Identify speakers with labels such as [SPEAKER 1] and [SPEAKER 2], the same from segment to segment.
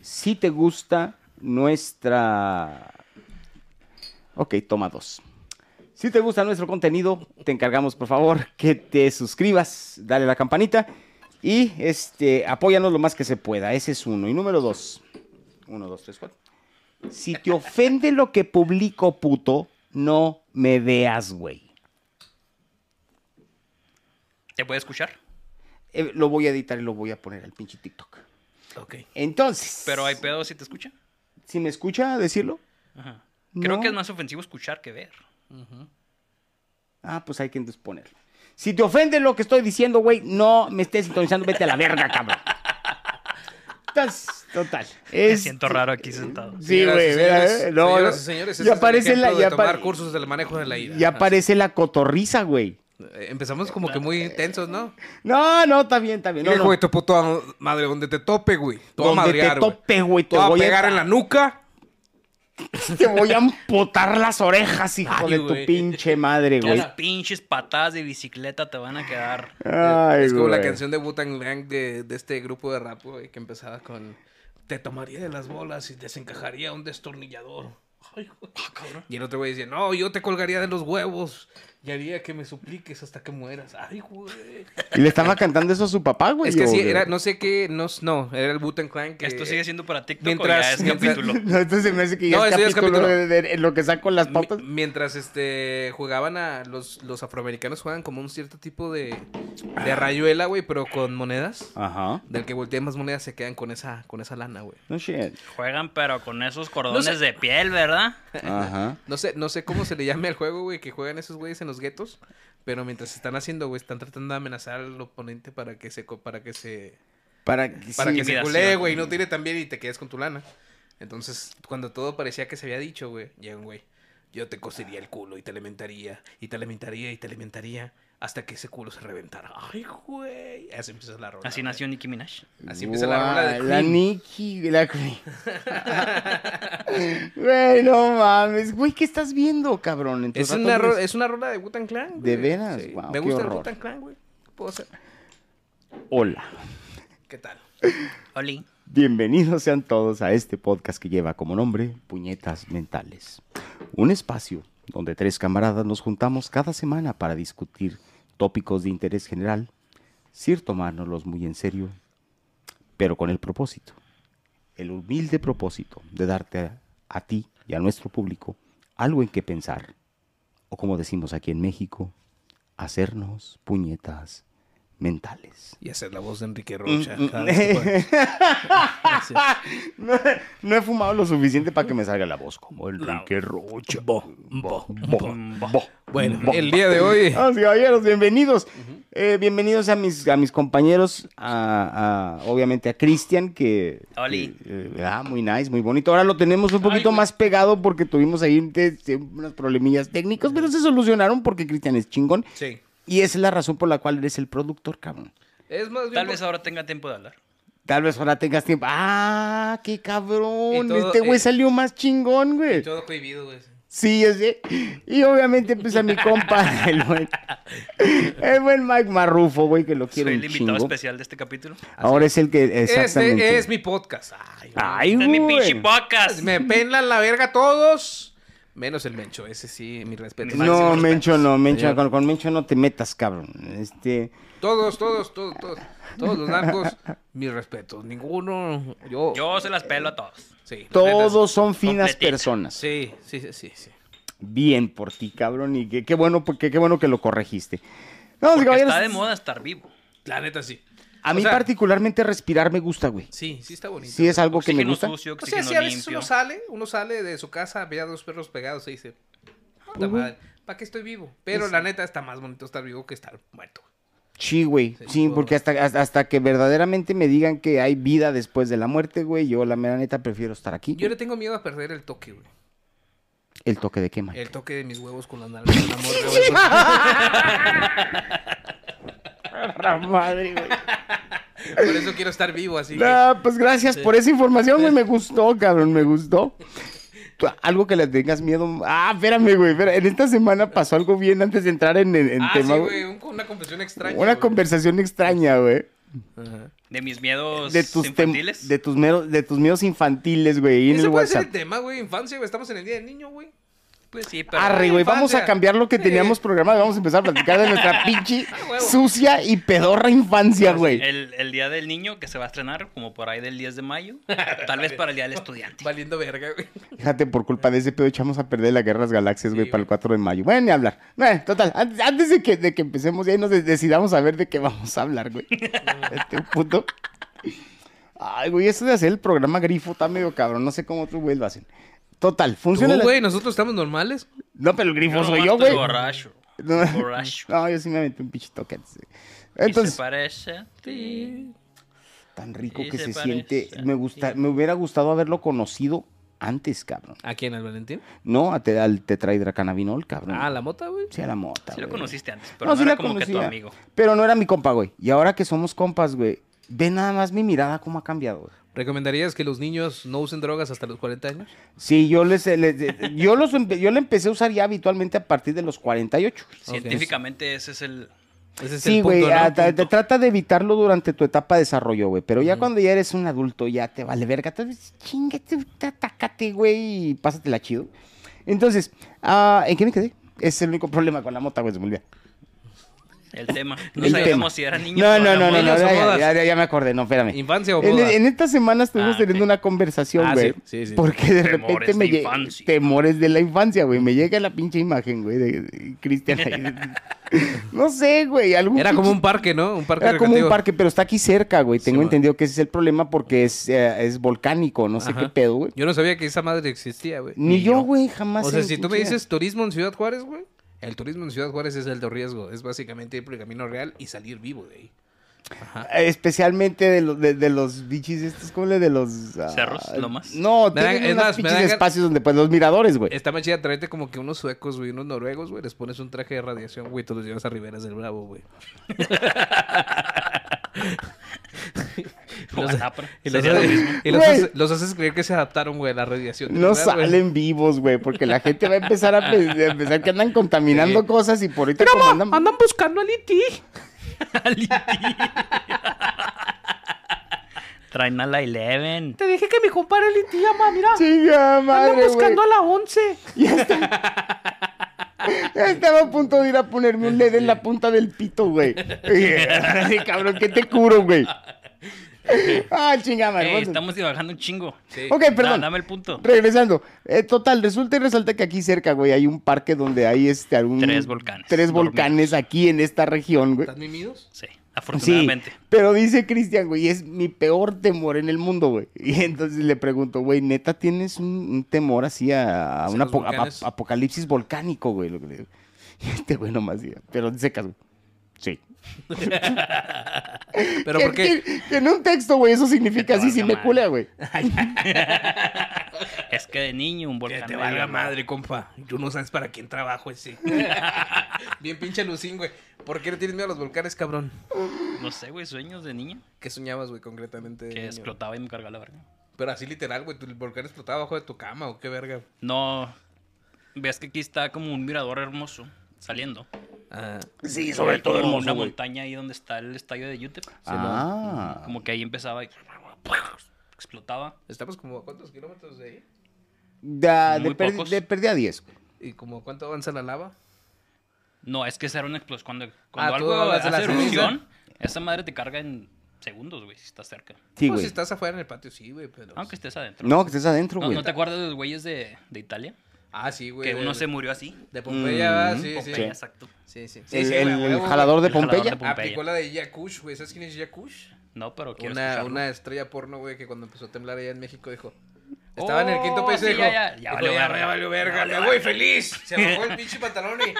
[SPEAKER 1] si te gusta nuestra... Ok, toma dos. Si te gusta nuestro contenido, te encargamos por favor que te suscribas, dale a la campanita y este, apóyanos lo más que se pueda. Ese es uno. Y número dos. Uno, dos, tres, cuatro. Si te ofende lo que publico, puto, no me veas, güey.
[SPEAKER 2] ¿Te puede escuchar?
[SPEAKER 1] Eh, lo voy a editar y lo voy a poner al pinche TikTok.
[SPEAKER 2] Ok.
[SPEAKER 1] Entonces.
[SPEAKER 2] Pero hay pedo si te escucha.
[SPEAKER 1] Si me escucha decirlo.
[SPEAKER 2] Ajá. Creo
[SPEAKER 1] No.
[SPEAKER 2] que es más ofensivo escuchar que ver.
[SPEAKER 1] Ah, pues hay que disponerlo. Si te ofende lo que estoy diciendo, güey, no me estés sintonizando, vete a la verga, cabrón. Entonces, total.
[SPEAKER 2] Me
[SPEAKER 1] es-
[SPEAKER 2] siento raro aquí sentado.
[SPEAKER 1] Sí,
[SPEAKER 3] Señoras y
[SPEAKER 1] güey, mira,
[SPEAKER 3] señores,
[SPEAKER 1] eh, no,
[SPEAKER 3] señoras
[SPEAKER 1] no.
[SPEAKER 3] y señores,
[SPEAKER 1] Ya
[SPEAKER 3] este es el
[SPEAKER 1] aparece la,
[SPEAKER 3] ejemplo
[SPEAKER 1] ya
[SPEAKER 3] de tomar
[SPEAKER 1] apare-
[SPEAKER 3] cursos del manejo de la ira. Ah,
[SPEAKER 1] ya aparece la cotorriza, güey.
[SPEAKER 3] Eh, Empezamos como que muy intensos, ¿no?
[SPEAKER 1] No, no, está bien, está bien. No,
[SPEAKER 3] Mira,
[SPEAKER 1] no.
[SPEAKER 3] güey, tu puta madre, donde te tope, güey. Te voy a
[SPEAKER 1] Donde
[SPEAKER 3] madrear,
[SPEAKER 1] te
[SPEAKER 3] güey.
[SPEAKER 1] tope, güey,
[SPEAKER 3] Te
[SPEAKER 1] te,
[SPEAKER 3] voy a
[SPEAKER 1] voy
[SPEAKER 3] pegar
[SPEAKER 1] a,
[SPEAKER 3] en la nuca.
[SPEAKER 1] te voy a amputar las orejas, hijo
[SPEAKER 2] Ay,
[SPEAKER 1] de tu
[SPEAKER 2] güey.
[SPEAKER 1] pinche madre,
[SPEAKER 2] Todas
[SPEAKER 1] güey.
[SPEAKER 2] las pinches patadas de bicicleta te van a quedar.
[SPEAKER 1] Ay,
[SPEAKER 3] es como la
[SPEAKER 1] güey.
[SPEAKER 3] canción de Butan Blanc de, de este grupo de rap, güey, que empezaba con... Te tomaría de las bolas y desencajaría un destornillador. Ay, güey.
[SPEAKER 1] Ah,
[SPEAKER 3] Y el otro güey decía, no, yo te colgaría de los huevos y haría que me supliques hasta que mueras. Ay, güey.
[SPEAKER 1] Y le estaba cantando eso a su papá, güey.
[SPEAKER 3] Es que
[SPEAKER 1] o
[SPEAKER 3] sí,
[SPEAKER 1] qué?
[SPEAKER 3] era, no sé qué, no, no, era el Butan Clan que...
[SPEAKER 2] Esto sigue siendo para TikTok
[SPEAKER 3] mientras-
[SPEAKER 2] o ya es
[SPEAKER 3] mientras-
[SPEAKER 2] capítulo.
[SPEAKER 1] No, entonces se me hace que ya
[SPEAKER 3] No,
[SPEAKER 1] es
[SPEAKER 3] eso ya es
[SPEAKER 1] capítulo
[SPEAKER 3] capítulo.
[SPEAKER 1] de- de- de- en lo que saco las
[SPEAKER 3] Mi-
[SPEAKER 1] patas.
[SPEAKER 3] mientras este jugaban a los, los afroamericanos juegan como un cierto tipo de, de rayuela, güey, pero con monedas.
[SPEAKER 1] Ajá.
[SPEAKER 3] Del que voltean más monedas se quedan con esa, con esa lana, güey.
[SPEAKER 1] No shit.
[SPEAKER 2] Juegan pero con esos cordones
[SPEAKER 3] No sé.
[SPEAKER 2] de piel, ¿verdad?
[SPEAKER 1] Ajá.
[SPEAKER 3] No sé, no sé cómo se le llame al juego, güey, que juegan esos güeyes en los guetos. Pero mientras están haciendo, güey, están tratando de amenazar al oponente para que se co- para que se
[SPEAKER 1] Para
[SPEAKER 3] para
[SPEAKER 1] que,
[SPEAKER 3] que
[SPEAKER 1] sí,
[SPEAKER 3] se
[SPEAKER 2] Intimidación.
[SPEAKER 3] culee, güey, y no tire tan bien y te quedes con tu lana. Entonces, cuando todo parecía que se había dicho, güey, llega un güey. Yo te cosería el culo y te alimentaría, y te alimentaría, y te alimentaría, hasta que ese culo se reventara. Ay, güey. Así empieza la rola.
[SPEAKER 2] Así
[SPEAKER 3] güey.
[SPEAKER 2] nació Nicki Minaj.
[SPEAKER 3] Así empieza la rola de
[SPEAKER 1] Guau, La
[SPEAKER 3] Queen.
[SPEAKER 1] Nikki, la Queen. Güey, no mames. Güey, ¿qué estás viendo, cabrón? En tus
[SPEAKER 3] Es
[SPEAKER 1] ratos
[SPEAKER 3] una, ro-
[SPEAKER 1] libres?
[SPEAKER 3] es una rola de Wutan Clan.
[SPEAKER 1] ¿De veras? Guau,
[SPEAKER 3] Me
[SPEAKER 1] qué
[SPEAKER 3] gusta el
[SPEAKER 1] horror.
[SPEAKER 3] Wutan Clan, güey. ¿Qué puedo hacer?
[SPEAKER 1] Hola.
[SPEAKER 3] ¿Qué tal?
[SPEAKER 2] Oli.
[SPEAKER 1] Bienvenidos sean todos a este podcast que lleva como nombre Puñetas Mentales. Un espacio donde tres camaradas nos juntamos cada semana para discutir tópicos de interés general, sin tomárnoslos muy en serio, pero con el propósito, el humilde propósito de darte a, a ti y a nuestro público algo en que pensar, o como decimos aquí en México, hacernos puñetas mentales.
[SPEAKER 3] Y hacer la voz de Enrique Rocha.
[SPEAKER 1] Mm, mm.
[SPEAKER 3] cada vez que puedas. Gracias. pues.
[SPEAKER 1] No, no he fumado lo suficiente para que me salga la voz como Enrique Rocha.
[SPEAKER 3] Bueno, el día de hoy.
[SPEAKER 1] Vamos, Ah, caballeros, bienvenidos. Eh, bienvenidos a mis, a mis compañeros, a, a- obviamente a Cristian, que...
[SPEAKER 2] Oli.
[SPEAKER 1] que, eh, ah, muy nice, muy bonito. Ahora lo tenemos un poquito más pegado porque tuvimos ahí un te- te- unos problemillas técnicos, pero se solucionaron porque Cristian es chingón.
[SPEAKER 3] Sí.
[SPEAKER 1] Y esa es la razón por la cual eres el productor, cabrón.
[SPEAKER 3] Es más bien
[SPEAKER 2] Tal
[SPEAKER 3] por-
[SPEAKER 2] vez ahora tenga tiempo de hablar.
[SPEAKER 1] Tal vez ahora tengas tiempo. ¡Ah, qué cabrón!
[SPEAKER 3] Y todo,
[SPEAKER 1] este güey
[SPEAKER 3] eh,
[SPEAKER 1] salió más chingón, güey.
[SPEAKER 3] Todo cohibido, güey.
[SPEAKER 1] Sí, yo sé. Y obviamente, pues a mi compa, el buen, el buen Mike Marrufo, güey, que lo quiero
[SPEAKER 2] Soy
[SPEAKER 1] un
[SPEAKER 2] el invitado
[SPEAKER 1] chingo.
[SPEAKER 2] especial de este capítulo.
[SPEAKER 1] Ahora es el que, exactamente.
[SPEAKER 3] Este es mi podcast. Ay,
[SPEAKER 1] Ay,
[SPEAKER 2] Este es
[SPEAKER 1] güey.
[SPEAKER 2] mi pinche podcast.
[SPEAKER 3] Me pelan la verga todos. Menos el Mencho, ese sí, mi respeto.
[SPEAKER 1] No,
[SPEAKER 3] Máximo
[SPEAKER 1] Mencho,
[SPEAKER 3] respeto.
[SPEAKER 1] no, Mencho,
[SPEAKER 3] Señor.
[SPEAKER 1] con, con Mencho no te metas, cabrón. Este,
[SPEAKER 3] Todos, todos, todos, todos. Todos los narcos, mis respetos. Ninguno. Yo.
[SPEAKER 2] Yo se las pelo a todos.
[SPEAKER 3] Sí.
[SPEAKER 1] todos son finas
[SPEAKER 2] Completita.
[SPEAKER 1] personas.
[SPEAKER 3] Sí, sí, sí, sí. sí.
[SPEAKER 1] Bien por ti, cabrón, y qué, qué bueno, porque qué bueno que lo corregiste. No,
[SPEAKER 2] Porque
[SPEAKER 1] caballeros,
[SPEAKER 2] está de moda estar vivo.
[SPEAKER 3] La neta, sí.
[SPEAKER 1] a mí
[SPEAKER 3] o sea-
[SPEAKER 1] particularmente respirar me gusta, güey.
[SPEAKER 3] Sí, sí está bonito.
[SPEAKER 1] Sí es algo que me
[SPEAKER 2] Oxígeno
[SPEAKER 1] gusta.
[SPEAKER 2] sucio,
[SPEAKER 3] O sea,
[SPEAKER 2] oxígeno
[SPEAKER 3] si a veces
[SPEAKER 2] limpio.
[SPEAKER 3] uno sale, uno sale de su casa, ve a dos perros pegados y dice, puta madre, ¿para qué estoy vivo? Pero la neta está más bonito estar vivo que estar muerto.
[SPEAKER 1] Sí, güey.
[SPEAKER 3] Sí,
[SPEAKER 1] Sí,
[SPEAKER 3] por-
[SPEAKER 1] porque hasta, hasta, hasta que verdaderamente me digan que hay vida después de la muerte, güey, yo la mera neta prefiero estar aquí.
[SPEAKER 3] Yo le tengo miedo a perder el toque, güey.
[SPEAKER 1] El toque de quema.
[SPEAKER 3] El toque de mis huevos con las nalgas. el amor de huevos.
[SPEAKER 1] madre, güey.
[SPEAKER 3] Por eso quiero estar vivo, así que... Ah,
[SPEAKER 1] Nah, pues gracias por esa información, güey. Me gustó, cabrón, me gustó. Tú, Algo que le tengas miedo. Ah, espérame, güey. espera, En esta semana pasó algo bien antes de entrar en, en- en
[SPEAKER 3] ah,
[SPEAKER 1] tema,
[SPEAKER 3] sí, güey,
[SPEAKER 1] güey.
[SPEAKER 3] un- una confesión extraña.
[SPEAKER 1] Una
[SPEAKER 3] güey.
[SPEAKER 1] conversación extraña, güey.
[SPEAKER 3] Ajá.
[SPEAKER 2] De mis miedos
[SPEAKER 1] De tus, tem-
[SPEAKER 2] infantiles.
[SPEAKER 1] de, tus meros- de tus miedos infantiles, güey. ahí En
[SPEAKER 3] Ese
[SPEAKER 1] el
[SPEAKER 3] puede ser el
[SPEAKER 1] WhatsApp.
[SPEAKER 3] tema, güey. Infancia, güey. Estamos en el día del niño, güey.
[SPEAKER 2] Pues sí, pero.
[SPEAKER 1] Arre, güey. Vamos a
[SPEAKER 3] infancia.
[SPEAKER 1] cambiar lo que
[SPEAKER 3] Sí.
[SPEAKER 1] teníamos programado. Vamos a empezar a platicar de nuestra pinche
[SPEAKER 3] huevo.
[SPEAKER 1] sucia y pedorra
[SPEAKER 2] Pues,
[SPEAKER 1] infancia, güey.
[SPEAKER 2] El, el día del niño que se va a estrenar, como por ahí del 10 de mayo. Tal vez para el día del estudiante.
[SPEAKER 3] Valiendo verga, güey.
[SPEAKER 1] Fíjate, por culpa de ese pedo echamos a perder la guerra de las galaxias, güey,
[SPEAKER 3] Sí,
[SPEAKER 1] para
[SPEAKER 3] güey.
[SPEAKER 1] el 4 de mayo. Bueno, ni hablar. Bueno, total, antes, antes de, que, de que empecemos, ya nos de- decidamos a ver de qué vamos a hablar, güey. este puto. Ay, güey, eso de hacer el programa grifo está medio cabrón. No sé cómo otros güey lo hacen. Total, funciona.
[SPEAKER 3] Tú,
[SPEAKER 1] la-
[SPEAKER 3] güey, nosotros estamos normales.
[SPEAKER 1] No, pero el
[SPEAKER 2] Yo
[SPEAKER 1] grifo
[SPEAKER 2] nomás
[SPEAKER 1] soy pues, yo,
[SPEAKER 2] estoy
[SPEAKER 1] güey.
[SPEAKER 2] Borracho.
[SPEAKER 1] No,
[SPEAKER 2] borracho.
[SPEAKER 1] no, yo sí me aventé un pinche toque antes, güey.
[SPEAKER 2] Entonces.
[SPEAKER 1] Entonces,
[SPEAKER 2] se parece a ti.
[SPEAKER 1] tan rico
[SPEAKER 2] y
[SPEAKER 1] que
[SPEAKER 2] se
[SPEAKER 1] se,
[SPEAKER 2] parece
[SPEAKER 1] siente.
[SPEAKER 2] a
[SPEAKER 1] Me, gusta,
[SPEAKER 2] ti.
[SPEAKER 1] me hubiera gustado haberlo conocido antes, cabrón.
[SPEAKER 3] ¿A quién? ¿Al Valentín?
[SPEAKER 1] No, a te- al tetrahidrocannabinol, cabrón.
[SPEAKER 3] Ah, la mota, güey.
[SPEAKER 1] Sí, a la mota.
[SPEAKER 2] Sí lo
[SPEAKER 1] güey.
[SPEAKER 2] conociste antes, pero
[SPEAKER 1] No,
[SPEAKER 2] no,
[SPEAKER 1] sí
[SPEAKER 2] era
[SPEAKER 1] la
[SPEAKER 2] como que tu
[SPEAKER 1] conocía,
[SPEAKER 2] amigo.
[SPEAKER 1] Pero no era mi compa, güey. Y ahora que somos compas, güey, ve nada más mi mirada cómo ha cambiado. güey.
[SPEAKER 3] ¿Recomendarías que los niños no usen drogas hasta los 40 años?
[SPEAKER 1] Sí, yo les, les- yo los empe- yo le empecé a usar ya habitualmente a partir de los 48.
[SPEAKER 2] Científicamente ese es el...
[SPEAKER 3] Ese es
[SPEAKER 1] Sí,
[SPEAKER 3] el
[SPEAKER 1] güey,
[SPEAKER 3] punto, ¿no?
[SPEAKER 1] ah, ta-
[SPEAKER 3] Punto.
[SPEAKER 1] te trata de evitarlo durante tu etapa de desarrollo, güey. Pero ya cuando ya eres un adulto, ya te vale verga. Entonces, chingate, atácate, güey, y pásatela chido. Entonces, ah, ¿en qué me quedé? Es el único problema con la mota, güey, se me olvida.
[SPEAKER 2] El tema. No
[SPEAKER 1] El tema.
[SPEAKER 2] sabíamos si era niño
[SPEAKER 1] No,
[SPEAKER 2] o
[SPEAKER 1] no,
[SPEAKER 2] era
[SPEAKER 1] no, no,
[SPEAKER 2] moda.
[SPEAKER 1] no,
[SPEAKER 3] modas o
[SPEAKER 1] ya,
[SPEAKER 3] modas.
[SPEAKER 1] ya- ya- ya me acordé, no, espérame.
[SPEAKER 3] ¿Infancia o
[SPEAKER 1] En,
[SPEAKER 3] boda?
[SPEAKER 1] en esta semana estuvimos
[SPEAKER 2] Ah,
[SPEAKER 1] teniendo
[SPEAKER 2] ok.
[SPEAKER 1] una conversación,
[SPEAKER 3] Ah,
[SPEAKER 1] güey.
[SPEAKER 3] sí, sí, sí.
[SPEAKER 1] Porque de
[SPEAKER 2] Temores
[SPEAKER 1] repente me
[SPEAKER 2] de
[SPEAKER 1] llega.
[SPEAKER 2] infancia.
[SPEAKER 1] Temores de la infancia, güey. Me llega la pinche imagen, güey, de, de Cristian. ahí. no sé, güey. algún
[SPEAKER 3] Era como
[SPEAKER 1] pinche-
[SPEAKER 3] un parque, ¿no? Un parque
[SPEAKER 1] Era como un
[SPEAKER 3] recreativo.
[SPEAKER 1] parque, pero está aquí cerca, güey.
[SPEAKER 3] Sí,
[SPEAKER 1] Tengo
[SPEAKER 3] güey.
[SPEAKER 1] entendido que ese es el problema porque es, eh, es volcánico, no sé
[SPEAKER 3] Ajá.
[SPEAKER 1] qué pedo, güey.
[SPEAKER 3] Yo no sabía que esa madre existía, güey.
[SPEAKER 1] Ni,
[SPEAKER 2] ni
[SPEAKER 1] yo,
[SPEAKER 2] yo.
[SPEAKER 1] güey, jamás.
[SPEAKER 3] O sea,
[SPEAKER 1] en-
[SPEAKER 3] si tú me
[SPEAKER 1] siquiera.
[SPEAKER 3] dices turismo en Ciudad Juárez, güey, el turismo en Ciudad Juárez es alto riesgo. Es básicamente ir por el camino real y salir vivo de ahí.
[SPEAKER 1] Eh, Especialmente de, los de, de los bichis estos, ¿cómo le de los... ah,
[SPEAKER 2] Cerros, lomas.
[SPEAKER 1] No,
[SPEAKER 3] Me dan-
[SPEAKER 1] tienen
[SPEAKER 3] es
[SPEAKER 1] unos
[SPEAKER 3] más, me
[SPEAKER 1] pinches
[SPEAKER 3] dan gan-
[SPEAKER 1] espacios donde pues los miradores, güey.
[SPEAKER 3] Está más chida traerte como que unos suecos, güey, unos noruegos, güey, les pones un traje de radiación, güey, y te los llevas a Riberas del Bravo, güey.
[SPEAKER 2] Ojalá, pero
[SPEAKER 3] Y los,
[SPEAKER 2] sería lo
[SPEAKER 3] haces-
[SPEAKER 2] mismo.
[SPEAKER 3] y los
[SPEAKER 1] Güey.
[SPEAKER 3] haces- los haces creer que se adaptaron, güey, a la radiación.
[SPEAKER 1] No
[SPEAKER 3] ¿verdad, güey?
[SPEAKER 1] salen vivos, güey, porque la gente va a empezar a, pe- a pensar que andan contaminando
[SPEAKER 3] Sí.
[SPEAKER 1] cosas y por ahorita como andan-
[SPEAKER 3] Andan buscando al IT.
[SPEAKER 2] Traen a la Eleven.
[SPEAKER 3] Te dije que mi compa era el IT, mamá, mira.
[SPEAKER 1] Chinga madre, güey.
[SPEAKER 3] la 11.
[SPEAKER 1] Ya Estaba a punto de ir a ponerme un LED en la punta del pito, güey. Ay, cabrón, ¿qué te curo, güey? Ah, chingada, madre.
[SPEAKER 2] Ey,
[SPEAKER 1] bueno.
[SPEAKER 2] estamos divagando un chingo.
[SPEAKER 1] Ok, perdón.
[SPEAKER 2] Da- dame el punto.
[SPEAKER 1] Regresando. Eh, total, resulta y resalta que aquí cerca, güey, hay un parque donde hay este algún...
[SPEAKER 2] Tres volcanes.
[SPEAKER 1] Tres volcanes aquí en esta región, güey.
[SPEAKER 3] ¿Están mimidos?
[SPEAKER 2] Sí,
[SPEAKER 1] Sí,
[SPEAKER 2] afortunadamente.
[SPEAKER 1] pero dice Cristian, güey, es mi peor temor en el mundo, güey. Y entonces le pregunto, güey, neta, ¿tienes un, un temor así a, a
[SPEAKER 3] ¿Hacia
[SPEAKER 1] un
[SPEAKER 3] los
[SPEAKER 1] apo- a-
[SPEAKER 3] volcanes?
[SPEAKER 1] a- apocalipsis volcánico, güey? Lo que le digo. Y este güey nomás, diga, pero en secas, güey. Sí.
[SPEAKER 3] Pero
[SPEAKER 1] Que-
[SPEAKER 3] porque.
[SPEAKER 1] que- que en un texto, güey, eso significa
[SPEAKER 2] Que te
[SPEAKER 1] así, sí
[SPEAKER 2] valga
[SPEAKER 1] me culea, güey.
[SPEAKER 2] Es que de niño un volcán.
[SPEAKER 3] Que te
[SPEAKER 2] me
[SPEAKER 3] valga
[SPEAKER 2] dio-
[SPEAKER 3] madre, compa. Tú no sabes para quién trabajo ese. Bien pinche lucín, güey. ¿Por qué le tienes miedo a los volcanes, cabrón?
[SPEAKER 2] No sé, güey, sueños de niño.
[SPEAKER 3] ¿Qué soñabas, güey, concretamente? de
[SPEAKER 2] Que
[SPEAKER 3] niño?
[SPEAKER 2] explotaba y me cargaba la verga.
[SPEAKER 3] Pero así literal, güey, tu- el volcán explotaba abajo de tu cama o qué verga.
[SPEAKER 2] No. Ves que aquí está como un mirador hermoso saliendo.
[SPEAKER 3] Ah,
[SPEAKER 1] Sí,
[SPEAKER 2] Hay como Una montaña ahí donde está el estadio de UTEP.
[SPEAKER 1] Ah.
[SPEAKER 2] Como que ahí empezaba y explotaba.
[SPEAKER 3] estamos como a cuántos kilómetros de ahí.
[SPEAKER 1] Da-
[SPEAKER 2] Muy
[SPEAKER 1] de, perdi-
[SPEAKER 2] pocos.
[SPEAKER 1] de perdí a 10, güey.
[SPEAKER 3] ¿Y como cuánto avanza la lava?
[SPEAKER 2] No, es que esa era una explosión. Cuando, cuando
[SPEAKER 3] Ah, tú
[SPEAKER 2] algo
[SPEAKER 3] hablas de
[SPEAKER 2] hace
[SPEAKER 3] la ceniza.
[SPEAKER 2] erupción, esa madre te carga en segundos, güey, si estás cerca.
[SPEAKER 1] Sí,
[SPEAKER 3] Pues,
[SPEAKER 1] güey.
[SPEAKER 3] si estás afuera en el patio, sí, güey, pero.
[SPEAKER 2] Aunque estés adentro.
[SPEAKER 1] No, que estés adentro,
[SPEAKER 2] ¿No,
[SPEAKER 1] güey.
[SPEAKER 2] ¿no te acuerdas de los güeyes de, de Italia?
[SPEAKER 3] Ah, sí, güey.
[SPEAKER 2] Que
[SPEAKER 3] de-
[SPEAKER 2] uno se murió así.
[SPEAKER 3] De Pompeya, ah,
[SPEAKER 1] Mm,
[SPEAKER 3] sí, sí,
[SPEAKER 2] Pompeya,
[SPEAKER 3] sí.
[SPEAKER 2] exacto.
[SPEAKER 3] Sí, sí.
[SPEAKER 1] el,
[SPEAKER 3] sí,
[SPEAKER 1] el-
[SPEAKER 3] güey, a
[SPEAKER 1] el
[SPEAKER 3] huevo,
[SPEAKER 1] jalador de
[SPEAKER 2] El jalador
[SPEAKER 1] Pompeya.
[SPEAKER 2] de Pompeya.
[SPEAKER 3] Aplicó la de Yakush, güey. ¿Sabes quién es Yakush?
[SPEAKER 2] No, pero quiero
[SPEAKER 3] Una,
[SPEAKER 2] escucharlo.
[SPEAKER 3] una estrella porno, güey, que cuando empezó a temblar allá en México dijo. Estaba en el quinto
[SPEAKER 2] Oh,
[SPEAKER 3] piso y
[SPEAKER 2] sí,
[SPEAKER 3] dijo.
[SPEAKER 2] ya, ya, ya
[SPEAKER 3] dijo,
[SPEAKER 2] valió verga.
[SPEAKER 3] ya valió verga.
[SPEAKER 2] Ya valió
[SPEAKER 3] me voy
[SPEAKER 2] verga".
[SPEAKER 3] feliz. Se bajó el pinche pantalón y.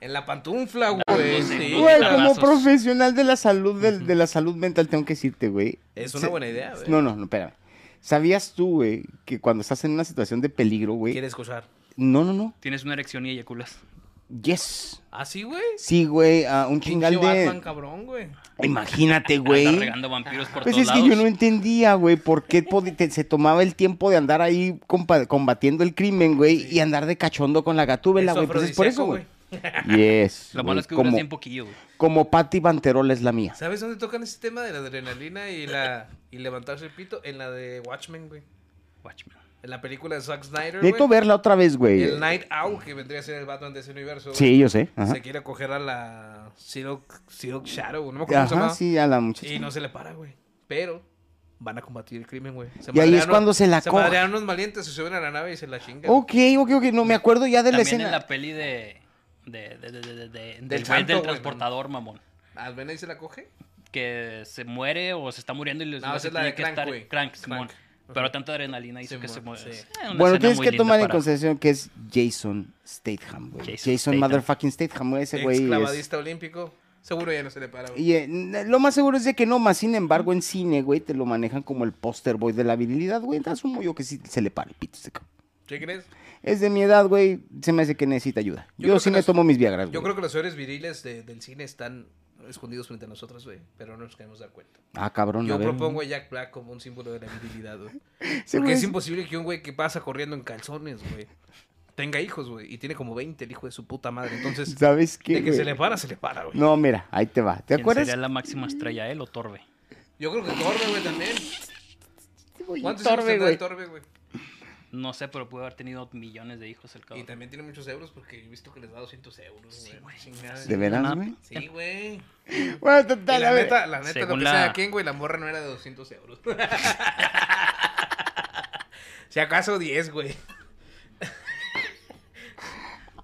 [SPEAKER 3] En la pantufla, güey.
[SPEAKER 2] no
[SPEAKER 3] sí.
[SPEAKER 2] sé, no sé.
[SPEAKER 1] Güey, como
[SPEAKER 2] Madrazos.
[SPEAKER 1] profesional de la salud, del- de la salud mental, tengo que decirte, güey.
[SPEAKER 3] Es
[SPEAKER 1] se-
[SPEAKER 3] una buena idea, güey.
[SPEAKER 1] No, no, no, espérame. ¿Sabías tú, güey, que cuando estás en una situación de peligro, güey?
[SPEAKER 3] ¿Quieres escuchar?
[SPEAKER 1] No, no, no.
[SPEAKER 2] Tienes una erección y eyaculas.
[SPEAKER 1] Yes.
[SPEAKER 3] ¿Ah, sí, güey?
[SPEAKER 1] Sí, güey, ah, un chingal
[SPEAKER 3] Pinche
[SPEAKER 1] de...
[SPEAKER 3] Batman, cabrón, güey.
[SPEAKER 1] Imagínate,
[SPEAKER 2] Andas
[SPEAKER 1] güey.
[SPEAKER 2] regando vampiros por
[SPEAKER 1] Pues
[SPEAKER 2] todos
[SPEAKER 1] es que
[SPEAKER 2] lados.
[SPEAKER 1] yo no entendía, güey, por qué podi- te- se tomaba el tiempo de andar ahí compa- combatiendo el crimen, güey, y andar de cachondo con la gatúbela,
[SPEAKER 3] Es
[SPEAKER 1] güey. Pues es por eso,
[SPEAKER 3] afrodisíaco,
[SPEAKER 1] güey. Yes.
[SPEAKER 2] Lo
[SPEAKER 1] güey,
[SPEAKER 2] malo es que duras
[SPEAKER 1] como,
[SPEAKER 2] bien poquillo, güey.
[SPEAKER 1] como Patty Banterola es la mía.
[SPEAKER 3] ¿Sabes dónde tocan ese tema de la adrenalina y la y levantarse el pito? En la de Watchmen, güey.
[SPEAKER 2] Watchmen.
[SPEAKER 3] En la película de Zack Snyder,
[SPEAKER 1] Necesito
[SPEAKER 3] güey.
[SPEAKER 1] verla otra vez, güey.
[SPEAKER 3] El Night Owl, que vendría a ser el Batman de ese universo. güey.
[SPEAKER 1] Sí, yo sé. Ajá,
[SPEAKER 3] Se quiere coger a la Silk, Silk Shadow, no me acuerdo cómo
[SPEAKER 1] Ajá
[SPEAKER 3] se
[SPEAKER 1] sí, a la
[SPEAKER 3] llama. Y
[SPEAKER 1] muchacha.
[SPEAKER 3] no se le para, güey. Pero van a combatir el crimen, güey. Se
[SPEAKER 1] Y ahí es
[SPEAKER 3] madrearon-
[SPEAKER 1] cuando se la
[SPEAKER 3] Se
[SPEAKER 1] coge.
[SPEAKER 3] madrearon unos valientes, se suben a la nave y se la chingan.
[SPEAKER 1] Ok, ok, ok. No, me acuerdo ya de la
[SPEAKER 2] También
[SPEAKER 1] escena.
[SPEAKER 2] en la peli de... de, de, de, de, de- de- del güey
[SPEAKER 3] santo,
[SPEAKER 2] del
[SPEAKER 3] güey,
[SPEAKER 2] transportador, mamón.
[SPEAKER 3] ¿Al ven ahí se la coge?
[SPEAKER 2] Que se muere o se está muriendo y les
[SPEAKER 3] No, esa es la de
[SPEAKER 2] tiene que
[SPEAKER 3] Crank,
[SPEAKER 2] estar...
[SPEAKER 3] güey.
[SPEAKER 2] Crank, Simón.
[SPEAKER 3] Crank.
[SPEAKER 2] Pero tanta adrenalina hizo que se
[SPEAKER 3] Simón,
[SPEAKER 2] muere.
[SPEAKER 3] sí.
[SPEAKER 2] Es una
[SPEAKER 1] Bueno,
[SPEAKER 2] escena
[SPEAKER 1] tienes
[SPEAKER 2] muy
[SPEAKER 1] que
[SPEAKER 2] linda
[SPEAKER 1] tomar en
[SPEAKER 2] para-
[SPEAKER 1] consideración que es Jason Statham, güey.
[SPEAKER 2] Jason
[SPEAKER 1] Jason,
[SPEAKER 2] Statham.
[SPEAKER 1] motherfucking Statham, güey. Ese güey.
[SPEAKER 3] Ex
[SPEAKER 1] es-
[SPEAKER 3] clavadista olímpico. Seguro ya no se le para, güey.
[SPEAKER 1] Y eh, n- lo más seguro es de que no, más sin embargo en cine, güey, te lo manejan como el póster boy de la virilidad, güey. Asumo yo que sí se le para el pito este cabrón.
[SPEAKER 3] ¿Qué crees?
[SPEAKER 1] Es de mi edad, güey, se me hace que necesita ayuda.
[SPEAKER 3] Yo
[SPEAKER 1] Yo,
[SPEAKER 3] creo
[SPEAKER 1] sí
[SPEAKER 3] que
[SPEAKER 1] me
[SPEAKER 3] nos-
[SPEAKER 1] tomo mis viagras, güey.
[SPEAKER 3] Yo creo que los héroes viriles de- del cine están escondidos frente a nosotros, güey. Pero no nos queremos dar cuenta.
[SPEAKER 1] Ah, cabrón, a
[SPEAKER 3] Yo
[SPEAKER 1] ver.
[SPEAKER 3] propongo a Jack Black como un símbolo de la virilidad, güey.
[SPEAKER 1] Ese
[SPEAKER 3] Porque
[SPEAKER 1] güey
[SPEAKER 3] es
[SPEAKER 1] es-
[SPEAKER 3] imposible que un güey que pasa corriendo en calzones, güey, tenga hijos, güey. Y tiene como 20 el hijo de su puta madre. Entonces,
[SPEAKER 1] ¿Sabes qué,
[SPEAKER 3] de que
[SPEAKER 1] güey?
[SPEAKER 3] se le para, se le para, güey.
[SPEAKER 1] No, mira, ahí te va. ¿Te
[SPEAKER 2] ¿Quién
[SPEAKER 1] acuerdas?
[SPEAKER 2] sería la máxima estrella, él o Torbe?
[SPEAKER 3] Yo creo que Torbe, güey, también.
[SPEAKER 1] Este güey,
[SPEAKER 3] ¿Cuántos
[SPEAKER 1] Torbe,
[SPEAKER 3] hijos tendrá
[SPEAKER 1] güey.
[SPEAKER 3] el Torbe, güey?
[SPEAKER 2] No sé, pero pudo haber tenido millones de hijos el
[SPEAKER 3] Y
[SPEAKER 2] cabrón.
[SPEAKER 3] también tiene muchos euros porque he visto que les da 200 euros, güey. Chingada.
[SPEAKER 1] ¿De veras,
[SPEAKER 2] Nada.
[SPEAKER 1] güey?
[SPEAKER 3] Sí, güey.
[SPEAKER 1] Bueno,
[SPEAKER 3] Y
[SPEAKER 1] total, a
[SPEAKER 3] La
[SPEAKER 1] ver.
[SPEAKER 3] neta, la neta, lo
[SPEAKER 2] Según
[SPEAKER 3] que
[SPEAKER 2] la-
[SPEAKER 3] sea de quién, güey, la morra no era de 200 euros. si acaso 10, güey.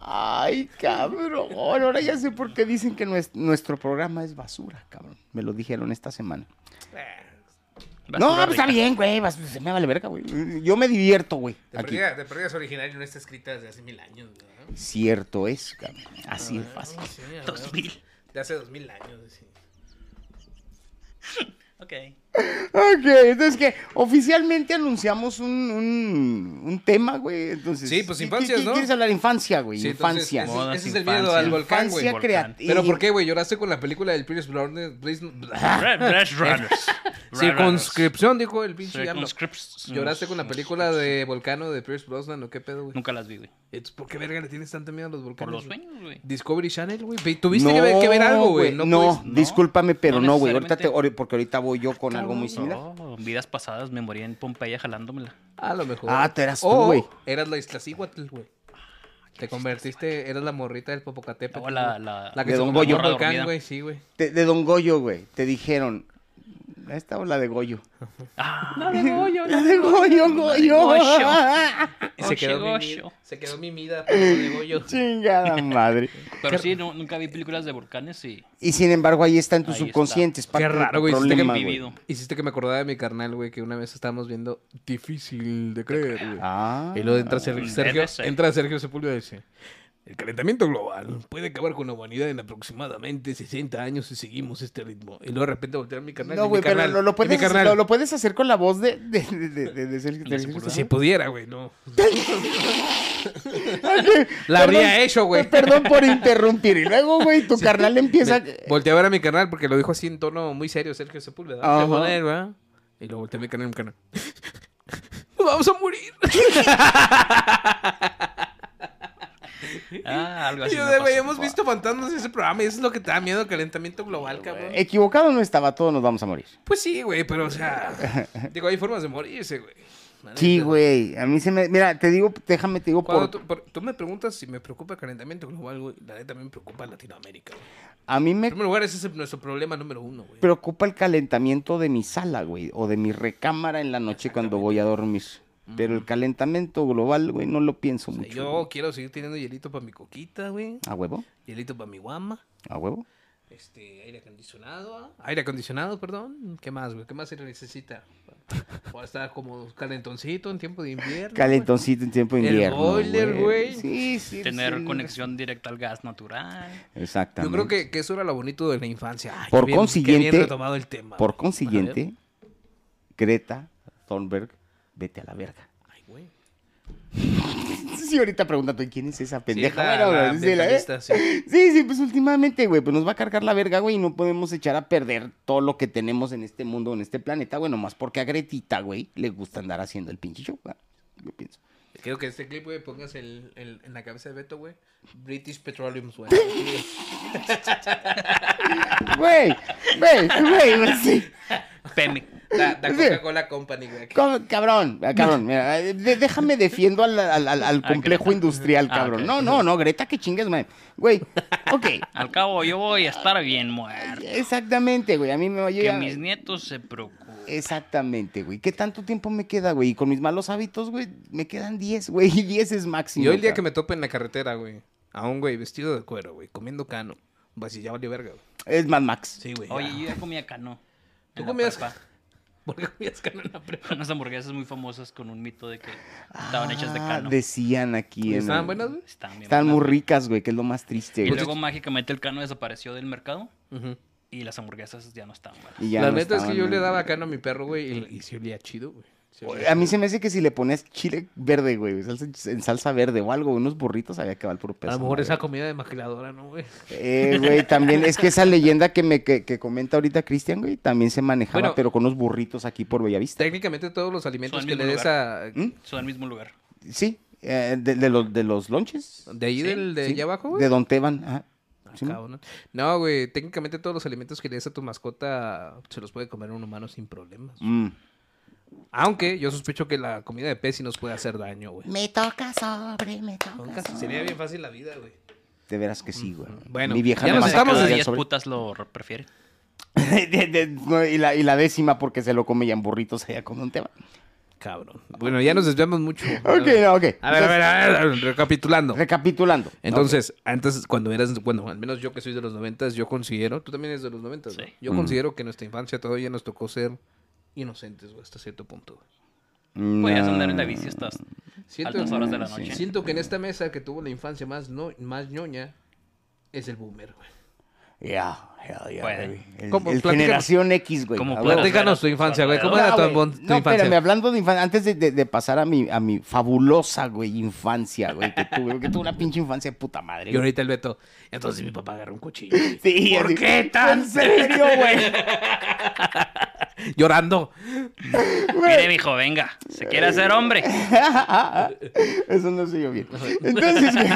[SPEAKER 1] Ay, cabrón. Ahora ya sé por qué dicen que nues- nuestro programa es basura, cabrón. Me lo dijeron esta semana. No,
[SPEAKER 2] Basura
[SPEAKER 1] pues está
[SPEAKER 2] rica.
[SPEAKER 1] bien, güey. vas- Se me vale verga, güey. Yo me divierto, güey.
[SPEAKER 3] De
[SPEAKER 1] Aquí.
[SPEAKER 3] perdida, de perdida es original y no está escrita desde hace mil años, güey.
[SPEAKER 1] Cierto es, cabrón. Así de fácil.
[SPEAKER 3] Sí, a huevo.
[SPEAKER 2] 2000.
[SPEAKER 3] De hace 2000 años, sí.
[SPEAKER 2] Ok.
[SPEAKER 1] Ok, entonces que oficialmente anunciamos un, un, un tema, güey. Entonces,
[SPEAKER 3] Sí, pues
[SPEAKER 1] ¿qué-
[SPEAKER 3] infancias,
[SPEAKER 1] qué- qué
[SPEAKER 3] ¿no?
[SPEAKER 1] ¿Quieres hablar infancia, güey?
[SPEAKER 3] Sí, entonces,
[SPEAKER 1] infancia.
[SPEAKER 3] ese-
[SPEAKER 2] Modas,
[SPEAKER 3] Ese, es el
[SPEAKER 2] infancia.
[SPEAKER 3] miedo al volcán, güey.
[SPEAKER 1] infancia creativa.
[SPEAKER 3] Pero ¿por qué, güey? Lloraste con la película del Pierce Brosnan. Brosnan-
[SPEAKER 2] Red- Red Runners. Red Runners.
[SPEAKER 3] Circunscripción, dijo el pinche diablo.
[SPEAKER 2] Circunscripts.
[SPEAKER 3] ¿Lloraste con la película de Volcano de Pierce Brosnan o qué pedo, güey?
[SPEAKER 2] mm, Nunca las vi, güey.
[SPEAKER 3] Entonces, ¿Por qué verga le tienes tanto miedo a los
[SPEAKER 2] Por los
[SPEAKER 3] volcanes? güey?
[SPEAKER 2] sueños, güey.
[SPEAKER 3] Discovery Channel, güey. Ve- Tuviste que ver- que ver algo, güey.
[SPEAKER 1] No,
[SPEAKER 3] No, pudiste-
[SPEAKER 1] discúlpame, pero
[SPEAKER 2] no
[SPEAKER 1] no, güey. ahorita te,
[SPEAKER 2] necesariamente.
[SPEAKER 1] ahori- porque ahorita voy yo con algo muy similar.
[SPEAKER 2] Oh, vidas pasadas me moría en Pompeya jalándomela.
[SPEAKER 3] A lo mejor.
[SPEAKER 1] Ah, tú eras tú,
[SPEAKER 3] O
[SPEAKER 1] güey.
[SPEAKER 3] Eras la isla Cíhuatl, güey. Te convertiste, eras la morrita del Popocatépetl.
[SPEAKER 2] No, la-
[SPEAKER 3] güey.
[SPEAKER 2] la-
[SPEAKER 3] la que
[SPEAKER 1] De
[SPEAKER 3] se
[SPEAKER 1] Don
[SPEAKER 3] convirtió
[SPEAKER 2] Goyo.
[SPEAKER 3] en volcán,
[SPEAKER 2] Dormida.
[SPEAKER 3] güey, sí, güey.
[SPEAKER 1] Te- de Don Goyo, güey. Te dijeron. Esta o la de Goyo.
[SPEAKER 2] Ah,
[SPEAKER 1] La de Goyo, Goyo.
[SPEAKER 3] Y se
[SPEAKER 2] Oye,
[SPEAKER 3] quedó,
[SPEAKER 2] goyo.
[SPEAKER 3] mimi- se quedó mimida, pero de Goyo.
[SPEAKER 1] Chingada madre.
[SPEAKER 2] pero sí, no- nunca vi películas de volcanes y
[SPEAKER 1] Y sin embargo, ahí está en tu
[SPEAKER 2] Ahí
[SPEAKER 1] subconsciente. Es parte
[SPEAKER 3] Qué
[SPEAKER 1] de tu
[SPEAKER 3] raro, güey, hiciste que
[SPEAKER 1] problema,
[SPEAKER 2] he
[SPEAKER 1] güey.
[SPEAKER 2] vivido.
[SPEAKER 3] Hiciste que me acordara de mi carnal, güey, que una vez estábamos viendo Difícil de creer, güey.
[SPEAKER 1] Ah.
[SPEAKER 3] Y luego entra Ser-
[SPEAKER 2] debe
[SPEAKER 3] Sergio,
[SPEAKER 2] ser.
[SPEAKER 3] entra Sergio Sepúlveda y dice, el calentamiento global puede acabar con la humanidad en aproximadamente 60 años si seguimos este ritmo. Y luego de repente voltear a mi carnal. y
[SPEAKER 1] No,
[SPEAKER 3] mi
[SPEAKER 1] güey, pero
[SPEAKER 3] carnal,
[SPEAKER 1] lo, lo
[SPEAKER 3] y mi
[SPEAKER 1] puedes,
[SPEAKER 3] carnal.
[SPEAKER 1] lo, ¿Mm? lo puedes hacer con la voz de, de, de, de, de, de Sergio-
[SPEAKER 2] De
[SPEAKER 1] Sergio
[SPEAKER 2] Sepúlveda.
[SPEAKER 3] Si
[SPEAKER 1] Sergio.
[SPEAKER 3] pudiera, güey, no. La
[SPEAKER 1] Perdón, eh,
[SPEAKER 3] habría hecho, güey.
[SPEAKER 1] Perdón por interrumpir. Y luego, güey, tu carnal empieza. eh,
[SPEAKER 3] Me- Volteé a ver a mi canal porque lo dijo así en tono muy serio Sergio Sepúlveda.
[SPEAKER 1] Ajá.
[SPEAKER 3] Se pone él, ¿verdad? Y lo volteé a mi canal y mi canal. ¡Nos vamos a morir!
[SPEAKER 2] ah, algo así.
[SPEAKER 3] Yo
[SPEAKER 2] me
[SPEAKER 3] de,
[SPEAKER 2] pasó.
[SPEAKER 3] güey, hemos visto fantasmas en ese programa y eso es lo que te da miedo, el calentamiento global, cabrón.
[SPEAKER 1] Equivocado no estaba, todos nos vamos a morir.
[SPEAKER 3] Pues sí, güey, pero o sea. digo, hay formas de morirse, güey. La
[SPEAKER 1] Sí,
[SPEAKER 3] neta.
[SPEAKER 1] güey. A mí se me. Mira, te digo, déjame, te digo
[SPEAKER 3] Cuando
[SPEAKER 1] por.
[SPEAKER 3] tú, por- tú me preguntas si me preocupa el calentamiento global, güey. La neta también me preocupa Latinoamérica. güey.
[SPEAKER 1] A mí
[SPEAKER 3] En
[SPEAKER 1] me
[SPEAKER 3] primer lugar, ese es nuestro problema número uno, güey.
[SPEAKER 1] preocupa el calentamiento de mi sala, güey, o de mi recámara en la noche cuando voy a dormir. Pero el calentamiento global, güey, no lo pienso
[SPEAKER 3] O sea,
[SPEAKER 1] mucho.
[SPEAKER 3] yo
[SPEAKER 1] güey.
[SPEAKER 3] quiero seguir teniendo hielito para mi coquita, güey.
[SPEAKER 1] ¿A huevo?
[SPEAKER 3] Hielito para mi guama.
[SPEAKER 1] ¿A huevo?
[SPEAKER 3] Este, aire acondicionado. ¿ah? Aire acondicionado, perdón. ¿Qué más, güey? ¿Qué más se necesita? Para estar como calentoncito en tiempo de invierno.
[SPEAKER 1] Calentoncito en tiempo de
[SPEAKER 3] El
[SPEAKER 1] invierno.
[SPEAKER 3] boiler, güey.
[SPEAKER 1] Sí, sí.
[SPEAKER 2] Tener
[SPEAKER 1] sí.
[SPEAKER 2] conexión directa al gas natural.
[SPEAKER 3] Yo
[SPEAKER 1] Exactamente.
[SPEAKER 3] creo que, que eso era lo bonito de la infancia. Ay,
[SPEAKER 1] Por
[SPEAKER 3] qué bien- qué
[SPEAKER 1] consiguiente-
[SPEAKER 3] bien retomado el tema.
[SPEAKER 1] Por consiguiente, Greta Thunberg, vete a la verga.
[SPEAKER 3] Ay, güey.
[SPEAKER 1] Sí, ahorita preguntando, ¿quién es esa pendeja?
[SPEAKER 3] Sí, la-
[SPEAKER 1] Bueno,
[SPEAKER 3] la
[SPEAKER 1] güey, sí, la- E.
[SPEAKER 3] ambientalista, sí.
[SPEAKER 1] Sí, sí, pues últimamente, güey, pues nos va a cargar la verga, güey, y no podemos echar a perder todo lo que tenemos en este mundo, en este planeta, güey, nomás porque a Gretita, güey, le gusta andar haciendo el pinche show, güey. Yo pienso.
[SPEAKER 3] Quiero que este clip, güey, pongas el, el- en la cabeza de Beto, güey. British Petroleum, güey.
[SPEAKER 1] Güey, güey, güey, güey, sí.
[SPEAKER 2] Pemex.
[SPEAKER 3] La, la Coca-Cola Company, güey.
[SPEAKER 1] Co- Cabrón, ah, cabrón, mira, eh, de- déjame defiendo al, al- al- al complejo industrial,
[SPEAKER 2] Ah,
[SPEAKER 1] cabrón.
[SPEAKER 2] ok.
[SPEAKER 1] No, no, no, Greta, que chingues, man. Güey, ok,
[SPEAKER 2] Al cabo, yo voy a estar bien muerto.
[SPEAKER 1] exactamente, güey, a mí me va a
[SPEAKER 2] Que
[SPEAKER 1] llegar...
[SPEAKER 2] mis nietos se preocupen.
[SPEAKER 1] Exactamente, güey. ¿Qué tanto tiempo me queda, güey? Y con mis malos hábitos, güey, me quedan 10, güey. Y 10 es máximo.
[SPEAKER 3] Y hoy el día que
[SPEAKER 1] cabrón.
[SPEAKER 3] me tope en la carretera, güey. A un güey vestido de cuero, güey. Comiendo cano. Vas y ya valió verga, güey.
[SPEAKER 1] Es Mad Max.
[SPEAKER 3] Sí, güey.
[SPEAKER 2] Oye,
[SPEAKER 3] ya.
[SPEAKER 2] yo ya comía cano.
[SPEAKER 3] ¿Tú
[SPEAKER 2] en la
[SPEAKER 3] comías-
[SPEAKER 2] prepa.
[SPEAKER 3] ¿Por qué comías cano en la prepa?
[SPEAKER 2] Unas hamburguesas muy famosas con un mito de que estaban hechas de
[SPEAKER 1] Ah,
[SPEAKER 2] cano.
[SPEAKER 1] Decían aquí.
[SPEAKER 3] ¿Y
[SPEAKER 1] en-
[SPEAKER 3] estaban buenas, güey?
[SPEAKER 2] Estaban bien
[SPEAKER 1] Estaban muy
[SPEAKER 2] buenas.
[SPEAKER 1] ricas, güey, que es lo más triste,
[SPEAKER 2] Y
[SPEAKER 1] güey.
[SPEAKER 2] luego mágicamente el cano desapareció del mercado
[SPEAKER 3] Ujú.
[SPEAKER 2] y las hamburguesas ya no estaban buenas.
[SPEAKER 1] Y ya
[SPEAKER 3] la
[SPEAKER 1] no
[SPEAKER 3] neta es que
[SPEAKER 1] estaban,
[SPEAKER 3] yo le
[SPEAKER 1] güey.
[SPEAKER 3] daba cano a mi perro, güey, y, y se olía chido, güey. Se olía
[SPEAKER 1] A mí
[SPEAKER 3] chido.
[SPEAKER 1] se me hace que si le ponías chile verde, güey, salsa- en salsa verde o algo, unos burritos, había que va el puro peso.
[SPEAKER 3] A lo mejor
[SPEAKER 1] madre.
[SPEAKER 3] esa comida de maquiladora, ¿no, güey?
[SPEAKER 1] Eh, güey, también es que esa leyenda que me que, que comenta ahorita Cristian, güey, también se manejaba,
[SPEAKER 3] Bueno.
[SPEAKER 1] pero con unos burritos aquí por Bellavista.
[SPEAKER 3] Técnicamente todos los alimentos
[SPEAKER 2] Son
[SPEAKER 3] que
[SPEAKER 2] del
[SPEAKER 3] le des
[SPEAKER 2] mismo
[SPEAKER 3] a...
[SPEAKER 1] ¿Mm?
[SPEAKER 2] Son del mismo lugar.
[SPEAKER 1] Sí, eh, de, de los, de los lonches.
[SPEAKER 3] De ahí,
[SPEAKER 2] Sí,
[SPEAKER 3] del, de
[SPEAKER 1] Sí,
[SPEAKER 3] allá abajo, güey.
[SPEAKER 1] De Don Teban. ajá.
[SPEAKER 3] Ah,
[SPEAKER 1] Sí, ¿no?
[SPEAKER 3] cabrón. No, güey, técnicamente todos los alimentos que le des a tu mascota se los puede comer un humano sin problemas.
[SPEAKER 1] Mm.
[SPEAKER 3] Aunque yo sospecho que la comida de pez sí nos puede hacer daño, güey.
[SPEAKER 4] Me toca sobre, me toca
[SPEAKER 3] Nunca
[SPEAKER 4] sobre.
[SPEAKER 3] sería bien fácil la vida, güey.
[SPEAKER 1] De veras que sí, güey.
[SPEAKER 3] Bueno,
[SPEAKER 1] Mi vieja
[SPEAKER 3] ya
[SPEAKER 1] me
[SPEAKER 3] nos
[SPEAKER 1] va a sacar
[SPEAKER 3] estamos
[SPEAKER 2] Cada
[SPEAKER 1] de-
[SPEAKER 2] 10
[SPEAKER 1] sobre-
[SPEAKER 2] putas lo re- prefieren.
[SPEAKER 1] de- de- no, y, la, y la décima porque se lo come ya en burritos allá con Don Teban.
[SPEAKER 3] Cabrón. Bueno, ya nos desviamos mucho.
[SPEAKER 1] Ok, no, ok.
[SPEAKER 3] A ver, a ver, a ver, a ver, recapitulando.
[SPEAKER 1] Recapitulando.
[SPEAKER 3] Entonces, antes, cuando eras, bueno, al menos yo que soy de los noventas, yo considero, tú también eres de los noventas, ¿no?
[SPEAKER 2] Sí.
[SPEAKER 3] Yo considero que en nuestra infancia todavía nos tocó ser inocentes, güey, hasta cierto punto. güey.
[SPEAKER 1] No.
[SPEAKER 3] pues,
[SPEAKER 2] Podías andar en la bici hasta altas horas de la
[SPEAKER 1] sí.
[SPEAKER 2] noche.
[SPEAKER 3] Siento que en esta mesa que tuvo la infancia más, no, más ñoña es el boomer, güey.
[SPEAKER 1] Ya, ya, ya,
[SPEAKER 2] Puede.
[SPEAKER 1] baby. El,
[SPEAKER 3] ¿Cómo?
[SPEAKER 1] el
[SPEAKER 3] Platícanos.
[SPEAKER 1] generación X, güey.
[SPEAKER 2] ¿Cómo
[SPEAKER 1] A
[SPEAKER 2] puede?
[SPEAKER 1] huevo.
[SPEAKER 3] Platícanos tu infancia, güey. ¿Cómo era tu,
[SPEAKER 1] No,
[SPEAKER 3] tu
[SPEAKER 1] güey. No,
[SPEAKER 3] infancia?
[SPEAKER 1] espérame, hablando de infancia, antes de, de- de pasar a mi, a mi fabulosa, güey, infancia, güey, que tuve, que tuve una pinche infancia de puta madre.
[SPEAKER 3] Y
[SPEAKER 1] güey.
[SPEAKER 3] ahorita el Beto. Entonces mi papá agarró un cuchillo. güey.
[SPEAKER 1] Sí,
[SPEAKER 3] ¿Por
[SPEAKER 1] así,
[SPEAKER 3] qué tan
[SPEAKER 1] ¿En serio, güey?
[SPEAKER 3] Llorando.
[SPEAKER 2] Mire, mijo, venga. Se quiere hacer hombre.
[SPEAKER 1] Eso no se yo bien. Entonces, güey,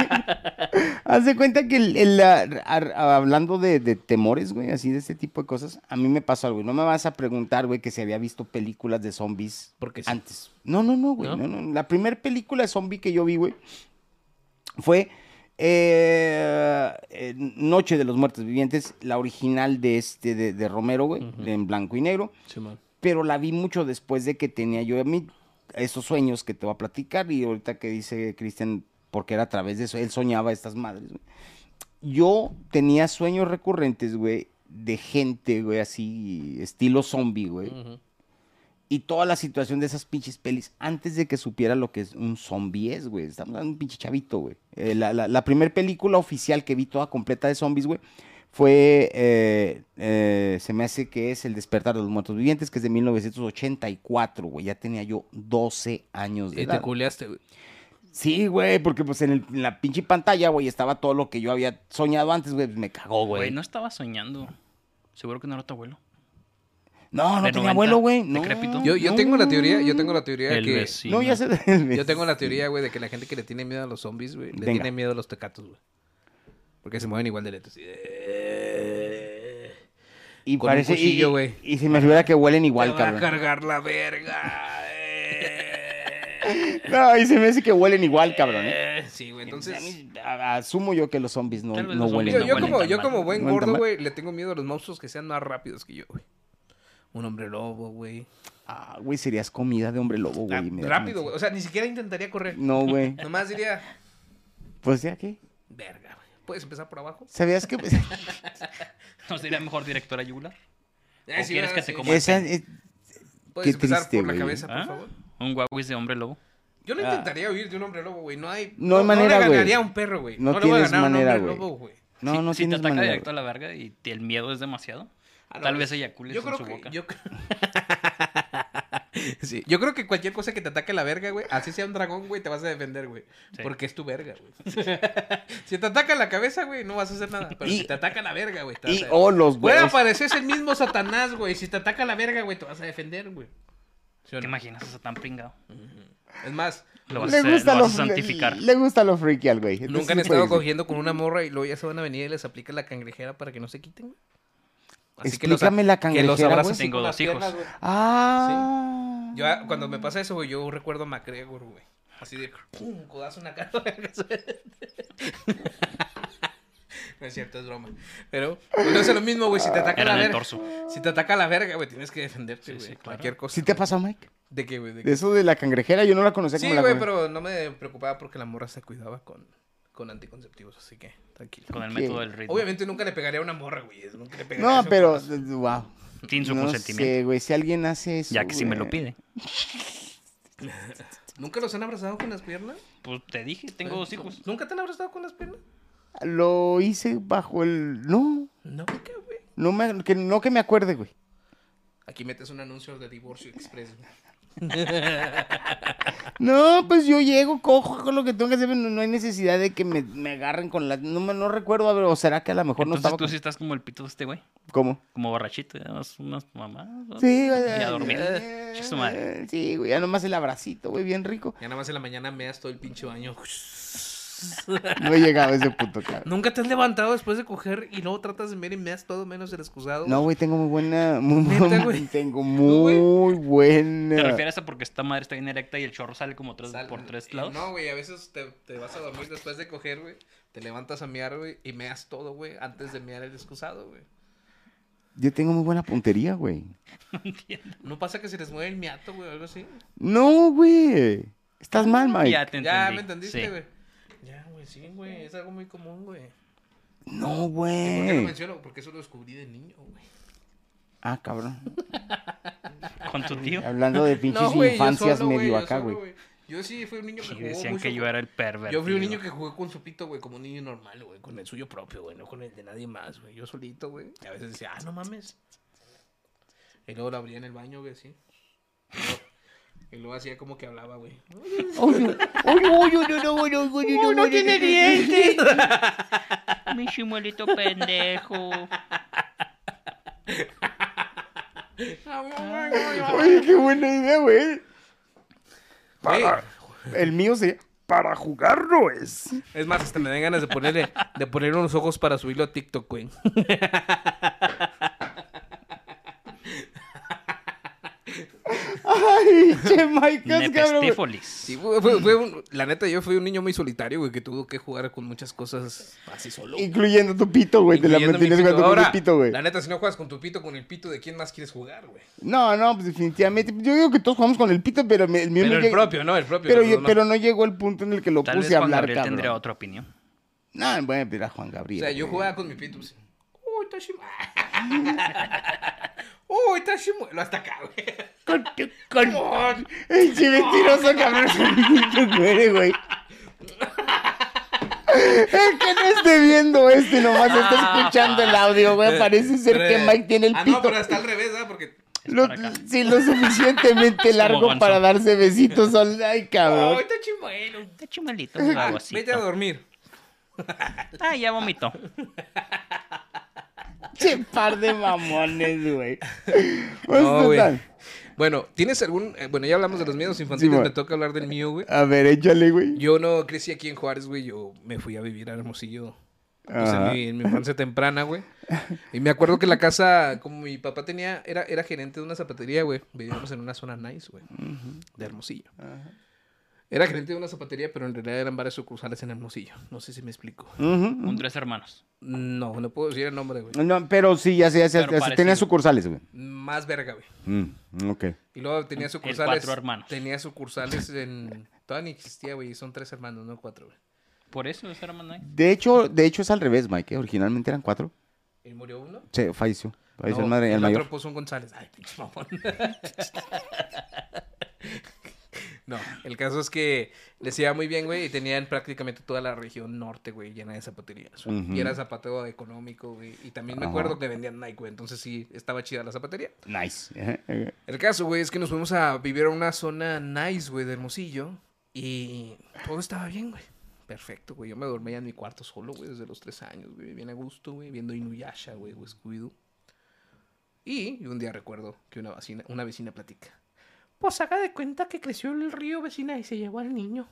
[SPEAKER 1] haz de cuenta que el- el, ah, ar- ah, hablando de, de temores, güey, así de este tipo de cosas, a mí me pasó algo. y No me vas a preguntar, güey, que si había visto películas de zombies
[SPEAKER 3] Porque sí.
[SPEAKER 1] antes. No, no, no, güey.
[SPEAKER 3] ¿No?
[SPEAKER 1] No, no. La primera película de zombie que yo vi, güey, fue eh, eh, Noche de los Muertos Vivientes, la original de este de, de Romero, güey, en blanco y negro
[SPEAKER 3] Simón.
[SPEAKER 1] pero la vi mucho después de que tenía yo a mí esos sueños que te voy a platicar y ahorita que dice Cristian, porque era a través de eso, él soñaba estas madres, güey. Yo tenía sueños recurrentes, güey, de gente, güey, así, estilo zombie, güey.
[SPEAKER 3] Ujú.
[SPEAKER 1] Y toda la situación de esas pinches pelis antes de que supiera lo que es un zombie es, güey. Estamos hablando de un pinche chavito, güey. Eh, la la, primera película oficial que vi toda completa de zombies, güey, fue, eh, eh, se me hace que es El despertar de los muertos vivientes, que es de 1984, güey. Ya tenía yo 12 años de
[SPEAKER 3] Y te
[SPEAKER 1] edad.
[SPEAKER 3] culeaste, güey.
[SPEAKER 1] Sí, güey, porque pues en, el- en la pinche pantalla, güey, estaba todo lo que yo había soñado antes, güey. pues, Me cagó,
[SPEAKER 2] Güey,
[SPEAKER 1] güey.
[SPEAKER 2] no estaba soñando. Seguro que no era tu abuelo.
[SPEAKER 1] No, no
[SPEAKER 2] de
[SPEAKER 1] tenía
[SPEAKER 2] 90,
[SPEAKER 1] abuelo, güey. No,
[SPEAKER 2] decrépito.
[SPEAKER 3] Yo, yo
[SPEAKER 1] no,
[SPEAKER 3] tengo la
[SPEAKER 1] no,
[SPEAKER 3] teoría,
[SPEAKER 1] no,
[SPEAKER 3] yo
[SPEAKER 1] no,
[SPEAKER 3] tengo la teoría
[SPEAKER 2] El
[SPEAKER 3] que...
[SPEAKER 2] vecino.
[SPEAKER 1] No, ya sé.
[SPEAKER 3] Yo tengo la teoría, güey, de que la gente que le tiene miedo a los zombies, güey, le
[SPEAKER 1] Venga.
[SPEAKER 3] tiene miedo a los tecatos, güey. Porque se mueven igual de "Eh, lento. así.
[SPEAKER 1] Y
[SPEAKER 3] Con un
[SPEAKER 1] parece. y-
[SPEAKER 3] cuchillo,
[SPEAKER 1] y-
[SPEAKER 3] güey.
[SPEAKER 1] Y, se me figura que huelen igual,
[SPEAKER 3] Te va a
[SPEAKER 1] cabrón.
[SPEAKER 3] cargar la verga. eh.
[SPEAKER 1] No, y se me hace que huelen igual, cabrón. ¿eh?
[SPEAKER 3] Sí, güey, entonces...
[SPEAKER 1] A mí- a- asumo yo que los zombies no,
[SPEAKER 2] Tal vez
[SPEAKER 1] no
[SPEAKER 2] los
[SPEAKER 1] huelen
[SPEAKER 2] zombies
[SPEAKER 3] Yo,
[SPEAKER 2] no
[SPEAKER 3] yo
[SPEAKER 1] igual.
[SPEAKER 2] huelen
[SPEAKER 3] como,
[SPEAKER 2] tan
[SPEAKER 3] yo
[SPEAKER 2] mal.
[SPEAKER 3] como buen
[SPEAKER 1] No huelen tan
[SPEAKER 3] gordo,
[SPEAKER 1] mal.
[SPEAKER 3] güey, le tengo miedo a los monstruos que sean más rápidos que yo, güey. Un hombre lobo, güey.
[SPEAKER 1] Ah, güey, serías comida de hombre lobo, güey.
[SPEAKER 3] Ah,
[SPEAKER 1] inmediatamente.
[SPEAKER 3] rápido, güey. O sea, ni siquiera intentaría correr.
[SPEAKER 1] No, güey.
[SPEAKER 3] Nomás diría,
[SPEAKER 1] Pues ya qué.
[SPEAKER 3] verga, güey. ¿Puedes empezar por abajo?
[SPEAKER 1] ¿Sabías que pues,
[SPEAKER 2] Nos diría mejor directora yugular. ¿O
[SPEAKER 3] sí,
[SPEAKER 2] quieres
[SPEAKER 3] ah,
[SPEAKER 2] que te
[SPEAKER 3] sí.
[SPEAKER 2] coma?
[SPEAKER 1] esa, eh,
[SPEAKER 3] ¿Puedes
[SPEAKER 1] Qué
[SPEAKER 3] empezar
[SPEAKER 1] triste,
[SPEAKER 3] por la
[SPEAKER 1] güey.
[SPEAKER 3] cabeza, por
[SPEAKER 2] ¿Ah?
[SPEAKER 3] favor?
[SPEAKER 2] Un guauis de hombre lobo.
[SPEAKER 3] Yo no
[SPEAKER 1] Ah.
[SPEAKER 3] intentaría huir de un hombre lobo, güey. No hay.
[SPEAKER 1] No hay manera,
[SPEAKER 3] No
[SPEAKER 1] güey.
[SPEAKER 3] le ganaría a un perro, güey. le
[SPEAKER 1] No
[SPEAKER 3] voy a
[SPEAKER 1] tienes
[SPEAKER 3] ganar a un
[SPEAKER 1] manera,
[SPEAKER 3] hombre
[SPEAKER 1] güey.
[SPEAKER 3] lobo, güey.
[SPEAKER 1] no,
[SPEAKER 2] si,
[SPEAKER 1] no
[SPEAKER 2] si te
[SPEAKER 1] tienes
[SPEAKER 2] ataca
[SPEAKER 1] manera,
[SPEAKER 2] directo
[SPEAKER 1] güey.
[SPEAKER 2] a la verga y te- el miedo es demasiado,
[SPEAKER 3] Ah, no,
[SPEAKER 2] tal
[SPEAKER 3] güey.
[SPEAKER 2] vez eyacules
[SPEAKER 3] Yo
[SPEAKER 2] en
[SPEAKER 3] creo
[SPEAKER 2] su
[SPEAKER 3] que.
[SPEAKER 2] boca.
[SPEAKER 3] Yo... Sí, yo creo que cualquier cosa que te ataque la verga, güey, así sea un dragón, güey, te vas a defender, güey.
[SPEAKER 2] Sí.
[SPEAKER 3] Porque es tu verga, güey. si te ataca la cabeza, güey, no vas a hacer nada. Pero
[SPEAKER 1] Y-
[SPEAKER 3] si te ataca la verga, güey, te vas
[SPEAKER 1] Y
[SPEAKER 3] a
[SPEAKER 1] oh, los
[SPEAKER 3] Güey,
[SPEAKER 1] huevos.
[SPEAKER 3] apareces el mismo Satanás, güey. Si te ataca la verga, güey, te vas a defender, güey. ¿Sí o
[SPEAKER 2] ¿Te
[SPEAKER 3] no?
[SPEAKER 2] imaginas eso tan pringado?
[SPEAKER 3] Es más,
[SPEAKER 2] Lo vas, a,
[SPEAKER 1] Le
[SPEAKER 2] hacer- lo
[SPEAKER 1] gusta
[SPEAKER 2] vas
[SPEAKER 1] lo,
[SPEAKER 2] a santificar.
[SPEAKER 1] le gusta lo freaky al güey. Entonces, pues,
[SPEAKER 3] nunca han
[SPEAKER 1] sí
[SPEAKER 3] estado
[SPEAKER 1] puedes-
[SPEAKER 3] cogiendo con una morra y luego ya se van a venir y les aplica la cangrejera para que no se quiten, güey.
[SPEAKER 1] Explícame la
[SPEAKER 3] que los
[SPEAKER 1] cangrejera,
[SPEAKER 3] abrazas
[SPEAKER 1] güey.
[SPEAKER 3] así
[SPEAKER 2] Tengo
[SPEAKER 3] con
[SPEAKER 2] dos
[SPEAKER 3] las piernas,
[SPEAKER 2] hijos.
[SPEAKER 3] güey.
[SPEAKER 1] Ah.
[SPEAKER 3] Yo, ah, cuando me pasa eso, güey, yo recuerdo a MacGregor, güey. Así de pum, codazo en la cara. no es cierto, es broma. Pero pues, no es lo mismo, güey, si te ataca
[SPEAKER 2] Era
[SPEAKER 3] la
[SPEAKER 2] en el
[SPEAKER 3] verga.
[SPEAKER 2] torso.
[SPEAKER 3] Si te ataca la verga, güey, tienes que defenderte,
[SPEAKER 2] Sí,
[SPEAKER 3] güey.
[SPEAKER 2] sí, claro.
[SPEAKER 3] Cualquier cosa.
[SPEAKER 1] ¿Sí te ha
[SPEAKER 3] güey.
[SPEAKER 1] pasado, Mike?
[SPEAKER 3] ¿De qué, güey? ¿De qué?
[SPEAKER 1] De eso de la cangrejera, yo no la conocía
[SPEAKER 3] Sí,
[SPEAKER 1] como la
[SPEAKER 3] güey,
[SPEAKER 1] cangrejera.
[SPEAKER 3] pero no me preocupaba porque la morra se cuidaba con, con anticonceptivos, así que tranquilo.
[SPEAKER 2] Con el
[SPEAKER 1] Ok.
[SPEAKER 2] método del ritmo.
[SPEAKER 3] Obviamente nunca le pegaría a una morra, güey. Nunca le pegaría a
[SPEAKER 1] No,
[SPEAKER 3] eso,
[SPEAKER 1] pero,
[SPEAKER 3] güey.
[SPEAKER 1] wow.
[SPEAKER 2] Sin su
[SPEAKER 1] no
[SPEAKER 2] consentimiento.
[SPEAKER 1] sé, güey, si alguien hace eso,
[SPEAKER 2] Ya que si me lo
[SPEAKER 1] güey.
[SPEAKER 2] pide.
[SPEAKER 3] ¿Nunca los han abrazado con las piernas?
[SPEAKER 2] Pues te dije, tengo dos hijos.
[SPEAKER 3] ¿Nunca te han abrazado con las piernas?
[SPEAKER 1] Lo hice bajo el... No,
[SPEAKER 3] Nunca, güey.
[SPEAKER 1] no, me, que, no que me acuerde, güey.
[SPEAKER 3] Aquí metes un anuncio de divorcio express. güey.
[SPEAKER 1] No, pues yo llego, cojo, hago lo que tengo que hacer, no, no hay necesidad de que me, me agarren con la... No, me- no recuerdo, a ver, o será que a lo mejor no
[SPEAKER 2] Entonces
[SPEAKER 1] estaba...
[SPEAKER 2] tú
[SPEAKER 1] con-
[SPEAKER 2] sí estás como el pito de este güey.
[SPEAKER 1] ¿Cómo?
[SPEAKER 2] Como borrachito, ya das unas mamás. ¿no?
[SPEAKER 1] Sí, güey.
[SPEAKER 2] Y a dormir.
[SPEAKER 1] eh,
[SPEAKER 2] Chingue su madre.
[SPEAKER 1] Sí, güey, ya nomás el abracito, güey, bien rico.
[SPEAKER 3] Ya nada más en la mañana meas todo el pinche baño.
[SPEAKER 1] No he llegado a ese punto, cabrón.
[SPEAKER 3] ¿Nunca te has levantado después de coger y luego tratas de mear y meas todo menos el excusado?
[SPEAKER 1] No, güey, tengo muy buena... Muy,
[SPEAKER 3] Neta, güey.
[SPEAKER 1] tengo
[SPEAKER 3] güey.
[SPEAKER 1] muy buena...
[SPEAKER 2] ¿Te refieres a porque esta madre está bien erecta y el chorro sale como tres,
[SPEAKER 3] Sal-
[SPEAKER 2] por tres
[SPEAKER 3] eh,
[SPEAKER 2] lados?
[SPEAKER 3] No, güey, a veces te, te vas a dormir después de coger, güey. Te levantas a mear, güey, y meas todo, güey, antes de mear el excusado, güey.
[SPEAKER 1] Yo tengo muy buena puntería, güey.
[SPEAKER 3] ¿No pasa que se les mueve el miato, güey, o algo así?
[SPEAKER 1] No, güey. Estás mal, Mike.
[SPEAKER 2] Ya te entendí.
[SPEAKER 3] Ya, ¿me entendiste,
[SPEAKER 2] Sí.
[SPEAKER 3] güey? Ya, güey, sí, güey, es algo muy común, güey.
[SPEAKER 1] No,
[SPEAKER 3] ¿Por qué lo
[SPEAKER 1] güey.
[SPEAKER 3] menciono? Porque eso lo descubrí de niño, güey.
[SPEAKER 1] Ah, cabrón.
[SPEAKER 2] Con tu tío.
[SPEAKER 1] Hablando de pinches
[SPEAKER 3] güey, yo
[SPEAKER 1] infancias
[SPEAKER 3] solo, yo
[SPEAKER 1] medio acá,
[SPEAKER 3] solo,
[SPEAKER 1] güey.
[SPEAKER 3] Yo sí fui un niño que
[SPEAKER 2] Y
[SPEAKER 3] jugó
[SPEAKER 2] decían
[SPEAKER 3] mucho
[SPEAKER 2] que yo
[SPEAKER 3] con-
[SPEAKER 2] era el pervertido.
[SPEAKER 3] Yo fui un niño que jugué con su pito, güey, como un niño normal, güey, con el suyo propio, güey, no con el de nadie más, güey. Yo solito, güey. Y a veces decía, ah, no mames. Y luego lo abría en el baño, güey, así. Y luego- Y luego hacía como que hablaba, güey.
[SPEAKER 4] ¡Uno tiene dientes!
[SPEAKER 2] Mi chimuelito pendejo.
[SPEAKER 1] Oye, qué buena idea, güey.
[SPEAKER 3] Güey,
[SPEAKER 1] El mío sería para jugarlo es.
[SPEAKER 3] Es más, hasta me dan ganas de ponerle, de ponerle unos ojos para subirlo a TikTok, güey.
[SPEAKER 1] Ay, che, Mike, cabrón. güey.
[SPEAKER 2] Nepestífolis.
[SPEAKER 3] Sí, güey, fue- fue un- la neta, yo fui un niño muy solitario, güey, que tuvo que jugar con muchas cosas así solo. güey.
[SPEAKER 1] Incluyendo tu pito, güey. Te la
[SPEAKER 3] Incluyendo mi
[SPEAKER 1] mantienes jugando con
[SPEAKER 3] Ahora,
[SPEAKER 1] tu pito, güey.
[SPEAKER 3] La neta, si no juegas con tu pito, con el pito, ¿de quién más quieres jugar, güey?
[SPEAKER 1] No, no, pues definitivamente. Yo digo que todos jugamos con el pito, pero me- el mío
[SPEAKER 3] Pero
[SPEAKER 1] no
[SPEAKER 3] el
[SPEAKER 1] llega-
[SPEAKER 3] propio, ¿no? El propio.
[SPEAKER 1] Pero,
[SPEAKER 3] no,
[SPEAKER 1] yo-
[SPEAKER 3] no.
[SPEAKER 1] pero no llegó el punto en el que lo
[SPEAKER 2] Tal vez
[SPEAKER 1] puse a
[SPEAKER 2] Juan
[SPEAKER 1] hablar,
[SPEAKER 2] Gabriel
[SPEAKER 1] cabrón.
[SPEAKER 2] tendría otra opinión.
[SPEAKER 1] No, voy a pedir a Juan
[SPEAKER 3] O
[SPEAKER 1] Gabriel.
[SPEAKER 3] sea, yo
[SPEAKER 1] güey.
[SPEAKER 3] jugaba con mi pito, pues. ¡Uy, Tashima! ¡Uy, Tashima! Lo hasta acá, güey.
[SPEAKER 1] Con tu con. El chivetiroso cabrón se muere, güey. El que no esté viendo este, nomás está escuchando el audio, güey. Parece ser que Mike tiene el
[SPEAKER 3] Eh, Ah,
[SPEAKER 1] pito
[SPEAKER 3] no, pero está al revés, ¿ah? Porque.
[SPEAKER 1] lo,
[SPEAKER 2] para acá.
[SPEAKER 1] sí, lo suficientemente largo
[SPEAKER 2] Gonzo.
[SPEAKER 1] para darse besitos. al- Ay,
[SPEAKER 3] ¡Uy,
[SPEAKER 1] cabrón.
[SPEAKER 3] Tashima!
[SPEAKER 2] Este chimuelito
[SPEAKER 3] Ah, vete a
[SPEAKER 2] babosito.
[SPEAKER 3] dormir.
[SPEAKER 2] Ah, ya vomitó.
[SPEAKER 1] Che, par de mamones, güey. Pues
[SPEAKER 3] No, güey.
[SPEAKER 1] total.
[SPEAKER 3] Bueno, ¿tienes algún.? eh, Bueno, ya hablamos de los miedos infantiles,
[SPEAKER 1] Simón.
[SPEAKER 3] me toca hablar del mío, güey.
[SPEAKER 1] A ver, échale, güey.
[SPEAKER 3] Yo no crecí aquí en Juárez, güey. Yo me fui a vivir a Hermosillo. pues, en,
[SPEAKER 2] Ah.
[SPEAKER 1] Ajá.
[SPEAKER 3] mi, en mi infancia temprana, güey. Y me acuerdo que la casa, como mi papá tenía, era, era gerente de una zapatería, güey. Vivíamos en una zona nice, güey. De Hermosillo. Era gerente de una zapatería, pero en realidad eran varias sucursales en Hermosillo. No sé si me explico.
[SPEAKER 1] Ujú.
[SPEAKER 2] Un tres hermanos.
[SPEAKER 3] No, no puedo decir el nombre, güey.
[SPEAKER 1] No, pero sí, ya sé, ya sé.
[SPEAKER 2] Pero
[SPEAKER 1] ya sé.
[SPEAKER 2] parecido.
[SPEAKER 1] Tenía sucursales, güey.
[SPEAKER 3] Más verga, güey.
[SPEAKER 1] Mm, ok.
[SPEAKER 3] Y luego tenía sucursales.
[SPEAKER 2] cuatro hermanos.
[SPEAKER 3] Tenía sucursales en. Todavía ni existía, güey. Son tres hermanos, no cuatro, güey.
[SPEAKER 2] Por eso, ¿eh? eso era más nice.
[SPEAKER 1] De hecho, de hecho es al revés, Mike. ¿eh? Originalmente eran cuatro.
[SPEAKER 3] ¿Y murió uno?
[SPEAKER 1] Se falleció. Falleció
[SPEAKER 3] No,
[SPEAKER 1] el, madre- el
[SPEAKER 3] el
[SPEAKER 1] mayor.
[SPEAKER 3] otro puso un González. Ay, pinche mamón. No, el caso es que les iba muy bien, güey, y tenían prácticamente toda la región norte, güey, llena de zapaterías. güey.
[SPEAKER 1] Ujú.
[SPEAKER 3] Y era zapateo económico, güey. Y también me
[SPEAKER 1] Ajá.
[SPEAKER 3] acuerdo que vendían Nike, güey. Entonces sí, estaba chida la zapatería.
[SPEAKER 1] Nice. Ajá, ajá.
[SPEAKER 3] El caso, güey, es que nos fuimos a vivir a una zona nice, güey, de Hermosillo. Y todo estaba bien, güey. Perfecto, güey. Yo me dormía en mi cuarto solo, güey, desde los tres años, güey. Bien a gusto, güey. Viendo Inuyasha, güey, o Scooby-Doo. Y un día recuerdo que una vecina, una vecina platica.
[SPEAKER 4] Pues haga de cuenta que creció el río vecina y se llevó al niño.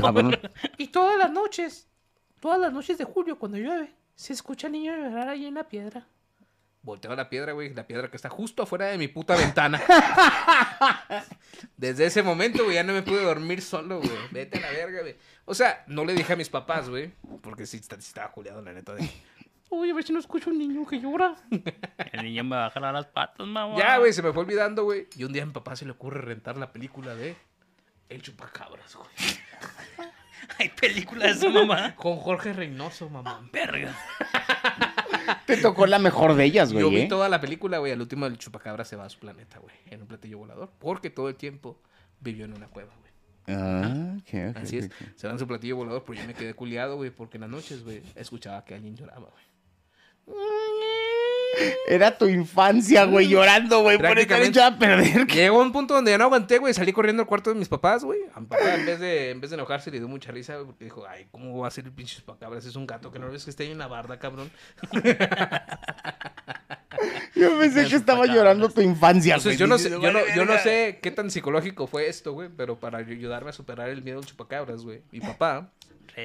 [SPEAKER 1] Cabrón.
[SPEAKER 4] Y todas las noches, todas las noches de julio cuando llueve, se escucha al niño llorar ahí en la piedra.
[SPEAKER 3] Volteo a la piedra, güey. La piedra que está justo afuera de mi puta ventana. Desde ese momento, güey, ya no me pude dormir solo, güey. Vete a la verga, güey. O sea, no le dije a mis papás, güey. Porque sí, está- sí estaba juliado, la neta. De...
[SPEAKER 4] Uy, a ver si no escucho un niño que llora.
[SPEAKER 2] El niño me va a jalar las patas, mamá.
[SPEAKER 3] Ya, güey, se me fue olvidando, güey. Y un día a mi papá se le ocurre rentar la película de El Chupacabras, güey.
[SPEAKER 2] Hay películas de su mamá.
[SPEAKER 3] Con Jorge Reynoso, mamá.
[SPEAKER 2] Verga.
[SPEAKER 1] Te tocó la mejor de ellas,
[SPEAKER 3] Yo
[SPEAKER 1] güey.
[SPEAKER 3] vi
[SPEAKER 1] ¿eh?
[SPEAKER 3] toda la película, güey. Al último, el Chupacabras se va a su planeta, güey. En un platillo volador. Porque todo el tiempo vivió en una cueva, güey.
[SPEAKER 1] Ah, ok, ok,
[SPEAKER 3] Así es.
[SPEAKER 1] ok.
[SPEAKER 3] Se va en su platillo volador, pero yo me quedé culiado, güey. Porque en las noches, güey, escuchaba que alguien lloraba, güey.
[SPEAKER 1] Era tu infancia, güey, llorando, güey, por estar
[SPEAKER 3] Prácticamente.
[SPEAKER 1] echada a perder.
[SPEAKER 3] Llegó un punto donde ya no aguanté, güey. Salí corriendo al cuarto de mis papás, güey. A mi papá, en vez de, en vez de enojarse, le dio mucha risa, güey. Porque dijo, ay, ¿cómo va a ser el pinche chupacabras? Es un gato que no ves que esté ahí en la barda, cabrón.
[SPEAKER 1] Yo pensé que estaba llorando tu infancia, güey.
[SPEAKER 3] Entonces, yo no sé,
[SPEAKER 1] Dices,
[SPEAKER 3] yo no,
[SPEAKER 1] "Vale,
[SPEAKER 3] yo no
[SPEAKER 1] verga".
[SPEAKER 3] sé qué tan psicológico fue esto, güey. Pero para ayudarme a superar el miedo al chupacabras, güey. Mi papá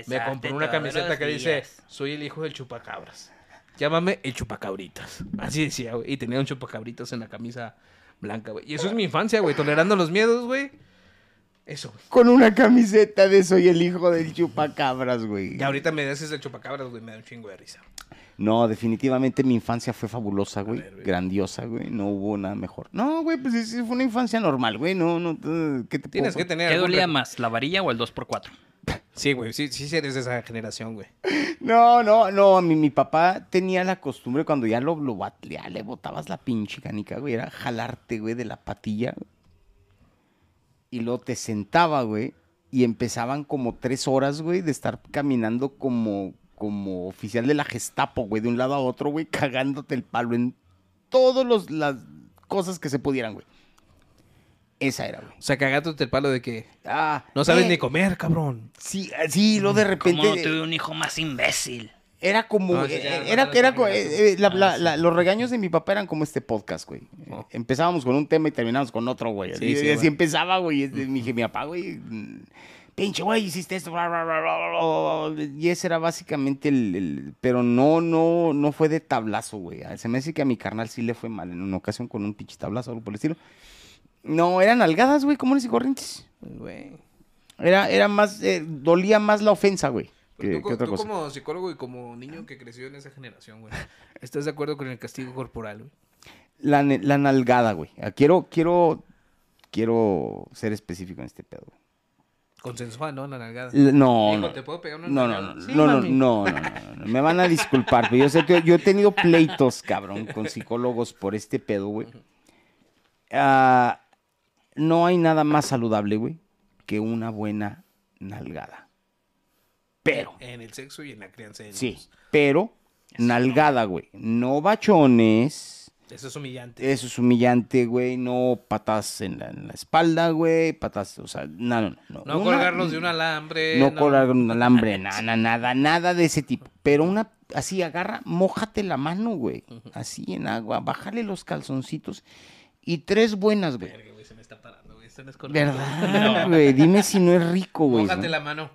[SPEAKER 3] me compró una camiseta que dice, soy el hijo del chupacabras. Llámame el chupacabritas. Así decía, güey. Y tenía un chupacabritas en la camisa blanca, güey. Y eso es mi infancia, güey. Tolerando los miedos, güey. Eso, güey.
[SPEAKER 1] Con una camiseta de soy el hijo del chupacabras, güey.
[SPEAKER 3] Y ahorita me dices el chupacabras, güey, me da un chingo de risa.
[SPEAKER 1] No, definitivamente mi infancia fue fabulosa, güey.
[SPEAKER 3] ver, güey.
[SPEAKER 1] Grandiosa, güey. No hubo nada mejor. No, güey, pues sí, sí, fue una infancia normal, güey. No, no, eh, ¿qué te
[SPEAKER 3] Tienes
[SPEAKER 1] puedo
[SPEAKER 3] que tener.
[SPEAKER 2] ¿Qué
[SPEAKER 3] algún
[SPEAKER 2] dolía
[SPEAKER 3] re-
[SPEAKER 2] más, la varilla o el 2x4?
[SPEAKER 3] Sí, güey, sí, sí eres de esa generación, güey.
[SPEAKER 1] No, no, no, mi, mi papá tenía la costumbre cuando ya lo, lo bat- ya le botabas la pinche canica, güey, era jalarte, güey, de la patilla. güey. Y luego te sentaba, güey, y empezaban como tres horas, güey, de estar caminando como, como oficial de la Gestapo, güey, de un lado a otro, güey, cagándote el palo en todas las cosas que se pudieran, güey. Esa era, güey.
[SPEAKER 3] O sea, cagándote el palo de que
[SPEAKER 1] Ah,
[SPEAKER 3] no sabes
[SPEAKER 1] eh,
[SPEAKER 3] ni comer, cabrón.
[SPEAKER 1] Sí, ah, sí, lo de repente.
[SPEAKER 2] ¿Cómo no tuve un hijo más imbécil?
[SPEAKER 1] Era como,
[SPEAKER 3] No, eso
[SPEAKER 1] eh,
[SPEAKER 3] ya no
[SPEAKER 1] era,
[SPEAKER 3] lo
[SPEAKER 1] era co-
[SPEAKER 3] terminaste.
[SPEAKER 1] eh, eh, la-
[SPEAKER 3] Ah,
[SPEAKER 1] la-
[SPEAKER 3] sí.
[SPEAKER 1] la- los regaños de mi papá eran como este podcast, güey.
[SPEAKER 3] Oh.
[SPEAKER 1] Empezábamos con un tema y terminábamos con otro, güey.
[SPEAKER 3] Sí,
[SPEAKER 1] y,
[SPEAKER 3] sí,
[SPEAKER 1] y así
[SPEAKER 3] güey.
[SPEAKER 1] empezaba, güey. Y Me dije, mi papá, güey, mm, pinche güey, hiciste esto, bla, bla, bla, bla, bla, bla". Y ese era básicamente el, el- pero no, no, no fue de tablazo, güey. Ah, Se me dice que a mi carnal sí le fue mal en una ocasión con un pinche tablazo o algo por el estilo. No, eran algadas, güey, comunes y corrientes.
[SPEAKER 3] Güey.
[SPEAKER 1] Era, era más, eh, dolía más la ofensa, güey.
[SPEAKER 3] Pero
[SPEAKER 1] Que,
[SPEAKER 3] tú,
[SPEAKER 1] que
[SPEAKER 3] co-
[SPEAKER 1] otra
[SPEAKER 3] tú
[SPEAKER 1] cosa.
[SPEAKER 3] como psicólogo y como niño que creció en esa generación, güey, ¿estás de acuerdo con el castigo corporal, güey?
[SPEAKER 1] La, ne- la nalgada, güey. Ah, Quiero, quiero, quiero ser específico en este pedo. güey.
[SPEAKER 3] Consensual, ¿no? La nalgada.
[SPEAKER 1] L- No,
[SPEAKER 3] Hijo,
[SPEAKER 1] no.
[SPEAKER 3] ¿te puedo pegar una
[SPEAKER 1] No, no,
[SPEAKER 3] nalgada?
[SPEAKER 1] no,
[SPEAKER 4] Sí,
[SPEAKER 1] no, no,
[SPEAKER 4] mami.
[SPEAKER 1] no, no, no, no. Me van a disculpar, pero yo, sé que- yo he tenido pleitos, cabrón, con psicólogos por este pedo, güey. Ah, no hay nada más saludable, güey, que una buena nalgada. Pero,
[SPEAKER 3] En el sexo y en la crianza. de
[SPEAKER 1] sí,
[SPEAKER 3] niños.
[SPEAKER 1] pero nalgada, güey. No bachones.
[SPEAKER 3] Eso es humillante.
[SPEAKER 1] Eso es humillante, güey. No patas en la, en la espalda, güey. Patas, o sea, no, no, no.
[SPEAKER 3] no
[SPEAKER 1] Una-
[SPEAKER 3] colgarlos de un alambre.
[SPEAKER 1] No colgar un alambre, nada, nada, nada de ese tipo. Pero una, así agarra, mójate la mano, güey. Así en agua, bájale los calzoncitos y tres buenas, güey.
[SPEAKER 3] Verga, güey, se me está parando, güey. Esto no es correcto.
[SPEAKER 1] ¿Verdad, güey? Dime si no es rico, güey.
[SPEAKER 3] Mójate
[SPEAKER 1] ¿no?
[SPEAKER 3] la mano.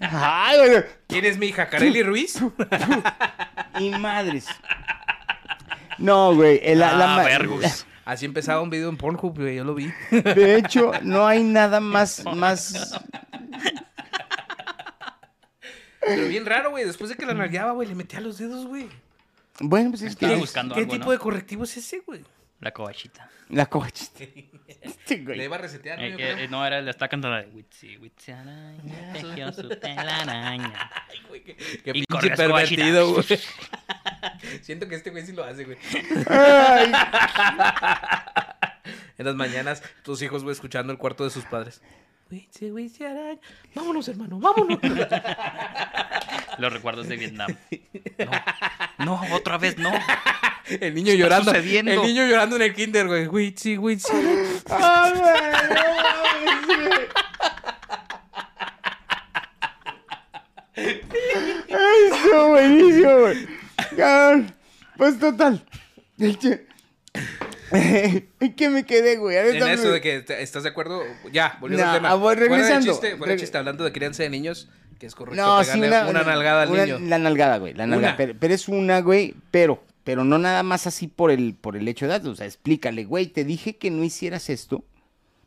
[SPEAKER 1] Ay, güey.
[SPEAKER 3] ¿Quién es mi hija? ¿Carely Ruiz?
[SPEAKER 1] Y madres. No, güey. el- La, la
[SPEAKER 2] Ah,
[SPEAKER 1] ma-
[SPEAKER 2] vergus.
[SPEAKER 3] Así empezaba un video en Pornhub, güey. Yo lo vi.
[SPEAKER 1] De hecho, no hay nada más, más
[SPEAKER 3] Pero bien raro, güey. Después de que la nalgueaba, güey, le metía los dedos, güey.
[SPEAKER 1] Bueno, pues es que
[SPEAKER 2] Estaba
[SPEAKER 1] es-
[SPEAKER 2] buscando
[SPEAKER 3] ¿Qué
[SPEAKER 2] algo,
[SPEAKER 3] tipo
[SPEAKER 2] ¿no?
[SPEAKER 3] de correctivo es ese, güey?
[SPEAKER 2] La cobachita.
[SPEAKER 1] La cobachita. Este güey.
[SPEAKER 3] Le iba a resetear, ¿no?
[SPEAKER 2] Eh,
[SPEAKER 3] Yo
[SPEAKER 2] eh,
[SPEAKER 3] creo.
[SPEAKER 2] eh, no, era la está cantando la de Witsi, Witsi araña, tejió su telaraña.
[SPEAKER 3] Qué
[SPEAKER 2] Y
[SPEAKER 3] pinche
[SPEAKER 2] corres cobachita.
[SPEAKER 3] pervertido, güey. Siento que este güey sí lo hace, güey.
[SPEAKER 1] Ay,
[SPEAKER 3] En las mañanas, tus hijos, güey, escuchando el cuarto de sus padres.
[SPEAKER 4] Huitze, huitze, araña. Vámonos, hermano, vámonos.
[SPEAKER 2] Los recuerdos de Vietnam. No, no otra vez no.
[SPEAKER 3] El niño llorando.
[SPEAKER 2] sucediendo?
[SPEAKER 3] El niño llorando en el kinder, güey. Huitzi, huitzi. araña.
[SPEAKER 1] ay, güey, no mames, güey. Eso, buenísimo, güey. Cabrón, Pues total. El que- ¿En qué me quedé, güey?
[SPEAKER 3] En eso de que, te- ¿estás de acuerdo? Ya, volviendo
[SPEAKER 1] Nah,
[SPEAKER 3] al tema.
[SPEAKER 1] ah, voy
[SPEAKER 3] Fuera de
[SPEAKER 1] regresando.
[SPEAKER 3] chiste, fuera de
[SPEAKER 1] Reg-
[SPEAKER 3] chiste, hablando de crianza de niños, que es correcto
[SPEAKER 1] No, sí,
[SPEAKER 3] pegarle
[SPEAKER 1] una,
[SPEAKER 3] una, nalgada al
[SPEAKER 1] una-
[SPEAKER 3] niño.
[SPEAKER 1] La nalgada, güey. La nalgada.
[SPEAKER 3] Una.
[SPEAKER 1] Pero, pero es una, güey. Pero, pero no nada más así por el, por el hecho de datos. O sea, explícale, güey. Te dije que no hicieras esto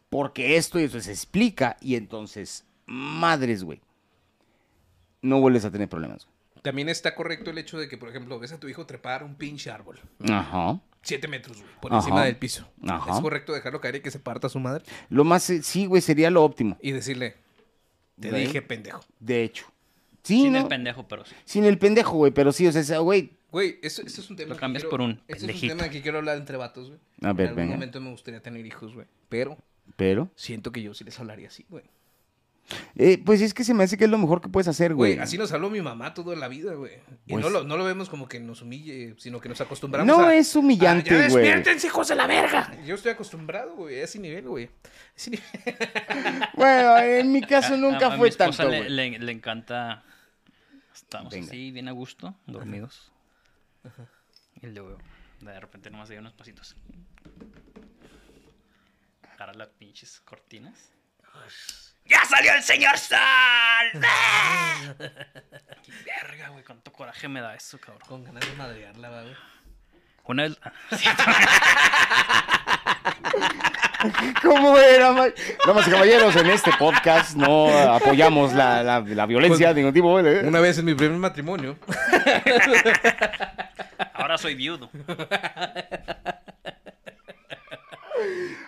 [SPEAKER 1] porque esto y eso se explica. Y entonces, madres, güey. No vuelves a tener problemas.
[SPEAKER 3] También está correcto el hecho de que, por ejemplo, ves a tu hijo trepar un pinche árbol.
[SPEAKER 1] güey. Ajá.
[SPEAKER 3] Siete metros, güey, por
[SPEAKER 1] Ajá.
[SPEAKER 3] encima del piso.
[SPEAKER 1] Ajá.
[SPEAKER 3] Es correcto dejarlo caer y que se parta su madre.
[SPEAKER 1] Lo más, eh, sí, güey, sería lo óptimo.
[SPEAKER 3] Y decirle, te
[SPEAKER 1] Güey.
[SPEAKER 3] dije pendejo.
[SPEAKER 1] De hecho. Sí,
[SPEAKER 2] Sin
[SPEAKER 1] ¿no?
[SPEAKER 2] el pendejo, pero sí.
[SPEAKER 1] Sin el pendejo, güey. Pero sí, o sea, esa- güey.
[SPEAKER 3] Güey, eso, eso es un tema.
[SPEAKER 2] Lo
[SPEAKER 3] que
[SPEAKER 2] cambias
[SPEAKER 3] quiero-
[SPEAKER 2] por un
[SPEAKER 3] este es un
[SPEAKER 2] pendejito.
[SPEAKER 3] tema que quiero hablar entre vatos, güey.
[SPEAKER 1] A ver,
[SPEAKER 3] En algún
[SPEAKER 1] venga.
[SPEAKER 3] momento me gustaría tener hijos, güey. Pero
[SPEAKER 1] Pero.
[SPEAKER 3] siento que yo sí les hablaría así, güey.
[SPEAKER 1] eh, pues es que se me hace que es lo mejor que puedes hacer, güey.
[SPEAKER 3] Güey, así nos habló mi mamá toda la vida, güey. Y
[SPEAKER 1] Pues-
[SPEAKER 3] no, lo, no lo vemos como que nos humille, sino que nos acostumbramos
[SPEAKER 1] No
[SPEAKER 3] a-
[SPEAKER 1] es humillante,
[SPEAKER 3] Ah, ya
[SPEAKER 1] güey.
[SPEAKER 3] despiértense, hijos de la verga! Yo estoy acostumbrado, güey, a ese nivel, güey. A ese nivel.
[SPEAKER 1] Bueno, en mi
[SPEAKER 2] A-
[SPEAKER 1] caso
[SPEAKER 2] a-
[SPEAKER 1] nunca
[SPEAKER 2] a
[SPEAKER 1] fue
[SPEAKER 2] mi esposa
[SPEAKER 1] tanto,
[SPEAKER 2] Le,
[SPEAKER 1] güey.
[SPEAKER 2] le, le encanta. Estamos
[SPEAKER 1] Venga.
[SPEAKER 2] así, bien a gusto, dormidos. Y luego, de repente nomás hay unos pasitos. Agarra las pinches cortinas. ¡Ya salió el señor Sal! ¡Ah! ¡Qué verga, güey! ¿Cuánto coraje me da eso, cabrón?
[SPEAKER 3] Con ganas de madrearla, va, güey.
[SPEAKER 2] Una vez. ah,
[SPEAKER 1] ¿Cómo era, ma- Damas y caballeros, en este podcast no apoyamos la, la- la violencia
[SPEAKER 3] Pues,
[SPEAKER 1] de ningún tipo. ¿eh?
[SPEAKER 3] Una vez en mi primer matrimonio,
[SPEAKER 2] Ahora soy viudo.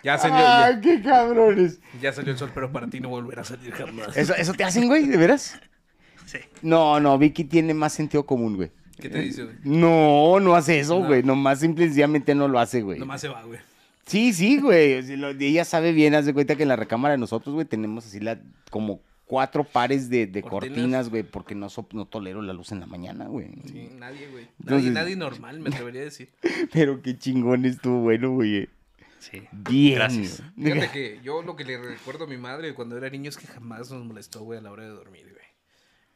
[SPEAKER 3] ya salió,
[SPEAKER 1] ¡Ah,
[SPEAKER 3] ya,
[SPEAKER 1] qué cabrones!
[SPEAKER 3] ya salió el sol, pero para ti no volverá a salir jamás.
[SPEAKER 1] ¿Eso, eso te hacen, güey? ¿De veras?
[SPEAKER 2] Sí.
[SPEAKER 1] No, no, Vicky tiene más sentido común, güey.
[SPEAKER 3] ¿Qué te dice,
[SPEAKER 1] Eh,
[SPEAKER 3] güey?
[SPEAKER 1] No, no hace eso,
[SPEAKER 3] No.
[SPEAKER 1] güey. Nomás simple y sencillamente no lo hace, güey.
[SPEAKER 3] Nomás se va, güey.
[SPEAKER 1] Sí, sí, güey. O sea, lo- Ella sabe bien, haz de cuenta que en la recámara de nosotros, güey, tenemos así la, como cuatro pares de, de
[SPEAKER 3] Cortinas.
[SPEAKER 1] cortinas, güey, porque no, sop- no tolero la luz en la mañana, güey.
[SPEAKER 3] Sí, nadie, güey. Nadie,
[SPEAKER 1] Entonces-
[SPEAKER 3] nadie normal, me atrevería a decir.
[SPEAKER 1] Pero qué chingón estuvo, bueno, güey.
[SPEAKER 2] Sí.
[SPEAKER 1] Bien.
[SPEAKER 2] Gracias.
[SPEAKER 3] Fíjate que yo lo que le recuerdo a mi madre cuando era niño es que jamás nos molestó, güey, a la hora de dormir, güey.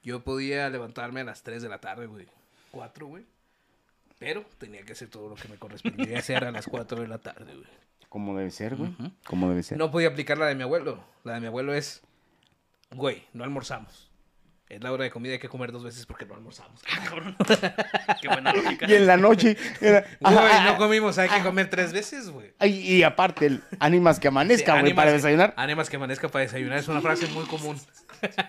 [SPEAKER 3] Yo podía levantarme a las 3 de la tarde, güey. 4, güey. Pero tenía que hacer todo lo que me correspondía hacer a las 4 de la tarde, güey.
[SPEAKER 1] Como debe ser, güey. Como debe ser.
[SPEAKER 3] No podía aplicar la de mi abuelo. La de mi abuelo es, güey, no almorzamos. Es la hora de comida, hay que comer dos veces porque no almorzamos.
[SPEAKER 2] Ah, Cabrón. Qué buena lógica.
[SPEAKER 1] Y en la noche era. ah,
[SPEAKER 3] Güey, no comimos, hay que comer tres veces, güey.
[SPEAKER 1] Ay, y aparte, el ánimas que amanezca, güey, para
[SPEAKER 2] ah,
[SPEAKER 1] desayunar.
[SPEAKER 3] Ánimas que amanezca para desayunar es una frase muy común.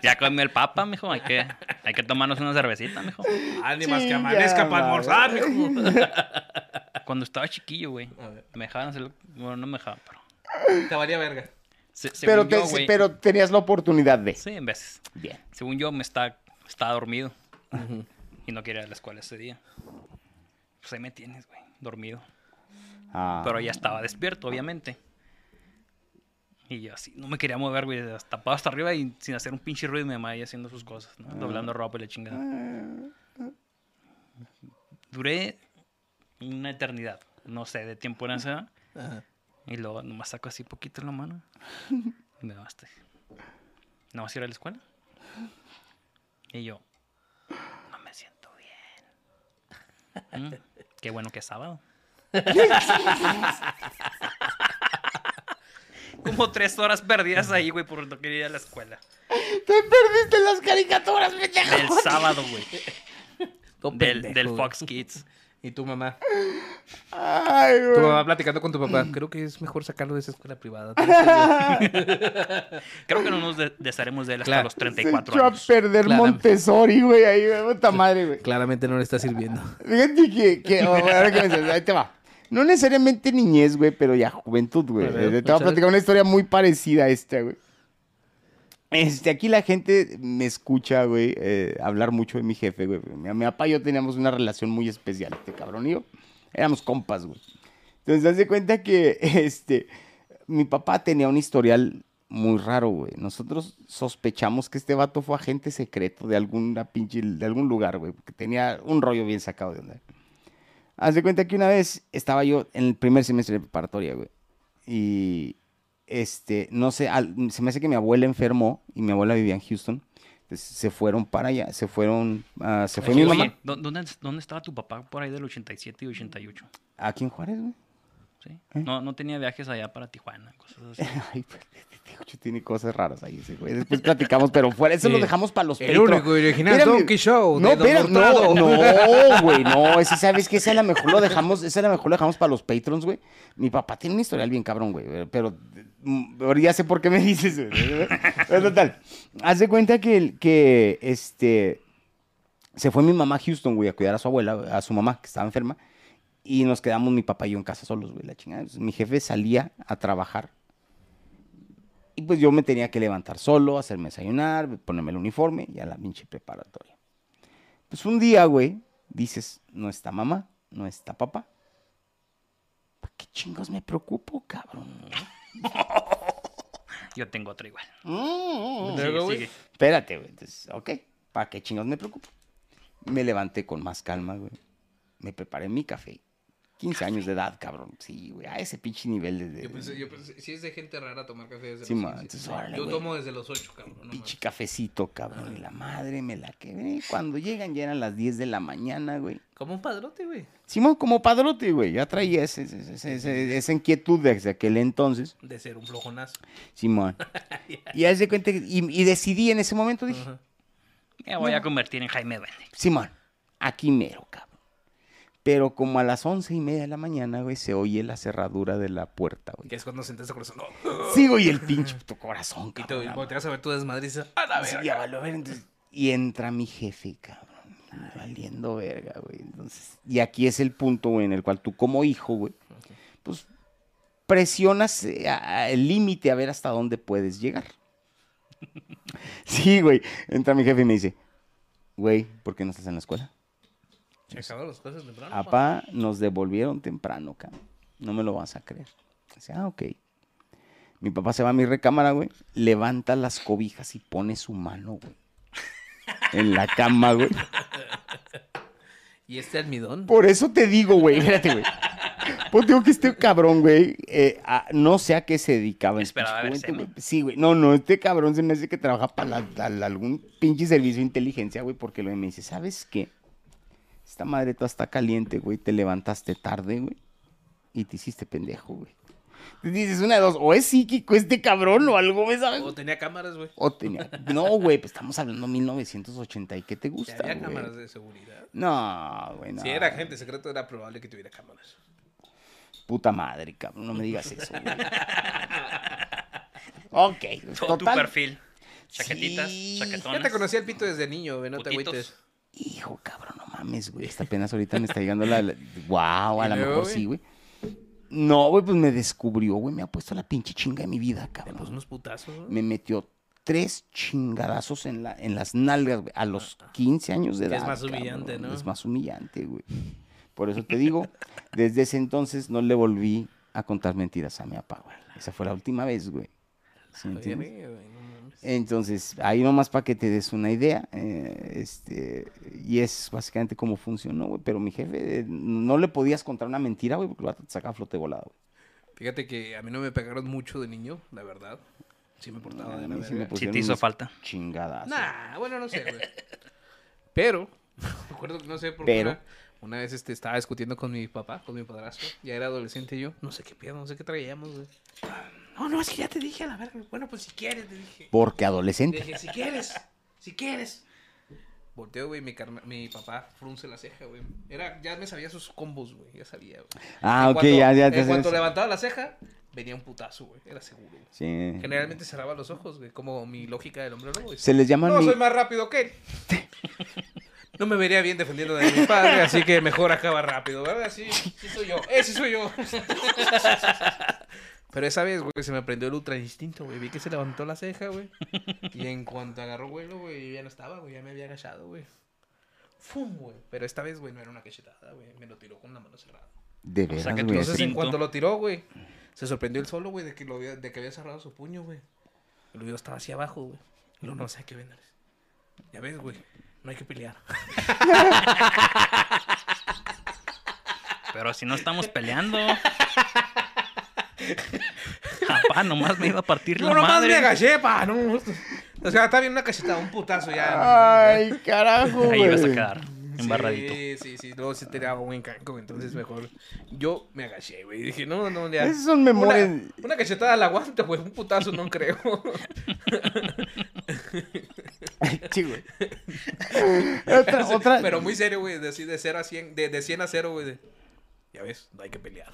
[SPEAKER 2] Ya comió el papa, mijo. Hay que, hay que tomarnos una cervecita, mijo.
[SPEAKER 3] Ánimas que
[SPEAKER 1] Chinga
[SPEAKER 3] amanezca para almorzar,
[SPEAKER 1] madre.
[SPEAKER 3] mijo.
[SPEAKER 2] Cuando estaba chiquillo, güey.
[SPEAKER 3] A ver.
[SPEAKER 2] Me dejaban hacer. lo- Bueno, no me dejaban, pero.
[SPEAKER 3] Te valía verga.
[SPEAKER 2] se-
[SPEAKER 1] Pero,
[SPEAKER 2] según
[SPEAKER 1] te-
[SPEAKER 2] yo, güey.
[SPEAKER 1] pero tenías la oportunidad de.
[SPEAKER 2] Sí, en veces.
[SPEAKER 1] Bien.
[SPEAKER 2] Según yo, me está, estaba dormido. Y no quería ir a la escuela ese día. Pues ahí me tienes, güey. Dormido.
[SPEAKER 1] Ah,
[SPEAKER 2] Pero ya estaba despierto, obviamente. Y yo así, no me quería mover, güey. hasta- Tapado hasta arriba y sin hacer un pinche ruido, mi mamá ahí haciendo sus cosas, ¿no? Doblando ropa y la chingada. Duré una eternidad, no sé, de tiempo en esa. Y luego nomás saco así poquito la mano. Y me basta. ¿No vas a ir a la escuela? Y yo, no me siento bien. Mm, qué bueno que es sábado. Como tres horas perdidas ahí, güey, por no querer ir a la escuela.
[SPEAKER 1] Te perdiste las caricaturas, pendejo.
[SPEAKER 2] Del sábado, güey.
[SPEAKER 3] Todo
[SPEAKER 2] Del,
[SPEAKER 3] Oh, pendejo,
[SPEAKER 2] del
[SPEAKER 3] güey.
[SPEAKER 2] Fox Kids.
[SPEAKER 3] Y tu mamá.
[SPEAKER 1] Ay,
[SPEAKER 3] Tu
[SPEAKER 1] güey.
[SPEAKER 3] mamá platicando con tu papá. Creo que es mejor sacarlo de esa escuela privada.
[SPEAKER 1] Ah,
[SPEAKER 2] Creo que no nos de- desharemos de él hasta
[SPEAKER 3] Claro.
[SPEAKER 2] los
[SPEAKER 1] Se
[SPEAKER 2] 34
[SPEAKER 1] echó a
[SPEAKER 2] años.
[SPEAKER 1] perder
[SPEAKER 3] Claramente.
[SPEAKER 1] Montessori, güey. Ahí, güey, puta madre, güey.
[SPEAKER 3] Claramente no le está sirviendo.
[SPEAKER 1] Fíjate que, que- ahora que oh, me ahí te va. No necesariamente niñez, güey, pero ya juventud, güey.
[SPEAKER 5] A ver,
[SPEAKER 1] Te voy a
[SPEAKER 5] échale.
[SPEAKER 1] platicar una historia muy parecida a esta, güey. Este, aquí la gente me escucha, güey, eh, hablar mucho de mi jefe, güey. Mi, mi papá y yo teníamos una relación muy especial, este cabrón y yo. Éramos compas, güey. Entonces, haz de cuenta que, este, mi papá tenía un historial muy raro, güey. Nosotros sospechamos que este vato fue agente secreto de alguna pinche, de algún lugar, güey. Porque tenía un rollo bien sacado de onda. Haz de cuenta que una vez estaba yo en el primer semestre de preparatoria, güey. Y este, no sé, al- se me hace que mi abuela enfermó y mi abuela vivía en Houston. Entonces se fueron para allá, se fueron, ah, se fue mi
[SPEAKER 2] Oye,
[SPEAKER 1] mamá.
[SPEAKER 2] ¿dó- ¿dónde, dónde estaba tu papá por ahí del 87 y 88?
[SPEAKER 1] Aquí en Juárez, güey.
[SPEAKER 2] ¿Sí? No, no tenía viajes allá para Tijuana, cosas así.
[SPEAKER 1] Ay, pues, este Jocho tiene cosas raras ahí, ese güey. Después platicamos, pero fuera, eso lo
[SPEAKER 3] Sí.
[SPEAKER 1] dejamos para los
[SPEAKER 3] El
[SPEAKER 1] Patreon.
[SPEAKER 3] único y original
[SPEAKER 1] Espérame.
[SPEAKER 3] Donkey Show de
[SPEAKER 1] No,
[SPEAKER 3] Don
[SPEAKER 1] espera, no,
[SPEAKER 3] Hurtado.
[SPEAKER 1] no, güey, no. Ese, ¿sabes que Ese a lo mejor lo dejamos, ese a lo mejor lo dejamos para los Patrons, güey. Mi papá tiene un historial bien cabrón, güey, pero mm, ahora ya sé por qué me dices, güey. Pero total, haz de cuenta que, el- que este, se fue mi mamá a Houston, güey, a cuidar a su abuela, a su mamá, que estaba enferma. Y nos quedamos mi papá y yo en casa solos, güey, la chingada. Entonces, mi jefe salía a trabajar. Y pues yo me tenía que levantar solo, hacerme desayunar, ponerme el uniforme y a la pinche preparatoria. Pues un día, güey, dices, no está mamá, no está papá. ¿Para qué chingos me preocupo, cabrón?
[SPEAKER 2] Yo tengo otra igual.
[SPEAKER 3] Oh. Luego,
[SPEAKER 2] Sigue,
[SPEAKER 3] güey.
[SPEAKER 2] sigue.
[SPEAKER 1] Espérate, güey. Entonces, ok, ¿para qué chingados me preocupo? Me levanté con más calma, güey. Me preparé mi café. 15 años de edad, cabrón. Sí, güey, a ese pinche nivel de... de-
[SPEAKER 3] Yo pensé, yo pensé, si es de gente rara tomar café desde
[SPEAKER 1] Sí,
[SPEAKER 3] los
[SPEAKER 1] ma,
[SPEAKER 3] 15.
[SPEAKER 1] entonces, órale,
[SPEAKER 3] Yo
[SPEAKER 1] güey.
[SPEAKER 3] tomo desde los 8, cabrón. no
[SPEAKER 1] pinche cafecito, cabrón. Y la madre me la quebré. Cuando llegan ya eran las 10 de la mañana, güey.
[SPEAKER 3] mames. Como un padrote, güey.
[SPEAKER 1] Simón, como padrote, güey. Ya traía ese- ese- ese- ese- esa inquietud desde aquel entonces.
[SPEAKER 3] De ser un flojonazo.
[SPEAKER 1] Simón. Y haz de cuenta que- y, y decidí en ese momento, dije,
[SPEAKER 2] Me voy a convertir en Jaime Duende.
[SPEAKER 1] Simón, aquí mero, cabrón. Pero como a las once y media de la mañana, güey, se oye la cerradura de la puerta, güey.
[SPEAKER 3] Que es cuando sentaste corazón. No.
[SPEAKER 1] Sí, güey, el pinche puto corazón,
[SPEAKER 3] Y te
[SPEAKER 1] cabrón.
[SPEAKER 3] volteas a ver tu desmadre y dices, ¡A la
[SPEAKER 1] Sí,
[SPEAKER 3] verga!
[SPEAKER 1] ya valió verga, entonces, y entra mi jefe, cabrón. Valiendo verga, güey. Entonces, y aquí es el punto, güey, en el cual tú como hijo, güey, pues presionas eh, a- a- el límite a ver hasta dónde puedes llegar. Sí, güey. Entra mi jefe y me dice, güey, ¿por qué no estás en la escuela?
[SPEAKER 3] Se acabaron las cosas temprano. pa.
[SPEAKER 1] Papá, nos devolvieron temprano, cabrón. No me lo vas a creer. Dice, ah, ok. Mi papá se va a mi recámara, güey. Levanta las cobijas y pone su mano, güey. En la cama, güey.
[SPEAKER 3] Y este almidón.
[SPEAKER 1] Por eso te digo, güey. Espérate, güey. Pues digo que este cabrón, güey, eh, a- no sé a qué se dedicaba. en
[SPEAKER 2] Esperaba
[SPEAKER 1] pinche
[SPEAKER 2] verse,
[SPEAKER 1] juventud, güey. Sí, güey. No, no, este cabrón se me hace que trabaja para la- la- algún pinche servicio de inteligencia, güey, porque lo me dice, ¿sabes qué? Esta madre toda está caliente, güey. Te levantaste tarde, güey. Y te hiciste pendejo, güey. Entonces Dices, una de dos, o es psíquico este cabrón o algo, ¿me sabes?
[SPEAKER 3] O tenía cámaras, güey.
[SPEAKER 1] O tenía- No, güey, pues estamos hablando 1980 y qué te
[SPEAKER 3] Ya
[SPEAKER 1] gusta,
[SPEAKER 3] había
[SPEAKER 1] güey?
[SPEAKER 3] cámaras de seguridad.
[SPEAKER 1] No, güey, no.
[SPEAKER 3] Si era gente secreta, era probable que tuviera cámaras.
[SPEAKER 1] Puta madre, cabrón, no me digas eso. güey. ok, pues,
[SPEAKER 2] Todo tu
[SPEAKER 1] total.
[SPEAKER 2] perfil. Chaquetitas,
[SPEAKER 1] Sí.
[SPEAKER 3] Ya
[SPEAKER 2] chaquetones.
[SPEAKER 3] te conocí el pito desde niño, güey. No te
[SPEAKER 2] Putitos.
[SPEAKER 3] agüites.
[SPEAKER 1] Hijo, cabrón, no mames, güey. Hasta apenas ahorita me está llegando la. Wow, a
[SPEAKER 3] ¿Y
[SPEAKER 1] lo
[SPEAKER 3] luego,
[SPEAKER 1] mejor
[SPEAKER 3] güey?
[SPEAKER 1] sí, güey. No, güey, pues me descubrió, güey. Me ha puesto la pinche chinga de mi vida,
[SPEAKER 3] Te puso
[SPEAKER 1] cabrón.
[SPEAKER 3] Pues unos putazos, güey.
[SPEAKER 1] Me metió tres chingadazos en, la, en las nalgas, güey. A los 15 años de
[SPEAKER 3] Ah, Que
[SPEAKER 1] edad.
[SPEAKER 3] es más humillante,
[SPEAKER 1] cabrón.
[SPEAKER 3] ¿no?
[SPEAKER 1] Es más humillante, güey. Por eso te digo, desde ese entonces no le volví a contar mentiras a mi papá, güey. Esa fue la última vez, güey. ¿Sí me entiendes?
[SPEAKER 3] Verga, güey, pues. no mames.
[SPEAKER 1] Entonces, ahí nomás para que te des una idea, eh, este, y es básicamente cómo funcionó, güey, pero mi jefe, eh, no le podías contar una mentira, güey, porque lo sacaba flote volado, güey.
[SPEAKER 3] Fíjate que a mí no me pegaron mucho de niño, la verdad. Sí me portaba de
[SPEAKER 1] A
[SPEAKER 3] la
[SPEAKER 1] mí sí me
[SPEAKER 3] verga.
[SPEAKER 2] Sí
[SPEAKER 1] pusieron
[SPEAKER 2] te hizo
[SPEAKER 1] unas
[SPEAKER 2] falta.
[SPEAKER 1] Chingadas.
[SPEAKER 3] Nah, bueno, no sé, güey. Pero, me acuerdo que no sé por qué.
[SPEAKER 1] Pero.
[SPEAKER 3] era, Una vez este, estaba discutiendo con mi papá, con mi padrastro. Ya era adolescente yo. No sé qué pedo, no sé qué traíamos, güey. No, no, es que ya te dije a la verga. Bueno, pues si quieres, le dije.
[SPEAKER 1] Porque
[SPEAKER 3] Le
[SPEAKER 1] adolescente.
[SPEAKER 3] dije, si quieres, si quieres. Volteo, güey, mi, carna- mi papá frunce la ceja, güey. Era, ya me sabía sus combos, güey. Ya sabía, güey.
[SPEAKER 1] Ah,
[SPEAKER 3] En
[SPEAKER 1] ok,
[SPEAKER 3] cuanto-
[SPEAKER 1] ya, ya. te
[SPEAKER 3] En cuanto
[SPEAKER 1] sabes.
[SPEAKER 3] levantaba la ceja, venía un putazo, güey. Era seguro, güey.
[SPEAKER 1] Sí.
[SPEAKER 3] Generalmente cerraba los ojos, güey. Como mi lógica del hombre lobo. güey.
[SPEAKER 1] Se les llama
[SPEAKER 3] No,
[SPEAKER 1] ni-
[SPEAKER 3] soy más rápido que él. No me vería bien defendiendo de mi padre, así que mejor acaba rápido, ¿verdad? Sí, sí soy yo, ese soy yo. Pero esa vez, güey, se me aprendió el ultra instinto, güey. Vi que se levantó la ceja, güey. Y en cuanto agarró vuelo, güey, ya no estaba, güey. Ya me había agachado, güey. Fum, güey. Pero esta vez, güey, no era una cachetada, güey. Me lo tiró con la mano cerrada.
[SPEAKER 1] De
[SPEAKER 2] sea,
[SPEAKER 1] veras,
[SPEAKER 2] que tú
[SPEAKER 1] güey.
[SPEAKER 2] no
[SPEAKER 3] Entonces,
[SPEAKER 1] así-
[SPEAKER 3] en
[SPEAKER 2] Instinto.
[SPEAKER 3] cuanto lo tiró, güey, se sorprendió él solo, güey, de que, lo había, de que había cerrado su puño, güey. El video estaba hacia abajo, güey. Y luego no sé qué venderles. Ya ves, güey, no hay que pelear.
[SPEAKER 2] Pero si no estamos peleando. Papá, nomás me iba a partir la
[SPEAKER 3] No, nomás me
[SPEAKER 2] madre.
[SPEAKER 3] agaché, pa, no. O sea, está bien una cachetada, un putazo ya.
[SPEAKER 1] Ay, carajo,
[SPEAKER 2] Ahí ibas a
[SPEAKER 1] güey.
[SPEAKER 2] quedar embarradito.
[SPEAKER 3] Sí, sí, sí. Luego se tiraba buen canco, entonces mejor. Yo me agaché, güey. Dije, no, no, ya.
[SPEAKER 1] Esas son
[SPEAKER 3] Una,
[SPEAKER 1] memorias.
[SPEAKER 3] una cachetada la aguanta, güey. Un putazo no creo.
[SPEAKER 1] Sí, güey. Otra, otra.
[SPEAKER 3] Pero muy serio, güey. De, así de 0 a 100, de, de 100 a 0, güey. de, Ya ves, no hay que pelear.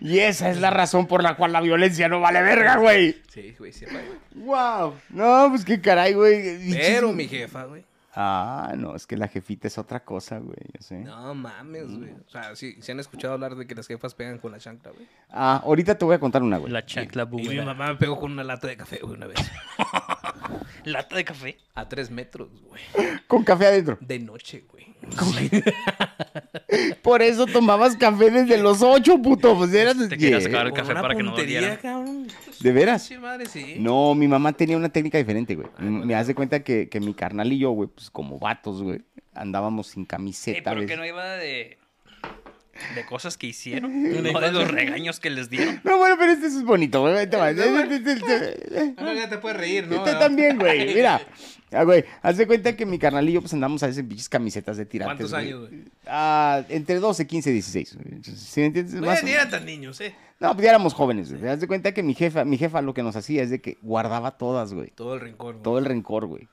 [SPEAKER 1] Y esa es la razón por la cual la violencia no vale verga, güey.
[SPEAKER 3] Sí, güey, sí, güey.
[SPEAKER 1] Wow. No, pues qué caray, güey.
[SPEAKER 3] Pero mi jefa, güey.
[SPEAKER 1] Ah, no, es que la jefita es otra cosa, güey. Yo sé.
[SPEAKER 3] No mames, güey. O sea, sí, se han escuchado hablar de que las jefas pegan con la chancla, güey.
[SPEAKER 1] Ah, ahorita te voy a contar una, güey.
[SPEAKER 2] La chancla
[SPEAKER 3] Y mi
[SPEAKER 2] búho.
[SPEAKER 3] mamá me pegó con una lata de café, güey, una vez.
[SPEAKER 2] Lata de café.
[SPEAKER 3] A tres metros, güey.
[SPEAKER 1] Con café adentro.
[SPEAKER 3] De noche, güey.
[SPEAKER 1] Por eso tomabas café desde los ocho, puto. Pues eras.
[SPEAKER 2] Te querías
[SPEAKER 1] Yeah.
[SPEAKER 2] acabar el
[SPEAKER 3] Con
[SPEAKER 2] café
[SPEAKER 3] una
[SPEAKER 2] para que no
[SPEAKER 3] puntería,
[SPEAKER 2] doliera.
[SPEAKER 3] cabrón.
[SPEAKER 1] ¿De veras?
[SPEAKER 3] Sí, madre, sí.
[SPEAKER 1] ¿Eh? No, mi mamá tenía una técnica diferente, güey. Me me hace cuenta que, que mi carnal y yo, güey, pues como vatos, güey, andábamos sin
[SPEAKER 3] Eh,
[SPEAKER 2] Ey,
[SPEAKER 1] camiseta,
[SPEAKER 2] Eh, pero
[SPEAKER 1] güey.
[SPEAKER 2] que no iba de. De cosas que hicieron. No de los regaños que les dieron.
[SPEAKER 1] No, bueno, pero este es bonito, güey. Ahí te va. Este,
[SPEAKER 3] Ahora ya te puedes reír, Eh, ¿no?
[SPEAKER 1] Usted este. también, güey. Mira. Ah, güey, haz de cuenta que mi carnal y yo pues andamos a veces en pinches camisetas de tirantes.
[SPEAKER 3] ¿Cuántos años, güey?
[SPEAKER 1] Ah, entre 12, 15, 16. güey. ¿Sí me entiendes?
[SPEAKER 3] No
[SPEAKER 1] Más o-
[SPEAKER 3] eran tan niños, ¿eh?
[SPEAKER 1] No, pues ya éramos jóvenes, güey. Haz de cuenta que mi jefa, mi jefa lo que nos hacía es de que guardaba todas, güey.
[SPEAKER 3] Todo el rincón.
[SPEAKER 1] Todo el rencor, güey.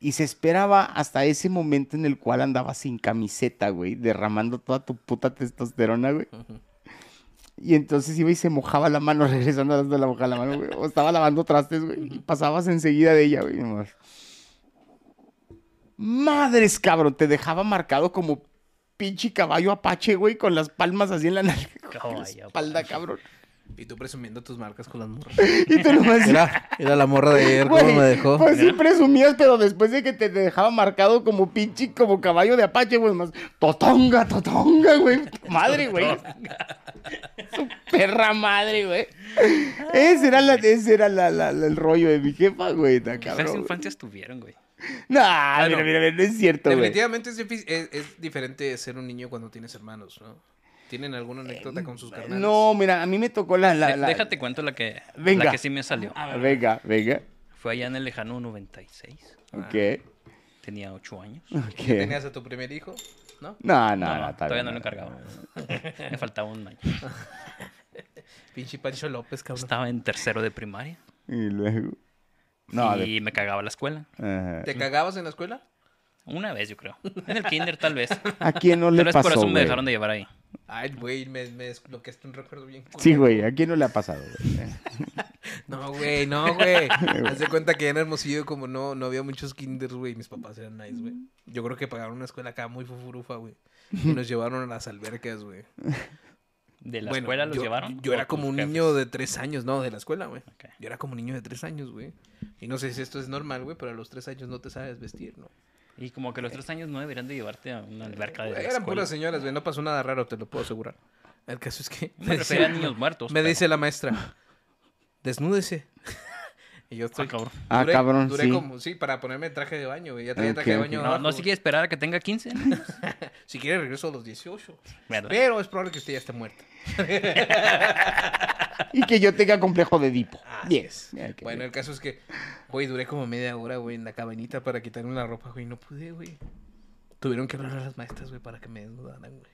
[SPEAKER 1] Y se esperaba hasta ese momento en el cual andaba sin camiseta, güey, derramando toda tu puta testosterona, güey. Y entonces iba y se mojaba la mano, regresando a la mojada la mano, güey. O estaba lavando trastes, güey. Y pasabas enseguida de ella, güey. nomás. Madres, cabrón. Te dejaba marcado como pinche caballo apache, güey, con las palmas así en la nalga. güey, en la
[SPEAKER 2] Caballo
[SPEAKER 1] espalda, cabrón.
[SPEAKER 3] Y tú presumiendo tus marcas con las morras.
[SPEAKER 1] Y tú nomás...
[SPEAKER 3] Era, era la morra de ayer, ¿cómo
[SPEAKER 1] Güey,
[SPEAKER 3] me dejó?
[SPEAKER 1] Pues sí presumías, pero después de que te dejaba marcado como pinche, como caballo de apache, güey, más totonga, totonga, güey. Madre, güey. Su perra madre, güey. Ese era, la, ese era la- la- la- el rollo de mi jefa, güey. Está
[SPEAKER 2] Esas
[SPEAKER 1] cabrón. güey.
[SPEAKER 2] infancias tuvieron, güey.
[SPEAKER 1] Nah,
[SPEAKER 3] Bueno,
[SPEAKER 1] mira, mira, mira, no es cierto, güey.
[SPEAKER 3] Definitivamente es, difícil- es, es diferente ser un niño cuando tienes hermanos, ¿no? ¿Tienen alguna anécdota con sus carnales?
[SPEAKER 1] No, mira, a mí me tocó la. la,
[SPEAKER 2] De-
[SPEAKER 1] la-
[SPEAKER 2] Déjate cuento la que,
[SPEAKER 1] Venga.
[SPEAKER 2] la que sí me salió.
[SPEAKER 1] Venga, venga.
[SPEAKER 2] Fue allá en el lejano 96.
[SPEAKER 1] Ok.
[SPEAKER 2] Tenía 8 años.
[SPEAKER 1] Ok.
[SPEAKER 3] ¿Tenías a tu primer hijo? ¿No?
[SPEAKER 1] No, no, no,
[SPEAKER 2] No, no,
[SPEAKER 1] está
[SPEAKER 2] todavía
[SPEAKER 1] bien,
[SPEAKER 2] no lo encargaba. Me faltaba un año.
[SPEAKER 3] Pinche Pancho López, cabrón.
[SPEAKER 2] Estaba en tercero de primaria.
[SPEAKER 1] Y luego. No, a
[SPEAKER 2] y
[SPEAKER 1] ver.
[SPEAKER 2] me cagaba la escuela.
[SPEAKER 1] Ajá.
[SPEAKER 3] ¿Te cagabas en la escuela?
[SPEAKER 2] Una vez, yo creo. En el kinder, tal vez.
[SPEAKER 1] ¿A quién no
[SPEAKER 2] Tal
[SPEAKER 1] le
[SPEAKER 2] vez
[SPEAKER 1] pasó,
[SPEAKER 2] por eso me
[SPEAKER 1] güey?
[SPEAKER 2] dejaron de llevar ahí.
[SPEAKER 3] Ay, güey, me, me desbloqueaste un recuerdo bien.
[SPEAKER 1] Sí,
[SPEAKER 3] culero.
[SPEAKER 1] güey, ¿a quién no le ha pasado? güey?
[SPEAKER 3] No, güey, no, güey. Haz de cuenta que en Hermosillo, como no, no había muchos kinders, güey. Mis papás eran nice, güey. Yo creo que pagaron una escuela acá muy fufurufa, güey. Y nos llevaron a las albercas, güey.
[SPEAKER 2] ¿De la
[SPEAKER 3] Bueno,
[SPEAKER 2] escuela los
[SPEAKER 3] yo,
[SPEAKER 2] llevaron?
[SPEAKER 3] Yo
[SPEAKER 2] ¿O
[SPEAKER 3] era como
[SPEAKER 2] tus
[SPEAKER 3] un
[SPEAKER 2] jefes?
[SPEAKER 3] niño de tres años, no, de la escuela, güey.
[SPEAKER 2] Ok.
[SPEAKER 3] Yo era como un niño de tres años, güey. Y no sé si esto es normal, güey, pero a los tres años no te sabes vestir, ¿no?
[SPEAKER 2] Y como que los tres años no deberían de llevarte a una alberca de la
[SPEAKER 3] Eran
[SPEAKER 2] escuela.
[SPEAKER 3] puras señoras, güey. No pasó nada raro, te lo puedo asegurar. El caso es que.
[SPEAKER 2] Me
[SPEAKER 3] dice-
[SPEAKER 2] refería a niños muertos.
[SPEAKER 3] me
[SPEAKER 2] pero-
[SPEAKER 3] dice la maestra, desnúdese. y yo estoy...
[SPEAKER 2] Ah, cabrón.
[SPEAKER 1] Ah,
[SPEAKER 3] duré-
[SPEAKER 1] cabrón,
[SPEAKER 3] duré
[SPEAKER 1] sí.
[SPEAKER 3] como, sí, para ponerme traje de baño, güey. Ya traía
[SPEAKER 1] Ok,
[SPEAKER 3] traje de
[SPEAKER 1] ok.
[SPEAKER 3] baño
[SPEAKER 2] No,
[SPEAKER 3] abajo,
[SPEAKER 2] no
[SPEAKER 3] güey.
[SPEAKER 2] se quiere esperar a que tenga 15.
[SPEAKER 3] Si quiere regreso a los 18.
[SPEAKER 2] Verdad.
[SPEAKER 3] Pero es probable que usted ya esté muerta.
[SPEAKER 1] Y que yo tenga complejo de Edipo.
[SPEAKER 3] Ah, Así
[SPEAKER 1] Bien.
[SPEAKER 3] es.
[SPEAKER 1] Mira, qué
[SPEAKER 3] Bueno,
[SPEAKER 1] bien.
[SPEAKER 3] el caso es que, güey, duré como media hora, güey, en la cabañita para quitarme la ropa, güey. No pude, güey. Tuvieron que hablar a las maestras, güey, para que me desnudaran, güey.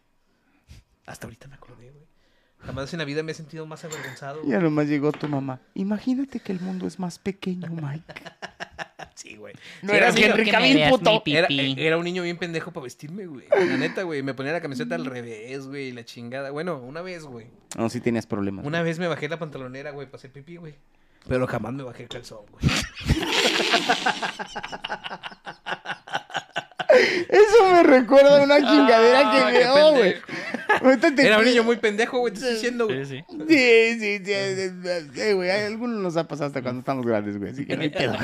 [SPEAKER 3] Hasta ahorita me acordé, güey. Jamás en la vida me he sentido más avergonzado.
[SPEAKER 1] Ya nomás llegó tu mamá. Imagínate que el mundo es más pequeño, Mike.
[SPEAKER 3] Sí, güey.
[SPEAKER 1] No
[SPEAKER 3] Sí,
[SPEAKER 1] eras
[SPEAKER 3] era-
[SPEAKER 1] Henry Cavill, puto.
[SPEAKER 3] Era, era un niño bien pendejo para vestirme, güey. La neta, güey. Me ponía la camiseta al revés, güey. La chingada. Bueno, una vez, güey.
[SPEAKER 1] No, sí tenías problemas.
[SPEAKER 3] Una vez me bajé la pantalonera, güey, para hacer pipí, güey. Pero jamás me bajé el calzón, güey.
[SPEAKER 1] Eso me recuerda
[SPEAKER 2] Ah,
[SPEAKER 1] a una chingadera que
[SPEAKER 3] qué
[SPEAKER 1] veo, güey. Ahorita te-
[SPEAKER 3] Era un niño muy pendejo, güey, te estoy diciendo, güey.
[SPEAKER 2] Sí, sí.
[SPEAKER 1] Sí, sí, sí, sí, sí, güey. a Algunos nos ha pasado hasta cuando estamos grandes, güey. Así que no hay pedo.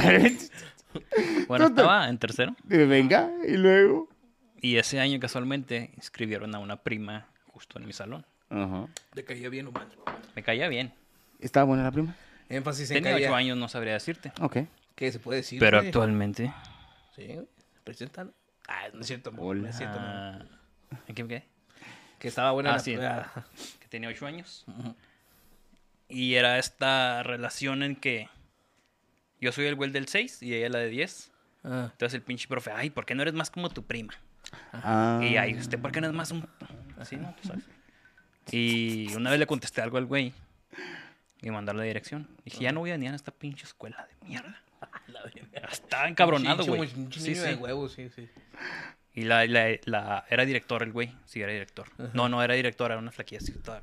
[SPEAKER 2] Bueno,
[SPEAKER 1] Total.
[SPEAKER 2] estaba en tercero.
[SPEAKER 1] Eh, Venga, y luego.
[SPEAKER 2] Y ese año casualmente inscribieron a una prima justo en mi salón.
[SPEAKER 1] Ajá.
[SPEAKER 3] Te caía bien humano.
[SPEAKER 2] Me caía bien.
[SPEAKER 1] ¿Estaba buena la prima?
[SPEAKER 3] Énfasis en
[SPEAKER 2] Tenía ocho
[SPEAKER 3] caía.
[SPEAKER 2] años, no sabría decirte.
[SPEAKER 1] Ok.
[SPEAKER 3] ¿Qué se puede decir?
[SPEAKER 2] Pero
[SPEAKER 3] güey?
[SPEAKER 2] actualmente...
[SPEAKER 3] Sí, güey. preséntalo. Ah, no es cierto, amor,
[SPEAKER 1] Hola.
[SPEAKER 3] no es cierto, amor.
[SPEAKER 2] ah, ¿en qué me quedé?
[SPEAKER 3] Que estaba buena
[SPEAKER 2] Ah,
[SPEAKER 3] la
[SPEAKER 2] sí.
[SPEAKER 3] ah,
[SPEAKER 2] que tenía ocho años. Y era esta relación en que yo soy el güey del 6 y ella la de 10.
[SPEAKER 3] ah.
[SPEAKER 2] Entonces el pinche profe, ay, ¿por qué no eres más como tu prima?
[SPEAKER 1] Ah,
[SPEAKER 2] Y ay, ¿usted por qué no es más un... Así, ¿no? Tú sabes. Y una vez le contesté algo al güey y mandó la dirección. Dije, ya no voy a venir a esta pinche escuela de mierda. Estaba encabronado,
[SPEAKER 3] Pinche-
[SPEAKER 2] güey.
[SPEAKER 3] pinche
[SPEAKER 2] Sí,
[SPEAKER 3] niño de
[SPEAKER 2] sí.
[SPEAKER 3] huevos, sí, sí.
[SPEAKER 2] Y la, la, la- era director el güey. Sí, era director. No, no era director, era una flaquilla así. Toda...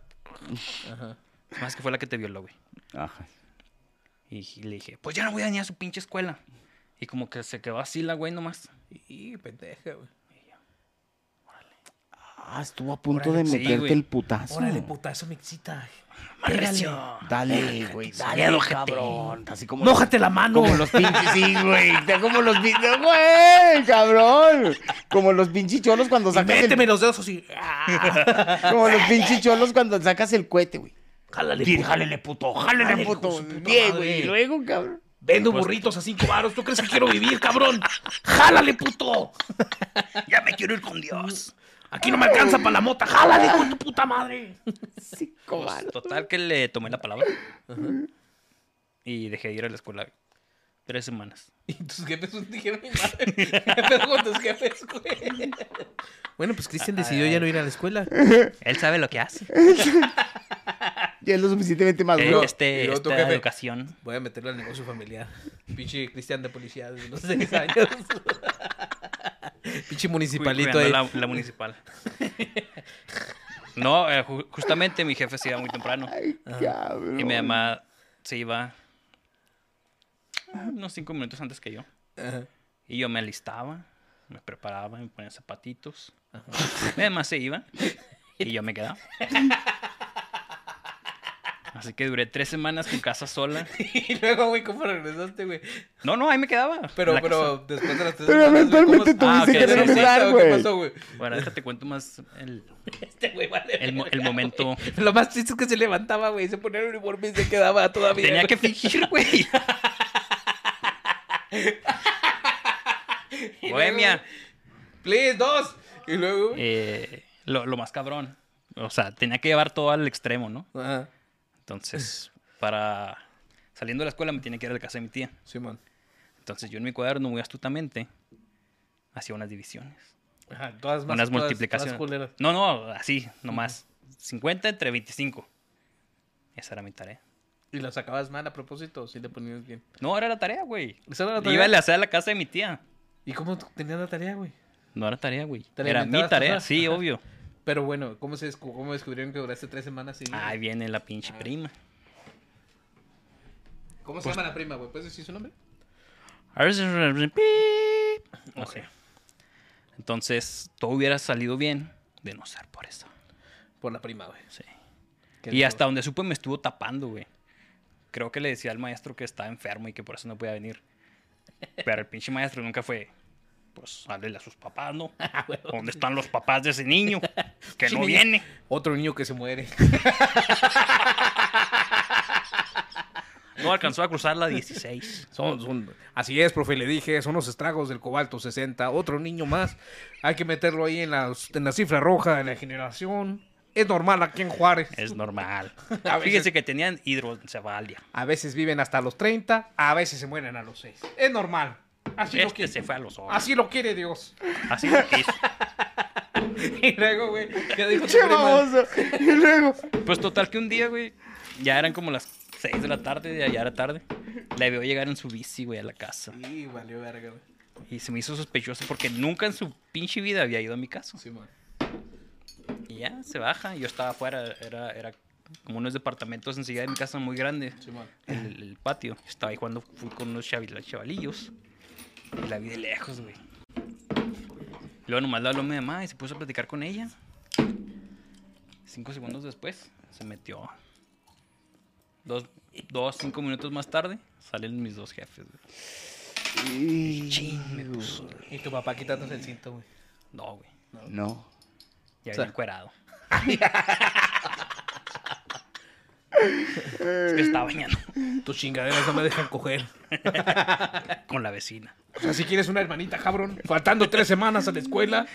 [SPEAKER 3] Ajá.
[SPEAKER 2] Más que fue la que te violó, güey.
[SPEAKER 1] Ah, Ajá.
[SPEAKER 2] Y ji- le dije, pues ya no voy a ni a su pinche escuela. Y como que se quedó así la güey nomás.
[SPEAKER 3] Y pendeja, güey.
[SPEAKER 2] Uh.
[SPEAKER 1] Ah, estuvo a punto
[SPEAKER 2] Órale,
[SPEAKER 1] de
[SPEAKER 2] sí,
[SPEAKER 1] meterte
[SPEAKER 2] güey.
[SPEAKER 1] el putazo.
[SPEAKER 3] Órale, puta, eso me excita.
[SPEAKER 2] Mauricio.
[SPEAKER 1] Dale, güey,
[SPEAKER 2] Dale,
[SPEAKER 1] dale,
[SPEAKER 2] ojete.
[SPEAKER 1] cabrón. Así como
[SPEAKER 4] ¡Mójate la mano!
[SPEAKER 1] Como los pinches, sí, güey. Está como los pinches, güey, cabrón. Como los pinches cholos cuando sacas el...
[SPEAKER 4] Méteme los dedos así. Ah,
[SPEAKER 1] Como los pinches cholos cuando sacas el cohete, güey.
[SPEAKER 4] Jálale,
[SPEAKER 1] Bien,
[SPEAKER 4] puto.
[SPEAKER 1] jálele, puto, jálele,
[SPEAKER 4] Jálele, hijo de
[SPEAKER 1] puto.
[SPEAKER 4] su puta
[SPEAKER 1] Bien,
[SPEAKER 4] madre.
[SPEAKER 1] güey. Y luego, cabrón.
[SPEAKER 4] Vendo
[SPEAKER 2] Pues-
[SPEAKER 4] burritos a cinco varos. ¿Tú crees que quiero vivir, cabrón? ¡Jálale, puto!
[SPEAKER 2] Ya me quiero ir con Dios.
[SPEAKER 4] Aquí no me alcanza para la mota. ¡Jálale con tu puta madre!
[SPEAKER 1] Sí, cobarde.
[SPEAKER 2] Total que le tomé la palabra. Y dejé de ir a la escuela tres semanas.
[SPEAKER 3] Y tus jefes no dijeron mi madre. ¿Qué pedo con tus jefes, güey? Bueno, pues Cristian decidió ya no ir a la escuela.
[SPEAKER 2] Él sabe lo que hace.
[SPEAKER 1] Ya es lo suficientemente
[SPEAKER 2] Él,
[SPEAKER 1] maduro.
[SPEAKER 2] este,
[SPEAKER 3] y luego tu
[SPEAKER 2] esta
[SPEAKER 3] jefe.
[SPEAKER 2] educación.
[SPEAKER 3] Voy a meterlo al negocio familiar. Pinche Cristian de policía de unos seis años. Pinche municipalito
[SPEAKER 2] cuidando
[SPEAKER 3] ahí.
[SPEAKER 2] La, la municipal. No, eh, ju- justamente mi jefe se iba muy temprano.
[SPEAKER 1] Ay, cabrón.
[SPEAKER 2] Y mi mamá se iba unos cinco minutos antes que yo.
[SPEAKER 3] Ajá.
[SPEAKER 2] Y yo me alistaba, me preparaba, me ponía zapatitos. Mi mamá se iba y yo me quedaba. Así que duré tres semanas con casa sola.
[SPEAKER 3] Y luego, güey, ¿cómo regresaste, güey?
[SPEAKER 2] No, no, ahí me quedaba.
[SPEAKER 3] Pero,
[SPEAKER 2] en la
[SPEAKER 3] pero después de las tres
[SPEAKER 1] Pero
[SPEAKER 3] semanas, güey,
[SPEAKER 1] eventualmente
[SPEAKER 3] ¿cómo- Ah, ok,
[SPEAKER 2] tuviste que
[SPEAKER 3] sí, sí,
[SPEAKER 1] regresar,
[SPEAKER 3] sí, ¿Qué
[SPEAKER 1] güey.
[SPEAKER 3] pasó, güey?
[SPEAKER 2] casa. Bueno, déjate cuento más el,
[SPEAKER 3] Este güey vale.
[SPEAKER 2] el mo- el
[SPEAKER 3] verga,
[SPEAKER 2] momento.
[SPEAKER 3] güey. Lo más triste es que se levantaba, güey. Se ponía el uniforme y se quedaba todavía.
[SPEAKER 2] Tenía
[SPEAKER 3] güey.
[SPEAKER 2] que fingir, güey. Bohemia.
[SPEAKER 3] Please, dos. Y luego, güey.
[SPEAKER 2] eh, lo, lo más cabrón. O sea, tenía que llevar todo al extremo, ¿no?
[SPEAKER 3] Ajá.
[SPEAKER 2] Entonces, para... Saliendo de la escuela me tenía que ir a la casa de mi tía.
[SPEAKER 3] Simón.
[SPEAKER 2] Entonces yo en mi cuaderno muy astutamente hacía unas divisiones,
[SPEAKER 3] Ajá, todas más.
[SPEAKER 2] unas
[SPEAKER 3] todas-
[SPEAKER 2] multiplicaciones.
[SPEAKER 3] todas culeras.
[SPEAKER 2] no, no, así, nomás. 50 entre 25. Esa era mi tarea.
[SPEAKER 3] Y las sacabas mal a propósito, o si le ponías bien.
[SPEAKER 2] No, era la tarea, güey.
[SPEAKER 3] ¿Esa era la tarea?
[SPEAKER 2] Iba a la hacer a la casa de mi tía.
[SPEAKER 3] ¿Y cómo t- tenías la tarea, güey?
[SPEAKER 2] No era tarea, güey.
[SPEAKER 3] ¿Te la
[SPEAKER 2] Era mi
[SPEAKER 3] inventabas
[SPEAKER 2] tarea,
[SPEAKER 3] todas?
[SPEAKER 2] sí, obvio.
[SPEAKER 3] Pero bueno, ¿cómo, se descu- cómo descubrieron que duraste tres semanas sin...
[SPEAKER 2] Ahí viene la pinche
[SPEAKER 3] Ah.
[SPEAKER 2] prima.
[SPEAKER 3] ¿Cómo se llama la prima, güey? ¿Puedes decir su nombre?
[SPEAKER 2] No sé. Entonces, todo hubiera salido bien de no ser por eso.
[SPEAKER 3] Por la prima, güey.
[SPEAKER 2] Sí.
[SPEAKER 3] Que
[SPEAKER 2] Y
[SPEAKER 3] dijo,
[SPEAKER 2] hasta donde supe me estuvo tapando, güey. Creo que le decía al maestro que estaba enfermo y que por eso no podía venir. Pero el pinche maestro nunca fue. Pues háblele a sus papás, ¿no? ¿Dónde están los papás de ese niño? Que no
[SPEAKER 3] Sí.
[SPEAKER 2] viene.
[SPEAKER 3] Otro niño que se muere.
[SPEAKER 2] No alcanzó a cruzar la 16.
[SPEAKER 3] Son, son- Así es, profe, le dije, son los estragos del cobalto 60. Otro niño más. Hay que meterlo ahí en la, en la cifra roja de la generación. Es normal aquí en Juárez.
[SPEAKER 2] Es normal.
[SPEAKER 3] A veces-
[SPEAKER 2] Fíjense que tenían hidrocefalia.
[SPEAKER 3] A veces viven hasta los 30, a veces se mueren a los 6. Es normal. Así, lo,
[SPEAKER 2] Este
[SPEAKER 3] quiere,
[SPEAKER 2] se fue a los ojos.
[SPEAKER 3] así lo quiere Dios.
[SPEAKER 2] Así lo quiso.
[SPEAKER 3] Y luego, güey, ¿qué dijo tu
[SPEAKER 1] Che,
[SPEAKER 3] prima?
[SPEAKER 1] baboso. Y luego.
[SPEAKER 2] Pues total que un día, güey, ya eran como las 6 de la tarde, ya ya era tarde. La veo llegar en su bici, güey, a la casa.
[SPEAKER 3] Sí, valió verga, güey.
[SPEAKER 2] Y se me hizo sospechoso porque nunca en su pinche vida había ido a mi casa.
[SPEAKER 3] Simón.
[SPEAKER 2] Y ya, se baja. Yo estaba afuera, era, era como unos departamentos enseguida de mi casa muy grande, el, el patio. Estaba ahí cuando fui con unos chaval- chavalillos y la vi de lejos, güey. Y Luego nomás le habló a mi mamá y se puso a platicar con ella. Cinco segundos después se metió. Dos, dos cinco minutos más tarde salen mis dos jefes, güey. Chin, me puso.
[SPEAKER 3] Y tu papá quitándose el cinto, güey.
[SPEAKER 2] No, güey.
[SPEAKER 1] No.
[SPEAKER 2] Ya
[SPEAKER 3] sea-
[SPEAKER 2] había encuerado. es que estaba bañando
[SPEAKER 3] Tus chingaderas no me dejan coger.
[SPEAKER 2] con la vecina.
[SPEAKER 3] O sea, si quieres una hermanita, cabrón. Faltando tres semanas a la escuela.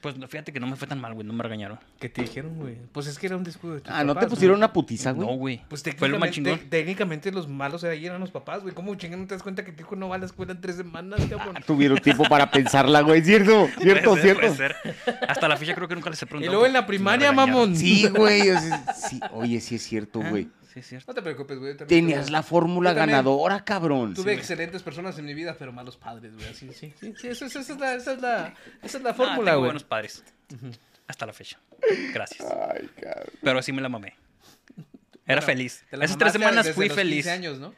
[SPEAKER 2] Pues no, fíjate que no me fue tan mal, güey. No me regañaron.
[SPEAKER 3] ¿Qué te dijeron, güey? Pues es que era un descuido de tus
[SPEAKER 1] Ah, ¿no te
[SPEAKER 3] papás,
[SPEAKER 1] pusieron una putiza,
[SPEAKER 2] No,
[SPEAKER 1] ¿Ah, güey?
[SPEAKER 2] güey.
[SPEAKER 3] Pues
[SPEAKER 2] fue lo más
[SPEAKER 3] técnicamente,
[SPEAKER 2] chingón.
[SPEAKER 3] técnicamente los malos de ahí eran los papás, güey. ¿Cómo chingón no te das cuenta que tu hijo no va a la escuela en tres semanas,
[SPEAKER 2] Ah,
[SPEAKER 3] cabrón?
[SPEAKER 1] Tuvieron tiempo para pensarla, güey. Cierto, cierto,
[SPEAKER 2] Puede ser,
[SPEAKER 1] cierto.
[SPEAKER 2] puede ser. Hasta la fecha creo que nunca les he
[SPEAKER 3] Y
[SPEAKER 2] preguntado.
[SPEAKER 3] luego en la
[SPEAKER 2] porque
[SPEAKER 3] primaria,
[SPEAKER 2] me regañaron.
[SPEAKER 3] mamón.
[SPEAKER 1] Sí, güey. o sea, sí, oye, sí es cierto, güey.
[SPEAKER 2] Sí, es cierto.
[SPEAKER 3] No te preocupes, güey. yo también
[SPEAKER 1] Tenías
[SPEAKER 3] tuve-
[SPEAKER 1] la fórmula
[SPEAKER 3] Ah. Yo también
[SPEAKER 1] ganadora, cabrón.
[SPEAKER 3] Tuve excelentes personas en mi vida, pero malos padres, güey. Así, sí, sí, sí. Esa es, esa es la, esa es la, esa es la
[SPEAKER 2] Ah,
[SPEAKER 3] fórmula,
[SPEAKER 2] tengo
[SPEAKER 3] güey.
[SPEAKER 2] buenos padres. Hasta la fecha. Gracias. Pero sí me la mamé. Era feliz.
[SPEAKER 3] Te la
[SPEAKER 2] Esas tres
[SPEAKER 3] mamaste
[SPEAKER 2] semanas
[SPEAKER 3] desde
[SPEAKER 2] fui
[SPEAKER 3] los
[SPEAKER 2] feliz.
[SPEAKER 3] 15 años, ¿no?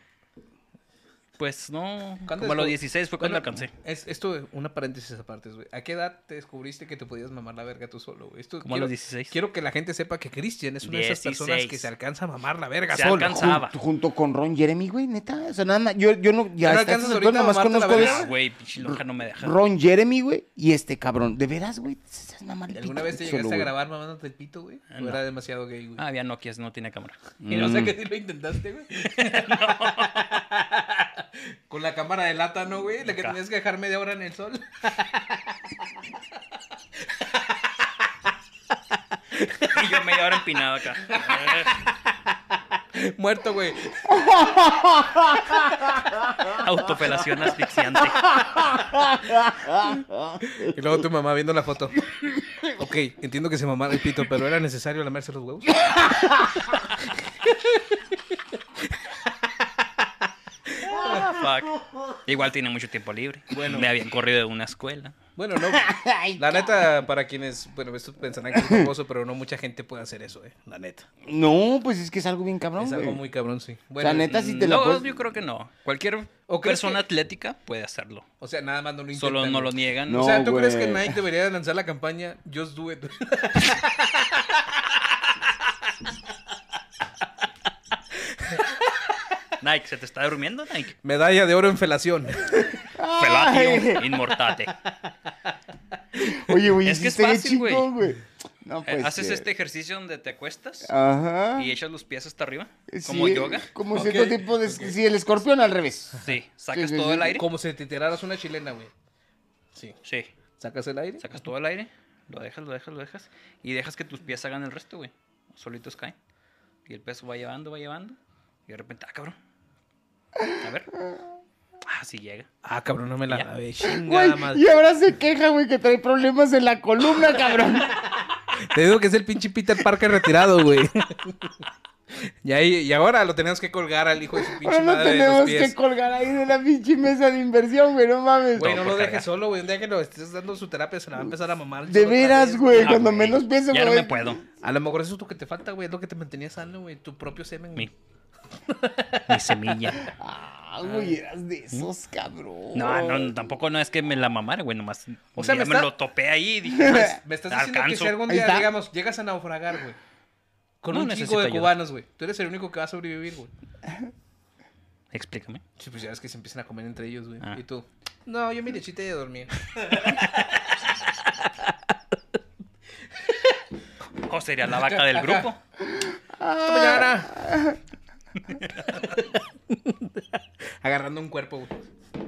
[SPEAKER 2] Pues no.
[SPEAKER 3] ¿Cuándo
[SPEAKER 2] Como a los
[SPEAKER 3] descu-
[SPEAKER 2] 16 fue cuando
[SPEAKER 3] Bueno,
[SPEAKER 2] alcancé.
[SPEAKER 3] Es, esto, una paréntesis aparte, güey. ¿A qué edad te descubriste que te podías mamar la verga tú solo, güey? Esto
[SPEAKER 2] Como a los 16.
[SPEAKER 3] Quiero que la gente sepa que Christian es una de esas personas que
[SPEAKER 2] 16.
[SPEAKER 3] se alcanza a mamar la verga
[SPEAKER 2] Se
[SPEAKER 3] solo.
[SPEAKER 2] alcanza.
[SPEAKER 1] Jun-
[SPEAKER 2] Saba.
[SPEAKER 1] junto con Ron Jeremy, güey, neta. O sea, nada, yo, yo no. Ya
[SPEAKER 3] ¿No
[SPEAKER 1] a estas
[SPEAKER 3] alcanzas
[SPEAKER 1] alturas
[SPEAKER 3] ahorita
[SPEAKER 1] nada más
[SPEAKER 3] a mamarte la
[SPEAKER 1] conozco a
[SPEAKER 3] verga?
[SPEAKER 2] Ah,
[SPEAKER 1] dos-
[SPEAKER 2] Güey, pinche lonja no me deja.
[SPEAKER 1] Ron Jeremy, güey, y este cabrón. De veras, güey. Estás mamando
[SPEAKER 3] ¿Y
[SPEAKER 1] el
[SPEAKER 3] ¿Alguna vez
[SPEAKER 1] pito
[SPEAKER 3] te
[SPEAKER 1] solo,
[SPEAKER 3] llegaste a
[SPEAKER 1] güey.
[SPEAKER 3] grabar mamándote el pito, güey?
[SPEAKER 2] Ah,
[SPEAKER 3] ¿O
[SPEAKER 2] no.
[SPEAKER 3] era demasiado gay, güey?
[SPEAKER 2] Ah, mm. había Nokias, no tenía cámara.
[SPEAKER 3] Y no sé que si lo intentaste, güey. Con la cámara de lata, ¿no, güey? La que
[SPEAKER 2] Nunca.
[SPEAKER 3] tenías que dejar media hora en el sol.
[SPEAKER 2] Y yo media hora empinado acá.
[SPEAKER 3] Muerto, güey.
[SPEAKER 2] Autofelación asfixiante.
[SPEAKER 3] Y luego tu mamá viendo la foto. Ok, entiendo que se mamara el pito, pero ¿era necesario lamerse los huevos?
[SPEAKER 2] Ah, fuck. Igual tiene mucho tiempo libre. Me habían corrido de una escuela.
[SPEAKER 3] Bueno, no. La neta, para quienes, bueno, estos pensarán que es famoso, pero no mucha gente puede hacer eso, eh. La neta.
[SPEAKER 1] No, pues es que es algo bien cabrón,
[SPEAKER 3] Es algo
[SPEAKER 1] güey.
[SPEAKER 3] muy cabrón, sí.
[SPEAKER 1] O
[SPEAKER 3] Bueno,
[SPEAKER 1] sea, neta, si te la
[SPEAKER 2] no,
[SPEAKER 1] puedes-
[SPEAKER 2] yo creo que no. Cualquier
[SPEAKER 3] ¿O crees
[SPEAKER 2] persona
[SPEAKER 3] que-
[SPEAKER 2] atlética puede hacerlo.
[SPEAKER 3] o sea, nada más no lo intentan.
[SPEAKER 2] Solo no lo
[SPEAKER 3] güey.
[SPEAKER 2] niegan.
[SPEAKER 1] No.
[SPEAKER 3] o sea, ¿tú crees que
[SPEAKER 1] güey.
[SPEAKER 3] Nike debería lanzar la campaña Just Do It?
[SPEAKER 2] Nike, ¿se te está durmiendo, Nike?
[SPEAKER 3] Medalla de oro en felación.
[SPEAKER 2] Felatio, inmortate.
[SPEAKER 1] Oye, güey,
[SPEAKER 2] Es que es
[SPEAKER 1] sí estaría
[SPEAKER 2] fácil, güey.
[SPEAKER 1] chingón, güey. No, pues.
[SPEAKER 2] Haces
[SPEAKER 1] eh,
[SPEAKER 2] este ejercicio donde te acuestas
[SPEAKER 1] Ajá.
[SPEAKER 2] y echas los pies hasta arriba, como
[SPEAKER 1] Sí,
[SPEAKER 2] yoga.
[SPEAKER 1] Como
[SPEAKER 3] Ok,
[SPEAKER 1] cierto tipo de. Sí, el escorpión al revés.
[SPEAKER 2] Sí, sacas
[SPEAKER 1] sí,
[SPEAKER 2] todo
[SPEAKER 1] sí.
[SPEAKER 2] el aire.
[SPEAKER 3] Como si te tiraras una chilena, güey. Sí.
[SPEAKER 2] Sí,
[SPEAKER 3] ¿Sacas el aire?
[SPEAKER 2] sacas todo el aire, lo dejas, lo dejas, lo dejas y dejas que tus pies hagan el resto, güey. Solitos caen. Y el peso va llevando, va llevando y de repente, ah, cabrón. A ver. Ah, sí llega.
[SPEAKER 3] Ah, cabrón, no me la
[SPEAKER 2] Ya.
[SPEAKER 3] grabé.
[SPEAKER 1] Güey,
[SPEAKER 3] Chingada madre.
[SPEAKER 1] y ahora se queja, güey, que trae problemas en la columna, cabrón.
[SPEAKER 3] Te digo que es el pinche Peter Parker retirado, güey. y, ahí, y ahora lo tenemos que colgar al hijo de su pinche
[SPEAKER 1] Ahora lo
[SPEAKER 3] madre de los
[SPEAKER 1] tenemos que
[SPEAKER 3] pies.
[SPEAKER 1] colgar ahí de la pinche mesa de inversión, güey, no mames.
[SPEAKER 3] Güey, no lo
[SPEAKER 2] por
[SPEAKER 3] dejes
[SPEAKER 2] cargar.
[SPEAKER 3] solo, güey. Un día que lo estés dando su terapia se la va a empezar a mamar. el
[SPEAKER 1] De
[SPEAKER 3] solo otra
[SPEAKER 1] veras,
[SPEAKER 3] vez,
[SPEAKER 1] güey, cuando
[SPEAKER 2] Ah, güey,
[SPEAKER 1] menos pienso,
[SPEAKER 2] Ya no
[SPEAKER 1] güey.
[SPEAKER 2] me puedo.
[SPEAKER 3] A lo mejor eso es lo que te falta, güey. Es lo que te mantenía sano, güey. Tu propio semen.
[SPEAKER 2] Mi,
[SPEAKER 3] güey.
[SPEAKER 2] mi semilla.
[SPEAKER 1] Ah, güey, eras de esos, cabrón.
[SPEAKER 2] No, no, tampoco no es que me la mamara, güey, nomás.
[SPEAKER 3] Oh. O sea,
[SPEAKER 2] ya
[SPEAKER 3] me
[SPEAKER 2] me
[SPEAKER 3] está-
[SPEAKER 2] lo topé ahí y dije, pues,
[SPEAKER 3] Me estás
[SPEAKER 2] la
[SPEAKER 3] diciendo que
[SPEAKER 2] alcanzo.
[SPEAKER 3] si algún
[SPEAKER 1] Ahí
[SPEAKER 3] día,
[SPEAKER 1] está.
[SPEAKER 3] digamos, llegas a naufragar, güey. Con
[SPEAKER 2] No
[SPEAKER 3] un
[SPEAKER 2] necesito
[SPEAKER 3] chico de
[SPEAKER 2] ayuda.
[SPEAKER 3] cubanos, güey. Tú eres el único que va a sobrevivir, güey.
[SPEAKER 2] Explícame.
[SPEAKER 3] Sí, pues ya ves que se empiezan a comer entre ellos, güey.
[SPEAKER 2] Ah.
[SPEAKER 3] Y tú. No, yo mi lechita ya dormí.
[SPEAKER 2] O sería la vaca del grupo.
[SPEAKER 3] Hasta mañana. Agarrando un cuerpo, güey.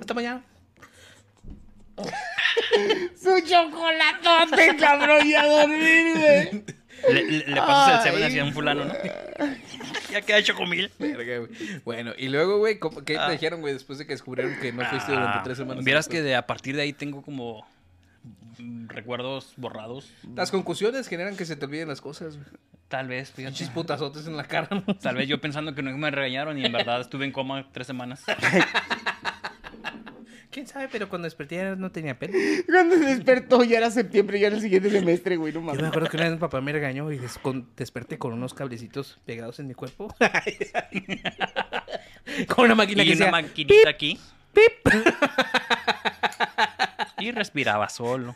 [SPEAKER 3] Hasta mañana.
[SPEAKER 1] Su chocolatote, cabrón, y a dormir, güey.
[SPEAKER 2] Le, le- le pasas el semen
[SPEAKER 1] Ay,
[SPEAKER 2] hacia un fulano, ¿no? ya queda chocomil.
[SPEAKER 3] Verga, güey. Bueno, y luego, güey, ¿cómo- ¿qué te dijeron, güey, después de que descubrieron que no fuiste durante
[SPEAKER 2] Ah,
[SPEAKER 3] tres semanas?
[SPEAKER 2] Vieras que de- a partir de ahí tengo como mm, recuerdos borrados.
[SPEAKER 3] Las concusiones generan que se te olviden las cosas, güey.
[SPEAKER 2] Tal vez, fíjate.
[SPEAKER 3] Pinches putazotes en la cara, ¿no?
[SPEAKER 2] Tal vez yo pensando que no me regañaron y en verdad estuve en coma tres semanas.
[SPEAKER 4] ¿Quién sabe? Pero cuando desperté ya no tenía pelo.
[SPEAKER 1] Cuando se despertó ya era septiembre, ya era el siguiente semestre, güey, no
[SPEAKER 4] Yo me
[SPEAKER 1] mames.
[SPEAKER 4] acuerdo que una vez mi papá me regañó y des- con- desperté con unos cablecitos pegados en mi cuerpo. con una máquina
[SPEAKER 2] Y
[SPEAKER 4] que
[SPEAKER 2] una
[SPEAKER 4] decía,
[SPEAKER 2] maquinita aquí. Y respiraba solo.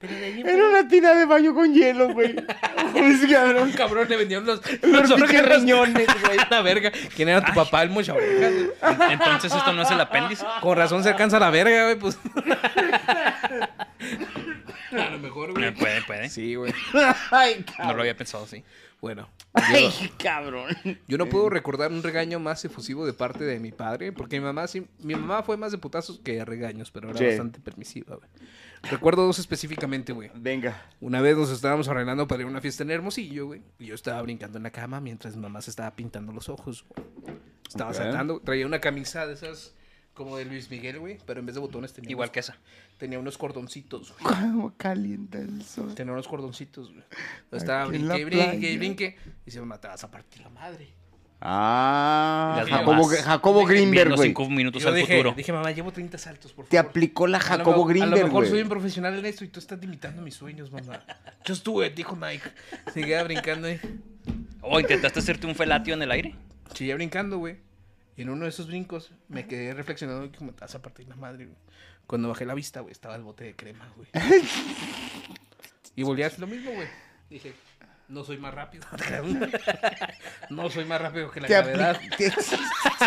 [SPEAKER 4] Pero de ahí
[SPEAKER 1] Era una tina de baño con hielo, güey. Es cabrón.
[SPEAKER 3] Cabrón, le vendieron los,
[SPEAKER 1] Los
[SPEAKER 3] los
[SPEAKER 1] pinches
[SPEAKER 3] órganos.
[SPEAKER 1] riñones,
[SPEAKER 3] güey, la verga. ¿Quién era tu papá? El mucha orejas, güey.
[SPEAKER 2] Entonces esto no es el apéndice.
[SPEAKER 3] Con razón se alcanza la verga, güey, pues. A lo mejor,
[SPEAKER 2] Eh,
[SPEAKER 3] güey.
[SPEAKER 2] Puede, puede.
[SPEAKER 3] Sí, güey.
[SPEAKER 1] Ay,
[SPEAKER 2] No lo
[SPEAKER 1] cabrón.
[SPEAKER 2] había pensado así.
[SPEAKER 3] Ah, Bueno,
[SPEAKER 1] Ay, cabrón.
[SPEAKER 3] yo no puedo recordar un regaño más efusivo de parte de mi padre, porque mi mamá sí, mi mamá fue más de putazos que de regaños, pero era
[SPEAKER 1] Sí.
[SPEAKER 3] bastante permisiva, güey. Recuerdo dos específicamente, güey.
[SPEAKER 1] Venga.
[SPEAKER 3] Una vez nos estábamos arreglando para ir a una fiesta en Hermosillo, güey. Y yo estaba brincando en la cama mientras mi mamá se estaba pintando los ojos. güey. Estaba
[SPEAKER 1] Ok.
[SPEAKER 3] saltando. Traía una camisa de esas como de Luis Miguel, güey. Pero en vez de botones tenía,
[SPEAKER 2] Igual
[SPEAKER 3] unos,
[SPEAKER 2] que esa.
[SPEAKER 3] tenía unos cordoncitos, güey.
[SPEAKER 1] Cómo calienta el sol.
[SPEAKER 3] Tenía unos cordoncitos, güey. Yo Estaba
[SPEAKER 1] Aquí en la
[SPEAKER 3] brinque, y brinque, y
[SPEAKER 1] playa.
[SPEAKER 3] brinque. Y se me matabas a partir la madre.
[SPEAKER 1] Ah,
[SPEAKER 2] Las
[SPEAKER 1] Jacobo,
[SPEAKER 2] mamás.
[SPEAKER 1] Jacobo Grinberg,
[SPEAKER 2] Viendo
[SPEAKER 1] güey.
[SPEAKER 2] cinco minutos
[SPEAKER 3] Yo
[SPEAKER 2] al
[SPEAKER 3] dije,
[SPEAKER 2] futuro.
[SPEAKER 3] dije, mamá, llevo 30 saltos, por favor.
[SPEAKER 1] Te aplicó la
[SPEAKER 3] A lo
[SPEAKER 1] Jacobo
[SPEAKER 3] mejor- A lo
[SPEAKER 1] Grinberg,
[SPEAKER 3] mejor soy un
[SPEAKER 1] güey.
[SPEAKER 3] profesional en esto y tú estás limitando mis sueños, mamá. Just do it, dijo Nike. Seguía brincando, eh.
[SPEAKER 2] O intentaste hacerte un felatio en el aire.
[SPEAKER 3] Seguía brincando, güey. Y en uno de esos brincos me quedé reflexionando y como "Ah, estás a partir la madre, güey. Cuando bajé la vista, güey, estaba el bote de crema, güey. y volví a hacer lo mismo, güey. Dije, no soy más rápido. no soy más rápido que la
[SPEAKER 1] Te
[SPEAKER 3] gravedad.
[SPEAKER 1] apli- te-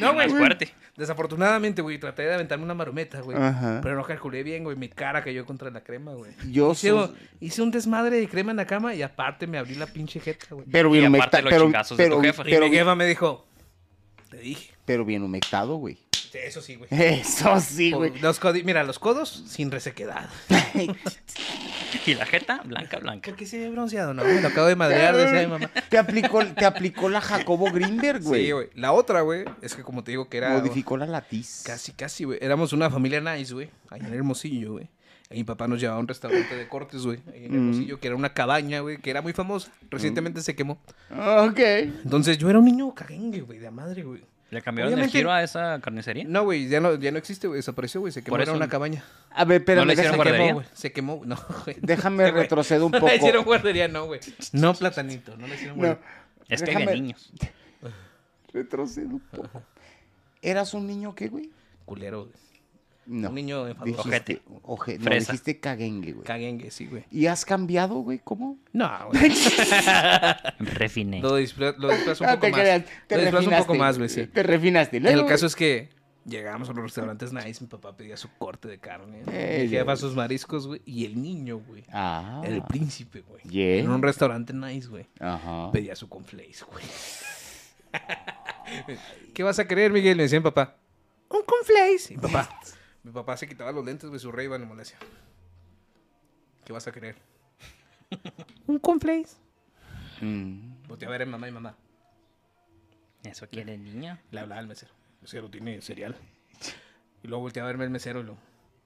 [SPEAKER 3] No,
[SPEAKER 2] Más fuerte.
[SPEAKER 3] Desafortunadamente, güey, traté de aventarme una marometa, güey.
[SPEAKER 1] Ajá.
[SPEAKER 3] Pero no calculé bien, güey. Mi cara cayó contra la crema, güey.
[SPEAKER 1] Yo
[SPEAKER 3] hice,
[SPEAKER 1] sos-
[SPEAKER 3] hice un desmadre de crema en la cama y aparte me abrí la pinche jeta, güey.
[SPEAKER 1] Pero bien
[SPEAKER 2] Y aparte
[SPEAKER 1] humectado.
[SPEAKER 2] los
[SPEAKER 1] Pero,
[SPEAKER 2] chingazos de
[SPEAKER 1] pero,
[SPEAKER 2] tu jefa.
[SPEAKER 3] Y
[SPEAKER 1] pero,
[SPEAKER 3] mi jefa me dijo, te dije.
[SPEAKER 1] pero bien humectado, güey.
[SPEAKER 3] Sí, Eso sí, güey.
[SPEAKER 1] Eso sí,
[SPEAKER 3] Por-
[SPEAKER 1] güey.
[SPEAKER 3] los codi- Mira, los codos sin resequedad.
[SPEAKER 2] Y la jeta blanca, blanca.
[SPEAKER 3] ¿Por qué se ve bronceado? No, me lo acabo de madrear, decía mi mamá.
[SPEAKER 1] Te aplicó, te aplicó la Jacobo Grinberg, güey.
[SPEAKER 3] Sí, güey. La otra, güey, es que como te digo que era...
[SPEAKER 1] Modificó la latiz.
[SPEAKER 3] Casi, casi, güey. Éramos una familia nice, güey. Ahí en Hermosillo, güey. Ahí mi papá nos llevaba a un restaurante de cortes, güey. Ahí en Hermosillo, que era una cabaña, güey, que era muy famosa. Recientemente se quemó.
[SPEAKER 1] Ok.
[SPEAKER 3] Entonces yo era un niño cagengue, güey, de la madre, güey.
[SPEAKER 2] ¿Le cambiaron
[SPEAKER 3] Obviamente-
[SPEAKER 2] el giro a esa carnicería?
[SPEAKER 3] No, güey, ya no, ya no existe, güey. Desapareció, güey. Se quemó.
[SPEAKER 2] Por
[SPEAKER 3] Era
[SPEAKER 2] eso-
[SPEAKER 3] una cabaña.
[SPEAKER 1] A ver,
[SPEAKER 2] ¿No
[SPEAKER 1] espérame,
[SPEAKER 2] le hicieron
[SPEAKER 1] déjame,
[SPEAKER 3] Se quemó,
[SPEAKER 2] guardería?
[SPEAKER 3] güey. Se quemó, güey. No, güey.
[SPEAKER 1] déjame
[SPEAKER 3] güey.
[SPEAKER 1] retroceder un
[SPEAKER 3] No le hicieron
[SPEAKER 1] poco.
[SPEAKER 3] guardería, no, güey. No, platanito. No le hicieron
[SPEAKER 1] No,
[SPEAKER 3] guardería.
[SPEAKER 2] Es que había
[SPEAKER 1] déjame-
[SPEAKER 2] niños.
[SPEAKER 1] Retrocedo un poco. ¿Eras un niño qué, güey?
[SPEAKER 3] Culero, güey.
[SPEAKER 1] No.
[SPEAKER 3] Un niño enfadoso.
[SPEAKER 1] Dijiste- oje- No,
[SPEAKER 2] Fresa.
[SPEAKER 1] dijiste caguengue, güey.
[SPEAKER 3] Cagengue, sí, güey.
[SPEAKER 1] ¿Y has cambiado, güey? ¿Cómo?
[SPEAKER 3] No, güey.
[SPEAKER 2] Refiné.
[SPEAKER 3] Lo disfra- lo disfrazo un
[SPEAKER 1] Ah,
[SPEAKER 3] poco más.
[SPEAKER 1] creas,
[SPEAKER 3] Lo disfrazo un poco
[SPEAKER 1] refinaste,
[SPEAKER 3] más, güey, sí.
[SPEAKER 1] Te refinaste.
[SPEAKER 3] El
[SPEAKER 1] Luego,
[SPEAKER 3] caso es que llegábamos a los restaurantes nice, mi papá pedía su corte de carne, ¿no?
[SPEAKER 1] Eh,
[SPEAKER 3] mi
[SPEAKER 1] ya,
[SPEAKER 3] jefa
[SPEAKER 1] güey.
[SPEAKER 3] sus mariscos, güey, y el niño, güey,
[SPEAKER 1] Ah.
[SPEAKER 3] el príncipe, güey,
[SPEAKER 1] yeah.
[SPEAKER 3] en un restaurante nice, güey,
[SPEAKER 1] Ajá.
[SPEAKER 3] pedía su conflace, güey. ¿Qué vas a querer, Miguel? Me decía mi papá, un conflace. Y mi papá, mi papá se quitaba los lentes, güey, su rey, bueno, le decía, ¿qué vas a querer?
[SPEAKER 4] un conflace.
[SPEAKER 1] Mm.
[SPEAKER 3] Voltea a ver a mi mamá y mamá,
[SPEAKER 2] Eso quiere niña.
[SPEAKER 3] le hablaba al mesero, mesero tiene cereal. Y luego volteaba a verme el mesero y lo,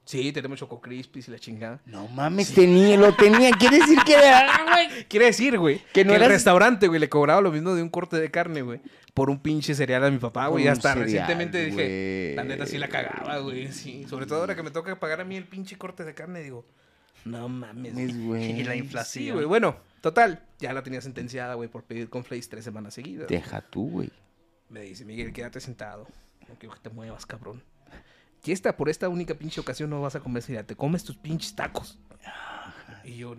[SPEAKER 3] sí, tenemos choco crispies y la chingada.
[SPEAKER 1] No mames, tenía, lo tenía. Quiere decir que era, güey.
[SPEAKER 3] Quiere decir, güey, que,
[SPEAKER 1] Que no
[SPEAKER 3] el
[SPEAKER 1] eras-
[SPEAKER 3] restaurante, güey, le cobraba lo mismo de un corte de carne, güey, por un pinche cereal a mi papá,
[SPEAKER 1] Por
[SPEAKER 3] güey.
[SPEAKER 1] un
[SPEAKER 3] Hasta
[SPEAKER 1] cereal,
[SPEAKER 3] recientemente dije,
[SPEAKER 1] güey.
[SPEAKER 3] la neta sí la cagaba, güey, sí. Sobre todo ahora que me toca pagar a mí el pinche corte de carne, digo, no mames, güey.
[SPEAKER 1] Es, güey.
[SPEAKER 2] Y la
[SPEAKER 3] Sí,
[SPEAKER 2] inflación.
[SPEAKER 3] güey, bueno, total, ya la tenía sentenciada, güey, por pedir conflays tres semanas seguidas.
[SPEAKER 1] Deja tú, güey.
[SPEAKER 3] Me dice, Miguel, quédate sentado. No quiero que te muevas, cabrón. Y esta, por esta única pinche ocasión no vas a comer cereal. Te comes tus pinches tacos. Y yo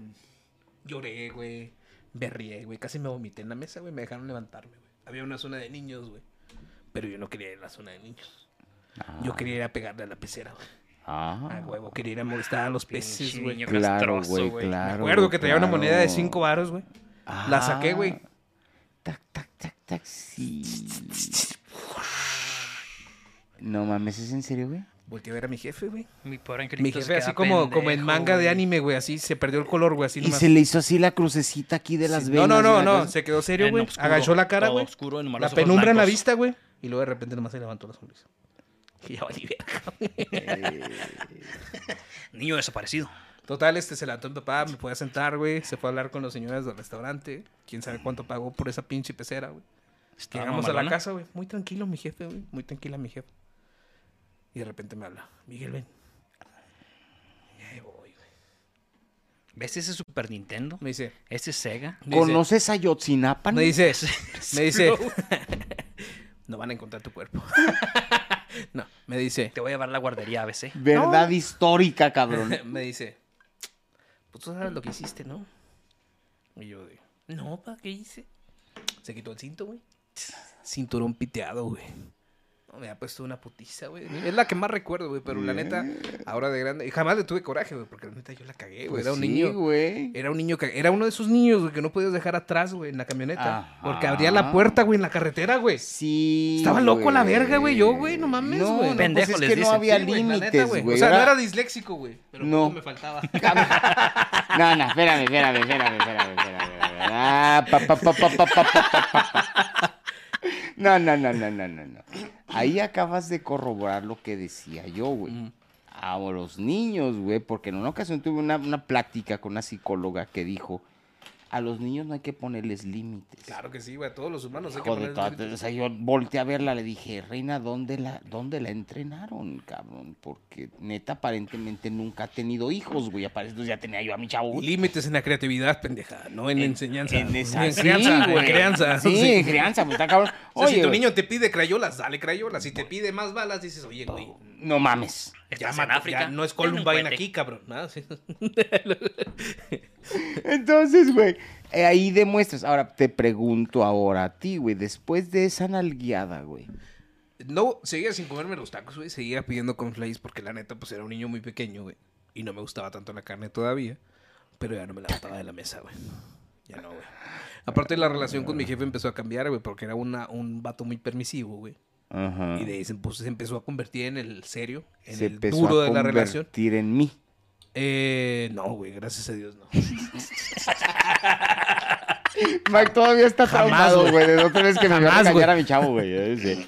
[SPEAKER 3] lloré, güey. Berrié, güey. Casi me vomité en la mesa, güey. Me dejaron levantarme, güey. Había una zona de niños, güey. Pero yo no quería ir a la zona de niños. Yo quería ir a pegarle a la pecera, güey. A
[SPEAKER 1] Ah.
[SPEAKER 3] huevo, quería ir a molestar a los peces,
[SPEAKER 2] Pinche
[SPEAKER 3] güey.
[SPEAKER 2] niño
[SPEAKER 1] Claro,
[SPEAKER 2] castroso,
[SPEAKER 1] güey, claro.
[SPEAKER 3] Me acuerdo que traía una moneda de
[SPEAKER 1] claro.
[SPEAKER 3] cinco varos, güey. La saqué,
[SPEAKER 1] Ah.
[SPEAKER 3] güey.
[SPEAKER 1] Tac, tac, tac, tac, sí. No mames, ¿es en serio, güey?
[SPEAKER 3] Volteé a ver a mi jefe, güey.
[SPEAKER 2] Mi pobre angelito
[SPEAKER 3] Mi
[SPEAKER 2] se
[SPEAKER 3] jefe,
[SPEAKER 2] queda
[SPEAKER 3] así como, como en
[SPEAKER 2] pendejo,
[SPEAKER 3] manga de
[SPEAKER 2] güey.
[SPEAKER 3] anime, güey. Así se perdió el color, güey. Así
[SPEAKER 1] Y
[SPEAKER 3] nomás.
[SPEAKER 1] se le hizo así la crucecita aquí de las
[SPEAKER 3] Sí.
[SPEAKER 1] venas.
[SPEAKER 3] No, no,
[SPEAKER 1] güey,
[SPEAKER 3] no, no.
[SPEAKER 1] acá.
[SPEAKER 3] Se quedó serio,
[SPEAKER 2] En
[SPEAKER 3] güey.
[SPEAKER 2] oscuro,
[SPEAKER 3] Agachó la cara,
[SPEAKER 2] todo
[SPEAKER 3] güey.
[SPEAKER 2] oscuro, nomás
[SPEAKER 3] La
[SPEAKER 2] los ojos
[SPEAKER 3] penumbra en la
[SPEAKER 2] blancos.
[SPEAKER 3] vista, güey. Y luego de repente nomás se levantó la sonrisa. Y ya valí verga.
[SPEAKER 2] Niño desaparecido.
[SPEAKER 3] Total, este se levantó mi papá, me fue a sentar, güey. Se fue a hablar con los señores del restaurante. Quién sabe cuánto pagó por esa pinche pecera, güey.
[SPEAKER 2] Estaba
[SPEAKER 3] Llegamos a la
[SPEAKER 2] mamalona.
[SPEAKER 3] casa, güey. Muy tranquilo mi jefe, güey. Muy tranquila mi jefa. Y de repente me habla, Miguel, ven. Y ahí voy, güey.
[SPEAKER 2] ¿Ves ese Super Nintendo?
[SPEAKER 3] Me dice,
[SPEAKER 2] Ese es Sega.
[SPEAKER 3] me dice-
[SPEAKER 1] ¿Conoces a Yotzinapan?
[SPEAKER 3] me dice, me dice, no van a encontrar tu cuerpo. no, me dice,
[SPEAKER 2] Te voy a llevar a la guardería ABC.
[SPEAKER 1] Verdad histórica, cabrón.
[SPEAKER 3] me dice, pues tú sabes lo que hiciste, ¿no? Y yo digo, no, pa, ¿qué hice? Se quitó el cinto, güey. Cinturón piteado, güey. No, me ha puesto una putiza, güey. Es la que más recuerdo, güey, pero la neta, ahora de grande, y jamás le tuve coraje, güey, porque la neta yo la cagué, güey.
[SPEAKER 1] Pues
[SPEAKER 3] Era un
[SPEAKER 1] sí,
[SPEAKER 3] niño,
[SPEAKER 1] güey.
[SPEAKER 3] Era un niño que era uno de esos niños güey, que no podías dejar atrás, güey, en la camioneta,
[SPEAKER 1] Ajá.
[SPEAKER 3] porque abría la puerta, güey, en la carretera, güey.
[SPEAKER 1] Sí.
[SPEAKER 3] Estaba loco la verga, güey, yo, güey, no mames,
[SPEAKER 1] No,
[SPEAKER 3] güey.
[SPEAKER 1] no,
[SPEAKER 2] Pendejo,
[SPEAKER 1] pues es
[SPEAKER 2] les
[SPEAKER 1] que no
[SPEAKER 2] dicen.
[SPEAKER 1] había
[SPEAKER 3] Sí, güey, la neta,
[SPEAKER 1] límites, güey.
[SPEAKER 3] O sea, no
[SPEAKER 1] Era-
[SPEAKER 3] era disléxico, güey, pero
[SPEAKER 1] No.
[SPEAKER 3] poco me faltaba. "Ah,
[SPEAKER 1] No, no, espérame, espérame, espérame, espérame, espérame. espérame. Ah, pa, pa, pa, pa, pa, pa, pa, pa, pa. No, no, no, no, no, no, no. Ahí acabas de corroborar lo que decía yo, güey. A los niños, güey, porque en una ocasión tuve una, una plática con una psicóloga que dijo, a los niños no hay que ponerles límites.
[SPEAKER 3] Claro que sí, güey, a todos los humanos hay que
[SPEAKER 1] Hijo de
[SPEAKER 3] ponerles
[SPEAKER 1] toda-
[SPEAKER 3] límites.
[SPEAKER 1] o sea, yo volteé a verla, le dije, Reina, ¿dónde la, ¿dónde la entrenaron, cabrón? Porque neta, aparentemente nunca ha tenido hijos, güey. Aparece, entonces ya tenía yo a mi chavo.
[SPEAKER 3] Límites en la creatividad, pendeja, no en, la enseñanza.
[SPEAKER 1] En esa-
[SPEAKER 3] en
[SPEAKER 1] sí,
[SPEAKER 3] crianza, en
[SPEAKER 1] güey.
[SPEAKER 3] crianza.
[SPEAKER 1] Sí, en crianza, pues está cabrón.
[SPEAKER 3] O sea,
[SPEAKER 1] Oye,
[SPEAKER 3] si tu
[SPEAKER 1] güey,
[SPEAKER 3] niño te pide crayolas, dale crayolas. Si te pide más balas, dices, oye, güey,
[SPEAKER 1] no mames.
[SPEAKER 2] Estás
[SPEAKER 3] ya
[SPEAKER 2] en África.
[SPEAKER 3] no es
[SPEAKER 2] ten un
[SPEAKER 3] Columbine
[SPEAKER 2] cohete.
[SPEAKER 3] aquí, cabrón. Nada, sí.
[SPEAKER 1] Entonces, güey, eh, ahí demuestras. Ahora, te pregunto ahora a ti, güey, después de esa nalgueada, güey.
[SPEAKER 3] No, seguía sin comerme los tacos, güey. Seguía pidiendo conflays porque la neta, pues era un niño muy pequeño, güey. Y no me gustaba tanto la carne todavía. Pero ya no me la botaba de la mesa, güey. Ya no, güey. Aparte, la relación
[SPEAKER 1] Ah.
[SPEAKER 3] con mi jefe empezó a cambiar, güey, porque era una, un vato muy permisivo, güey.
[SPEAKER 1] Ajá.
[SPEAKER 3] Y de ahí se, empu- se empezó a convertir en el serio, en
[SPEAKER 1] Se
[SPEAKER 3] el
[SPEAKER 1] empezó
[SPEAKER 3] duro
[SPEAKER 1] a
[SPEAKER 3] de la relación.
[SPEAKER 1] convertir en mí.
[SPEAKER 3] Eh, no, güey, gracias a Dios, no.
[SPEAKER 1] Mike todavía está traumado,
[SPEAKER 3] güey.
[SPEAKER 1] güey, de la otra vez que me van a
[SPEAKER 3] Jamás,
[SPEAKER 1] engañar
[SPEAKER 3] güey.
[SPEAKER 1] a mi chavo, güey. eh, sí.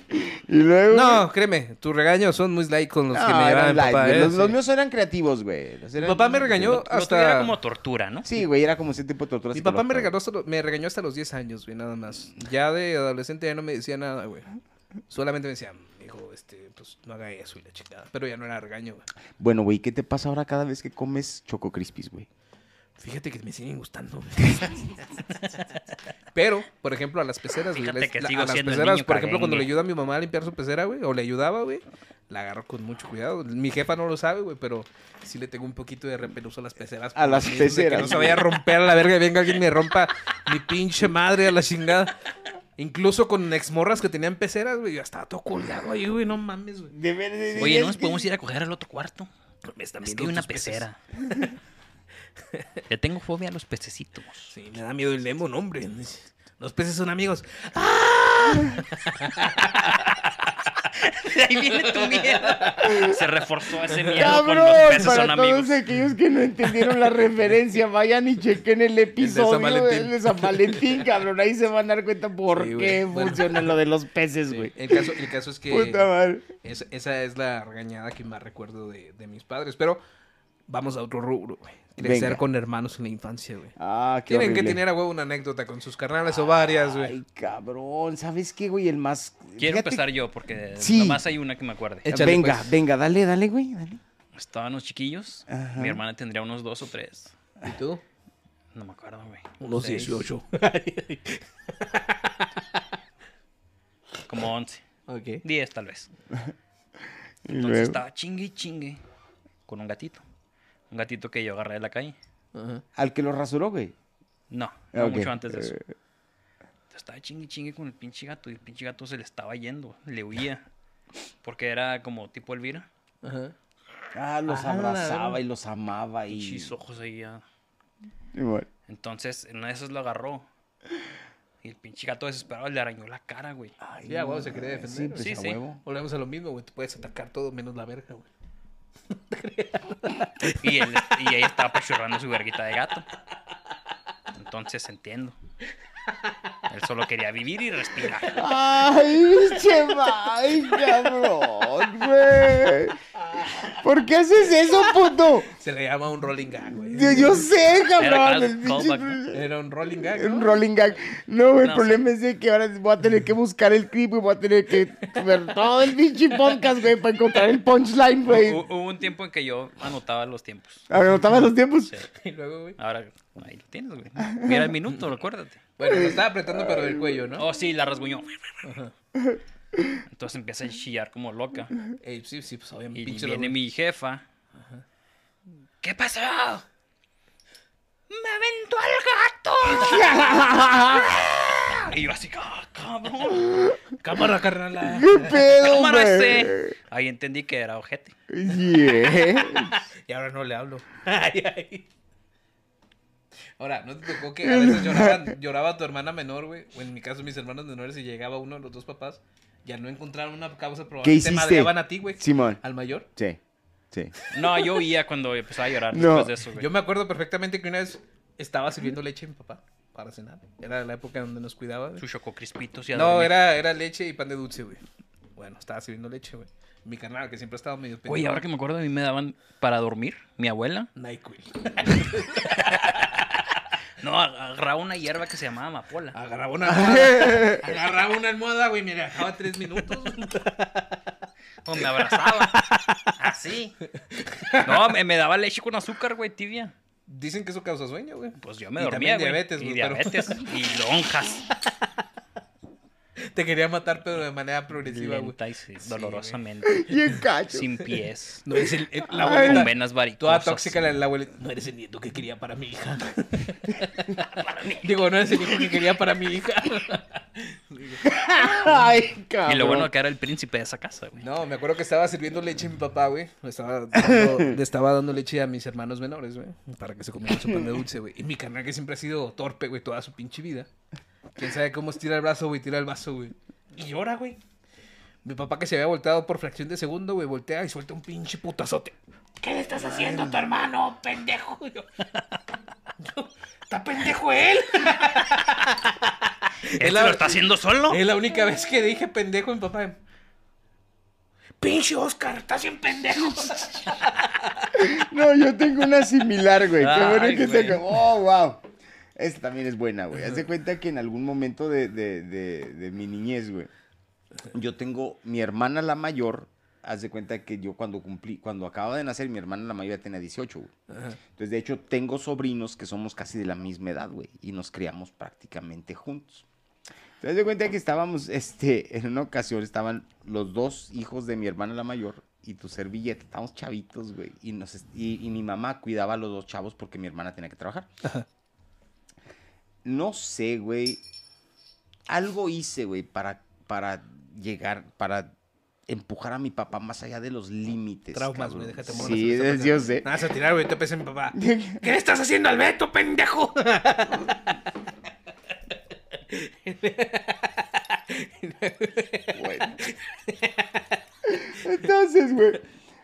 [SPEAKER 1] Y luego...
[SPEAKER 3] No, créeme, tus regaños son muy light con los que
[SPEAKER 1] No,
[SPEAKER 3] me
[SPEAKER 1] Ah, eran
[SPEAKER 3] llevaban
[SPEAKER 1] light,
[SPEAKER 3] papá.
[SPEAKER 1] güey.
[SPEAKER 3] eh,
[SPEAKER 1] los,
[SPEAKER 3] sí.
[SPEAKER 1] los míos eran creativos, güey. Los
[SPEAKER 3] Mi
[SPEAKER 1] eran-
[SPEAKER 3] papá me regañó
[SPEAKER 2] Lo tuviera
[SPEAKER 3] hasta...
[SPEAKER 2] como tortura, ¿no?
[SPEAKER 1] Sí, güey, era como ese tipo de tortura.
[SPEAKER 3] Mi papá me
[SPEAKER 1] psicológica,
[SPEAKER 3] regañó, hasta lo- me regañó hasta los 10 años, güey, nada más. Ya de adolescente ya no me decía nada, güey. Solamente me decía, hijo, este, pues no haga eso y la chingada. Pero ya no era regaño, güey.
[SPEAKER 1] güey. Bueno, güey, ¿qué te pasa ahora cada vez que comes Choco Crispies, güey?
[SPEAKER 3] Fíjate que me siguen gustando, güey. Pero, por ejemplo, a las peceras, güey.
[SPEAKER 2] Fíjate
[SPEAKER 3] las-
[SPEAKER 2] que
[SPEAKER 3] la-
[SPEAKER 2] sigo
[SPEAKER 3] a las
[SPEAKER 2] siendo el
[SPEAKER 3] peceras,
[SPEAKER 2] niño
[SPEAKER 3] por ejemplo, cuando le ayuda
[SPEAKER 2] caguengue.
[SPEAKER 3] a mi mamá a limpiar su pecera, güey, o le ayudaba, güey, la agarro con mucho cuidado. Mi jefa no lo sabe, güey, pero sí le tengo un poquito de repeluso a las peceras.
[SPEAKER 1] A
[SPEAKER 3] por lo
[SPEAKER 1] las
[SPEAKER 3] mismo de
[SPEAKER 1] peceras,
[SPEAKER 3] Que no se
[SPEAKER 1] güey.
[SPEAKER 3] vaya a romper a la verga y venga alguien y me rompa mi pinche madre a la chingada. Incluso con exmorras que tenían peceras, güey, ya estaba todo colgado ahí, güey, no mames, güey.
[SPEAKER 1] De ver- de- de-
[SPEAKER 2] Oye, ¿no nos
[SPEAKER 1] de-
[SPEAKER 2] podemos ir a coger al otro cuarto?
[SPEAKER 3] Me están
[SPEAKER 2] Es que
[SPEAKER 3] viendo
[SPEAKER 2] hay una
[SPEAKER 3] tus peces.
[SPEAKER 2] pecera. Le tengo fobia a los pececitos.
[SPEAKER 3] Sí, me da miedo el demo, no, hombre. Los peces son amigos.
[SPEAKER 2] Ahí viene tu miedo. Se reforzó ese miedo con
[SPEAKER 1] Cabrón,
[SPEAKER 2] los peces
[SPEAKER 1] para
[SPEAKER 2] son amigos.
[SPEAKER 1] todos aquellos que no entendieron la referencia, vayan y chequen el episodio
[SPEAKER 3] San Valentín.
[SPEAKER 1] el de San Valentín, cabrón. Ahí se van a dar cuenta por
[SPEAKER 3] Sí, güey.
[SPEAKER 1] qué
[SPEAKER 3] Bueno.
[SPEAKER 1] funciona lo de los peces, güey.
[SPEAKER 3] El caso, el caso es que...
[SPEAKER 1] Puta madre.
[SPEAKER 3] Es- esa es la regañada que más recuerdo de, de mis padres. Pero vamos a otro rubro, güey. Crecer
[SPEAKER 1] Venga.
[SPEAKER 3] con hermanos en la infancia, güey.
[SPEAKER 1] Ah, qué
[SPEAKER 3] Tienen que
[SPEAKER 1] horrible.
[SPEAKER 3] tener a huevo una anécdota con sus carnales o varias, güey.
[SPEAKER 1] Ay, cabrón, ¿sabes qué, güey? El más.
[SPEAKER 2] Quiero
[SPEAKER 1] Fíjate-
[SPEAKER 2] empezar yo porque
[SPEAKER 1] Sí.
[SPEAKER 2] nomás hay una que me acuerde.
[SPEAKER 3] Échale,
[SPEAKER 1] venga,
[SPEAKER 3] pues.
[SPEAKER 1] venga, dale, dale, güey. Dale.
[SPEAKER 2] Estaban los chiquillos.
[SPEAKER 1] Ajá.
[SPEAKER 2] Mi hermana tendría unos dos o tres.
[SPEAKER 3] ¿Y tú?
[SPEAKER 2] No me acuerdo, güey.
[SPEAKER 3] Unos
[SPEAKER 2] Seis,
[SPEAKER 3] 18.
[SPEAKER 2] Como once.
[SPEAKER 3] ok.
[SPEAKER 2] Diez, tal vez.
[SPEAKER 1] Y
[SPEAKER 2] Entonces
[SPEAKER 1] luego-
[SPEAKER 2] estaba chingue y chingue con un gatito. Un gatito que yo agarré de la calle.
[SPEAKER 3] Ajá.
[SPEAKER 1] Al que lo rasuró, güey.
[SPEAKER 2] No, no
[SPEAKER 1] Ok,
[SPEAKER 2] mucho antes de eso.
[SPEAKER 1] eh.
[SPEAKER 2] Estaba chingue y chingue con el pinche gato y el pinche gato se le estaba yendo, le huía. Porque era como tipo Elvira.
[SPEAKER 3] Ajá.
[SPEAKER 1] Ah, los
[SPEAKER 3] Ah, la
[SPEAKER 1] abrazaba
[SPEAKER 3] verdad.
[SPEAKER 1] y los amaba y.
[SPEAKER 2] Pinches ojos ahí ah.
[SPEAKER 1] Igual.
[SPEAKER 2] Entonces, en una de esas lo agarró. Y el pinche gato desesperado le arañó la cara, güey.
[SPEAKER 1] Ay,
[SPEAKER 3] Ya, huevo, se
[SPEAKER 1] no,
[SPEAKER 3] quería
[SPEAKER 1] eh,
[SPEAKER 3] defender,
[SPEAKER 1] Sí,
[SPEAKER 3] güey.
[SPEAKER 1] pues
[SPEAKER 2] Sí,
[SPEAKER 1] a
[SPEAKER 2] sí.
[SPEAKER 1] huevo.
[SPEAKER 3] Volvemos a lo mismo, güey. Tú puedes atacar todo menos la verga, güey.
[SPEAKER 2] Y, él- y ella estaba pechurrando su verguita de gato. Entonces entiendo. Él solo quería vivir y respirar.
[SPEAKER 1] Ay, pinche Mike, cabrón, güey. ¿Por qué haces eso, puto?
[SPEAKER 3] Se le llama un rolling gag, güey.
[SPEAKER 1] Yo, yo sé,
[SPEAKER 2] Era
[SPEAKER 1] cabrón.
[SPEAKER 2] call-
[SPEAKER 1] El pinche...
[SPEAKER 2] callback,
[SPEAKER 3] Era un rolling gag.
[SPEAKER 1] Un
[SPEAKER 3] ¿no?
[SPEAKER 1] rolling gag. No, el
[SPEAKER 2] No,
[SPEAKER 1] problema es de que ahora voy a tener que buscar el clip, güey. Voy a tener que ver todo el pinche podcast, güey, para encontrar el punchline, güey.
[SPEAKER 2] Hu- Hubo un tiempo en que yo anotaba los tiempos.
[SPEAKER 1] Anotaba los tiempos.
[SPEAKER 2] Sí.
[SPEAKER 3] Y luego, güey.
[SPEAKER 2] Ahora, ahí lo tienes, güey. Mira el minuto, recuérdate.
[SPEAKER 3] Bueno, lo estaba apretando, pero del cuello, ¿no?
[SPEAKER 2] Oh, sí, la rasguñó. Entonces empieza a chillar como loca.
[SPEAKER 3] Ey, sí, sí, pues obviamente.
[SPEAKER 2] Y
[SPEAKER 3] pinche
[SPEAKER 2] viene
[SPEAKER 3] rolling.
[SPEAKER 2] mi jefa. ¿Qué pasó? ¡Me aventó al gato! Y yo así, "Ah, cabrón.
[SPEAKER 3] Cámara, carnala.
[SPEAKER 1] ¿Qué pedo,
[SPEAKER 2] Cámara
[SPEAKER 1] güey?
[SPEAKER 2] ese. Ahí entendí que era ojete.
[SPEAKER 1] Yeah.
[SPEAKER 3] Y ahora no le hablo. Ay, ay. Ahora, ¿no te tocó que a veces lloraban- lloraba tu hermana menor, güey? O en mi caso, mis hermanos menores, y llegaba uno de los dos papás, ya no encontraron una causa probable.
[SPEAKER 1] ¿Qué
[SPEAKER 3] Te
[SPEAKER 1] hiciste?
[SPEAKER 3] madreaban a ti, güey.
[SPEAKER 1] Simón.
[SPEAKER 3] Al mayor.
[SPEAKER 1] Sí, sí.
[SPEAKER 2] No, yo huía cuando empezaba a llorar
[SPEAKER 1] No.
[SPEAKER 2] después de eso, güey.
[SPEAKER 3] Yo me acuerdo perfectamente que una vez estaba sirviendo leche a mi papá para cenar. Era la época donde nos cuidaba. güey.
[SPEAKER 2] Su choco crispitos y a
[SPEAKER 3] No,
[SPEAKER 2] dormir.
[SPEAKER 3] era, era leche y pan de dulce, güey. Bueno, estaba sirviendo leche, güey. Mi carnal, que siempre estaba medio
[SPEAKER 2] Güey, ahora que me acuerdo, a mí me daban para dormir, mi abuela.
[SPEAKER 3] Nyquil.
[SPEAKER 2] No, ag- agarraba una hierba que se llamaba amapola.
[SPEAKER 3] Agarraba una almohada. agarraba una almohada, güey. Me dejaba tres minutos. güey.
[SPEAKER 2] O Pues me abrazaba. Así. No, me, me daba leche con azúcar, güey, tibia.
[SPEAKER 3] Dicen que eso causa sueño, güey.
[SPEAKER 2] Pues yo me
[SPEAKER 3] Y
[SPEAKER 2] dormía,
[SPEAKER 3] también
[SPEAKER 2] güey.
[SPEAKER 3] diabetes,
[SPEAKER 2] Y
[SPEAKER 3] güey. pero
[SPEAKER 2] diabetes. Y lonjas.
[SPEAKER 3] Te quería matar, pero de manera progresiva, güey.
[SPEAKER 2] Lenta y sí,
[SPEAKER 3] Sí,
[SPEAKER 2] dolorosamente.
[SPEAKER 1] Bien cacho.
[SPEAKER 2] Sin pies.
[SPEAKER 3] No es el, el- la
[SPEAKER 2] Con
[SPEAKER 3] abuelita.
[SPEAKER 2] venas
[SPEAKER 3] Toda
[SPEAKER 2] varicosas.
[SPEAKER 3] tóxica la, la abuelita. No eres el nieto que quería para mi hija. Digo, no eres el hijo que quería para mi hija.
[SPEAKER 1] Ay, cabrón.
[SPEAKER 2] Y
[SPEAKER 3] Ah,
[SPEAKER 2] lo bueno que era el príncipe de esa casa, güey.
[SPEAKER 3] No, me acuerdo que estaba sirviendo leche a mi papá, güey. Le estaba dando, le estaba dando leche a mis hermanos menores, güey. Para que se comieran su pan de dulce, güey. Y mi carnal, que siempre ha sido torpe, güey, toda su pinche vida. Quién sabe cómo estira el brazo, güey, tira el vaso, güey. Y llora, güey. Mi papá que se había volteado por fracción de segundo, güey, voltea y suelta un pinche putazote.
[SPEAKER 4] ¿Qué le estás haciendo a tu hermano, pendejo? Yo- yo- ¿Está pendejo él?
[SPEAKER 2] ¿Él Este lo está haciendo solo?
[SPEAKER 3] Es la única vez que dije pendejo, mi papá.
[SPEAKER 4] Pinche Oscar, estás bien pendejo.
[SPEAKER 1] No, yo tengo una similar, güey. Qué bueno
[SPEAKER 2] Ay,
[SPEAKER 1] que
[SPEAKER 2] güey.
[SPEAKER 1] tengo. Oh, wow. Esta también es buena, güey. Haz de cuenta que en algún momento de, de- de- de mi niñez, güey, yo tengo mi hermana la mayor. Haz de cuenta que yo cuando cumplí, cuando acababa de nacer, mi hermana la mayor ya tenía 18, güey. Entonces, de hecho, tengo sobrinos que somos casi de la misma edad, güey, y nos criamos prácticamente juntos. Te das de cuenta que estábamos, este, en una ocasión estaban los dos hijos de mi hermana la mayor y tu servilleta, estábamos chavitos, güey, y, nos, est- y, y mi mamá cuidaba a los dos chavos porque mi hermana tenía que trabajar. No sé, güey, algo hice, güey, para, para llegar, para empujar a mi papá más allá de los límites.
[SPEAKER 3] Traumas,
[SPEAKER 1] cabrón.
[SPEAKER 3] güey, déjate morir.
[SPEAKER 1] Sí, es- yo sé.
[SPEAKER 3] Nada, se tirar, güey, te pese mi papá.
[SPEAKER 4] ¿eh? ¿Qué le estás haciendo al Beto, pendejo?
[SPEAKER 1] Bueno. Entonces, güey.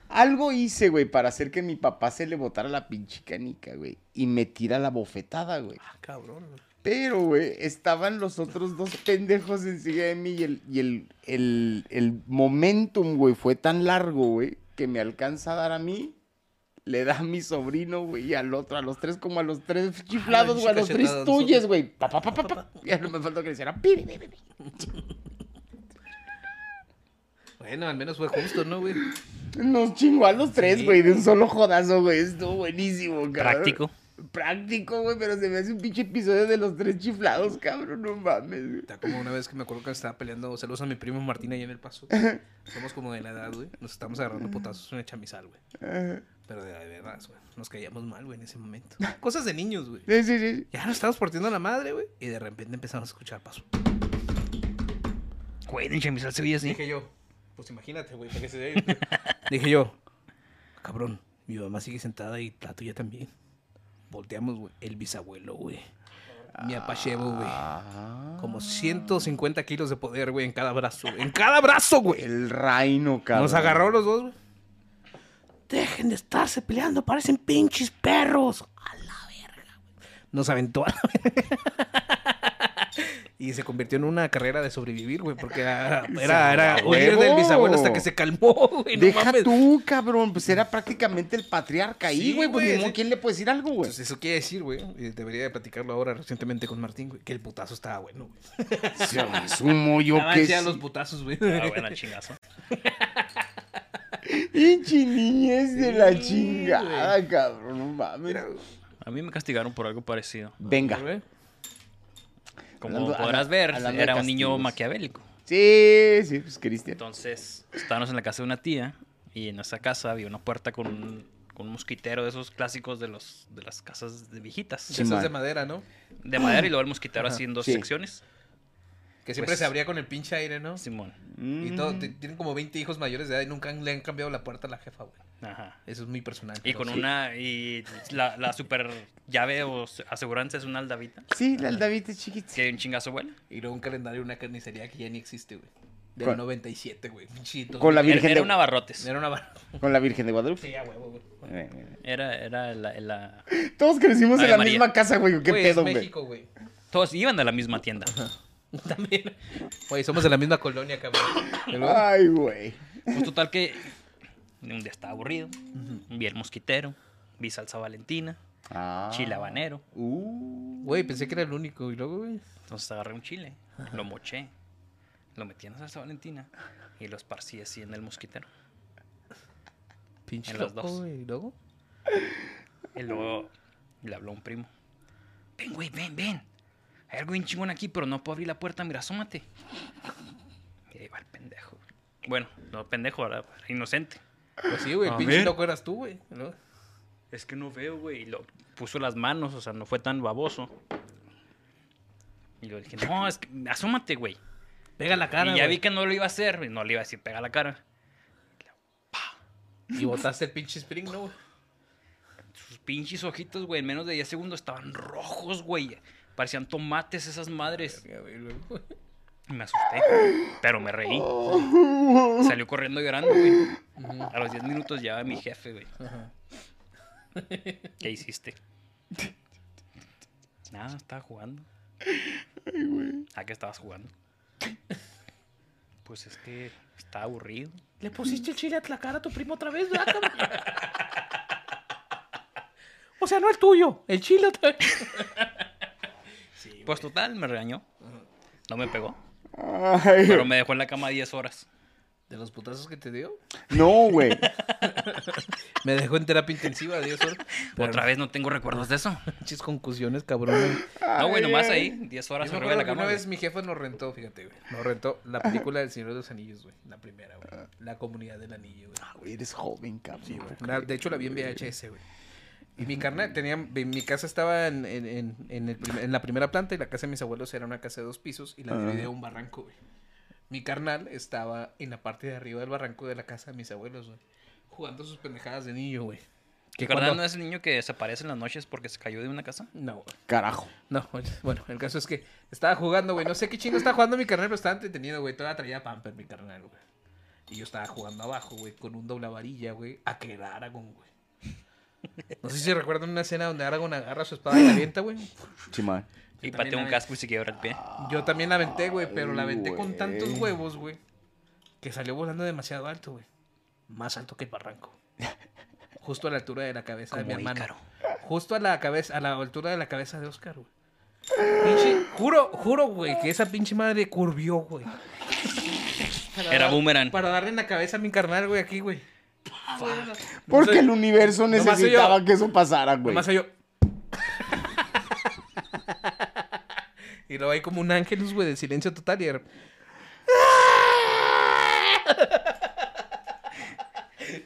[SPEAKER 1] Algo hice, güey, para hacer que mi papá se le botara la pinche canica, güey. Y me tira la bofetada, güey.
[SPEAKER 3] Cabrón. güey.
[SPEAKER 1] Pero, güey, estaban los otros dos pendejos encima de mí y el, y el, el, el momentum, güey, fue tan largo, güey, que me alcanza a dar a mí, le da a mi sobrino, güey, y al otro, a los tres, como a los tres chiflados, güey, a los tres
[SPEAKER 3] cachetadas,
[SPEAKER 1] tuyes, güey. Pa, pa, pa, pa, pa. Ya no me faltó que le hiciera piri, piri, piri.
[SPEAKER 3] Bueno, al menos fue justo, ¿no, güey?
[SPEAKER 1] Nos chingó a los tres,
[SPEAKER 3] Sí.
[SPEAKER 1] güey, de un solo jodazo, güey. Estuvo buenísimo, cabrón.
[SPEAKER 2] Práctico.
[SPEAKER 1] Práctico, güey, pero se me hace un pinche episodio de los tres chiflados, cabrón, no mames. güey.
[SPEAKER 3] Está como una vez que me acuerdo que estaba peleando. Saludos a mi primo Martín allá en el paso. Somos como de la edad, güey. Nos estamos agarrando putazos en el chamizal, güey. Pero de, de verdad, güey. Nos caíamos mal, güey, en ese momento. Cosas de niños, güey.
[SPEAKER 1] Sí, sí, sí.
[SPEAKER 3] Ya nos estábamos partiendo la madre, güey. Y de repente empezamos a escuchar paso.
[SPEAKER 2] Güey, en Chemisal se veía así.
[SPEAKER 3] Dije yo, pues imagínate, güey, para que se dé. Dije yo, cabrón, mi mamá sigue sentada y la tuya también. Volteamos, güey. El bisabuelo, güey. Mi apachevo, güey.
[SPEAKER 1] Ah,
[SPEAKER 3] Como 150 kilos de poder, güey, en cada brazo. güey. En cada brazo, güey.
[SPEAKER 1] el reino, cabrón.
[SPEAKER 3] Nos agarró los dos, güey.
[SPEAKER 4] Dejen de estarse peleando, parecen pinches perros.
[SPEAKER 3] Nos aventó. a la- Y se convirtió en una carrera de sobrevivir, güey, porque era, era, era huir
[SPEAKER 1] huevo.
[SPEAKER 3] del bisabuelo hasta que se calmó, güey. No
[SPEAKER 1] Deja
[SPEAKER 3] mames.
[SPEAKER 1] tú, cabrón. Pues era prácticamente el patriarca ahí,
[SPEAKER 3] Sí,
[SPEAKER 1] güey. pues
[SPEAKER 3] güey,
[SPEAKER 1] ni modo,
[SPEAKER 3] sí.
[SPEAKER 1] ¿quién le puede decir algo, güey?
[SPEAKER 3] Entonces, Pues eso quiere decir, güey, y debería de platicarlo ahora recientemente con Martín, güey, que el putazo estaba bueno, güey.
[SPEAKER 1] Se asumo yo
[SPEAKER 3] Estaban
[SPEAKER 1] que
[SPEAKER 3] ya los
[SPEAKER 1] sí.
[SPEAKER 3] putazos, güey.
[SPEAKER 2] Ah, bueno, chingazo.
[SPEAKER 1] Pinche niñez de la
[SPEAKER 3] Sí,
[SPEAKER 1] chingada,
[SPEAKER 3] güey.
[SPEAKER 1] cabrón. No mames.
[SPEAKER 2] A mí me castigaron por algo parecido.
[SPEAKER 1] Venga.
[SPEAKER 3] güey.
[SPEAKER 2] Como
[SPEAKER 1] Hablando-
[SPEAKER 2] podrás
[SPEAKER 1] habla-
[SPEAKER 2] ver,
[SPEAKER 1] hablando de
[SPEAKER 2] era un niño
[SPEAKER 1] castigos.
[SPEAKER 2] maquiavélico.
[SPEAKER 1] Sí, sí, pues Cristian.
[SPEAKER 2] Entonces, estábamos en la casa de una tía y en esa casa había una puerta con un, con un mosquitero de esos clásicos de, los, de las casas de viejitas.
[SPEAKER 3] De
[SPEAKER 1] Sí,
[SPEAKER 3] esas
[SPEAKER 1] man.
[SPEAKER 3] de madera, ¿no?
[SPEAKER 2] De madera y luego el mosquitero así en dos
[SPEAKER 1] sí.
[SPEAKER 2] secciones.
[SPEAKER 3] Que siempre
[SPEAKER 2] Pues-
[SPEAKER 3] se abría con el pinche aire, ¿no?
[SPEAKER 2] Simón.
[SPEAKER 3] Y todo,
[SPEAKER 1] Mm.
[SPEAKER 3] t- tienen como 20 hijos mayores de edad y nunca han- le han cambiado la puerta a la jefa, güey.
[SPEAKER 2] Ajá.
[SPEAKER 3] Eso es muy personal.
[SPEAKER 2] Y con una. Y la, la super llave o s- aseguranza es una aldavita.
[SPEAKER 1] Sí, la David es chiquita.
[SPEAKER 2] Que un chingazo vuela.
[SPEAKER 3] Y luego un calendario de una carnicería que ya ni existe, güey. Del
[SPEAKER 1] Con-
[SPEAKER 3] 97, güey. Pinchito.
[SPEAKER 1] Con la
[SPEAKER 2] Era,
[SPEAKER 1] Virgen
[SPEAKER 2] era
[SPEAKER 1] de
[SPEAKER 2] un abarrotes.
[SPEAKER 3] Era una barra.
[SPEAKER 1] Con la Virgen de Guadalupe.
[SPEAKER 3] Sí, a huevo, güey.
[SPEAKER 1] Eh, eh.
[SPEAKER 2] Era, era la, la-
[SPEAKER 1] Todos crecimos en
[SPEAKER 2] Ave
[SPEAKER 1] la
[SPEAKER 2] María.
[SPEAKER 1] misma casa, güey. ¿Qué
[SPEAKER 3] Güey,
[SPEAKER 1] pedo,
[SPEAKER 3] es
[SPEAKER 1] güey?
[SPEAKER 3] México, güey.
[SPEAKER 2] Todos iban a la misma tienda.
[SPEAKER 3] También. Güey, somos de la misma colonia, cabrón.
[SPEAKER 1] Ay, güey.
[SPEAKER 2] Pues total que un día estaba aburrido. Vi el mosquitero. Vi salsa valentina.
[SPEAKER 1] Ah.
[SPEAKER 2] Chile habanero.
[SPEAKER 1] Uh.
[SPEAKER 3] Güey, pensé que era el único. Y luego, güey.
[SPEAKER 2] Entonces agarré un chile. Lo moché. Lo metí en la salsa valentina. Y lo esparcí así en el mosquitero.
[SPEAKER 3] Pinche
[SPEAKER 2] En las
[SPEAKER 3] loco,
[SPEAKER 2] dos.
[SPEAKER 3] güey. Y luego.
[SPEAKER 2] Y luego le habló un primo. Ven, güey, ven, ven. Hay algo bien chingón aquí, pero no puedo abrir la puerta. Mira, asómate. Y ahí va el pendejo. Bueno, no pendejo, era inocente.
[SPEAKER 3] Pues sí, güey. El
[SPEAKER 2] A
[SPEAKER 3] pinche
[SPEAKER 2] ver.
[SPEAKER 3] loco eras tú, güey. Y luego-
[SPEAKER 2] Es que no veo, güey. Y lo puso las manos, o sea, no fue tan baboso. Y le dije, no, es que asómate, güey.
[SPEAKER 3] Pega la cara,
[SPEAKER 2] Y ya
[SPEAKER 3] güey.
[SPEAKER 2] vi que no lo iba a hacer. y No le iba a decir, pega la cara.
[SPEAKER 3] Y botaste el pinche spring, ¿no, güey?
[SPEAKER 2] Sus pinches ojitos, güey, en menos de 10 segundos estaban rojos, güey. Parecían tomates esas madres.
[SPEAKER 3] Ya, güey, y luego-
[SPEAKER 2] Me asusté, pero me reí. Salió corriendo llorando, güey. A los 10 minutos ya mi jefe, güey. ¿Qué hiciste? Nada, estaba jugando. ¿A qué estabas jugando? Pues es que estaba aburrido.
[SPEAKER 4] ¿Le pusiste el chile a la cara a tu primo otra vez, verdad, cabrón? O sea, no el tuyo, el chile otra vez.
[SPEAKER 2] Pues total, me regañó. No me pegó,
[SPEAKER 1] Ay,
[SPEAKER 2] pero me dejó en la cama 10 horas.
[SPEAKER 3] De los putazos que te dio.
[SPEAKER 1] No, güey.
[SPEAKER 3] Me dejó en terapia intensiva, Dios solo.
[SPEAKER 2] Otra vez no tengo recuerdos de eso.
[SPEAKER 3] Pinches concusiones, cabrón.
[SPEAKER 2] No, güey,
[SPEAKER 1] Ay,
[SPEAKER 2] nomás
[SPEAKER 1] ay.
[SPEAKER 2] ahí, 10 horas
[SPEAKER 3] Yo me
[SPEAKER 2] arriba de
[SPEAKER 3] acuerdo
[SPEAKER 2] la
[SPEAKER 3] que
[SPEAKER 2] cama.
[SPEAKER 3] una
[SPEAKER 2] güey.
[SPEAKER 3] vez mi jefa nos rentó, fíjate, güey. Nos rentó la película del Señor de los Anillos, güey. La primera, güey. La comunidad del anillo, güey.
[SPEAKER 1] Ah, güey, Eres joven, cabrón.
[SPEAKER 3] La- de hecho, la vi en VHS, güey. Y mi carnal tenía, mi mi casa estaba en, en- en- en el prim- en la primera planta y la casa de mis abuelos era una casa de dos pisos y la dividía un barranco, güey. Mi carnal estaba en la parte de arriba del barranco de la casa de mis abuelos, güey. Jugando sus pendejadas de niño, güey.
[SPEAKER 2] ¿Tu
[SPEAKER 3] Que
[SPEAKER 2] carnal
[SPEAKER 3] cuando-
[SPEAKER 2] no es el niño que desaparece en las noches porque se cayó de una casa?
[SPEAKER 3] No, güey.
[SPEAKER 1] Carajo.
[SPEAKER 3] No, bueno, el caso es que estaba jugando, güey. No sé qué chingo estaba jugando mi carnal, pero estaba entretenido, güey. Toda traía pamper mi carnal, güey. Y yo estaba jugando abajo, güey, con un doble varilla, güey, a que era Aragón, güey. No sé si recuerdan una escena donde Aragón agarra su espada y la avienta, güey.
[SPEAKER 1] Chimán.
[SPEAKER 3] también
[SPEAKER 2] Y pateó
[SPEAKER 3] la
[SPEAKER 2] un
[SPEAKER 3] vi.
[SPEAKER 2] casco y se quiebra el pie.
[SPEAKER 3] Yo también la aventé, güey, pero la aventé
[SPEAKER 1] güey.
[SPEAKER 3] con tantos huevos, güey, que salió volando demasiado alto, güey. Más alto que el barranco. Justo a la altura de la cabeza de mi
[SPEAKER 2] Como
[SPEAKER 3] hermano.
[SPEAKER 2] Ícaro.
[SPEAKER 3] Justo a la cabeza, a la altura de la cabeza de Oscar, güey. Pinche, juro, juro, güey, que esa pinche madre curvió, güey. Para
[SPEAKER 2] Era
[SPEAKER 3] dar-
[SPEAKER 2] boomerang.
[SPEAKER 3] Para darle en la cabeza a mi carnal, güey, aquí, güey.
[SPEAKER 1] Porque el universo
[SPEAKER 3] nomás soy
[SPEAKER 1] necesitaba
[SPEAKER 3] yo.
[SPEAKER 1] que eso pasara, güey.
[SPEAKER 3] Nomás yo. y luego hay como un ángelus, güey, de silencio total y era-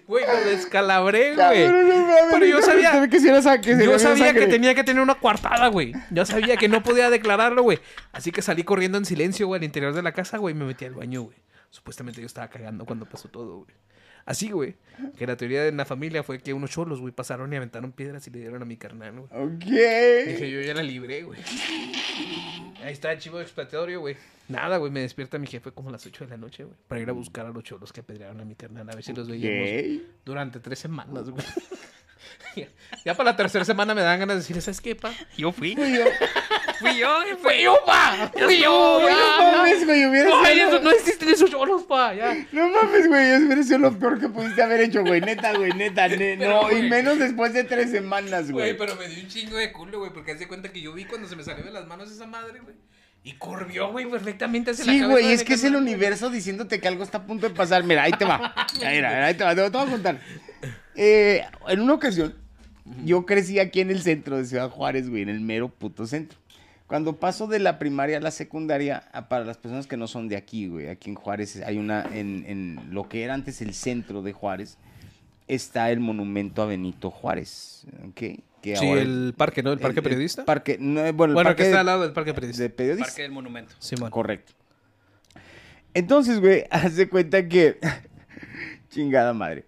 [SPEAKER 3] Güey, lo descalabré, güey.
[SPEAKER 1] Cabrón, no mames,
[SPEAKER 3] Pero yo
[SPEAKER 1] ahorita
[SPEAKER 3] sabía-
[SPEAKER 1] me- que si era sa- que si
[SPEAKER 3] Yo
[SPEAKER 1] era
[SPEAKER 3] sabía que
[SPEAKER 1] sangre.
[SPEAKER 3] tenía que tener una coartada, güey. Yo sabía que no podía declararlo, güey. Así que salí corriendo en silencio, güey, al interior de la casa, güey, y me metí al baño, güey. Supuestamente yo estaba cagando cuando pasó todo, güey. Así, güey, que la teoría de la familia fue que unos cholos, güey, pasaron y aventaron piedras y le dieron a mi carnal, güey. Dije,
[SPEAKER 1] Ok.
[SPEAKER 3] yo ya la libré, güey. Ahí está el chivo expiatorio, güey. Nada, güey, me despierta mi jefe como a las 8 de la noche, güey, para ir a buscar a los cholos que apedrearon a mi carnal, a ver si los veíamos
[SPEAKER 1] Ok.
[SPEAKER 3] durante tres semanas, güey. ya, ya para la tercera semana me dan ganas de decirle, ¿sabes qué, pa?
[SPEAKER 2] Yo fui.
[SPEAKER 1] Fui yo.
[SPEAKER 2] Fui yo, güey.
[SPEAKER 4] ¡Fue yo, pa! ¡Fui yo,
[SPEAKER 1] No mames, güey, hubiera
[SPEAKER 4] Ah, No,
[SPEAKER 1] sido-
[SPEAKER 4] ellos no existen esos choros, pa, ya.
[SPEAKER 1] No mames, güey, eso hubiera sido lo peor que pudiste haber hecho, güey. Neta, güey, neta, ne- no. Y menos después de tres semanas,
[SPEAKER 3] Güey,
[SPEAKER 1] güey.
[SPEAKER 3] pero me dio un chingo de culo, güey, porque hace cuenta que yo vi cuando se me salió de las manos esa madre, güey. Y curvió, güey, perfectamente hacia la
[SPEAKER 1] Sí,
[SPEAKER 3] cabeza
[SPEAKER 1] güey,
[SPEAKER 3] de
[SPEAKER 1] es que es el
[SPEAKER 3] Alejandro.
[SPEAKER 1] universo diciéndote que algo está a punto de pasar. Mira, ahí te va. Mira, mira, ahí te va, te, lo- te voy a contar. Eh, en una ocasión, yo crecí aquí en el centro de Ciudad Juárez, güey, en el mero puto centro. Cuando paso de la primaria a la secundaria, a- para las personas que no son de aquí, güey, aquí en Juárez hay una, en, en lo que era antes el centro de Juárez, está el monumento a Benito Juárez, ¿ok? Que
[SPEAKER 3] Sí,
[SPEAKER 1] ahora-
[SPEAKER 3] el parque, ¿no? El parque periodista.
[SPEAKER 1] parque, no, bueno,
[SPEAKER 3] bueno,
[SPEAKER 1] el parque
[SPEAKER 3] que
[SPEAKER 1] de-
[SPEAKER 3] está al lado del parque periodista.
[SPEAKER 1] de periodista.
[SPEAKER 2] Parque del Monumento.
[SPEAKER 3] Simón.
[SPEAKER 1] Correcto. Entonces, güey, haz de cuenta que. Chingada madre.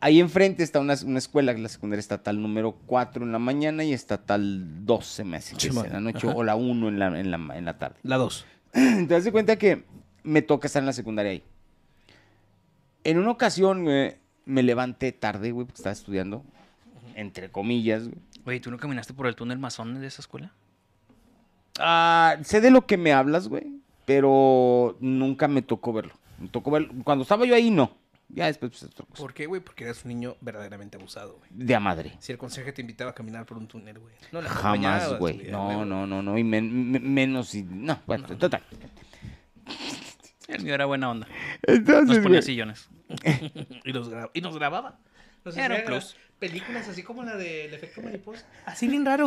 [SPEAKER 1] Ahí enfrente está una, una escuela, la secundaria estatal número 4 en la mañana y estatal 12, me hace que es
[SPEAKER 3] Simón,
[SPEAKER 1] en la noche,
[SPEAKER 3] ajá.
[SPEAKER 1] o la 1 en la, en la- en la tarde.
[SPEAKER 3] La 2.
[SPEAKER 1] Entonces, haz de cuenta que me toca estar en la secundaria ahí. En una ocasión, güey, me levanté tarde, güey, porque estaba estudiando, entre comillas, güey.
[SPEAKER 2] Güey, ¿tú no caminaste por el túnel masón de esa escuela?
[SPEAKER 1] Ah, sé de lo que me hablas, güey, pero nunca me tocó verlo. Me tocó verlo. Cuando estaba yo ahí, no. Ya después, pues, otra cosa.
[SPEAKER 3] ¿Por qué, güey? Porque eras un niño verdaderamente abusado, güey.
[SPEAKER 1] De a madre.
[SPEAKER 3] Si el conserje te invitaba a caminar por un túnel, güey. No la
[SPEAKER 1] Jamás,
[SPEAKER 3] acompañabas,
[SPEAKER 1] güey. No,
[SPEAKER 3] güey.
[SPEAKER 1] no, no, no. Y men- me- menos y. No, bueno, total.
[SPEAKER 2] El mío era buena onda. Nos
[SPEAKER 1] Entonces,
[SPEAKER 2] ponía
[SPEAKER 1] güey.
[SPEAKER 2] sillones.
[SPEAKER 4] Y, los gra- y nos grababa. Nos
[SPEAKER 2] Era un
[SPEAKER 4] hacía gra-
[SPEAKER 2] plus.
[SPEAKER 4] Películas así como la del efecto mariposa. Así bien raro.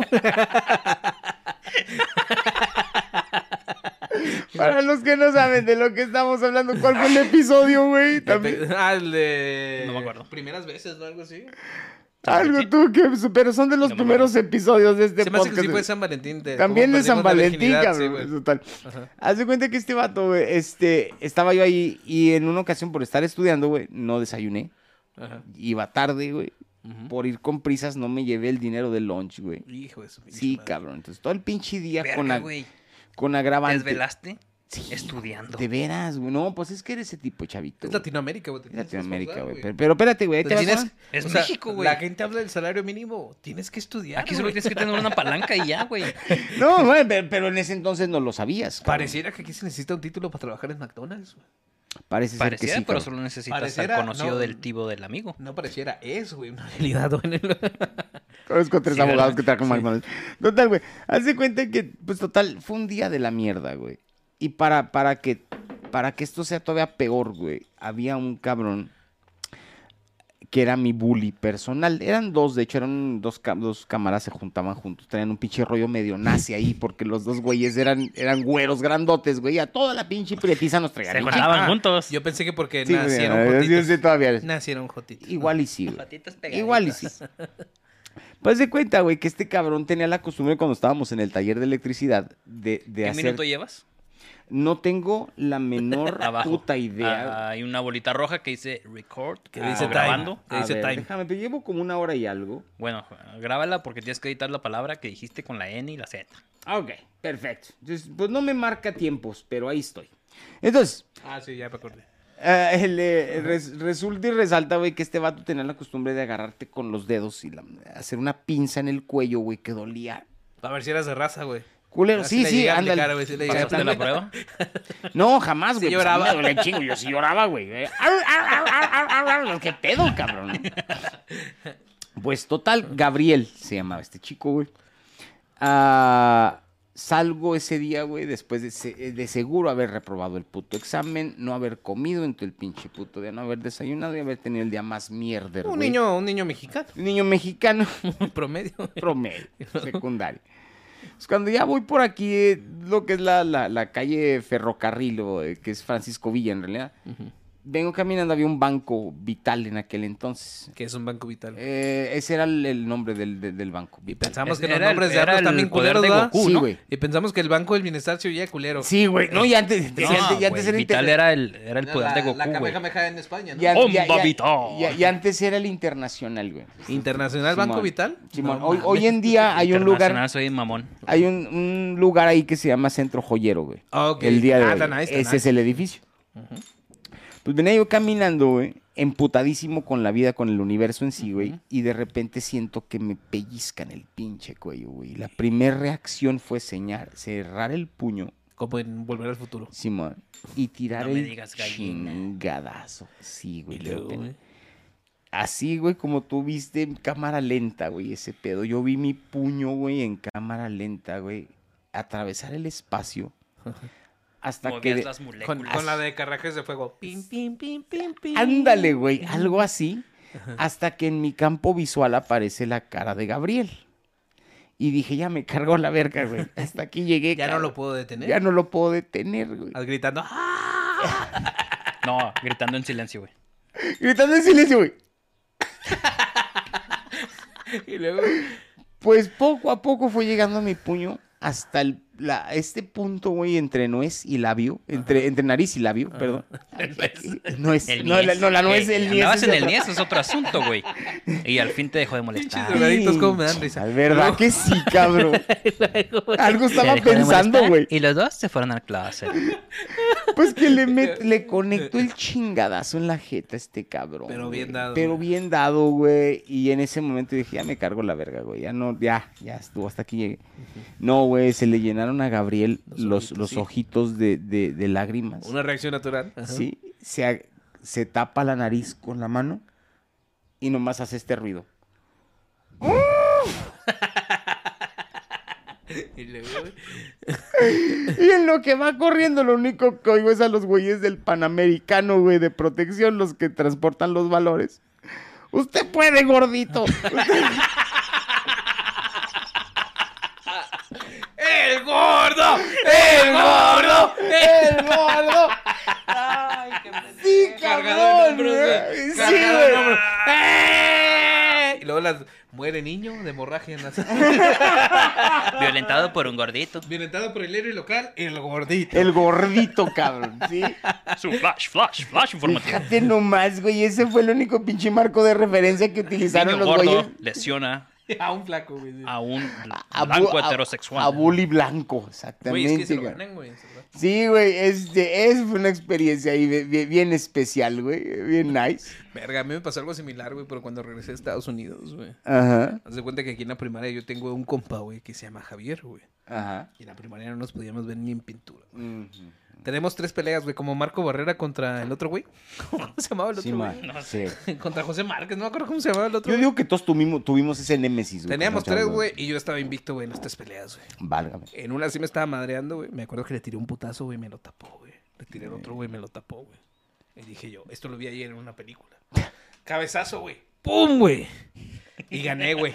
[SPEAKER 1] Para los que no saben de lo que estamos hablando, ¿cuál fue el episodio, güey? También.
[SPEAKER 3] Ah, el de.
[SPEAKER 2] No me acuerdo.
[SPEAKER 3] Primeras veces, ¿no? Algo así.
[SPEAKER 1] Algo tú que. Pero son de los
[SPEAKER 2] No me
[SPEAKER 1] primeros episodios de este
[SPEAKER 3] Se me hace
[SPEAKER 1] podcast.
[SPEAKER 3] que sí fue
[SPEAKER 1] güey.
[SPEAKER 3] San Valentín. de-
[SPEAKER 1] También
[SPEAKER 3] como
[SPEAKER 1] de San
[SPEAKER 3] perdimos la
[SPEAKER 1] Valentín,
[SPEAKER 3] virginidad, sí,
[SPEAKER 1] cabrón.
[SPEAKER 3] güey.
[SPEAKER 1] total.
[SPEAKER 3] Ajá.
[SPEAKER 1] Haz de cuenta que este vato, güey, este, estaba yo ahí y en una ocasión por estar estudiando, güey, no desayuné.
[SPEAKER 3] Ajá.
[SPEAKER 1] Iba tarde, güey. Por ir con prisas no me llevé el dinero del lunch, güey.
[SPEAKER 3] Hijo de su pinche
[SPEAKER 1] Sí,
[SPEAKER 3] madre.
[SPEAKER 1] cabrón. Entonces todo el pinche día con,
[SPEAKER 2] Verga,
[SPEAKER 1] ag-
[SPEAKER 2] güey.
[SPEAKER 1] con agravante.
[SPEAKER 2] Desvelaste
[SPEAKER 1] Sí,
[SPEAKER 2] estudiando.
[SPEAKER 1] De veras, güey. No, pues es que eres ese tipo, chavito.
[SPEAKER 3] Es
[SPEAKER 1] güey.
[SPEAKER 3] Latinoamérica, güey. te
[SPEAKER 1] Es
[SPEAKER 3] tienes que
[SPEAKER 1] Latinoamérica,
[SPEAKER 3] esforzar,
[SPEAKER 1] güey. Pero, pero espérate, güey. ahí te
[SPEAKER 3] Te
[SPEAKER 1] va
[SPEAKER 3] tienes-
[SPEAKER 1] más.
[SPEAKER 2] Es
[SPEAKER 3] o sea,
[SPEAKER 2] México, güey.
[SPEAKER 3] La gente habla del salario mínimo. Tienes que estudiar.
[SPEAKER 2] Aquí solo
[SPEAKER 3] güey.
[SPEAKER 2] tienes que tener una palanca y ya, güey.
[SPEAKER 1] No, güey, pero, pero en ese entonces no lo sabías. cabrón.
[SPEAKER 3] Pareciera que aquí se necesita un título para trabajar en McDonald's. güey.
[SPEAKER 1] Parece ser que
[SPEAKER 2] Pareciera,
[SPEAKER 1] sí,
[SPEAKER 2] pero
[SPEAKER 1] cabrón.
[SPEAKER 2] solo necesitas
[SPEAKER 3] Pareciera,
[SPEAKER 2] ser conocido
[SPEAKER 3] no.
[SPEAKER 2] del tipo del amigo.
[SPEAKER 3] No pareciera, es, güey, una habilidad, güey. en el-
[SPEAKER 1] Conozco tres
[SPEAKER 2] Sí,
[SPEAKER 1] abogados
[SPEAKER 2] ¿verdad?
[SPEAKER 1] que trabajan en McDonald's. Total, güey. Haz de cuenta que, pues, total, fue un día de la mierda, güey. Y para, para que para que esto sea todavía peor, güey, había un cabrón que era mi bully personal. Eran dos, de hecho, eran dos, ca- dos cámaras, se juntaban juntos. Tenían un pinche rollo medio nazi ahí, porque los dos güeyes eran, eran güeros grandotes, güey. y A toda la pinche prietiza nos traían.
[SPEAKER 2] Se
[SPEAKER 1] un
[SPEAKER 2] juntaban juntos.
[SPEAKER 3] Yo pensé que porque
[SPEAKER 1] chingo. Ah. Sí,
[SPEAKER 3] nacieron
[SPEAKER 1] güey, sí,
[SPEAKER 3] jotitos.
[SPEAKER 1] sí, todavía.
[SPEAKER 3] Nacieron jotitos.
[SPEAKER 1] Igual y sí, güey.
[SPEAKER 2] Patitas pegaditas.
[SPEAKER 1] Igual y sí. Pues de cuenta, güey, que este cabrón tenía la costumbre cuando estábamos en el taller de electricidad de, de
[SPEAKER 2] ¿Qué
[SPEAKER 1] hacer.
[SPEAKER 2] minuto llevas?
[SPEAKER 1] No tengo la menor
[SPEAKER 2] Abajo.
[SPEAKER 1] puta idea.
[SPEAKER 2] Ah, hay una bolita roja que dice record.
[SPEAKER 3] Que
[SPEAKER 2] o
[SPEAKER 3] dice time.
[SPEAKER 2] grabando. Ah,
[SPEAKER 3] que
[SPEAKER 1] A
[SPEAKER 3] dice
[SPEAKER 1] ver,
[SPEAKER 3] time.
[SPEAKER 1] Déjame, pero llevo como una hora y algo.
[SPEAKER 2] Bueno, grábala porque tienes que editar la palabra que dijiste con la N y la Z.
[SPEAKER 1] Ah, ok, perfecto. Entonces, pues no me marca tiempos, pero ahí estoy. Entonces,
[SPEAKER 3] Ah, sí, ya me acordé.
[SPEAKER 1] Ah, el, eh, res- resulta y resalta, güey, que este vato tenía la costumbre de agarrarte con los dedos y la- hacer una pinza en el cuello, güey, que dolía.
[SPEAKER 3] Para ver si eras de raza, güey.
[SPEAKER 1] Culero,
[SPEAKER 3] Ah,
[SPEAKER 1] sí,
[SPEAKER 3] le
[SPEAKER 1] sí,
[SPEAKER 3] llegué a
[SPEAKER 1] ándale.
[SPEAKER 3] aplicar, güey, sí le llegué a
[SPEAKER 2] ¿Pasaste la
[SPEAKER 3] aplicar.
[SPEAKER 2] prueba?
[SPEAKER 1] No, jamás, güey. pues, a mí
[SPEAKER 3] lloraba.
[SPEAKER 1] me dolía el chingo, yo sí lloraba, güey. Eh, ar, ar, ar, ar, ar, ar, ar, ¿Qué pedo, cabrón? Pues total, Gabriel se llamaba este chico, güey. Ah, salgo ese día, güey, después de, se- eh, de seguro haber reprobado el puto examen, no haber comido en todo el pinche puto día, no haber desayunado y haber tenido el día más mierder,
[SPEAKER 3] Un
[SPEAKER 1] güey.
[SPEAKER 3] niño, un niño mexicano,
[SPEAKER 1] Un niño mexicano
[SPEAKER 3] promedio.
[SPEAKER 1] promedio, secundario. Pues cuando ya voy por aquí, eh, lo que es la, la- la calle Ferrocarril, o, eh, que es Francisco Villa en realidad, vengo caminando, había un banco vital en aquel entonces.
[SPEAKER 3] Que es un banco vital.
[SPEAKER 1] Eh, ese era el, el nombre del, del- del banco. Vital.
[SPEAKER 3] Pensamos que
[SPEAKER 2] Era
[SPEAKER 3] los
[SPEAKER 2] el-
[SPEAKER 3] nombres de
[SPEAKER 2] era
[SPEAKER 3] Arnold
[SPEAKER 2] el
[SPEAKER 3] también
[SPEAKER 2] poder
[SPEAKER 3] culeros,
[SPEAKER 2] de
[SPEAKER 3] ¿verdad?
[SPEAKER 2] Goku,
[SPEAKER 1] Sí,
[SPEAKER 2] ¿no?
[SPEAKER 1] güey.
[SPEAKER 3] Y pensamos que el Banco del Bienestar se oía culero.
[SPEAKER 1] Sí, güey. No, ya antes, ya
[SPEAKER 2] No,
[SPEAKER 1] antes- ya antes
[SPEAKER 2] güey,
[SPEAKER 1] era
[SPEAKER 2] Vital
[SPEAKER 1] internet.
[SPEAKER 2] era el, era el
[SPEAKER 3] Era
[SPEAKER 2] poder
[SPEAKER 3] la-
[SPEAKER 2] de
[SPEAKER 3] La
[SPEAKER 2] Goku, güey.
[SPEAKER 3] Kamehameha en España, ¿no?
[SPEAKER 1] Ya,
[SPEAKER 2] ¡Bomba
[SPEAKER 1] ya- ya-
[SPEAKER 2] vital!
[SPEAKER 1] ya- ya antes era el internacional, güey.
[SPEAKER 3] Internacional Banco
[SPEAKER 1] Simón.
[SPEAKER 3] Vital.
[SPEAKER 1] Simón,
[SPEAKER 3] No
[SPEAKER 1] hoy, hoy en día hay un lugar,
[SPEAKER 2] Internacional, soy mamón.
[SPEAKER 1] hay un, un lugar ahí que se llama Centro Joyero, güey.
[SPEAKER 3] Ah, ok.
[SPEAKER 1] El día de
[SPEAKER 3] Ah,
[SPEAKER 1] hoy.
[SPEAKER 3] está nice, está
[SPEAKER 1] Ese
[SPEAKER 3] nice.
[SPEAKER 1] es el edificio. Pues venía yo caminando, güey, emputadísimo con la vida, con el universo en sí, güey. Y de repente siento que me pellizcan el pinche cuello, güey. La primera reacción fue señar, cerrar el puño,
[SPEAKER 4] Como en Volver al Futuro.
[SPEAKER 1] Simón, y tirar
[SPEAKER 2] No me
[SPEAKER 1] el
[SPEAKER 2] digas gallina.
[SPEAKER 1] chingadazo. Sí, güey.
[SPEAKER 4] Y
[SPEAKER 1] de
[SPEAKER 4] luego,
[SPEAKER 1] repente.
[SPEAKER 4] güey.
[SPEAKER 1] Así, güey, como tú viste en cámara lenta, güey, ese pedo. Yo vi mi puño, güey, en cámara lenta, güey, atravesar el espacio hasta que...
[SPEAKER 2] Movías
[SPEAKER 1] de-
[SPEAKER 2] las
[SPEAKER 3] Con,
[SPEAKER 2] moléculas.
[SPEAKER 3] con la de carrajes de fuego.
[SPEAKER 4] Pim, pim, pim, pim, pim.
[SPEAKER 1] Ándale, güey, algo así, hasta que en mi campo visual aparece la cara de Gabriel. Y dije, ya me cargó la verga, güey. Hasta aquí llegué.
[SPEAKER 4] Ya no
[SPEAKER 1] cabrón.
[SPEAKER 4] lo puedo detener.
[SPEAKER 1] Ya no lo puedo detener, güey.
[SPEAKER 4] Al gritando. ¡Ah!
[SPEAKER 2] No, gritando en silencio, güey.
[SPEAKER 1] Gritando en silencio, güey.
[SPEAKER 3] Y luego.
[SPEAKER 1] Pues poco a poco fue llegando a mi puño hasta el- la- este punto, güey, entre nuez y labio, entre, entre nariz y labio, perdón. Nuez,
[SPEAKER 2] El
[SPEAKER 1] no, la,
[SPEAKER 2] niés.
[SPEAKER 1] no, la nuez,
[SPEAKER 2] Eh,
[SPEAKER 1] el niés.
[SPEAKER 2] andabas
[SPEAKER 1] es
[SPEAKER 2] en el
[SPEAKER 1] otro.
[SPEAKER 2] niés, es otro asunto, güey. Y al fin te dejó de
[SPEAKER 3] Pinches
[SPEAKER 2] molestar.
[SPEAKER 3] drogaditos, cómo me dan risa.
[SPEAKER 1] Es verdad que sí, cabrón. Algo estaba
[SPEAKER 2] Te dejó de
[SPEAKER 1] pensando,
[SPEAKER 2] molestar
[SPEAKER 1] güey.
[SPEAKER 2] Y los dos se fueron al closet.
[SPEAKER 1] Pues que le, met- le conectó el chingadazo en la jeta a este cabrón.
[SPEAKER 3] Pero
[SPEAKER 1] güey.
[SPEAKER 3] bien dado,
[SPEAKER 1] Pero
[SPEAKER 3] güey.
[SPEAKER 1] bien dado, güey. Y en ese momento dije, ya me cargo la verga, güey. Ya no, ya, ya estuvo, hasta aquí llegué. No, güey, se le llenaron a Gabriel
[SPEAKER 3] Los
[SPEAKER 1] los, los
[SPEAKER 3] ojitos,
[SPEAKER 1] ojitos,
[SPEAKER 3] sí.
[SPEAKER 1] de, de- de lágrimas.
[SPEAKER 3] Una reacción natural. Ajá.
[SPEAKER 1] Sí, se, a- se tapa la nariz con la mano y nomás hace este ruido.
[SPEAKER 3] Y luego, güey.
[SPEAKER 1] Y en lo que va corriendo, lo único que oigo es a los güeyes del Panamericano, güey, de protección, los que transportan los valores. Usted puede, gordito.
[SPEAKER 3] ¡El gordo!
[SPEAKER 1] ¡El gordo! ¡El gordo! ¡Sí,
[SPEAKER 3] Cargado en
[SPEAKER 1] cabrón!
[SPEAKER 3] hombros, güey.
[SPEAKER 1] güey. Sí,
[SPEAKER 3] Cargado en hombros.
[SPEAKER 1] güey.
[SPEAKER 3] Y luego las muere niño de hemorragia en las.
[SPEAKER 2] Violentado por un gordito.
[SPEAKER 3] Violentado por el héroe local, el gordito.
[SPEAKER 1] El gordito, cabrón, sí.
[SPEAKER 2] Su flash, flash, flash informativo.
[SPEAKER 1] Fíjate nomás, güey. Ese fue el único pinche marco de referencia que utilizaron
[SPEAKER 2] Niño
[SPEAKER 1] los
[SPEAKER 2] gordo
[SPEAKER 1] güeyes.
[SPEAKER 2] lesiona
[SPEAKER 3] A un flaco, güey. sí.
[SPEAKER 2] a un
[SPEAKER 1] A bu-
[SPEAKER 2] blanco
[SPEAKER 1] a-
[SPEAKER 2] heterosexual.
[SPEAKER 1] A bully blanco,
[SPEAKER 3] Güey,
[SPEAKER 1] exactamente.
[SPEAKER 3] es que se lo
[SPEAKER 1] güey.
[SPEAKER 3] ganan, güey. se lo ganan.
[SPEAKER 1] Sí, güey, este, es fue una experiencia ahí bien, bien- bien especial, güey, bien nice.
[SPEAKER 3] Verga, a mí me pasó algo similar, güey, pero cuando regresé a Estados Unidos, güey.
[SPEAKER 1] Ajá,
[SPEAKER 3] Haz de cuenta que aquí en la primaria yo tengo un compa, güey, que se llama Javier, güey.
[SPEAKER 1] ajá.
[SPEAKER 3] Y en la primaria no nos podíamos ver ni en pintura.
[SPEAKER 1] Ujú.
[SPEAKER 3] Tenemos tres peleas, güey, como Marco Barrera contra el otro güey. ¿Cómo se llamaba el
[SPEAKER 1] Sí,
[SPEAKER 3] otro güey?
[SPEAKER 1] man, sí.
[SPEAKER 3] Contra José Márquez, no me acuerdo cómo se llamaba el otro
[SPEAKER 1] Yo
[SPEAKER 3] güey.
[SPEAKER 1] digo que todos tuvimos, tuvimos ese némesis, güey.
[SPEAKER 3] Teníamos
[SPEAKER 1] con los
[SPEAKER 3] tres,
[SPEAKER 1] chavos,
[SPEAKER 3] güey, y yo estaba invicto, güey, en las tres peleas, güey.
[SPEAKER 1] Válgame.
[SPEAKER 3] En una sí me estaba madreando, güey. Me acuerdo que le tiré un putazo, güey, y me lo tapó, güey. Le tiré el otro, güey, y me lo tapó, güey. Y dije yo, esto lo vi ayer en una película. Cabezazo, güey. ¡Pum, güey! Y gané, güey.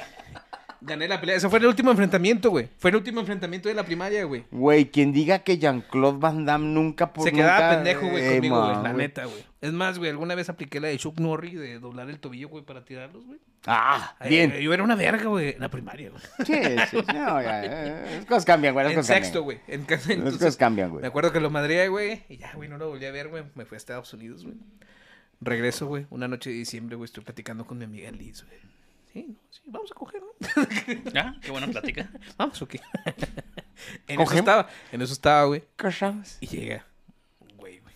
[SPEAKER 3] Gané la pelea. Ese fue el último enfrentamiento, güey. Fue el último enfrentamiento de la primaria, güey.
[SPEAKER 1] Güey, quien diga que Jean-Claude Van Damme nunca... por-
[SPEAKER 3] Se quedaba
[SPEAKER 1] nunca-
[SPEAKER 3] pendejo, güey,
[SPEAKER 1] eh,
[SPEAKER 3] conmigo, güey.
[SPEAKER 1] man,
[SPEAKER 3] La neta, güey. Es más, güey, alguna vez apliqué la de Chuck Norris de doblar el tobillo, güey, para tirarlos, güey.
[SPEAKER 1] Ah,
[SPEAKER 3] Ay,
[SPEAKER 1] bien.
[SPEAKER 3] güey, Yo era una verga, güey, en la primaria, güey.
[SPEAKER 1] Sí, sí, no, ya, eh, las cosas cambian, güey, las
[SPEAKER 3] En
[SPEAKER 1] cosas
[SPEAKER 3] sexto,
[SPEAKER 1] cambian.
[SPEAKER 3] güey. En ca-
[SPEAKER 1] Las
[SPEAKER 3] entonces,
[SPEAKER 1] cosas cambian, güey.
[SPEAKER 3] Me acuerdo que lo madreé, güey. Y ya, güey, no lo volví a ver, güey. Me fui a Estados Unidos, güey. Regreso, güey. Una noche de diciembre, güey. Estoy platicando con mi amiga Liz, güey. Sí, no, sí, vamos a coger, ¿no?
[SPEAKER 2] Ah, qué buena plática.
[SPEAKER 3] vamos o qué. en eso
[SPEAKER 1] ¿Cogemos?
[SPEAKER 3] estaba, en eso estaba, güey.
[SPEAKER 1] Cachamos.
[SPEAKER 3] Y llega, un güey, güey.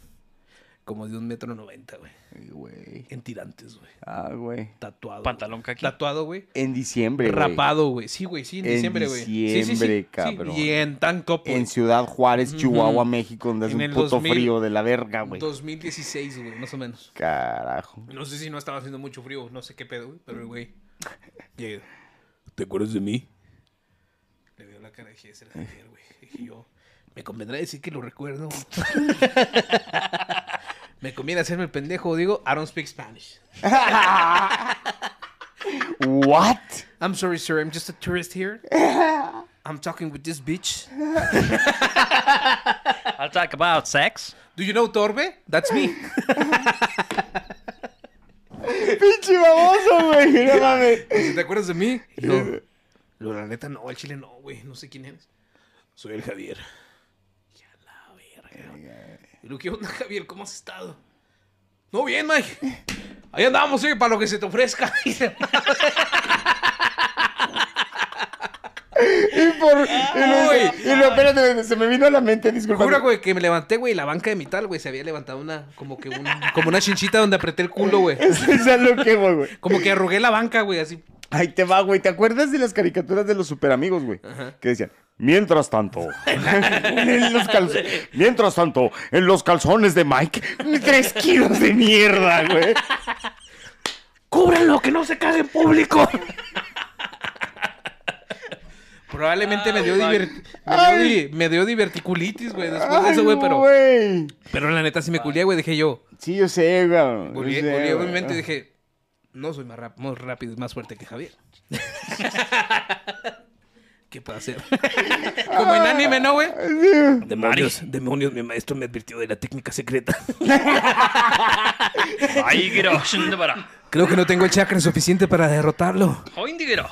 [SPEAKER 3] Como de un metro noventa, güey.
[SPEAKER 1] Ay, Güey.
[SPEAKER 3] En tirantes, güey.
[SPEAKER 1] Ah, güey.
[SPEAKER 3] Tatuado.
[SPEAKER 2] Pantalón
[SPEAKER 3] güey.
[SPEAKER 2] caqui.
[SPEAKER 3] Tatuado, güey.
[SPEAKER 1] En diciembre, güey.
[SPEAKER 3] Rapado, güey. Sí, güey, sí, en
[SPEAKER 1] En
[SPEAKER 3] diciembre, güey. Sí, sí,
[SPEAKER 1] diciembre,
[SPEAKER 3] sí, sí.
[SPEAKER 1] cabrón.
[SPEAKER 3] Y en tan copo.
[SPEAKER 1] En Ciudad Juárez, Chihuahua, México, donde hace
[SPEAKER 3] En
[SPEAKER 1] un
[SPEAKER 3] el
[SPEAKER 1] puto
[SPEAKER 3] 2000,
[SPEAKER 1] frío de la verga, güey.
[SPEAKER 3] 2016, güey, más o menos.
[SPEAKER 1] Carajo.
[SPEAKER 3] No sé si no estaba haciendo mucho frío, no sé qué pedo, güey, pero el güey. Llega. ¿Te acuerdas de mí? Le veo la cara de Jesse Javier, güey. Dije yo, me convendrá decir que lo recuerdo. me conviene hacerme el pendejo, digo, I don't speak Spanish.
[SPEAKER 1] What?
[SPEAKER 3] I'm sorry, sir, I'm just a tourist here. I'm talking with this bitch.
[SPEAKER 2] I'll talk about sex.
[SPEAKER 3] Do you know Torbe? That's me.
[SPEAKER 1] Pinche baboso, güey. No mames.
[SPEAKER 3] Dice, ¿Te acuerdas de mí? Y yo, "Lo- la neta no, el chile no, güey, no sé quién eres. Soy el Javier. Ya la verga. Y lo que onda, Javier, ¿cómo has estado? No, bien, Mike. Ahí andamos, eh, para lo que se te ofrezca. Y se-
[SPEAKER 1] Y por. Y lo,
[SPEAKER 3] Ay.
[SPEAKER 1] y lo- espérate, se me vino a la mente, disculpa.
[SPEAKER 3] Jura, güey, que me levanté, güey, y la banca de mi tal, güey, se había levantado una, como que un, como una chinchita donde apreté el culo, güey.
[SPEAKER 1] Eso es a lo que voy, güey.
[SPEAKER 3] Como que arrugué la banca, güey, así.
[SPEAKER 1] Ahí te va, güey. ¿Te acuerdas de las caricaturas de los superamigos, güey? Que decían, mientras tanto, en los calz- mientras tanto, en los calzones de Mike, tres kilos de mierda, güey.
[SPEAKER 4] ¡Cúbranlo, que no se cague en público!
[SPEAKER 3] Probablemente me dio
[SPEAKER 2] Ay,
[SPEAKER 3] divert- me dio di- me dio diverticulitis, güey, después de eso, güey, pero,
[SPEAKER 1] Güey.
[SPEAKER 3] pero la neta sí me culié, güey, dije yo.
[SPEAKER 1] Sí, yo sé, güey.
[SPEAKER 3] Volví,
[SPEAKER 1] yo sé,
[SPEAKER 3] volví a
[SPEAKER 1] güey. Ah.
[SPEAKER 3] mi mente y dije, no soy más, rap- más rápido y más fuerte que Javier. ¿Qué puedo hacer? Como en anime, ¿no, güey? Demonios, demonios, mi maestro me advirtió de la técnica secreta.
[SPEAKER 2] Ay, giro, shundabara.
[SPEAKER 3] Creo que no tengo el chakra suficiente para derrotarlo.
[SPEAKER 2] Hoy indigiro.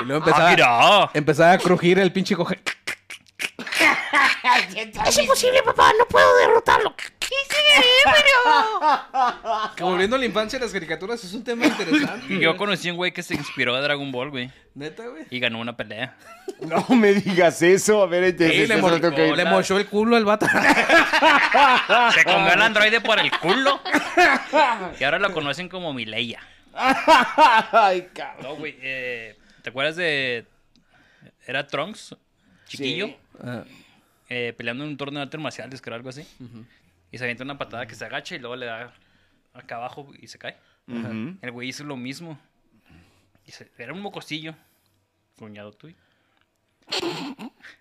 [SPEAKER 3] Y luego
[SPEAKER 2] Ah,
[SPEAKER 3] empezaba,
[SPEAKER 2] Akira.
[SPEAKER 3] empezaba a crujir el pinche coje.
[SPEAKER 4] ¡Es imposible, papá! ¡No puedo derrotarlo!
[SPEAKER 3] Que volviendo a la infancia de las caricaturas es un tema interesante.
[SPEAKER 2] Y yo conocí a un güey que se inspiró de Dragon Ball, güey.
[SPEAKER 3] Neta, güey.
[SPEAKER 2] Y ganó una pelea.
[SPEAKER 1] No me digas eso. A ver, este,
[SPEAKER 3] Sí,
[SPEAKER 1] este,
[SPEAKER 3] le,
[SPEAKER 1] eso
[SPEAKER 3] mo-
[SPEAKER 1] lo tengo que ir.
[SPEAKER 3] le mochó el culo al vato.
[SPEAKER 2] Se comió
[SPEAKER 3] Ah.
[SPEAKER 2] el androide por el culo. Y ahora lo conocen como Mileia.
[SPEAKER 1] Ay, cabrón.
[SPEAKER 2] No, güey. eh, ¿Te acuerdas de. Era Trunks? Chiquillo.
[SPEAKER 3] Ah,
[SPEAKER 2] eh, peleando en un torneo de artes marciales, creo, algo así. Y se avienta una patada que se agacha y luego le da acá abajo y se cae.
[SPEAKER 1] Ujú.
[SPEAKER 2] El güey hizo lo mismo. Y se- era un mocosillo. Cuñado tuyo.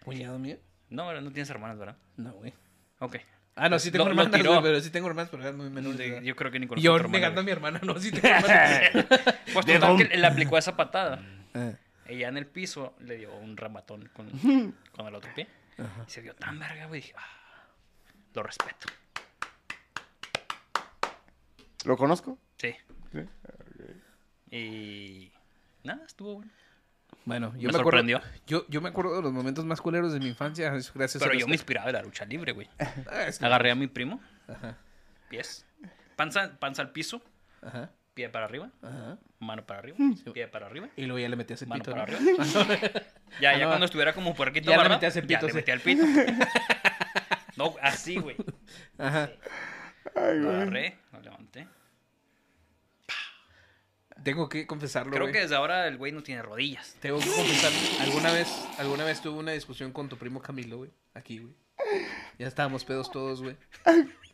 [SPEAKER 3] ¿Cuñado mío?
[SPEAKER 2] No, ahora no tienes hermanas, ¿verdad?
[SPEAKER 3] No, güey.
[SPEAKER 2] Ok.
[SPEAKER 3] Ah, no, sí tengo
[SPEAKER 2] Lo- lo
[SPEAKER 3] hermanas,
[SPEAKER 2] tiró.
[SPEAKER 3] güey, pero sí tengo hermanas, pero eran muy menores. de edad.
[SPEAKER 2] Yo creo que ni
[SPEAKER 3] Y
[SPEAKER 2] conozco
[SPEAKER 3] yo
[SPEAKER 2] a tu hermana,
[SPEAKER 3] negando a
[SPEAKER 2] güey.
[SPEAKER 3] mi hermana, no, sí tengo hermanas.
[SPEAKER 2] Pues
[SPEAKER 1] ¿De
[SPEAKER 2] total
[SPEAKER 1] dónde?
[SPEAKER 2] que le aplicó esa patada.
[SPEAKER 3] Eh.
[SPEAKER 2] Ella en el piso le dio un ramatón con, con el otro pie. Y se vio tan verga, güey. Dije, "Ah, lo respeto.
[SPEAKER 1] ¿Lo conozco?
[SPEAKER 2] Sí. Y. Nada, estuvo bueno.
[SPEAKER 3] Bueno, yo
[SPEAKER 2] Me
[SPEAKER 3] me, acuerdo.
[SPEAKER 2] sorprendió.
[SPEAKER 3] Yo, yo me acuerdo de los momentos más culeros de mi infancia. es Gracias
[SPEAKER 2] Pero
[SPEAKER 3] a
[SPEAKER 2] yo me
[SPEAKER 3] los-
[SPEAKER 2] inspiraba de la lucha libre, güey.
[SPEAKER 3] Ah, es que-
[SPEAKER 2] Agarré a mi primo,
[SPEAKER 3] Ajá,
[SPEAKER 2] pies, panza, panza al piso,
[SPEAKER 3] ajá,
[SPEAKER 2] pie para arriba,
[SPEAKER 3] ajá. Mm.
[SPEAKER 2] mano para arriba, pie para arriba,
[SPEAKER 3] Y luego ya le metías el
[SPEAKER 2] mano
[SPEAKER 3] pito.
[SPEAKER 2] para
[SPEAKER 3] ¿no?
[SPEAKER 2] arriba. Ya, ya
[SPEAKER 3] no.
[SPEAKER 2] cuando estuviera como puerquito,
[SPEAKER 3] Ya le
[SPEAKER 2] ¿verdad?
[SPEAKER 3] metías el
[SPEAKER 2] ya
[SPEAKER 3] pito,
[SPEAKER 2] le
[SPEAKER 3] sí.
[SPEAKER 2] metí al pito. No, así, güey.
[SPEAKER 3] Ajá.
[SPEAKER 2] Lo agarré, lo levanté.
[SPEAKER 3] Tengo que confesarlo,
[SPEAKER 2] Creo
[SPEAKER 3] güey.
[SPEAKER 2] que desde ahora el güey no tiene rodillas.
[SPEAKER 3] Tengo que confesar, alguna vez, alguna vez tuve una discusión con tu primo Camilo, güey. Aquí, güey. Ya estábamos pedos todos, güey.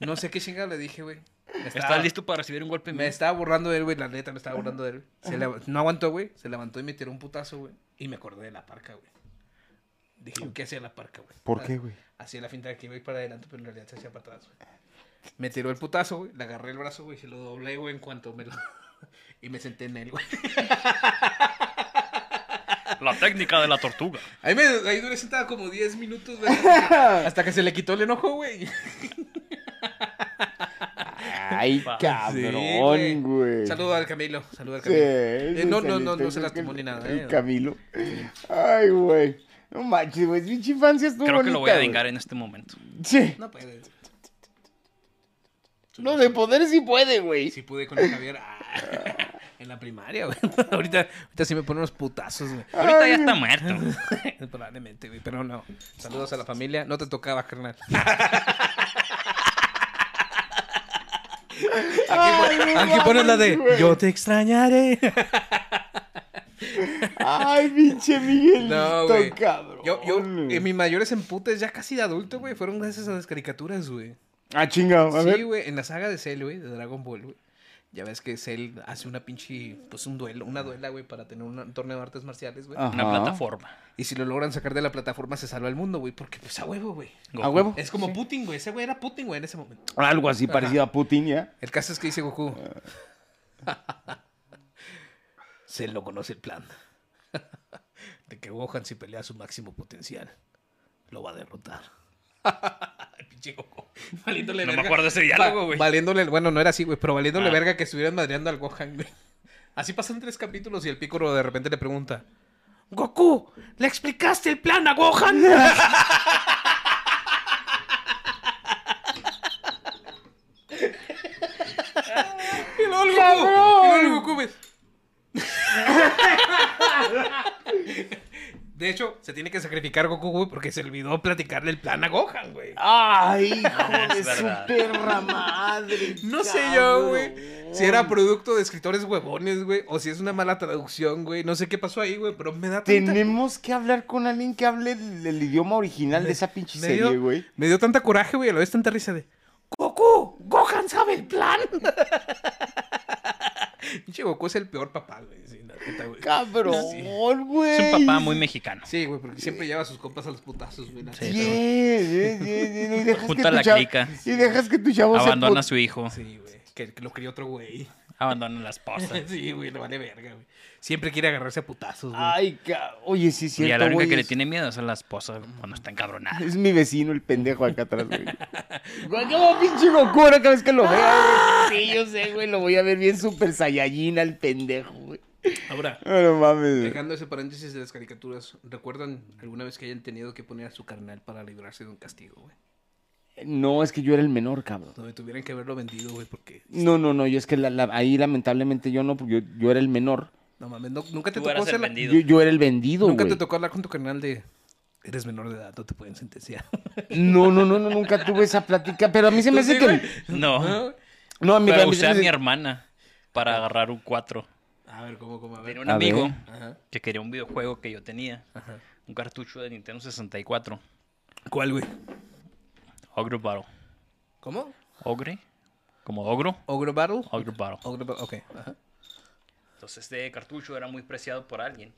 [SPEAKER 3] No sé qué chingada le dije, güey. Me estaba-
[SPEAKER 2] ¿Estás listo para recibir un golpe?
[SPEAKER 3] Me estaba borrando de él, güey. La neta, me estaba borrando de él. Se leva- No aguantó, güey. Se levantó y me tiró un putazo, güey. Y me acordé de la parca, güey. Dije, yo, ¿qué hacía la parca, güey?
[SPEAKER 1] ¿Por qué, güey?
[SPEAKER 3] Hacía la finta de que iba a ir para adelante, pero en realidad se hacía para atrás, güey. Me tiró el putazo, güey. Le agarré el brazo, güey. Se lo doblé, güey, en cuanto me lo... y me senté en él, güey.
[SPEAKER 2] La técnica de la tortuga.
[SPEAKER 3] Ahí, me, ahí duré sentado como 10 minutos, güey. Hasta que se le quitó el enojo, güey.
[SPEAKER 1] Ay,
[SPEAKER 2] Sí,
[SPEAKER 1] cabrón, güey.
[SPEAKER 3] Saludo al Camilo. Saludo al
[SPEAKER 1] Sí,
[SPEAKER 3] Camilo. Eh,
[SPEAKER 1] sí,
[SPEAKER 3] no, no,
[SPEAKER 1] le-
[SPEAKER 3] no, no se
[SPEAKER 1] el-
[SPEAKER 3] lastimó ni nada,
[SPEAKER 1] el
[SPEAKER 3] eh.
[SPEAKER 1] Camilo. Ay, güey. No manches, güey. Mi infancia estuvo
[SPEAKER 2] Creo que lo voy a
[SPEAKER 1] bonita,
[SPEAKER 2] vengar en este momento.
[SPEAKER 1] güey. Sí.
[SPEAKER 3] No puedes.
[SPEAKER 1] No, de poder sí puede, güey.
[SPEAKER 3] Sí pude con el Javier. ah, en la primaria, güey. ahorita, ahorita sí me ponen unos putazos, güey.
[SPEAKER 2] Ahorita ya está muerto.
[SPEAKER 3] Probablemente, güey, pero no. Saludos a la familia. No te tocaba, carnal.
[SPEAKER 1] Ay, no
[SPEAKER 3] Aquí pones la de
[SPEAKER 1] mames, güey.
[SPEAKER 3] Yo te extrañaré.
[SPEAKER 1] Ay, pinche Miguel.
[SPEAKER 3] No, güey.
[SPEAKER 1] cabrón.
[SPEAKER 3] Yo, yo,
[SPEAKER 1] güey.
[SPEAKER 3] eh, mis mayores emputes ya casi de adulto, güey, fueron gracias a las caricaturas, güey.
[SPEAKER 1] Ah, chingado. A
[SPEAKER 3] Sí,
[SPEAKER 1] ver.
[SPEAKER 3] güey, en la saga de Cell, güey, de Dragon Ball, güey. Ya ves que Cell hace una pinche, pues un duelo, una duela, güey, para tener un torneo de artes marciales, güey.
[SPEAKER 1] Ajá.
[SPEAKER 2] Una plataforma.
[SPEAKER 3] Y si lo logran sacar de la plataforma, se salva el mundo, güey, porque pues a huevo, güey.
[SPEAKER 1] A huevo.
[SPEAKER 3] Es como Putin, güey. Ese güey era Putin, güey, en ese momento.
[SPEAKER 1] Algo así parecido a Putin, ¿ya?
[SPEAKER 3] El caso es que dice Goku. Se lo conoce el plan. De que Gohan, si pelea a su máximo potencial, lo va a derrotar. El Pinche Goku. Valiéndole
[SPEAKER 2] No me
[SPEAKER 3] verga.
[SPEAKER 2] acuerdo de ese diálogo, güey.
[SPEAKER 3] Valiéndole, bueno, no era así, güey, pero valiéndole
[SPEAKER 2] Ah.
[SPEAKER 3] verga que estuvieran madreando al Gohan, güey. Así pasan tres capítulos y el Piccolo de repente le pregunta: Goku, ¿le explicaste el plan a Gohan? Y luego el Goku, y luego el Goku, güey. tiene que sacrificar Goku, güey, porque se olvidó platicarle el plan a Gohan, güey.
[SPEAKER 1] Ay, hijo
[SPEAKER 2] Es
[SPEAKER 1] de su
[SPEAKER 2] verdad.
[SPEAKER 1] perra madre.
[SPEAKER 3] No sé yo, güey.
[SPEAKER 1] cabrón.
[SPEAKER 3] Si era producto de escritores huevones, güey, o si es una mala traducción, güey. No sé qué pasó ahí, güey, pero me da tanta...
[SPEAKER 1] Tenemos que hablar con alguien que hable el, el idioma original de esa pinche
[SPEAKER 3] me dio-
[SPEAKER 1] serie, güey.
[SPEAKER 3] Me dio tanta coraje, güey, a la vez tanta risa de... ¡Goku! ¡Gohan sabe el plan! Pinche Goku es el peor papá, güey. Sí, la neta, güey.
[SPEAKER 1] Cabrón, güey.
[SPEAKER 2] Es un papá muy mexicano.
[SPEAKER 3] Sí, güey, porque siempre lleva a sus compas a los putazos, güey. la
[SPEAKER 2] Sí.
[SPEAKER 3] neta.
[SPEAKER 1] Bien, bien, bien, bien. Y dejas
[SPEAKER 2] Junta
[SPEAKER 1] que tu
[SPEAKER 2] la
[SPEAKER 1] chavo-
[SPEAKER 2] clica.
[SPEAKER 1] Y dejas que tu chavo
[SPEAKER 2] Abandona a
[SPEAKER 1] se...
[SPEAKER 2] su hijo,
[SPEAKER 3] Sí, güey. Que, que lo crió otro güey.
[SPEAKER 2] abandona a la esposa.
[SPEAKER 3] Sí, güey, le vale verga, güey. Siempre quiere agarrarse a putazos, güey.
[SPEAKER 1] Ay, ca- Oye, sí es
[SPEAKER 2] y a
[SPEAKER 1] cierto,
[SPEAKER 2] la única
[SPEAKER 1] güey.
[SPEAKER 2] que le
[SPEAKER 1] es-
[SPEAKER 2] tiene miedo es a la esposa cuando está encabronada.
[SPEAKER 1] Es mi vecino, el pendejo acá atrás, güey. Güey, ¿Cómo pinche Goku ahora cada vez que lo
[SPEAKER 2] Ah.
[SPEAKER 1] vea, güey? Sí, yo sé, güey. Lo voy a ver bien super saiyajin al pendejo, güey.
[SPEAKER 3] Ahora,
[SPEAKER 1] No, no mames, güey.
[SPEAKER 3] dejando ese paréntesis de las caricaturas, ¿recuerdan alguna vez que hayan tenido que poner a su carnal para librarse de un castigo, güey?
[SPEAKER 1] No, es que yo era el menor, cabrón.
[SPEAKER 3] Donde tuvieran que haberlo vendido, güey, porque...
[SPEAKER 1] No, no, no, yo es que la- la- ahí lamentablemente yo no, porque yo, yo era el menor.
[SPEAKER 3] No mames, no- nunca te
[SPEAKER 2] Tú
[SPEAKER 3] tocó
[SPEAKER 2] eras el
[SPEAKER 3] hacerla-
[SPEAKER 2] vendido.
[SPEAKER 1] Yo, yo era el vendido,
[SPEAKER 3] Nunca
[SPEAKER 1] güey.
[SPEAKER 3] te tocó hablar con tu carnal de... Eres menor de edad, no te pueden sentenciar.
[SPEAKER 1] No, no, no, no, nunca tuve esa plática, pero a mí se me hace que...
[SPEAKER 3] ¿No,
[SPEAKER 2] No,
[SPEAKER 3] güey?
[SPEAKER 1] No, a mí, a
[SPEAKER 2] pero
[SPEAKER 1] mí
[SPEAKER 2] usé
[SPEAKER 1] se
[SPEAKER 2] a
[SPEAKER 1] me
[SPEAKER 2] mi
[SPEAKER 1] hace-
[SPEAKER 2] hermana para agarrar un 4.
[SPEAKER 3] A ver, ¿cómo, cómo? A ver.
[SPEAKER 2] Tenía un
[SPEAKER 1] A ver.
[SPEAKER 2] amigo
[SPEAKER 3] Ajá,
[SPEAKER 2] que quería un videojuego que yo tenía,
[SPEAKER 3] ajá.
[SPEAKER 2] un cartucho de Nintendo 64,
[SPEAKER 3] ¿Cuál, güey?
[SPEAKER 2] Ogre Battle.
[SPEAKER 3] ¿Cómo?
[SPEAKER 2] Ogre, como ogro,
[SPEAKER 3] ¿Ogre Battle?
[SPEAKER 2] Ogre Battle.
[SPEAKER 3] Ogre Battle, ok. Ah, Ajá.
[SPEAKER 2] Entonces este cartucho era muy preciado por alguien.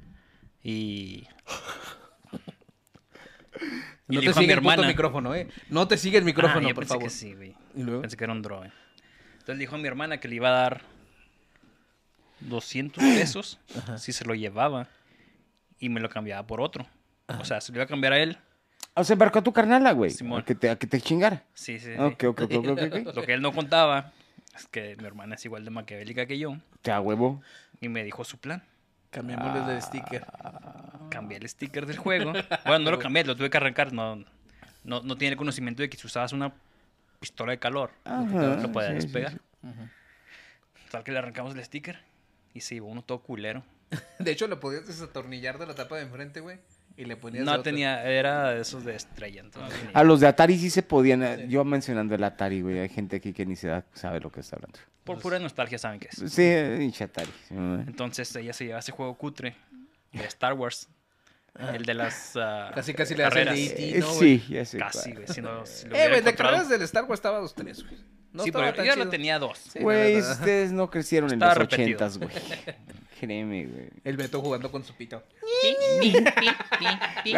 [SPEAKER 2] Y Y
[SPEAKER 3] no
[SPEAKER 2] le
[SPEAKER 3] te
[SPEAKER 2] dijo a
[SPEAKER 3] sigue
[SPEAKER 2] mi
[SPEAKER 3] el puto
[SPEAKER 2] hermana.
[SPEAKER 3] micrófono, eh. No te sigue el micrófono,
[SPEAKER 2] Ah, yo
[SPEAKER 3] por
[SPEAKER 2] pensé
[SPEAKER 3] favor.
[SPEAKER 2] que sí, güey.
[SPEAKER 3] ¿Y luego?
[SPEAKER 2] Pensé que era un drogue. Entonces le dijo a mi hermana que le iba a dar 200 pesos si se lo llevaba y me lo cambiaba por otro. O sea, se lo iba a cambiar a él.
[SPEAKER 1] O sea, embarcó a tu carnala, güey.
[SPEAKER 2] Simón.
[SPEAKER 1] A que te, a que te chingara.
[SPEAKER 2] Sí, sí. sí.
[SPEAKER 3] Ah,
[SPEAKER 1] Ok, ok, ok, ok, ok.
[SPEAKER 2] Lo que él no contaba es que mi hermana es igual de maquiavélica que yo
[SPEAKER 1] Ya, huevo.
[SPEAKER 2] y me dijo su plan.
[SPEAKER 3] Cambiémosle
[SPEAKER 2] Ah.
[SPEAKER 3] de sticker.
[SPEAKER 2] Cambié el sticker del juego. Bueno, no lo cambié, lo tuve que arrancar. No, no, no tiene el conocimiento de que si usabas una pistola de calor,
[SPEAKER 1] Ajá,
[SPEAKER 2] lo podías
[SPEAKER 1] sí, sí,
[SPEAKER 2] despegar.
[SPEAKER 1] sí.
[SPEAKER 2] Tal que le arrancamos el sticker y se llevó uno todo culero.
[SPEAKER 3] De hecho, lo podías desatornillar de la tapa de enfrente, güey. Y le ponías.
[SPEAKER 2] No
[SPEAKER 3] otra.
[SPEAKER 2] tenía, era de esos de estrella. Entonces, tenía-
[SPEAKER 1] A los de Atari sí se podían... eh, Yo mencionando el Atari, güey. Hay gente aquí que ni se da, sabe lo que está hablando.
[SPEAKER 2] por pura nostalgia, saben qué es.
[SPEAKER 1] Sí, eh, hinche Atari. sí, güey.
[SPEAKER 2] Entonces ella se lleva ese juego cutre de Star Wars, el de las. ah,
[SPEAKER 3] Casi, casi le das el
[SPEAKER 2] carreras.
[SPEAKER 3] DT.
[SPEAKER 1] Eh,
[SPEAKER 3] no, güey.
[SPEAKER 1] sí, ya sé.
[SPEAKER 2] Casi,
[SPEAKER 1] cuál.
[SPEAKER 2] güey. Si no, si
[SPEAKER 3] Eh,
[SPEAKER 2] lo hubiera
[SPEAKER 3] güey, de
[SPEAKER 2] encontrado.
[SPEAKER 3] carreras del Star Wars estaba a dos, tres, güey. No
[SPEAKER 2] sí,
[SPEAKER 3] estaba
[SPEAKER 2] pero
[SPEAKER 3] tan
[SPEAKER 2] yo
[SPEAKER 3] chido.
[SPEAKER 2] no tenía dos.
[SPEAKER 3] Sí, la
[SPEAKER 1] Güey,
[SPEAKER 3] verdad.
[SPEAKER 1] ustedes no crecieron en
[SPEAKER 2] Estaba
[SPEAKER 1] los
[SPEAKER 2] repetido.
[SPEAKER 1] ochentas, güey. Créeme, güey.
[SPEAKER 3] El Beto jugando con su pito.
[SPEAKER 1] No,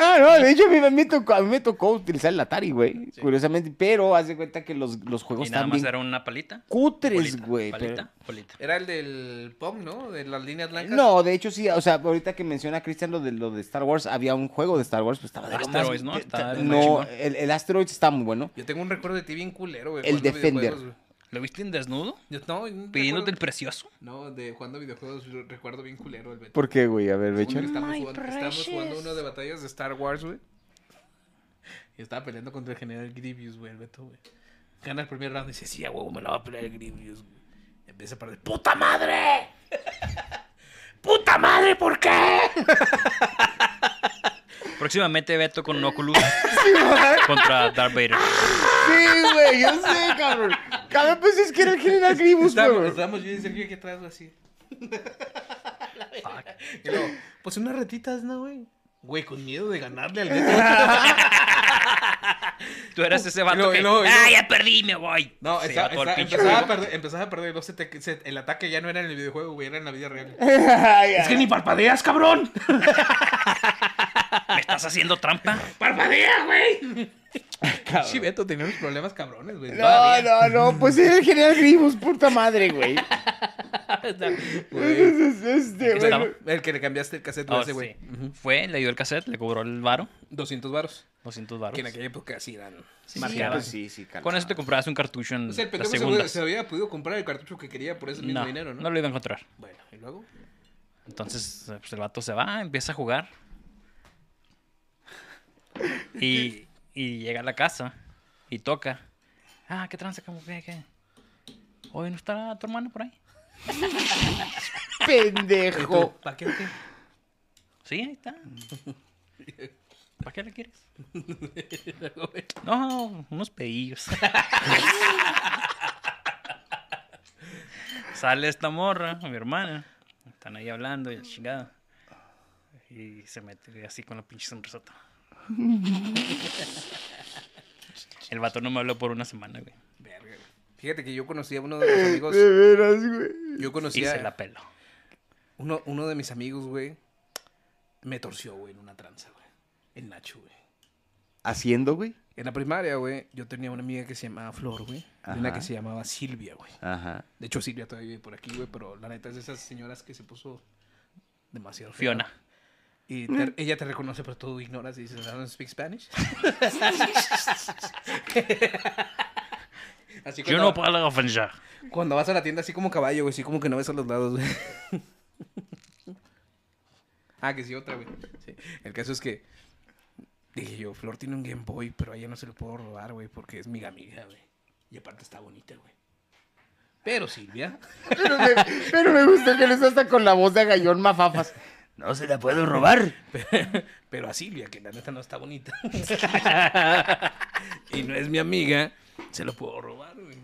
[SPEAKER 1] Ah, no, de hecho a mí, me tocó, a mí me tocó utilizar el Atari, güey. Curiosamente, pero haz de cuenta que los, los juegos
[SPEAKER 2] Y nada
[SPEAKER 1] están
[SPEAKER 2] más
[SPEAKER 1] bien
[SPEAKER 2] era una palita.
[SPEAKER 1] cutres,
[SPEAKER 2] Polita,
[SPEAKER 1] güey.
[SPEAKER 2] Palita,
[SPEAKER 1] pero-
[SPEAKER 2] polita.
[SPEAKER 3] Era el del Pong, ¿no? De las líneas blancas.
[SPEAKER 1] No, de hecho sí, o sea, ahorita que menciona Cristian lo de lo de Star Wars, había un juego de Star Wars, pues estaba de lo más-
[SPEAKER 2] Asteroids, ¿no? Está de lo más
[SPEAKER 1] No,
[SPEAKER 2] chingón.
[SPEAKER 1] el, el Asteroids está muy bueno.
[SPEAKER 3] Yo tengo un recuerdo de ti bien culero, güey.
[SPEAKER 1] El
[SPEAKER 3] jugando
[SPEAKER 1] Defender.
[SPEAKER 3] videojuegos, güey.
[SPEAKER 2] ¿Lo viste en desnudo?
[SPEAKER 3] Yo, no, un
[SPEAKER 2] Pidiéndote el
[SPEAKER 3] recuerdo-
[SPEAKER 2] precioso.
[SPEAKER 3] No, de jugando videojuegos, yo recuerdo bien culero el Beto.
[SPEAKER 1] ¿Por qué, güey? A ver,
[SPEAKER 3] Un día
[SPEAKER 1] Richard.
[SPEAKER 3] Estamos
[SPEAKER 4] My
[SPEAKER 3] jugando, estamos jugando
[SPEAKER 4] precious.
[SPEAKER 3] uno de batallas de Star Wars, güey. Y estaba peleando contra el general Grievous, güey, el Beto, güey. Gana el primer round y dice, sí, a huevo, me la va a pelear el Grievous, güey. Empieza a perder, ¡puta madre! ¡Puta madre, ¿por qué?
[SPEAKER 2] Próximamente Beto con Oculus contra Darth Vader.
[SPEAKER 1] Sí, güey, yo sé, cabrón. Cabrón, pues es que era el General Grievous,
[SPEAKER 3] Estábamos,
[SPEAKER 1] güey.
[SPEAKER 3] estábamos yo y Sergio aquí atrás, güey, así. Y luego, pues unas retitas, ¿no, güey? Güey, con miedo de ganarle al Beto.
[SPEAKER 2] Tú eras ese
[SPEAKER 3] Y luego,
[SPEAKER 2] vato
[SPEAKER 3] y
[SPEAKER 2] que.
[SPEAKER 3] luego, y
[SPEAKER 2] ¡Ah,
[SPEAKER 3] luego".
[SPEAKER 2] ya perdí, me voy!
[SPEAKER 3] No,
[SPEAKER 2] Se
[SPEAKER 3] está-
[SPEAKER 2] va todo el
[SPEAKER 3] está-
[SPEAKER 2] pinche
[SPEAKER 3] empezaba, a
[SPEAKER 2] juego.
[SPEAKER 3] perder, empezaba a perder. y luego se te- se- el ataque ya no era en el videojuego, güey, era en la vida real.
[SPEAKER 1] Ay,
[SPEAKER 3] Es que ni parpadeas, cabrón.
[SPEAKER 2] ¿Me estás haciendo trampa?
[SPEAKER 3] ¡Parpadea, güey! Sí, Beto tenía unos problemas cabrones, güey.
[SPEAKER 1] No, no, no, pues era el General Grievous, puta madre, güey. Es- es- este,
[SPEAKER 2] Aquí
[SPEAKER 1] güey.
[SPEAKER 2] estaba.
[SPEAKER 3] El que le cambiaste el cassette
[SPEAKER 2] Oh,
[SPEAKER 3] a ese, güey.
[SPEAKER 2] sí. Fue, le dio el cassette, le cobró el varo,
[SPEAKER 3] 200 varos.
[SPEAKER 2] 200 varos.
[SPEAKER 3] Que en aquella época sí eran.
[SPEAKER 2] Sí,
[SPEAKER 1] Sí,
[SPEAKER 2] marcaba.
[SPEAKER 1] pues sí, sí, cabrón.
[SPEAKER 2] Con eso te comprabas un cartucho en
[SPEAKER 3] O sea, el
[SPEAKER 2] las
[SPEAKER 3] pendejo se,
[SPEAKER 2] segundas.
[SPEAKER 3] había- se había podido comprar el cartucho que quería por ese mismo
[SPEAKER 2] no,
[SPEAKER 3] dinero, ¿no?
[SPEAKER 2] no lo iba a encontrar.
[SPEAKER 3] Bueno, y luego.
[SPEAKER 2] Entonces, eh, pues, el vato se va, empieza a jugar. Y, y llega a la casa y toca. Ah, qué tranza, como que. que- Hoy no está tu hermano por ahí.
[SPEAKER 1] pendejo.
[SPEAKER 3] ¿Para qué? o qué?
[SPEAKER 2] Sí, ahí está. ¿Para qué la quieres? No, unos pedillos. Sale esta morra, mi hermana. Están ahí hablando y la chingada. Y se mete así con la pinche sonrisota. El vato no me habló por una semana, güey.
[SPEAKER 3] Verga. Fíjate que yo conocí a uno de mis amigos.
[SPEAKER 1] De veras, güey.
[SPEAKER 3] Yo
[SPEAKER 2] Y
[SPEAKER 3] conocí
[SPEAKER 2] se la
[SPEAKER 3] a
[SPEAKER 2] peló.
[SPEAKER 3] uno, uno de mis amigos, güey. Me torció, güey, en una tranza, güey. El Nacho, güey.
[SPEAKER 1] ¿Haciendo, güey?
[SPEAKER 3] En la primaria, güey, yo tenía una amiga que se llamaba Flor, güey. Y una
[SPEAKER 1] Ajá.
[SPEAKER 3] que se llamaba Silvia, güey.
[SPEAKER 1] Ajá.
[SPEAKER 3] De hecho, Silvia todavía vive por aquí, güey, pero la neta es de esas señoras que se puso demasiado fea.
[SPEAKER 2] Fiona.
[SPEAKER 3] Y te- ella te reconoce, pero tú ignoras y dices, I don't speak Spanish. así
[SPEAKER 2] Yo no puedo la ofensa.
[SPEAKER 3] Cuando vas a la tienda así como caballo, güey, así como que no ves a los lados, güey. ah, que sí, otra, güey. Sí. El caso es que dije yo, Flor tiene un Game Boy, pero a ella no se lo puedo robar, güey, porque es mi amiga, güey. Y aparte está bonita, güey. Pero Silvia,
[SPEAKER 1] Pero me, pero me gusta que lo hizo hasta con la voz de gallón mafafas. No se la puedo robar.
[SPEAKER 3] pero a Silvia, que la neta no está bonita. y no es mi amiga, se lo puedo robar, güey.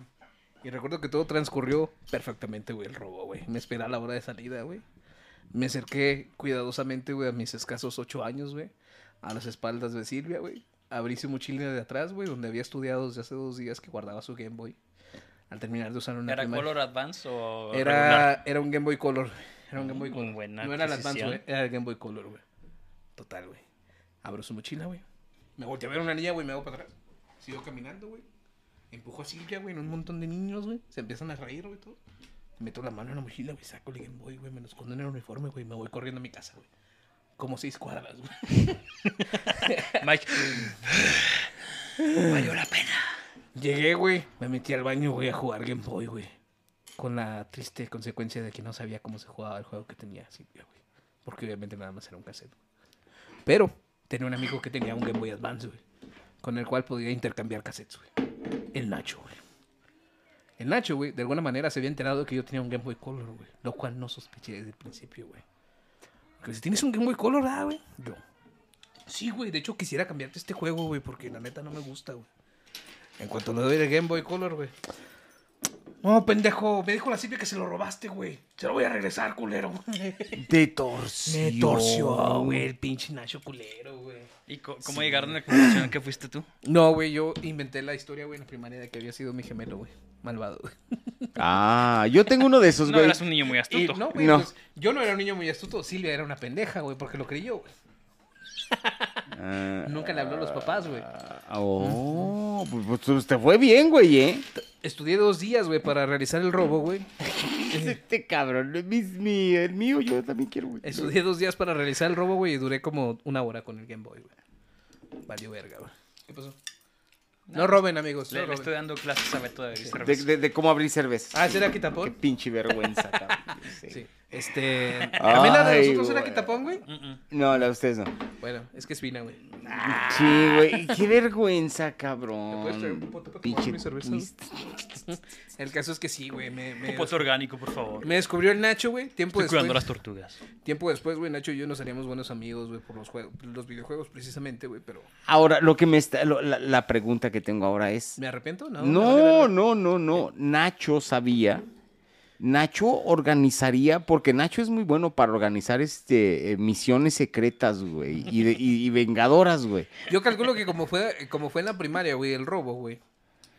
[SPEAKER 3] Y recuerdo que todo transcurrió perfectamente, güey, el robo, güey. Me esperé a la hora de salida, güey. Me acerqué cuidadosamente, güey, a mis escasos ocho años, güey. A las espaldas de Silvia, güey. Abrí su mochila de atrás, güey, donde había estudiado desde hace dos días que guardaba su Game Boy. Al terminar de usar una
[SPEAKER 2] ¿Era
[SPEAKER 3] primaria-
[SPEAKER 2] Color Advance o regular?
[SPEAKER 3] era, era un Game Boy Color. güey. Era un Game Boy
[SPEAKER 2] Mm,
[SPEAKER 3] Color.
[SPEAKER 2] buena
[SPEAKER 3] no era el Advance,
[SPEAKER 2] adquisición.
[SPEAKER 3] güey. Era el Game Boy Color, güey. Total, güey. Abro su mochila, güey. Me volteé a ver una niña, güey. Me hago para atrás. Sigo caminando, güey. Empujo a Silvia, güey. En un montón de niños, güey. Se empiezan a reír, güey. Todo. Meto la mano en la mochila, güey. Saco el Game Boy, güey. Me lo escondo en el uniforme, güey. Me voy corriendo a mi casa, güey. Como seis cuadras, güey.
[SPEAKER 2] Mike. Valió la pena.
[SPEAKER 3] Llegué, güey. Me metí al baño, güey, a jugar Game Boy, güey. Con la triste consecuencia de que no sabía cómo se jugaba el juego que tenía Silvia, güey. Porque obviamente nada más era un cassette. güey. Pero tenía un amigo que tenía un Game Boy Advance, güey. Con el cual podía intercambiar cassettes, güey. El Nacho, güey. El Nacho, güey, de alguna manera se había enterado de que yo tenía un Game Boy Color, güey. Lo cual no sospeché desde el principio, güey. Que si tienes un Game Boy Color, ah, güey. Yo. Sí, güey. De hecho, quisiera cambiarte este juego, güey, porque la neta no me gusta, güey. En cuanto le doy el Game Boy Color, güey. No, pendejo, me dijo la Silvia que se lo robaste, güey. Se lo voy a regresar, culero.
[SPEAKER 1] Te torció.
[SPEAKER 3] Me torció, güey, el pinche Nacho culero, güey.
[SPEAKER 2] ¿Y co- cómo llegaron a la conclusión que fuiste tú?
[SPEAKER 3] No, güey, yo inventé la historia, güey, en la primaria de que había sido mi gemelo, güey. Malvado, güey.
[SPEAKER 1] Ah, yo tengo uno de esos,
[SPEAKER 2] No
[SPEAKER 1] güey.
[SPEAKER 2] eras un niño muy
[SPEAKER 3] Y
[SPEAKER 2] astuto.
[SPEAKER 3] no, güey,
[SPEAKER 1] No.
[SPEAKER 3] pues, yo no era un niño muy astuto. Silvia era una pendeja, güey, porque lo creyó, güey.
[SPEAKER 1] Ah,
[SPEAKER 3] Nunca le habló a los papás, güey.
[SPEAKER 1] oh, pues, pues, te fue bien, güey, ¿eh?
[SPEAKER 3] Estudié dos días, güey, para realizar el robo, güey.
[SPEAKER 1] Este cabrón, es mi, mi- el mío, yo también quiero, güey.
[SPEAKER 3] Estudié dos días para realizar el robo, güey, y duré como una hora con el Game Boy, güey. Valió verga, güey. ¿Qué pasó? No roben, amigos. No
[SPEAKER 2] Le, le
[SPEAKER 3] roben.
[SPEAKER 2] estoy dando clases a Beto de Vista
[SPEAKER 1] De, de- de cómo abrir cerveza.
[SPEAKER 3] Ah, ¿será
[SPEAKER 1] Qué
[SPEAKER 3] quitapón?
[SPEAKER 1] pinche vergüenza, cabrón. Sí.
[SPEAKER 3] Sí. Este. ¿También la de
[SPEAKER 1] Ay,
[SPEAKER 3] nosotros era
[SPEAKER 1] güey.
[SPEAKER 3] quitapón, güey?
[SPEAKER 2] Mm.
[SPEAKER 1] No, la de ustedes no.
[SPEAKER 3] Bueno, es que es fina, güey.
[SPEAKER 1] Sí, güey. Qué vergüenza,
[SPEAKER 3] ¿Me puedes traer un popote
[SPEAKER 1] cabrón.
[SPEAKER 3] para tomar mi cerveza?
[SPEAKER 1] twist.
[SPEAKER 3] El caso es que sí, güey. Me, me,
[SPEAKER 2] Popote orgánico, por favor.
[SPEAKER 3] me descubrió el Nacho, güey. Tiempo
[SPEAKER 2] Estoy
[SPEAKER 3] después.
[SPEAKER 2] cuidando las tortugas.
[SPEAKER 3] Tiempo después, güey, Nacho y yo nos haríamos buenos amigos, güey, por los juegos, los videojuegos precisamente, güey, pero.
[SPEAKER 1] Ahora, lo que me está. lo- la, la pregunta que tengo ahora es.
[SPEAKER 3] ¿Me arrepiento? No. me vale
[SPEAKER 1] No,
[SPEAKER 3] verga.
[SPEAKER 1] no, no, no. Nacho sabía. Nacho organizaría, porque Nacho es muy bueno para organizar este eh, misiones secretas, güey, y, de- y- y vengadoras, güey.
[SPEAKER 3] Yo calculo que como fue, como fue en la primaria, güey, el robo, güey.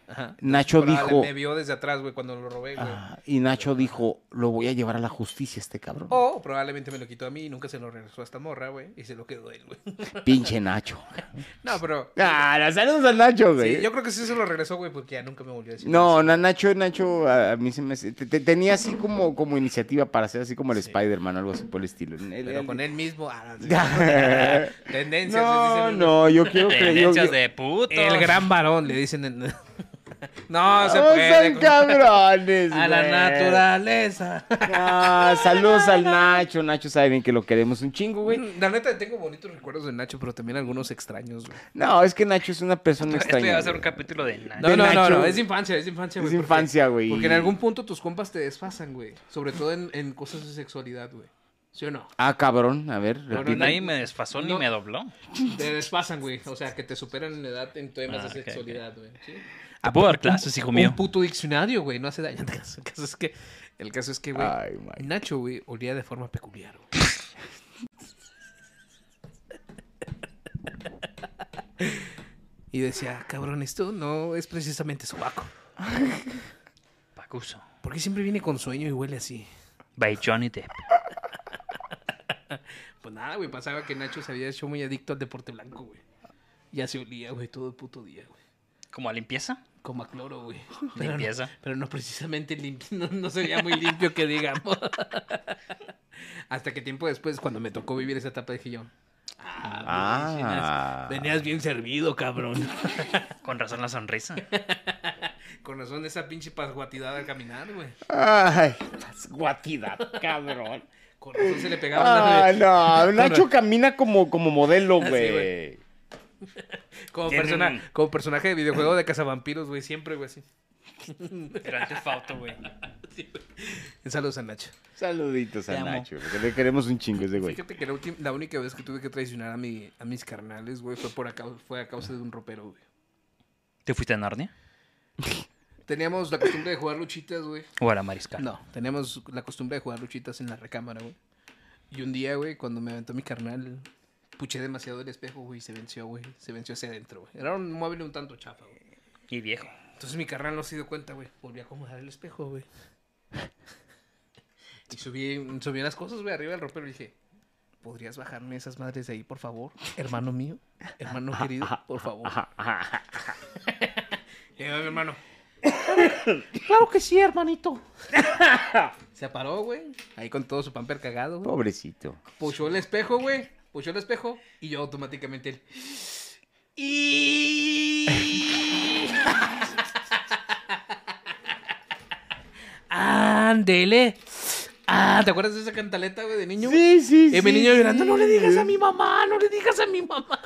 [SPEAKER 3] Ajá.
[SPEAKER 1] Nacho
[SPEAKER 3] Probable,
[SPEAKER 1] dijo,
[SPEAKER 3] Me vio desde atrás, güey, cuando lo robé, güey.
[SPEAKER 1] ah, y Nacho dijo, lo voy a llevar a la justicia este cabrón.
[SPEAKER 3] O probablemente me lo quitó a mí y nunca se lo regresó a esta morra, güey. Y se lo quedó él, güey.
[SPEAKER 1] Pinche Nacho.
[SPEAKER 3] No, pero.
[SPEAKER 1] Ah, la saludos al Nacho, güey.
[SPEAKER 3] Sí, yo creo que sí se lo regresó, güey, porque ya nunca me volvió a decir.
[SPEAKER 1] No, na- Nacho, Nacho, a, a mí se me hace- te- te- tenía así como, como iniciativa para hacer así como el Spider-Man o algo así por el estilo. Él-
[SPEAKER 3] Pero
[SPEAKER 1] él-
[SPEAKER 3] con él mismo. ah, no, sí. Tendencias.
[SPEAKER 1] No,
[SPEAKER 3] le dicen.
[SPEAKER 1] no, yo quiero que yo,
[SPEAKER 2] Tendencias
[SPEAKER 1] yo-
[SPEAKER 2] de puto.
[SPEAKER 3] El gran varón, le dicen. en- no, se
[SPEAKER 1] No
[SPEAKER 3] puede.
[SPEAKER 1] sean
[SPEAKER 3] con-
[SPEAKER 1] Ah, cabrones,
[SPEAKER 3] A la
[SPEAKER 1] oh, güey.
[SPEAKER 3] naturaleza.
[SPEAKER 1] Ah, saludos al Nacho. Nacho sabe bien que lo queremos un chingo, güey.
[SPEAKER 3] La neta, tengo bonitos recuerdos de Nacho, pero también algunos extraños, güey.
[SPEAKER 1] No, es que Nacho es una persona
[SPEAKER 2] Esto
[SPEAKER 1] extraña.
[SPEAKER 2] ya Este va a ser un
[SPEAKER 1] güey.
[SPEAKER 2] capítulo de nada.
[SPEAKER 3] No,
[SPEAKER 1] De
[SPEAKER 3] no, no,
[SPEAKER 1] Nacho.
[SPEAKER 3] no, es infancia, es infancia,
[SPEAKER 1] Es
[SPEAKER 3] güey. porque-
[SPEAKER 1] infancia, güey.
[SPEAKER 3] Porque en algún punto tus compas te desfasan, güey. Sobre todo en, en cosas de sexualidad, güey. ¿Sí o no?
[SPEAKER 1] Ah, cabrón, a ver,
[SPEAKER 3] no,
[SPEAKER 1] repite.
[SPEAKER 2] Nadie me desfasó ni
[SPEAKER 3] No.
[SPEAKER 2] me dobló.
[SPEAKER 3] Te despasan, güey. O sea, que te superan en edad en temas
[SPEAKER 2] Ah,
[SPEAKER 3] de
[SPEAKER 2] ok,
[SPEAKER 3] sexualidad, güey. ¿sí?
[SPEAKER 2] Te puedo dar clases, hijo mío.
[SPEAKER 3] Un puto diccionario, güey. No hace daño. El caso, el caso es que, el caso es que, güey,
[SPEAKER 1] Ay, Mike.
[SPEAKER 3] Nacho, güey, olía de forma peculiar. güey. y decía, cabrón, esto no es precisamente sobaco.
[SPEAKER 2] Pacuso.
[SPEAKER 3] Porque siempre viene con sueño y huele así.
[SPEAKER 2] By Johnny Depp.
[SPEAKER 3] Pues nada, güey, pasaba que Nacho se había hecho muy adicto al deporte blanco, güey. Ya se olía, güey, todo el puto día, güey.
[SPEAKER 2] ¿Como a limpieza?
[SPEAKER 3] Como a cloro, güey. Pero no,
[SPEAKER 2] Limpieza.
[SPEAKER 3] pero no precisamente limpio, no, no sería muy limpio que digamos. Hasta que tiempo después, cuando me tocó vivir esa etapa, dije yo,
[SPEAKER 1] Ah,
[SPEAKER 3] venías bien servido, cabrón.
[SPEAKER 2] Con razón la sonrisa.
[SPEAKER 3] Con razón esa pinche pasguatidada al caminar, güey.
[SPEAKER 1] ay, estás guatida, cabrón.
[SPEAKER 3] Con razón se le pegaba
[SPEAKER 1] Ah,
[SPEAKER 3] la...
[SPEAKER 1] no, Nacho camina como, como modelo,
[SPEAKER 3] güey.
[SPEAKER 1] güey.
[SPEAKER 3] como,
[SPEAKER 2] Tiene
[SPEAKER 3] persona-
[SPEAKER 2] un-
[SPEAKER 3] como personaje de videojuego de cazavampiros, güey, siempre, güey, así.
[SPEAKER 2] Grande fauto, güey.
[SPEAKER 3] Saludos a Nacho.
[SPEAKER 1] Saluditos
[SPEAKER 2] Te
[SPEAKER 1] a
[SPEAKER 2] amo.
[SPEAKER 1] Nacho, porque le queremos un chingo a ese güey.
[SPEAKER 3] Fíjate que la, ulti- la única vez que tuve que traicionar a, mi, a mis carnales, güey, fue, por a cau- fue a causa de un ropero, güey.
[SPEAKER 2] ¿Te fuiste a Narnia?
[SPEAKER 3] Teníamos la costumbre de jugar luchitas, güey.
[SPEAKER 2] ¿O a la mariscal?
[SPEAKER 3] No, teníamos la costumbre de jugar luchitas en la recámara, güey. Y un día, güey, cuando me aventó mi carnal, puché demasiado el espejo, güey, y se venció, güey. Se venció hacia adentro, güey. Era un móvil un tanto chafa, güey.
[SPEAKER 2] Y viejo.
[SPEAKER 3] Entonces mi carnal no se dio cuenta, güey. Volví a acomodar el espejo, güey. Y subí, subí las cosas, güey, arriba del ropero y dije, ¿podrías bajarme esas madres de ahí, por favor? Hermano mío, hermano querido, por favor. Y ahí va mi hermano.
[SPEAKER 4] Claro que sí, hermanito.
[SPEAKER 3] Se paró, güey. Ahí con todo su pamper cagado, güey.
[SPEAKER 1] Pobrecito.
[SPEAKER 3] Puchó el espejo, güey. Puchó el espejo y yo automáticamente él. Ándele. Ah, ¿te acuerdas de esa cantaleta, güey, de niño?
[SPEAKER 1] Sí, sí,
[SPEAKER 3] Y Eh, mi niño llorando, no le digas a
[SPEAKER 1] mí.
[SPEAKER 3] mi mamá, no le digas a mi mamá.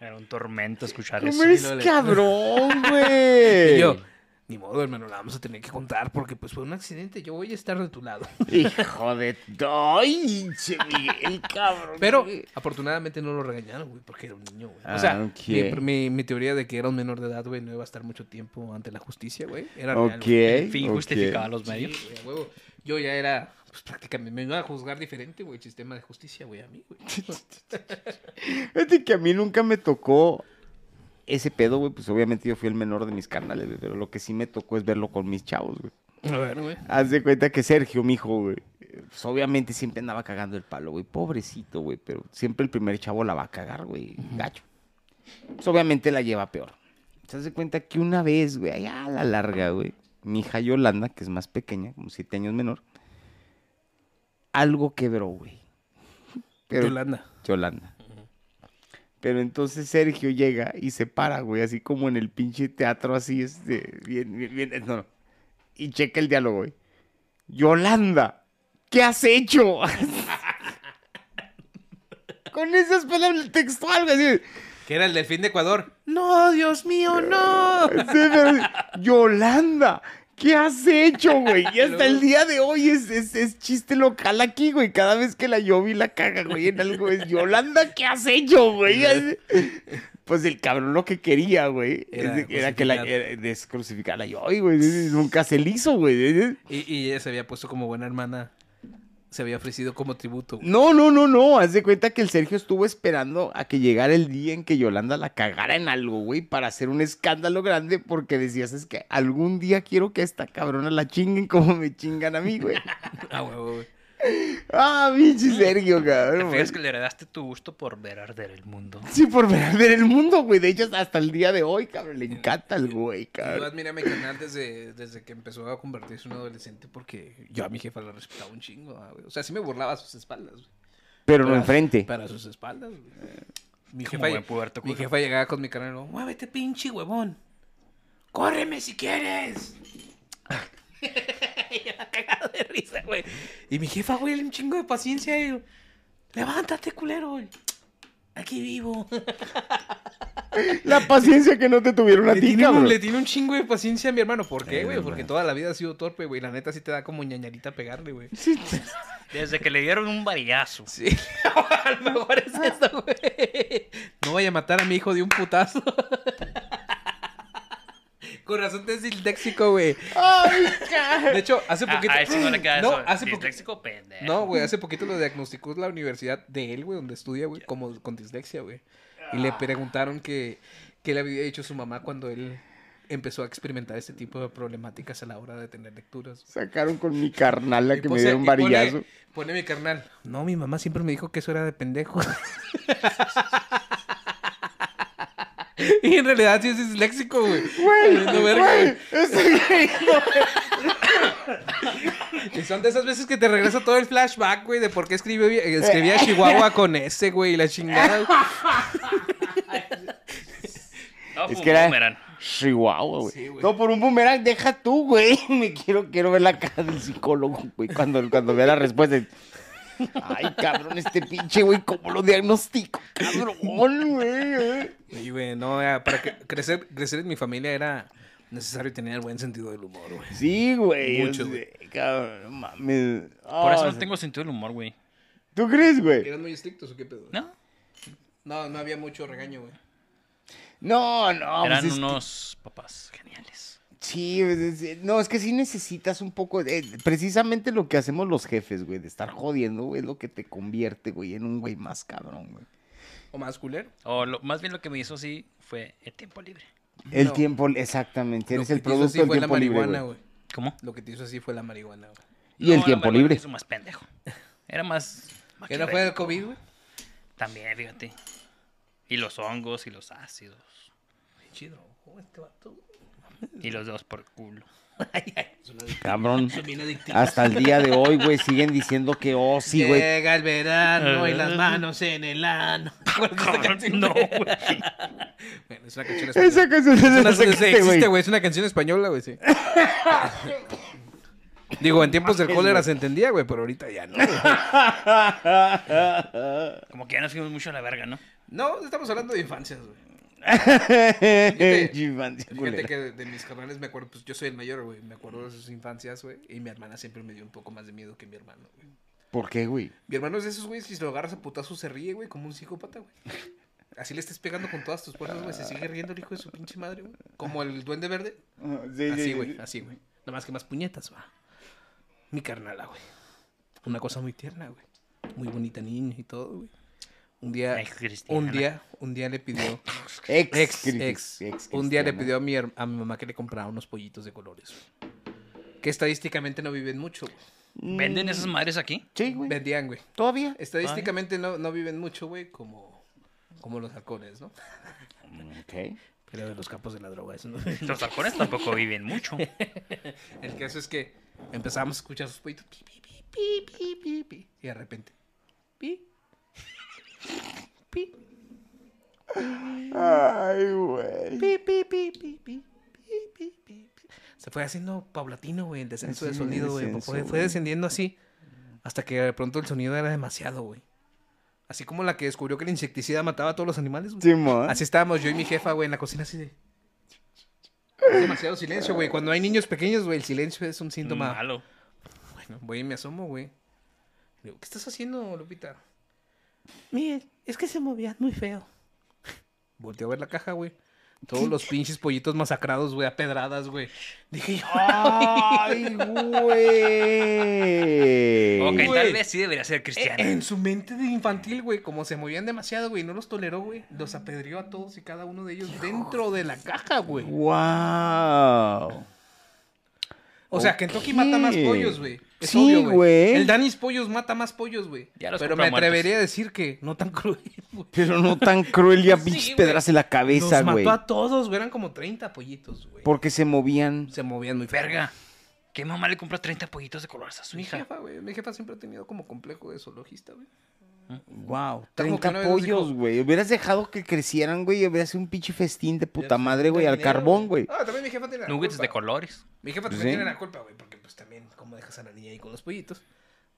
[SPEAKER 2] Era un tormento escuchar
[SPEAKER 1] No
[SPEAKER 2] eso.
[SPEAKER 1] me eres
[SPEAKER 3] Dale.
[SPEAKER 1] cabrón, güey.
[SPEAKER 3] Y yo, ni modo, hermano, la vamos a tener que contar porque pues fue un accidente, yo voy a estar de tu lado.
[SPEAKER 1] Hijo de. ¡Ay, che, Miguel, cabrón!
[SPEAKER 3] Pero afortunadamente no lo regañaron, güey, porque era un niño, güey.
[SPEAKER 1] Ah,
[SPEAKER 3] o sea,
[SPEAKER 1] ok.
[SPEAKER 3] mi, mi- mi teoría de que era un menor de edad, güey, no iba a estar mucho tiempo ante la justicia, güey. Era real,
[SPEAKER 1] Ok.
[SPEAKER 3] güey.
[SPEAKER 2] En fin,
[SPEAKER 1] ok.
[SPEAKER 2] justificaba los medios.
[SPEAKER 3] Sí, güey, a huevo. Yo ya era, pues prácticamente me iba a juzgar diferente, güey, el sistema de justicia, güey, a mí, güey.
[SPEAKER 1] Fíjate que a mí nunca me tocó ese pedo, güey. Pues obviamente yo fui el menor de mis carnales, güey. Pero lo que sí me tocó es verlo con mis chavos, güey.
[SPEAKER 3] A ver, güey.
[SPEAKER 1] Haz de cuenta que Sergio, mi hijo, güey. eh, Pues obviamente siempre andaba cagando el palo, güey. Pobrecito, güey. Pero siempre el primer chavo la va a cagar, güey. Gacho. Pues obviamente la lleva peor. Se hace cuenta que una vez, güey, allá a la larga, güey. Mi hija Yolanda, que es más pequeña, como siete años menor. Algo quebró, güey. Pero-
[SPEAKER 3] Yolanda.
[SPEAKER 1] Yolanda. Pero entonces Sergio llega y se para, güey, así como en el pinche teatro, así, este, bien, bien, bien, no, no. Y checa el diálogo, güey. Yolanda, ¿qué has hecho? Con esas palabras textual, güey. así.
[SPEAKER 3] Que era el delfín de Ecuador.
[SPEAKER 4] No, Dios mío, no.
[SPEAKER 1] Sí, pero, Yolanda, ¿qué has hecho, güey? Y hasta el día de hoy es, es- es chiste local aquí, güey. Cada vez que la Yovi la caga, güey, en algo es Yolanda, ¿qué has hecho, güey? Así- Pues el cabrón lo que quería, güey,
[SPEAKER 3] Era
[SPEAKER 1] es de- era, que la
[SPEAKER 3] crucificar.
[SPEAKER 1] era descrucificar a la Yovi, güey. Nunca se le hizo, güey.
[SPEAKER 3] Y, y ella se había puesto como buena hermana. Se había ofrecido como tributo, güey.
[SPEAKER 1] No, no, no, no. Haz de cuenta que el Sergio estuvo esperando a que llegara el día en que Yolanda la cagara en algo, güey, para hacer un escándalo grande porque decías, es que algún día quiero que a esta cabrona la chinguen como me chingan a mí, güey.
[SPEAKER 3] Ah, güey, güey, güey.
[SPEAKER 1] ah, pinche Sergio,
[SPEAKER 2] ¿Te
[SPEAKER 1] cabrón. güey.
[SPEAKER 2] fijas que le heredaste tu gusto por ver arder el mundo?
[SPEAKER 1] Sí, por ver, ver el mundo, güey. De hecho, hasta el día de hoy, cabrón. Le encanta el güey,
[SPEAKER 3] Yo
[SPEAKER 1] cabrón.
[SPEAKER 3] admiré a mi canal desde, desde que empezó a convertirse en un adolescente porque yo a mi jefa la respetaba un chingo, ah, güey. O sea, sí me burlaba a sus espaldas, güey.
[SPEAKER 1] Pero no
[SPEAKER 3] Para-
[SPEAKER 1] enfrente.
[SPEAKER 3] Para sus espaldas, güey. Mi
[SPEAKER 2] Como
[SPEAKER 3] jefa,
[SPEAKER 2] buen puberto,
[SPEAKER 3] mi
[SPEAKER 2] culo.
[SPEAKER 3] jefa llegaba con mi canal y luego, muévete, pinche huevón. ¡Córreme si quieres! Y yo cagado de risa, güey. Y mi jefa, güey, un chingo de paciencia. Y yo, Levántate, culero. Aquí vivo.
[SPEAKER 1] La paciencia que no te tuvieron a
[SPEAKER 3] Le
[SPEAKER 1] ti,
[SPEAKER 3] tiene, un,
[SPEAKER 1] cabrón.
[SPEAKER 3] le tiene un chingo de paciencia a mi hermano. ¿Por qué,
[SPEAKER 1] Eh,
[SPEAKER 3] güey?
[SPEAKER 1] no
[SPEAKER 3] Porque
[SPEAKER 1] mames.
[SPEAKER 3] toda la vida ha sido torpe, güey. La neta sí te da como ñañarita pegarle, güey.
[SPEAKER 2] Desde que le dieron un varillazo.
[SPEAKER 3] Sí. a lo mejor es eso, güey. No vaya a matar a mi hijo de un putazo. Con razón te es disléxico, güey.
[SPEAKER 1] Ay, ca-
[SPEAKER 3] De hecho, hace
[SPEAKER 2] Ah,
[SPEAKER 3] poquito.
[SPEAKER 2] a ese no le queda
[SPEAKER 3] No,
[SPEAKER 2] eso.
[SPEAKER 3] hace poquito-
[SPEAKER 2] Disléxico, pendejo.
[SPEAKER 3] No, güey, hace poquito lo diagnosticó la universidad de él, güey, donde estudia, güey, como con dislexia, güey. Y le preguntaron que, qué le había dicho su mamá cuando él empezó a experimentar este tipo de problemáticas a la hora de tener lecturas.
[SPEAKER 1] Sacaron con mi carnal la
[SPEAKER 3] Y
[SPEAKER 1] que me
[SPEAKER 3] puse-
[SPEAKER 1] dieron
[SPEAKER 3] y
[SPEAKER 1] un
[SPEAKER 3] pone-
[SPEAKER 1] varillazo.
[SPEAKER 3] Pone, mi carnal. No, mi mamá siempre me dijo que eso era de pendejo. y en realidad sí es disléxico, güey. Valiendo verga,
[SPEAKER 1] Güey, ese güey,
[SPEAKER 3] Y son de esas veces que te regresa todo el flashback, güey, de por qué escribió, escribía Chihuahua con ese, güey, y la chingada. güey.
[SPEAKER 2] No,
[SPEAKER 1] Es
[SPEAKER 2] fue
[SPEAKER 1] que
[SPEAKER 2] un
[SPEAKER 1] era
[SPEAKER 2] boomerang.
[SPEAKER 1] Chihuahua, güey.
[SPEAKER 3] Sí, güey.
[SPEAKER 1] no, por un boomerang, deja tú, güey. Me quiero, quiero ver la cara del psicólogo, güey. Cuando, cuando vea la respuesta. Ay, cabrón, este pinche, güey, ¿cómo lo diagnostico? Cabrón, güey.
[SPEAKER 3] Y, güey, no, eh, para que- crecer, crecer en mi familia era necesario tener buen sentido del humor, güey.
[SPEAKER 1] Sí, güey.
[SPEAKER 3] Mucho,
[SPEAKER 1] o sea,
[SPEAKER 3] güey.
[SPEAKER 1] Cabrón, no mames.
[SPEAKER 2] Por
[SPEAKER 1] Ah,
[SPEAKER 2] eso
[SPEAKER 1] o
[SPEAKER 2] no
[SPEAKER 1] sea,
[SPEAKER 2] tengo sentido del humor, güey.
[SPEAKER 1] ¿Tú crees, güey?
[SPEAKER 3] ¿Eran muy estrictos o qué pedo?
[SPEAKER 2] No,
[SPEAKER 3] No, no había mucho regaño, güey.
[SPEAKER 1] No, no.
[SPEAKER 2] eran
[SPEAKER 1] pues es-
[SPEAKER 2] unos papás geniales.
[SPEAKER 1] Sí, pues es- no, es que sí necesitas un poco de... Precisamente lo que hacemos los jefes, güey, de estar jodiendo, güey, es lo que te convierte, güey, en un güey más cabrón, güey.
[SPEAKER 3] ¿O más culero?
[SPEAKER 2] O lo- más bien lo que me hizo así fue el tiempo libre.
[SPEAKER 1] El
[SPEAKER 3] No.
[SPEAKER 1] tiempo, exactamente, eres
[SPEAKER 3] Lo
[SPEAKER 1] el
[SPEAKER 3] que te hizo
[SPEAKER 1] producto
[SPEAKER 3] así
[SPEAKER 1] del
[SPEAKER 3] fue la
[SPEAKER 1] tiempo libre,
[SPEAKER 3] marihuana,
[SPEAKER 1] güey.
[SPEAKER 2] ¿Cómo?
[SPEAKER 3] Lo que te hizo así fue la marihuana, güey.
[SPEAKER 1] Y
[SPEAKER 2] No,
[SPEAKER 1] el
[SPEAKER 2] la
[SPEAKER 1] tiempo
[SPEAKER 2] verdad, me
[SPEAKER 1] libre.
[SPEAKER 2] hizo más pendejo. Era más.
[SPEAKER 3] ¿Que no fue el COVID, güey?
[SPEAKER 2] También, fíjate. Y los hongos y los ácidos.
[SPEAKER 3] Chido, oh, este vato.
[SPEAKER 2] Y los dedos por culo.
[SPEAKER 1] Cabrón.
[SPEAKER 3] Bien adictivo.
[SPEAKER 1] Hasta el día de hoy, güey, siguen diciendo que oh, sí, güey.
[SPEAKER 4] Llega el verano y las manos en el ano.
[SPEAKER 2] no, güey.
[SPEAKER 3] Bueno, es una canción española.
[SPEAKER 1] Esa canción es
[SPEAKER 3] Es
[SPEAKER 1] de
[SPEAKER 3] una,
[SPEAKER 1] no sé
[SPEAKER 3] sí,
[SPEAKER 1] qué,
[SPEAKER 3] existe,
[SPEAKER 1] güey.
[SPEAKER 3] güey. Es una canción española, güey, sí. Digo, en tiempos del cólera se entendía, güey, pero ahorita ya no.
[SPEAKER 2] Como que ya nos fuimos mucho a la verga, ¿no?
[SPEAKER 3] No, estamos hablando de infancias, güey.
[SPEAKER 1] Infancia
[SPEAKER 3] Fíjate
[SPEAKER 1] culera.
[SPEAKER 3] que de, de mis carnales me acuerdo, pues yo soy el mayor, güey. Me acuerdo de sus infancias, güey. Y mi hermana siempre me dio un poco más de miedo que mi hermano, güey.
[SPEAKER 1] ¿Por qué, güey?
[SPEAKER 3] Mi hermano es de esos, güey, si lo agarras a putazo se ríe, güey, como un psicópata, güey. Así le estés pegando con todas tus fuerzas, güey. Se sigue riendo el hijo de su pinche madre, güey. Como el duende verde. Así, Ah, güey, así, güey. Nada más que más puñetas, va. Mi carnala, güey. Una cosa muy tierna, güey. Muy bonita niña y todo, güey. Un día,
[SPEAKER 2] Ay, Cristina.
[SPEAKER 3] un día, un día le pidió
[SPEAKER 1] Ex,
[SPEAKER 3] ex,
[SPEAKER 1] cristi-
[SPEAKER 3] ex.
[SPEAKER 1] ex
[SPEAKER 3] Un día le
[SPEAKER 1] cristiana.
[SPEAKER 3] pidió a mi, her- a mi mamá que le comprara unos pollitos de colores. güey. Que estadísticamente no viven mucho, güey.
[SPEAKER 2] ¿Venden esas madres aquí?
[SPEAKER 1] Sí, güey.
[SPEAKER 3] Vendían, güey.
[SPEAKER 1] ¿Todavía?
[SPEAKER 3] Estadísticamente no, no viven mucho, güey, como, como los halcones, ¿no?
[SPEAKER 1] Ok.
[SPEAKER 3] Pero de los capos de la droga, eso no.
[SPEAKER 2] Los halcones tampoco viven mucho.
[SPEAKER 3] El caso es que empezamos a escuchar sus pollitos. pi, pi, pi, pi, pi, pi, pi, y de repente. Pi. Pi.
[SPEAKER 1] Ay, güey.
[SPEAKER 3] Pi, pi, pi, pi, pi, pi, pi, pi, pi. Se fue haciendo paulatino, güey, el descenso del
[SPEAKER 1] Sí,
[SPEAKER 3] sonido, güey.
[SPEAKER 1] descenso,
[SPEAKER 3] Fue, fue
[SPEAKER 1] güey.
[SPEAKER 3] descendiendo así hasta que de pronto el sonido era demasiado, güey. Así como la que descubrió que el insecticida mataba a todos los animales, güey.
[SPEAKER 1] Simón.
[SPEAKER 3] Así estábamos yo y mi jefa, güey, en la cocina así de... Es demasiado silencio, güey. Cuando hay niños pequeños, güey, el silencio es un síntoma
[SPEAKER 2] Malo.
[SPEAKER 3] Bueno, voy y me asomo, güey. Le Digo, ¿qué estás haciendo, Lupita? Miren,
[SPEAKER 4] Es que se movían muy feo.
[SPEAKER 3] volteo a ver la caja, güey. Todos los pinches pollitos masacrados, güey, a pedradas, güey. Dije yo,
[SPEAKER 1] Ay, güey.
[SPEAKER 2] Ok,
[SPEAKER 3] Güey.
[SPEAKER 2] tal vez sí debería ser
[SPEAKER 3] "Eh,
[SPEAKER 2] cristiano.
[SPEAKER 3] en su mente de infantil, güey, como se movían demasiado, güey, no los toleró, güey. Los apedreó a todos y cada uno de ellos dentro de la caja, güey.
[SPEAKER 1] Wow.
[SPEAKER 3] O sea, Kentucky mata más
[SPEAKER 1] Ok.
[SPEAKER 3] pollos, güey. Es
[SPEAKER 1] Sí,
[SPEAKER 3] obvio,
[SPEAKER 1] güey.
[SPEAKER 3] El Danis Pollos mata más pollos, güey.
[SPEAKER 2] Ya los
[SPEAKER 3] Pero me
[SPEAKER 2] compra muertos.
[SPEAKER 3] atrevería a decir que no tan cruel, güey.
[SPEAKER 1] Pero no tan cruel y a pinches
[SPEAKER 3] güey.
[SPEAKER 1] pedras en la
[SPEAKER 3] Los
[SPEAKER 1] cabeza,
[SPEAKER 3] mató
[SPEAKER 1] güey.
[SPEAKER 3] a todos, güey. Eran como 30 pollitos, güey.
[SPEAKER 1] Porque se movían.
[SPEAKER 3] Se movían muy feo.
[SPEAKER 2] Verga. ¿Qué mamá le compra 30 pollitos de colores a su
[SPEAKER 3] Mi
[SPEAKER 2] hija?
[SPEAKER 3] jefa, güey. Mi jefa siempre ha tenido como complejo de zoologista, güey.
[SPEAKER 1] Wow,
[SPEAKER 3] Como que
[SPEAKER 1] 30
[SPEAKER 3] una vez nos
[SPEAKER 1] pollos,
[SPEAKER 3] dijo-
[SPEAKER 1] güey. Hubieras dejado que crecieran, güey. y Hubieras sido un pinche festín de puta madre, güey, al
[SPEAKER 3] Dinero,
[SPEAKER 1] carbón, güey.
[SPEAKER 3] Ah, también mi jefa tiene la
[SPEAKER 2] Nuggets de
[SPEAKER 3] culpa.
[SPEAKER 2] colores.
[SPEAKER 3] Mi jefa también
[SPEAKER 1] Sí.
[SPEAKER 3] pues, tiene la culpa, güey, porque pues también, como dejas a la niña ahí con los pollitos,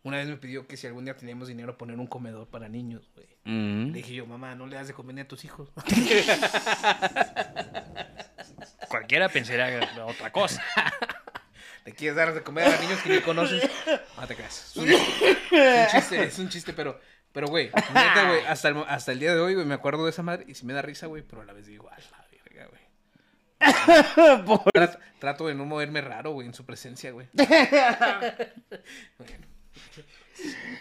[SPEAKER 3] Una vez me pidió que si algún día teníamos dinero poner un comedor para niños, güey.
[SPEAKER 1] Mm.
[SPEAKER 3] Le dije yo, mamá, no le das de comer ni a tus hijos.
[SPEAKER 2] Cualquiera pensaría otra cosa.
[SPEAKER 3] Te quieres dar de comer a niños que ni conoces. No te creas. Es un, es un chiste, es un chiste, pero, pero güey, neta, güey, hasta el, mo- hasta el día de hoy, güey, me acuerdo de esa madre y si me da risa, güey, pero a la vez digo, a la verga, güey. Trat- trato de no moverme raro, güey, en su presencia, güey.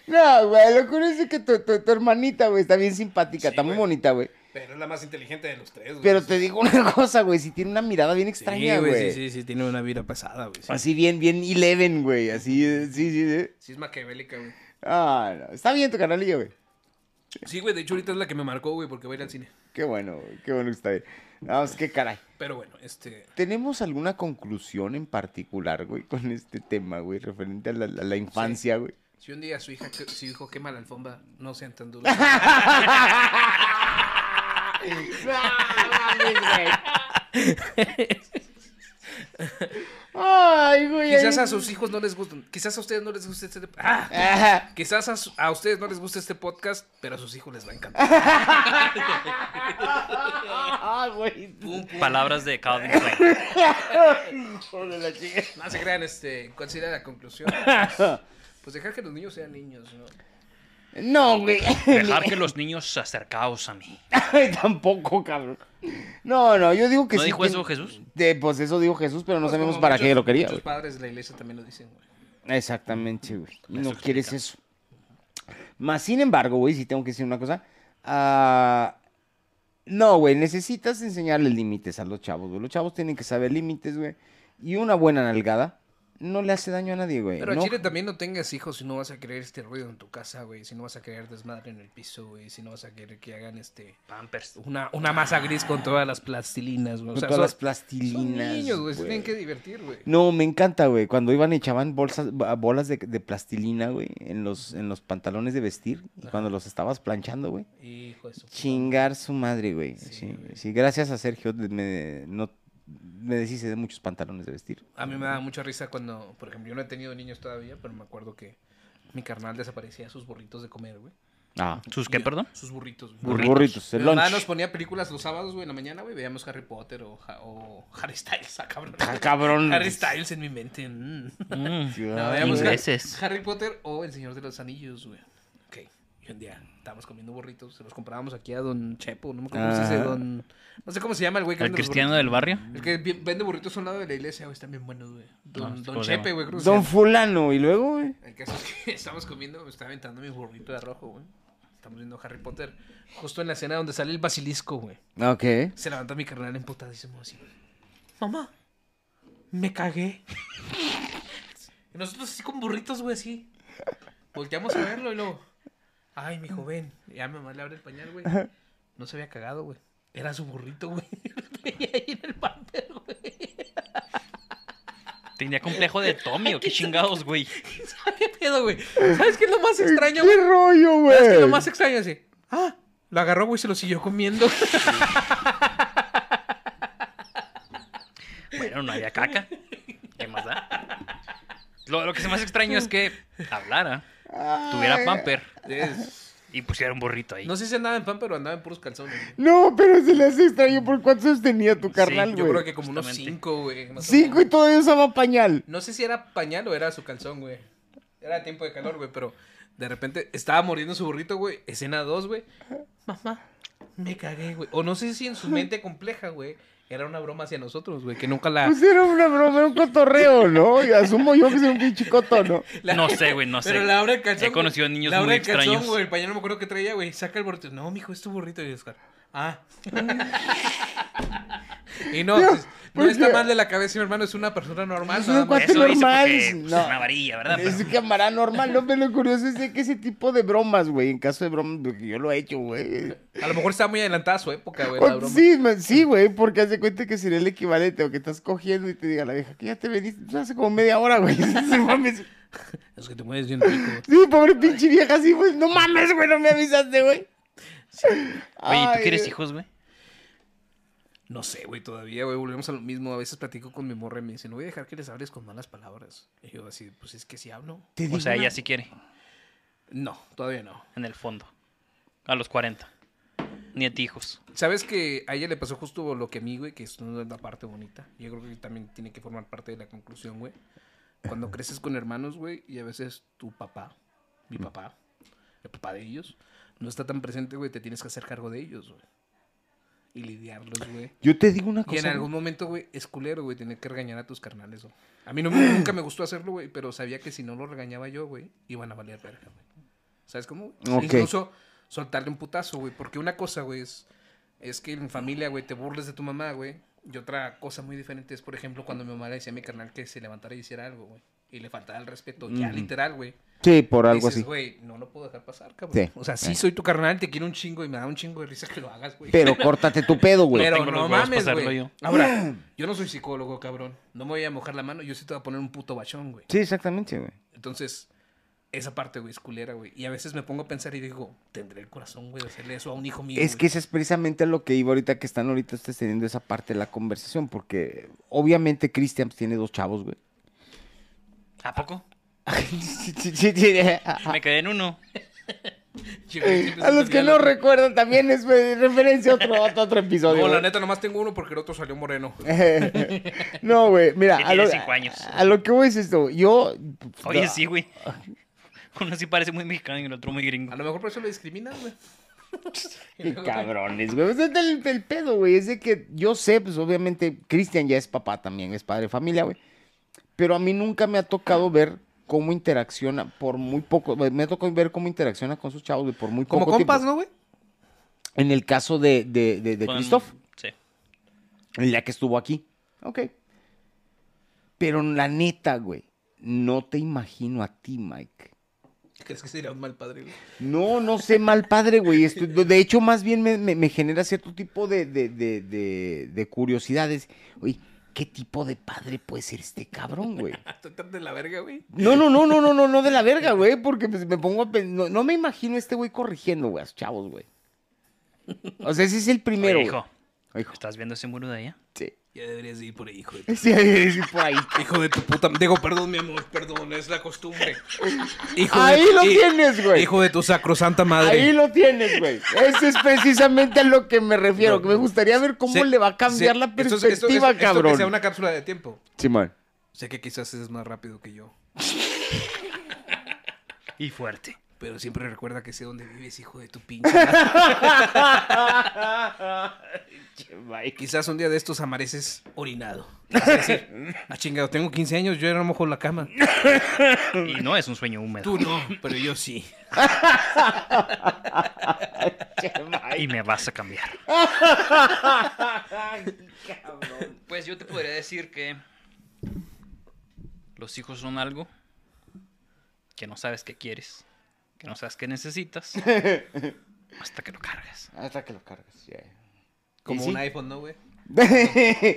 [SPEAKER 1] No, güey, lo curioso es que tu, tu- tu hermanita, güey, está bien simpática, está muy
[SPEAKER 3] güey.
[SPEAKER 1] bonita, güey.
[SPEAKER 3] Pero es la más inteligente de los tres, güey.
[SPEAKER 1] Pero te digo una cosa, güey, si tiene una mirada bien
[SPEAKER 3] Sí,
[SPEAKER 1] extraña, güey.
[SPEAKER 3] Sí, sí, sí, tiene una vida pasada, güey. Sí.
[SPEAKER 1] Así bien, bien Eleven, güey, así, eh, sí, sí, sí.
[SPEAKER 3] Sí, es maquiavélica, güey.
[SPEAKER 1] Ah, no, está bien tu canalillo, güey.
[SPEAKER 3] Sí, güey, de hecho ahorita es la que me marcó, güey, porque voy a ir al cine.
[SPEAKER 1] Qué bueno, güey, qué bueno que está bien. No, es que caray.
[SPEAKER 3] Pero bueno, este...
[SPEAKER 1] ¿Tenemos alguna conclusión en particular, güey, con este tema, güey, referente a la, a la infancia, güey?
[SPEAKER 3] Si un día su hija, que- su hijo quema la alfombra, no sean tan duros.
[SPEAKER 1] Ay, güey.
[SPEAKER 3] Quizás
[SPEAKER 1] ahí-
[SPEAKER 3] a sus hijos no les gustan. Quizás a ustedes no les guste este. ¡Ah!
[SPEAKER 1] Ajá.
[SPEAKER 3] Quizás a, su- a ustedes no les guste este podcast, pero a sus hijos les va a encantar.
[SPEAKER 1] Ah, güey.
[SPEAKER 2] Palabras de Calvin Klein.
[SPEAKER 3] No se crean, este, ¿cuál sería la conclusión? Pues dejar que los niños sean niños, ¿no?
[SPEAKER 1] No, güey.
[SPEAKER 2] Dejar que los niños se acercaos a mí.
[SPEAKER 1] Ay, Tampoco, cabrón. No, no, yo digo que
[SPEAKER 2] ¿No
[SPEAKER 1] sí.
[SPEAKER 2] dijo
[SPEAKER 1] que-
[SPEAKER 2] eso Jesús?
[SPEAKER 1] De- pues eso dijo Jesús, pero no
[SPEAKER 3] Pues
[SPEAKER 1] sabemos
[SPEAKER 3] como
[SPEAKER 1] para
[SPEAKER 3] muchos-
[SPEAKER 1] qué lo quería,
[SPEAKER 3] Muchos
[SPEAKER 1] güey.
[SPEAKER 3] padres de la iglesia también lo dicen, güey.
[SPEAKER 1] Exactamente, güey. No
[SPEAKER 2] explica.
[SPEAKER 1] quieres eso. Más sin embargo, güey, sí tengo que decir una cosa. Ah, no, güey, necesitas enseñarle límites a los chavos, güey. Los chavos tienen que saber límites, güey. Y una buena nalgada no le hace daño a nadie, güey.
[SPEAKER 3] Pero a
[SPEAKER 1] No-
[SPEAKER 3] Chile también no tengas hijos si no vas a querer este ruido en tu casa, güey. Si no vas a querer desmadre en el piso, güey. Si no vas a querer que hagan este.
[SPEAKER 2] Pampers.
[SPEAKER 3] Una, una masa gris con todas las plastilinas, güey. O
[SPEAKER 1] con
[SPEAKER 3] sea,
[SPEAKER 1] todas las
[SPEAKER 3] son- son
[SPEAKER 1] plastilinas.
[SPEAKER 3] niños, güey. Se
[SPEAKER 1] güey.
[SPEAKER 3] tienen que divertir, güey.
[SPEAKER 1] No, me encanta, güey. Cuando iban echaban bolsas, bo- bolas de, de plastilina, güey, en los, en los pantalones de vestir. Y cuando los estabas planchando, güey.
[SPEAKER 3] Hijo de su puta
[SPEAKER 1] Chingar su madre, güey. Sí, sí, gracias a Sergio de- me, no, me deshice de muchos pantalones de vestir.
[SPEAKER 3] A mí me da mucha risa cuando, por ejemplo, yo no he tenido niños todavía, pero me acuerdo que mi carnal desaparecía sus burritos de comer, güey.
[SPEAKER 1] Ah,
[SPEAKER 2] ¿Sus qué, perdón?
[SPEAKER 3] Sus burritos. güey.
[SPEAKER 1] burritos, el
[SPEAKER 3] Mi mamá
[SPEAKER 1] lunch.
[SPEAKER 3] nos ponía películas los sábados, güey, en la mañana, güey, veíamos Harry Potter o, Ja- o Harry Styles, ah, cabrón.
[SPEAKER 1] Ah, cabrón.
[SPEAKER 3] Harry Styles en mi mente. mm.
[SPEAKER 1] Sí,
[SPEAKER 3] No,
[SPEAKER 1] ay,
[SPEAKER 3] veíamos
[SPEAKER 1] güey.
[SPEAKER 2] ingleses.
[SPEAKER 3] Ha- Harry Potter o El Señor de los Anillos, güey. Ok, y un día estábamos comiendo burritos, se los comprábamos aquí a Don Chepo, no me acuerdo cómo se dice,
[SPEAKER 1] Ah.
[SPEAKER 3] Don... No sé cómo se llama el güey que
[SPEAKER 2] ¿El
[SPEAKER 3] vende los
[SPEAKER 2] cristiano
[SPEAKER 3] burritos.
[SPEAKER 2] del barrio?
[SPEAKER 3] El que vi- vende burritos a un lado de la iglesia, güey, están bien buenos, güey. Don,
[SPEAKER 2] No, este,
[SPEAKER 3] Don
[SPEAKER 2] ¿cómo se
[SPEAKER 3] Chepe,
[SPEAKER 2] llama?
[SPEAKER 3] güey, creo que se
[SPEAKER 1] Don
[SPEAKER 3] llama.
[SPEAKER 1] Fulano, y luego, güey.
[SPEAKER 3] El caso es que estamos comiendo, me estaba aventando mi burrito de rojo, güey. Estamos viendo Harry Potter. Justo en la escena donde sale el basilisco, güey.
[SPEAKER 1] Ok.
[SPEAKER 3] Se levanta mi carnal emputadísimo así. Mamá, me cagué. Y nosotros así con burritos, güey, así. Volteamos a verlo y luego. Ay, mi joven. Ya mi mamá le abre el pañal, güey. No se había cagado, güey. Era su burrito, güey. Lo tenía ahí en el pamper, güey.
[SPEAKER 2] Tenía complejo de Tommy o qué chingados, güey.
[SPEAKER 3] ¿Sabes qué pedo, güey? ¿Sabes qué es lo más extraño,
[SPEAKER 1] ¿Qué
[SPEAKER 3] güey?
[SPEAKER 1] rollo, güey?
[SPEAKER 3] ¿Sabes qué es lo más extraño? Así, ah, lo agarró, güey, y se lo siguió comiendo.
[SPEAKER 2] Bueno, no había caca. ¿Qué más da? Lo, lo que se más extraño es que hablara, tuviera pamper y pusiera un burrito ahí.
[SPEAKER 3] No sé si andaba en pan, pero andaba en puros calzones. güey.
[SPEAKER 1] No, pero se le hace extraño por cuántos años tenía tu carnal,
[SPEAKER 2] yo
[SPEAKER 3] Yo
[SPEAKER 1] güey.
[SPEAKER 3] creo que como unos
[SPEAKER 2] justamente.
[SPEAKER 3] cinco, güey. más o
[SPEAKER 1] Cinco y todavía usaba pañal.
[SPEAKER 3] No sé si era pañal o era su calzón, güey. Era tiempo de calor, güey, pero de repente estaba muriendo su burrito, güey. Escena 2, güey. Mamá, me cagué, güey. O no sé si en su mente compleja, güey, era una broma hacia nosotros, güey, que nunca la...
[SPEAKER 1] Pues era una broma, era un cotorreo, ¿no? Y asumo yo que es un pinche coto, ¿no?
[SPEAKER 3] la-
[SPEAKER 2] No sé, güey, no sé.
[SPEAKER 3] Pero la abre el calzón.
[SPEAKER 2] He conocido
[SPEAKER 3] güey.
[SPEAKER 2] niños
[SPEAKER 3] la abre
[SPEAKER 2] muy
[SPEAKER 3] el calzón,
[SPEAKER 2] extraños.
[SPEAKER 3] güey, el pañal no me acuerdo qué traía, güey. Saca el burrito. No, mijo, es tu burrito, y Oscar. Ah. y no, pues, no
[SPEAKER 1] ¿por
[SPEAKER 3] está
[SPEAKER 1] qué?
[SPEAKER 3] mal de la cabeza, mi hermano. Es una persona normal,
[SPEAKER 1] Es
[SPEAKER 3] nada
[SPEAKER 1] un
[SPEAKER 3] más.
[SPEAKER 1] cuate
[SPEAKER 2] Eso dice
[SPEAKER 1] normal.
[SPEAKER 2] porque pues,
[SPEAKER 1] No.
[SPEAKER 2] es una varilla, ¿verdad?
[SPEAKER 1] Es
[SPEAKER 2] Pero-
[SPEAKER 1] un camarada normal, no, pero lo curioso es de que ese tipo de bromas, güey, en caso de bromas, porque yo lo he hecho, güey.
[SPEAKER 3] A lo mejor estaba muy adelantada a su época, güey, la
[SPEAKER 1] O-
[SPEAKER 3] broma.
[SPEAKER 1] Pues Sí, me- sí, güey, porque hace cuenta que sería el equivalente o que estás cogiendo y te diga la vieja que ya te veniste pues, hace como media hora, güey. No mames.
[SPEAKER 3] Es que te mueves bien rico.
[SPEAKER 1] Sí, pobre pinche vieja, sí, güey. No mames, güey, no me avisaste, güey.
[SPEAKER 2] Oye, ¿y
[SPEAKER 1] Ay,
[SPEAKER 2] ¿tú quieres
[SPEAKER 1] güey.
[SPEAKER 2] hijos, güey?
[SPEAKER 3] No sé, güey, todavía, güey, volvemos a lo mismo. A veces platico con mi morra y me dice, no voy a dejar que les hables con malas palabras. Y yo así, pues es que si hablo.
[SPEAKER 1] Te digo
[SPEAKER 2] O sea,
[SPEAKER 1] una-
[SPEAKER 2] ella sí quiere,
[SPEAKER 3] No, todavía no.
[SPEAKER 2] en el fondo. A los 40. Nietijos.
[SPEAKER 3] ¿Sabes que a ella le pasó justo lo que a mí, güey? Que es una- la parte bonita. Yo creo que también tiene que formar parte de la conclusión, güey. Cuando creces con hermanos, güey, y a veces tu papá, mi papá, el papá de ellos, no está tan presente, güey, te tienes que hacer cargo de ellos, güey. Y lidiarlos, güey.
[SPEAKER 1] Yo te digo una
[SPEAKER 3] Y en
[SPEAKER 1] cosa.
[SPEAKER 3] algún momento, güey, es culero, güey, tener que regañar a tus carnales, güey. A mí no me- nunca me gustó hacerlo, güey, pero sabía que si no lo regañaba yo, güey, iban a valer verga, güey. ¿Sabes cómo? güey?
[SPEAKER 1] Ok.
[SPEAKER 3] Incluso soltarle un putazo, güey, porque una cosa, güey, es, es que en familia, güey, te burles de tu mamá, güey. Y otra cosa muy diferente es, por ejemplo, cuando mi mamá le decía a mi carnal que se levantara y hiciera algo, güey. Y le faltaba el respeto, ya
[SPEAKER 1] Ujú.
[SPEAKER 3] literal, güey.
[SPEAKER 1] Sí, por Mm. algo
[SPEAKER 3] Dices,
[SPEAKER 1] así.
[SPEAKER 3] güey, no lo puedo dejar pasar, cabrón.
[SPEAKER 1] Sí. Eh.
[SPEAKER 3] O sea, sí soy tu carnal, te quiero un chingo y me da un chingo de risa que lo hagas, güey.
[SPEAKER 1] Pero córtate tu pedo, güey.
[SPEAKER 3] Pero
[SPEAKER 2] tengo los
[SPEAKER 3] no
[SPEAKER 2] huevos
[SPEAKER 3] mames,
[SPEAKER 2] para hacerlo
[SPEAKER 3] güey.
[SPEAKER 2] yo.
[SPEAKER 3] Ahora, yo no soy psicólogo, cabrón. No me voy a mojar la mano. Yo sí te voy a poner un puto bachón, güey.
[SPEAKER 1] Sí, exactamente, güey.
[SPEAKER 3] Entonces, esa parte, güey, es culera, güey. Y a veces me pongo a pensar y digo, tendré el corazón, güey, de hacerle eso a un hijo mío.
[SPEAKER 1] Es
[SPEAKER 3] güey?
[SPEAKER 1] que eso es precisamente a lo que iba ahorita que están ahorita ustedes teniendo esa parte de la conversación, porque obviamente Cristian pues, tiene dos chavos, güey.
[SPEAKER 2] ¿A poco?
[SPEAKER 1] Sí, sí, sí, sí. Ah.
[SPEAKER 2] Me quedé en uno.
[SPEAKER 3] Chico, yo siempre
[SPEAKER 1] eh, A los
[SPEAKER 3] siento
[SPEAKER 1] que no
[SPEAKER 3] algo-
[SPEAKER 1] recuerdan también es eh, referencia a otro, a otro episodio.
[SPEAKER 3] No, la
[SPEAKER 1] güey.
[SPEAKER 3] neta, nomás tengo uno porque el otro salió moreno.
[SPEAKER 1] Eh. No, güey, mira,
[SPEAKER 2] Que
[SPEAKER 1] a lo,
[SPEAKER 2] tiene cinco años.
[SPEAKER 1] a lo que voy es esto, yo...
[SPEAKER 2] Oye, sí, güey. Uno sí parece muy mexicano y el otro muy
[SPEAKER 3] A
[SPEAKER 2] gringo.
[SPEAKER 3] lo mejor por eso lo discriminan, güey.
[SPEAKER 1] Qué cabrones, güey. O sea, del, del pedo, güey. Es de que yo sé, pues obviamente, Cristian ya es papá también, es padre de familia, güey. Pero a mí nunca me ha tocado ver cómo interacciona, por muy poco, güey, me ha tocado ver cómo interacciona con sus chavos, güey, por muy
[SPEAKER 3] Como
[SPEAKER 1] poco
[SPEAKER 3] compas,
[SPEAKER 1] tiempo.
[SPEAKER 3] ¿no, güey?
[SPEAKER 1] En el caso de, de, de, de
[SPEAKER 2] Con-
[SPEAKER 1] Christoph,
[SPEAKER 2] Sí.
[SPEAKER 1] el día que estuvo aquí. Ok. Pero la neta, güey, no te imagino a ti, Mike.
[SPEAKER 3] ¿Crees que sería un mal padre, güey?
[SPEAKER 1] No, no sé, mal padre, güey. Esto- De hecho, más bien me, me- me genera cierto tipo de, de, de- de- de curiosidades. Oye, ¿qué tipo de padre puede ser este cabrón, güey?
[SPEAKER 3] Estoy tan de la verga, güey.
[SPEAKER 1] No, no, no, no, no, no, no de la verga, güey, porque pues, me pongo a pen- no, no me imagino a este güey corrigiendo, güey, a sus chavos, güey. O sea, ese es el primero.
[SPEAKER 2] Oye,
[SPEAKER 1] güey.
[SPEAKER 2] hijo,
[SPEAKER 1] Oye, hijo.
[SPEAKER 2] ¿estás viendo ese muro de allá?
[SPEAKER 1] Sí.
[SPEAKER 3] Ya deberías de ir por ahí, hijo de
[SPEAKER 1] Sí, es por ahí.
[SPEAKER 3] Hijo de tu puta. Digo, perdón, mi amor, perdón, es la costumbre. Hijo
[SPEAKER 1] Ahí lo
[SPEAKER 3] hi-
[SPEAKER 1] tienes, güey.
[SPEAKER 3] Hijo de tu sacrosanta madre.
[SPEAKER 1] Ahí lo tienes, güey. Eso es precisamente a lo que me refiero.
[SPEAKER 3] No,
[SPEAKER 1] que me gustaría ver cómo
[SPEAKER 3] Se-
[SPEAKER 1] le va a cambiar
[SPEAKER 3] se-
[SPEAKER 1] la
[SPEAKER 3] esto es-
[SPEAKER 1] perspectiva,
[SPEAKER 3] esto- esto- esto que
[SPEAKER 1] cabrón.
[SPEAKER 3] sea una cápsula de tiempo.
[SPEAKER 1] Simón.
[SPEAKER 3] Sé que quizás es más rápido que yo,
[SPEAKER 2] Y fuerte.
[SPEAKER 3] pero siempre recuerda que sé dónde vives, hijo de tu pinche. quizás un día de estos amareces orinado. Es decir, ah, chingado, tengo 15 años, yo era mojo la cama.
[SPEAKER 2] Y no es un sueño húmedo.
[SPEAKER 3] Tú no, pero yo sí.
[SPEAKER 2] Y me vas a cambiar. Pues yo te podría decir que los hijos son algo que no sabes que quieres, que no sabes que necesitas, hasta que lo cargas.
[SPEAKER 1] Hasta Ah, que lo cargas. ya.
[SPEAKER 3] Como
[SPEAKER 1] ¿Y sí?
[SPEAKER 3] un iPhone, ¿no, güey?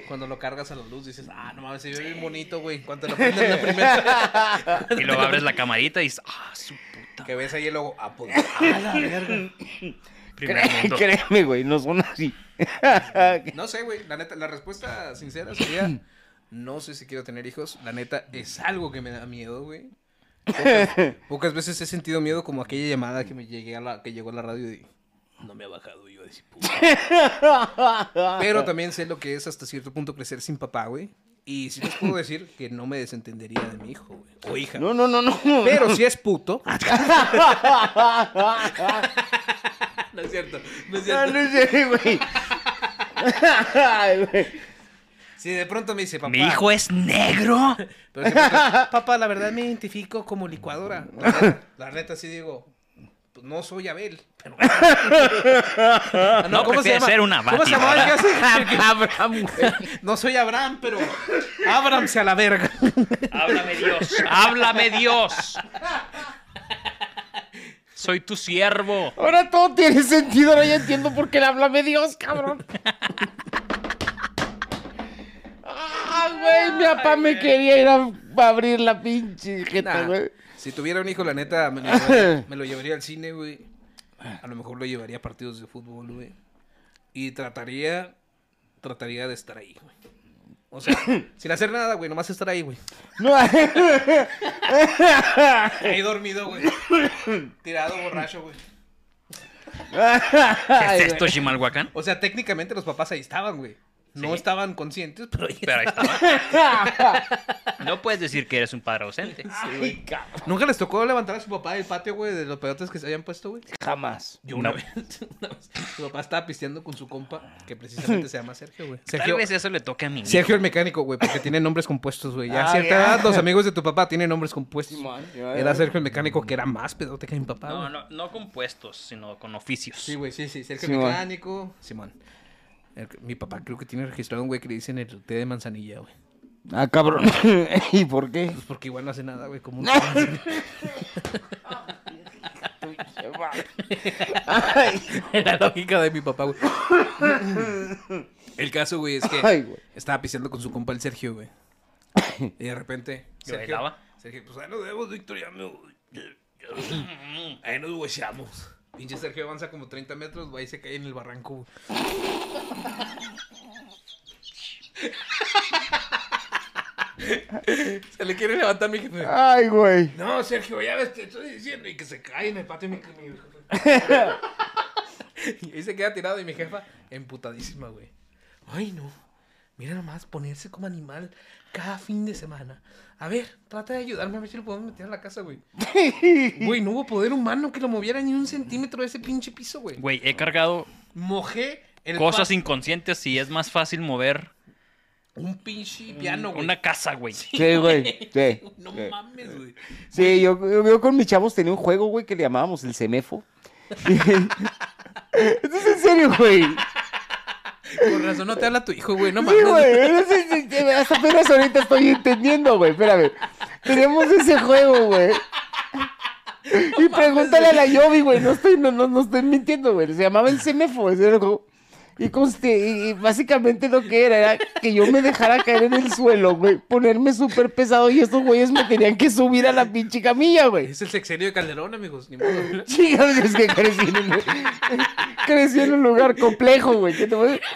[SPEAKER 3] Cuando lo cargas a la luz dices, ah, no mames, se ve bien bonito, güey. Cuando lo prendes la primera
[SPEAKER 2] Y luego abres la camarita y dices, ah, su puta.
[SPEAKER 3] que ves ahí el logo, ah, pues, a la verga.
[SPEAKER 2] Primer mundo.
[SPEAKER 1] Créeme, güey, no son así.
[SPEAKER 3] No sé, güey. La neta, la respuesta sincera sería: No sé si quiero tener hijos. La neta, es algo que me da miedo, güey. Pocas, pocas veces he sentido miedo como aquella llamada que me llegué a la, que llegó a la radio y no me ha bajado y yo decir, "Puta". Pero también sé lo que es hasta cierto punto crecer sin papá, güey. Y sí les puedo decir que no me desentendería de mi hijo, güey. O hija.
[SPEAKER 1] No, no, no, no.
[SPEAKER 3] Pero si es puto. no es cierto. No es
[SPEAKER 1] No,
[SPEAKER 3] cierto.
[SPEAKER 1] no sé, güey. Ay, güey.
[SPEAKER 3] Si de pronto me dice papá.
[SPEAKER 2] Mi hijo es negro.
[SPEAKER 3] Pero siempre tra- papá, la verdad me identifico como licuadora. La neta, la neta sí digo, pues, no soy Abel. Pero... Ah,
[SPEAKER 2] No, prefiere ser una
[SPEAKER 3] ¿Cómo se llamaba el
[SPEAKER 2] batidora.
[SPEAKER 3] que hace- Abraham, güey. No soy Abraham, pero Ábramse a la verga.
[SPEAKER 2] Háblame Dios, háblame Dios. Soy tu siervo.
[SPEAKER 1] Ahora todo tiene sentido. Ahora ya entiendo por qué le háblame Dios, cabrón. Ah, güey, mi papá me quería ir a a abrir la pinche jeta,
[SPEAKER 2] Ah,
[SPEAKER 3] Nah,
[SPEAKER 1] güey.
[SPEAKER 3] Si tuviera un hijo, la neta, me lo llevaría, me lo llevaría al cine, güey. A lo mejor lo llevaría a partidos de fútbol, güey. Y trataría trataría de estar ahí, güey. O sea, sin hacer nada, güey, nomás estar ahí, güey.
[SPEAKER 1] No,
[SPEAKER 3] Ahí dormido, güey. Tirado, borracho, güey.
[SPEAKER 2] ¿Qué es esto, Chimalhuacán?
[SPEAKER 3] O sea, técnicamente los papás ahí estaban, güey. No
[SPEAKER 2] Sí.
[SPEAKER 3] estaban conscientes, pero ahí
[SPEAKER 2] Pero ahí estaba. No puedes decir que eres un padre ausente.
[SPEAKER 3] Ay, cabrón. ¿Nunca les tocó levantar a su papá del patio, güey, de los pedotes que se habían puesto, güey?
[SPEAKER 1] jamás.
[SPEAKER 3] Yo una
[SPEAKER 2] No.
[SPEAKER 3] vez, una vez, su papá estaba pisteando con su compa, que precisamente se llama Sergio, güey.
[SPEAKER 2] Tal
[SPEAKER 3] Sergio,
[SPEAKER 2] vez eso le toque a mi hijo.
[SPEAKER 3] Sergio el mecánico, güey, porque tiene nombres compuestos, güey. Ya a
[SPEAKER 1] Ah,
[SPEAKER 3] cierta
[SPEAKER 1] ya.
[SPEAKER 3] edad, los amigos de tu papá tienen nombres compuestos.
[SPEAKER 1] Simón, ya.
[SPEAKER 3] Era Sergio el mecánico, que era más pedote que mi papá,
[SPEAKER 2] No,
[SPEAKER 3] güey.
[SPEAKER 2] no, no con puestos, sino con oficios.
[SPEAKER 3] Sí, güey, sí, sí. Sergio
[SPEAKER 1] Simón.
[SPEAKER 3] mecánico. Simón. El- mi papá creo que tiene registrado un güey que le dicen el té de manzanilla, güey.
[SPEAKER 1] Ah, cabrón. ¿Y por qué?
[SPEAKER 3] Pues porque igual no hace nada, güey, como un...
[SPEAKER 1] Ay,
[SPEAKER 3] La lógica de mi papá, güey. El caso, güey, es que
[SPEAKER 1] Ay, güey.
[SPEAKER 3] estaba pisteando con su compa el Sergio, güey. Y de repente.
[SPEAKER 2] Yo bailaba.
[SPEAKER 3] Sergio, pues ahí nos vemos, Víctor, ya me voy. Ahí nos hueseamos. Pinche Sergio avanza como 30 metros, güey, y se cae en el barranco. güey. se le quiere levantar mi jefe.
[SPEAKER 1] Ay, güey.
[SPEAKER 3] No, Sergio, ya ves, te estoy diciendo. Y que se cae en el patio mi, mi Y ahí se queda tirado y mi jefa emputadísima, güey. Ay, no. Mira nomás ponerse como animal cada fin de semana. A ver, trata de ayudarme a ver si lo podemos meter a la casa, güey. Güey, no hubo poder humano que lo moviera ni un centímetro de ese pinche piso, güey.
[SPEAKER 2] Güey, he cargado
[SPEAKER 3] Mojé el
[SPEAKER 2] cosas
[SPEAKER 3] pa-
[SPEAKER 2] inconscientes y es más fácil mover
[SPEAKER 3] un pinche piano, güey.
[SPEAKER 2] una casa, güey.
[SPEAKER 1] Sí, güey. Sí.
[SPEAKER 3] No
[SPEAKER 1] sí.
[SPEAKER 3] mames, güey.
[SPEAKER 1] Sí, yo, yo, yo con mis chavos tenía un juego, güey, que le llamábamos el semefo. Esto es en serio, güey.
[SPEAKER 3] Por razón no te habla tu hijo, güey. No
[SPEAKER 1] Sí,
[SPEAKER 3] mames.
[SPEAKER 1] güey. eso es- es- es- Hasta apenas ahorita estoy entendiendo, güey. Espérame. Tenemos ese juego, güey. Y pregúntale a la Yobi, güey. No estoy, no, no, no estoy mintiendo, güey. Se llamaba el semefo, ese era el juego. Y conste, y, y básicamente lo que era era que yo me dejara caer en el suelo, güey. Ponerme súper pesado y estos güeyes me tenían que subir a la pinche camilla, güey.
[SPEAKER 3] Es el sexenio de Calderón, amigos. Ni modo.
[SPEAKER 1] Chingados, es que crecí en un, crecí en un lugar complejo, güey. ¿Qué te voy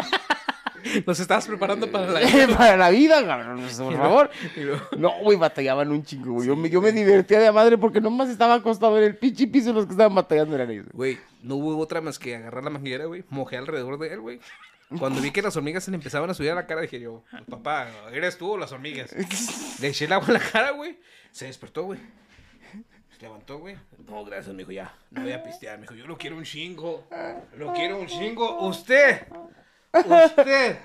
[SPEAKER 3] Nos estabas preparando para
[SPEAKER 1] a
[SPEAKER 3] la.
[SPEAKER 1] decir? Para la vida, cabrón, por favor.
[SPEAKER 3] Y luego-
[SPEAKER 1] No, güey, batallaban un chingo, güey. Yo, me, yo me divertía de la madre porque nomás estaba acostado en el pinche piso y los que estaban batallando eran ellos. güey.
[SPEAKER 3] Güey, no hubo otra más que agarrar la manguera, güey. Mojé alrededor de él, güey. Cuando vi que las hormigas se le empezaban a subir a la cara, dije yo, papá, ¿eres tú o las hormigas? Le eché el agua en la cara, güey. Se despertó, güey. Se levantó, güey. No, gracias, mijo, ya. No voy a pistear, mijo. Yo lo quiero un chingo. Lo quiero un chingo. Usted. Usted.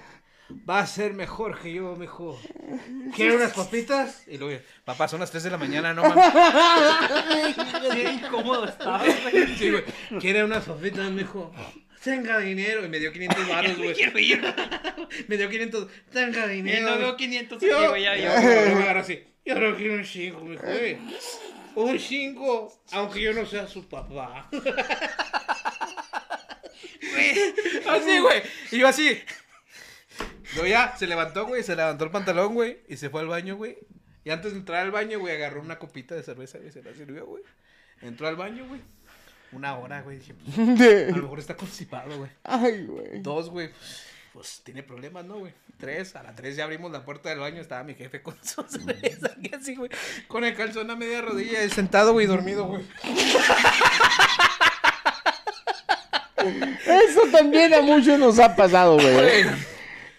[SPEAKER 3] Va a ser mejor que yo, mijo. ¿Quiere unas papitas? Y luego, papá, son las 3 de la mañana, no mames. Qué incómodo estaba, güey. Sí, güey. Quiere unas papitas, mijo. Tenga dinero. Y me dio 500 baros, güey. me dio 500. Tenga dinero.
[SPEAKER 2] Eh, no veo 500
[SPEAKER 3] Yo,
[SPEAKER 2] aquí, güey, ya, ya.
[SPEAKER 3] yo me agarro así. Yo no quiero un chingo, mijo. eh. Un chingo, aunque yo no sea su papá. así, güey. Y yo así. Luego ya se levantó, güey, se levantó el pantalón, güey, y se fue al baño, güey. Y antes de entrar al baño, güey, agarró una copita de cerveza, güey, se la sirvió, güey. Entró al baño, güey. Una hora, güey. Dije, pues, a lo mejor está constipado, güey.
[SPEAKER 1] Ay, güey.
[SPEAKER 3] Dos, güey. Pues, pues, tiene problemas, ¿no, güey? Tres, a las tres ya abrimos la puerta del baño, estaba mi jefe con su cerveza, que así, güey. Con el calzón a media rodilla, él sentado, güey, dormido, güey.
[SPEAKER 1] Eso también a muchos nos ha pasado, güey.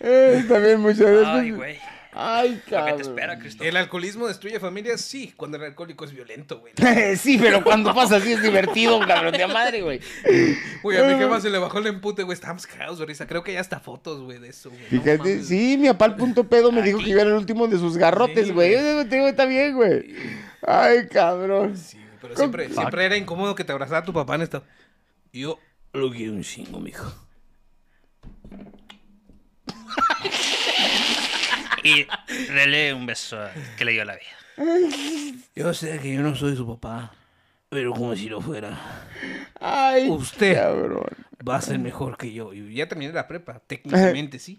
[SPEAKER 1] Eh, también muchas veces.
[SPEAKER 2] Ay, güey.
[SPEAKER 1] Ay,
[SPEAKER 2] Lo que
[SPEAKER 1] cabrón.
[SPEAKER 2] te espera, Cristo.
[SPEAKER 3] El alcoholismo destruye familias, sí, cuando el alcohólico es violento, güey.
[SPEAKER 1] sí, pero cuando pasa así es divertido, cabrón, de a madre, güey.
[SPEAKER 3] Güey, a mi jefa se le bajó el empute, güey. Estábamos cagados de risa. Creo que hay hasta fotos, güey, de eso, güey. No
[SPEAKER 1] Fíjate,
[SPEAKER 3] mames.
[SPEAKER 1] sí, mi papá el punto pedo me dijo que iba a ser el último de sus garrotes,
[SPEAKER 3] Sí,
[SPEAKER 1] güey.
[SPEAKER 3] güey.
[SPEAKER 1] Yo digo, te digo, está bien, güey. Ay, cabrón.
[SPEAKER 3] Sí, güey, pero siempre, siempre era incómodo que te abrazara tu papá en esta. Yo lo quiero un chingo, mijo.
[SPEAKER 2] Y dele un beso que le dio la vida.
[SPEAKER 3] Yo sé que yo no soy su papá, pero como si lo fuera.
[SPEAKER 1] Ay,
[SPEAKER 3] Usted.
[SPEAKER 1] cabrón.
[SPEAKER 3] Va a ser mejor que yo. Y ya terminé la prepa, técnicamente, sí.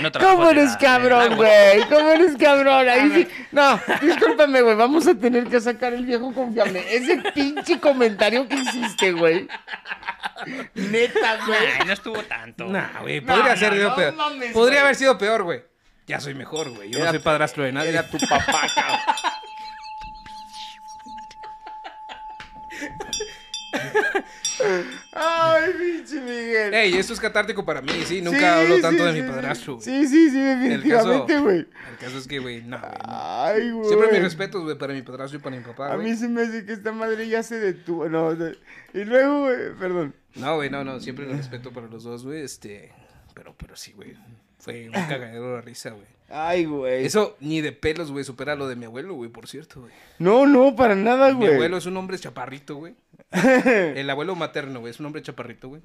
[SPEAKER 2] No trabajo
[SPEAKER 1] ¿Cómo
[SPEAKER 2] de
[SPEAKER 1] eres
[SPEAKER 2] nada,
[SPEAKER 1] cabrón, güey? ¿Cómo eres cabrón? Ahí sí. No, discúlpame, güey. Vamos a tener que sacar el viejo confiable. Ese pinche comentario que hiciste, güey. Neta, güey.
[SPEAKER 2] Ay, no estuvo tanto.
[SPEAKER 3] Nah, güey,
[SPEAKER 1] No,
[SPEAKER 3] podría
[SPEAKER 1] no,
[SPEAKER 3] ser
[SPEAKER 1] no
[SPEAKER 3] peor.
[SPEAKER 1] mames,
[SPEAKER 3] podría
[SPEAKER 1] güey.
[SPEAKER 3] haber sido peor, güey. Ya soy mejor, güey. Yo no soy padrastro de nadie.
[SPEAKER 1] Era tu papá, cabrón. Ay, pinche Miguel.
[SPEAKER 3] Ey, esto es catártico para mí, sí. Nunca
[SPEAKER 1] Sí,
[SPEAKER 3] hablo
[SPEAKER 1] sí,
[SPEAKER 3] tanto de
[SPEAKER 1] sí,
[SPEAKER 3] mi padrastro, güey.
[SPEAKER 1] Sí, sí, sí, definitivamente, güey.
[SPEAKER 3] El caso es que, güey, no, güey. no.
[SPEAKER 1] Ay, güey.
[SPEAKER 3] Siempre mis respetos, güey, para mi padrastro y para mi papá,
[SPEAKER 1] A mí
[SPEAKER 3] güey.
[SPEAKER 1] se me hace que esta madre ya se detuvo. No, no. Y luego, güey, perdón.
[SPEAKER 3] No, güey, no, no. Siempre el respeto para los dos, güey. Este. Pero, pero sí, güey. Fue un cagadero de risa, güey.
[SPEAKER 1] Ay, güey.
[SPEAKER 3] Eso ni de pelos, güey, supera lo de mi abuelo, güey, por cierto, güey.
[SPEAKER 1] No, no, para nada,
[SPEAKER 3] Mi
[SPEAKER 1] güey.
[SPEAKER 3] abuelo es un hombre chaparrito, güey. El abuelo materno, güey, es un hombre chaparrito, güey.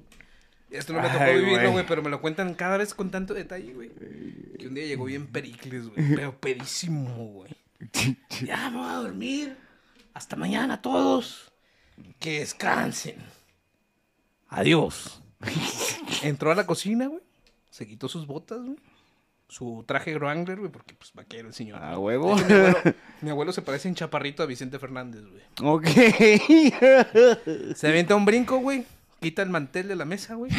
[SPEAKER 3] Esto no me tocó
[SPEAKER 1] Ay,
[SPEAKER 3] vivirlo,
[SPEAKER 1] güey.
[SPEAKER 3] güey, pero me lo cuentan cada vez con tanto detalle, güey. Que un día llegó bien pericles, güey. Pero pedísimo, güey. Ya me voy a dormir. Hasta mañana a todos. Que descansen. Adiós. Entró a la cocina, güey. Se quitó sus botas, güey. Su traje Groangler, güey, porque pues vaquero el señor.
[SPEAKER 1] A
[SPEAKER 3] ¿no?
[SPEAKER 1] huevo.
[SPEAKER 3] Mi abuelo, mi abuelo se parece en chaparrito a Vicente Fernández, güey.
[SPEAKER 1] ok.
[SPEAKER 3] Se avienta un brinco, güey. Quita el mantel de la mesa, güey.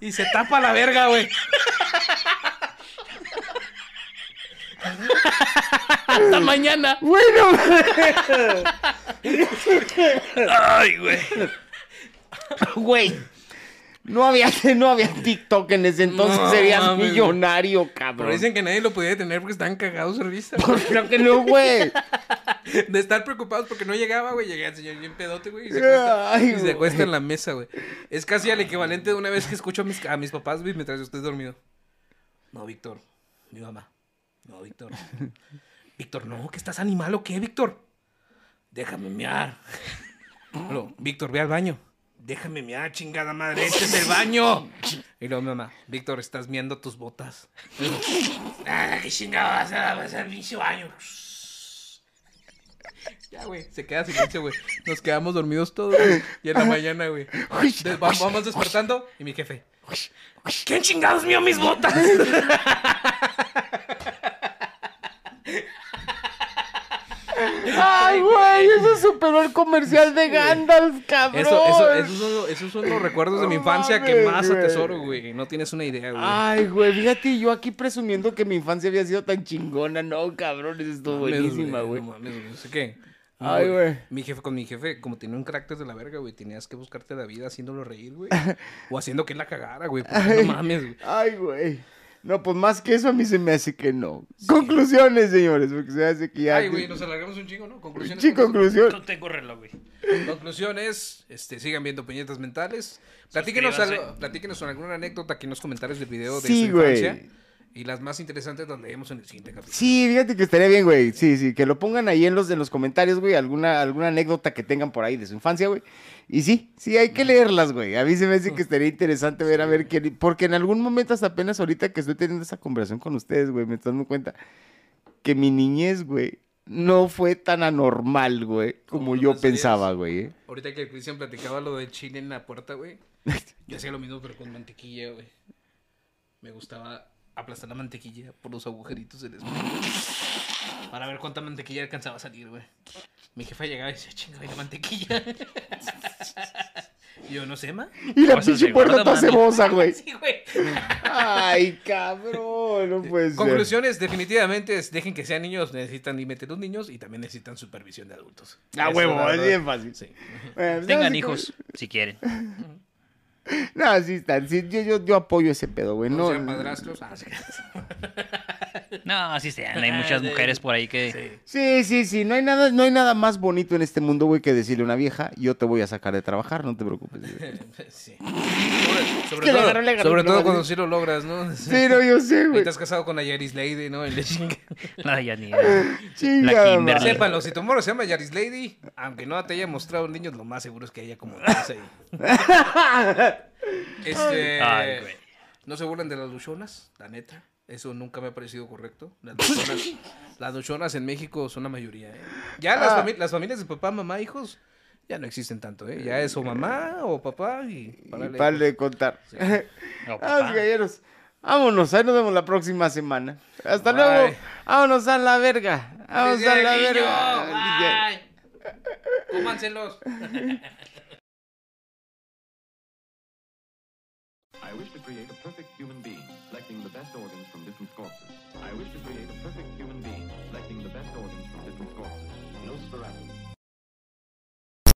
[SPEAKER 3] y se tapa la verga, güey.
[SPEAKER 2] Hasta mañana.
[SPEAKER 1] bueno,
[SPEAKER 2] Ay, güey.
[SPEAKER 1] güey. No había, no había TikTok en ese entonces.
[SPEAKER 3] No,
[SPEAKER 1] serías
[SPEAKER 3] mames, güey.
[SPEAKER 1] millonario,
[SPEAKER 3] Pero
[SPEAKER 1] cabrón.
[SPEAKER 3] dicen que nadie lo podía detener porque estaban cagados de risa. güey.
[SPEAKER 1] Claro que no, güey.
[SPEAKER 3] De estar preocupados porque no llegaba, güey. Llegaba el señor bien pedote, güey. Y se acuesta,
[SPEAKER 1] Ay,
[SPEAKER 3] y se
[SPEAKER 1] güey.
[SPEAKER 3] acuesta en la mesa, güey. Es casi al equivalente de una vez que escucho a mis, a mis papás, güey, mientras yo estoy dormido. No, Víctor. Mi mamá. No, Víctor. Víctor, no, que estás animal o qué, Víctor. Déjame mear. Luego, Víctor, ve al baño. Déjame mear, chingada madre, este es el baño. Y luego mi mamá, Víctor, estás miando tus botas. ah, qué chingada vas a vas al pinche baño. Ya, güey, se queda silencio, güey. Nos quedamos dormidos todos, güey. Y en la mañana, güey. Des- va- Vamos despertando y mi jefe. ¿Quién chingados mío mis botas?
[SPEAKER 1] Ay, güey, eso superó el comercial de Gandalf, cabrón.
[SPEAKER 3] Eso, eso, esos, son, los- esos son los recuerdos de mi
[SPEAKER 1] No
[SPEAKER 3] infancia que
[SPEAKER 1] mames,
[SPEAKER 3] más
[SPEAKER 1] güey.
[SPEAKER 3] atesoro, güey. No tienes una idea, güey.
[SPEAKER 1] Ay, güey, fíjate, yo aquí presumiendo que mi infancia había sido tan chingona. No, cabrón, eso estuvo
[SPEAKER 3] Mames,
[SPEAKER 1] buenísima, güey.
[SPEAKER 3] No mames, güey. No sé qué.
[SPEAKER 1] Ay,
[SPEAKER 3] No,
[SPEAKER 1] güey.
[SPEAKER 3] Mi jefe, con mi jefe, como tenía un carácter de la verga, güey, tenías que buscarte la vida haciéndolo reír, güey. o haciendo que él la cagara, güey. porque No mames, güey.
[SPEAKER 1] Ay, güey. No, pues más que eso a mí se me hace que no. Conclusiones, señores, porque se me hace que ya...
[SPEAKER 3] Ay, güey, nos alargamos un chingo, ¿no? Conclusiones.
[SPEAKER 1] Sí, conclusión.
[SPEAKER 2] No tengo reloj, güey.
[SPEAKER 3] Conclusiones, este, sigan viendo puñetas mentales. Platíquenos,
[SPEAKER 2] Suscríbanse.
[SPEAKER 3] algo- platíquenos alguna anécdota aquí en los comentarios del video de
[SPEAKER 1] Sí,
[SPEAKER 3] su
[SPEAKER 1] güey.
[SPEAKER 3] infancia. Y las más interesantes las leemos en el siguiente capítulo.
[SPEAKER 1] Sí, fíjate que estaría bien, güey. Sí, sí, que lo pongan ahí en los, en los comentarios, güey, alguna, alguna anécdota que tengan por ahí de su infancia, güey. Y sí, sí, hay que leerlas, güey. A mí se me hace que estaría interesante ver a ver quién... Porque en algún momento, hasta apenas ahorita que estoy teniendo esa conversación con ustedes, güey, me estoy dando cuenta que mi niñez, güey, no fue tan anormal, güey, como
[SPEAKER 3] Como lo
[SPEAKER 1] yo
[SPEAKER 3] pensarías.
[SPEAKER 1] pensaba, güey. ¿eh?
[SPEAKER 3] Ahorita que Cristian platicaba lo del chile en la puerta, güey. Yo hacía lo mismo, pero con mantequilla, güey. Me gustaba aplastar la mantequilla por los agujeritos del espejo. Para ver cuánta mantequilla alcanzaba a salir, güey. Mi jefa llegaba y decía, chinga, ¿y la mantequilla. Y yo, no sé, ma.
[SPEAKER 1] Y la
[SPEAKER 2] Cosas de
[SPEAKER 1] pinche puerta
[SPEAKER 2] gordo,
[SPEAKER 1] toda
[SPEAKER 2] mami.
[SPEAKER 1] cebosa, güey.
[SPEAKER 3] Sí, güey.
[SPEAKER 1] Ay, cabrón, no puede ser.
[SPEAKER 3] Conclusiones, definitivamente, es, dejen que sean niños, necesitan límites los niños y también necesitan supervisión de adultos.
[SPEAKER 1] A
[SPEAKER 3] Eso,
[SPEAKER 1] huevo,
[SPEAKER 3] la
[SPEAKER 1] es
[SPEAKER 3] verdad.
[SPEAKER 1] bien fácil.
[SPEAKER 3] Sí.
[SPEAKER 1] Bueno, pues,
[SPEAKER 2] Tengan
[SPEAKER 1] así
[SPEAKER 2] hijos, si quieren.
[SPEAKER 1] como- No, sí están. sí, yo, yo, yo apoyo ese pedo,
[SPEAKER 2] Pues
[SPEAKER 1] güey.
[SPEAKER 3] No
[SPEAKER 1] No,
[SPEAKER 3] sean padrastros. Ah, sí.
[SPEAKER 2] No, así sean. Hay muchas mujeres por ahí que.
[SPEAKER 1] sí, sí, sí. No hay, nada, no hay nada más bonito en este mundo, güey, que decirle a una vieja, yo te voy a sacar de trabajar, no te preocupes. güey".
[SPEAKER 3] Sí. Sobre, sobre
[SPEAKER 1] que le
[SPEAKER 3] todo,
[SPEAKER 1] agarró, le agarró,
[SPEAKER 3] sobre
[SPEAKER 1] no
[SPEAKER 3] todo
[SPEAKER 1] vale.
[SPEAKER 3] cuando sí lo logras, ¿no?
[SPEAKER 1] Sí, no, yo sé,
[SPEAKER 3] Ahí
[SPEAKER 1] güey.
[SPEAKER 3] estás casado con la Yaris Lady, ¿no? Y le chinga.
[SPEAKER 2] Nada, ya ni.
[SPEAKER 1] Chingada
[SPEAKER 2] la Kimberly.
[SPEAKER 1] madre.
[SPEAKER 3] Sépanlo, si tu morro se llama Yaris Lady, aunque no te haya mostrado niños, lo más seguro es que haya como tres ahí. Este,
[SPEAKER 2] Ay, güey.
[SPEAKER 3] no se burlen de las luchonas, la neta. Eso nunca me ha parecido correcto. Las luchonas, las luchonas en México son la mayoría. ¿eh? Ya las,
[SPEAKER 1] Ah.
[SPEAKER 3] fami- las familias de papá, mamá, hijos, ya no existen tanto. ¿eh? Ya es o mamá o papá y
[SPEAKER 1] Y
[SPEAKER 3] párale.
[SPEAKER 1] para de contar.
[SPEAKER 2] No,
[SPEAKER 1] Ah,
[SPEAKER 2] papá.
[SPEAKER 1] galleros. Vámonos, ahí nos vemos la próxima semana. Hasta
[SPEAKER 3] Bye.
[SPEAKER 1] luego. Vámonos a la verga. Vámonos a la verga.
[SPEAKER 3] Cómanselos.
[SPEAKER 6] I wish to create a perfect human being, selecting the best organs from different corpses. I wish to create a perfect human being, selecting the best organs from different corpses. Nosferatu,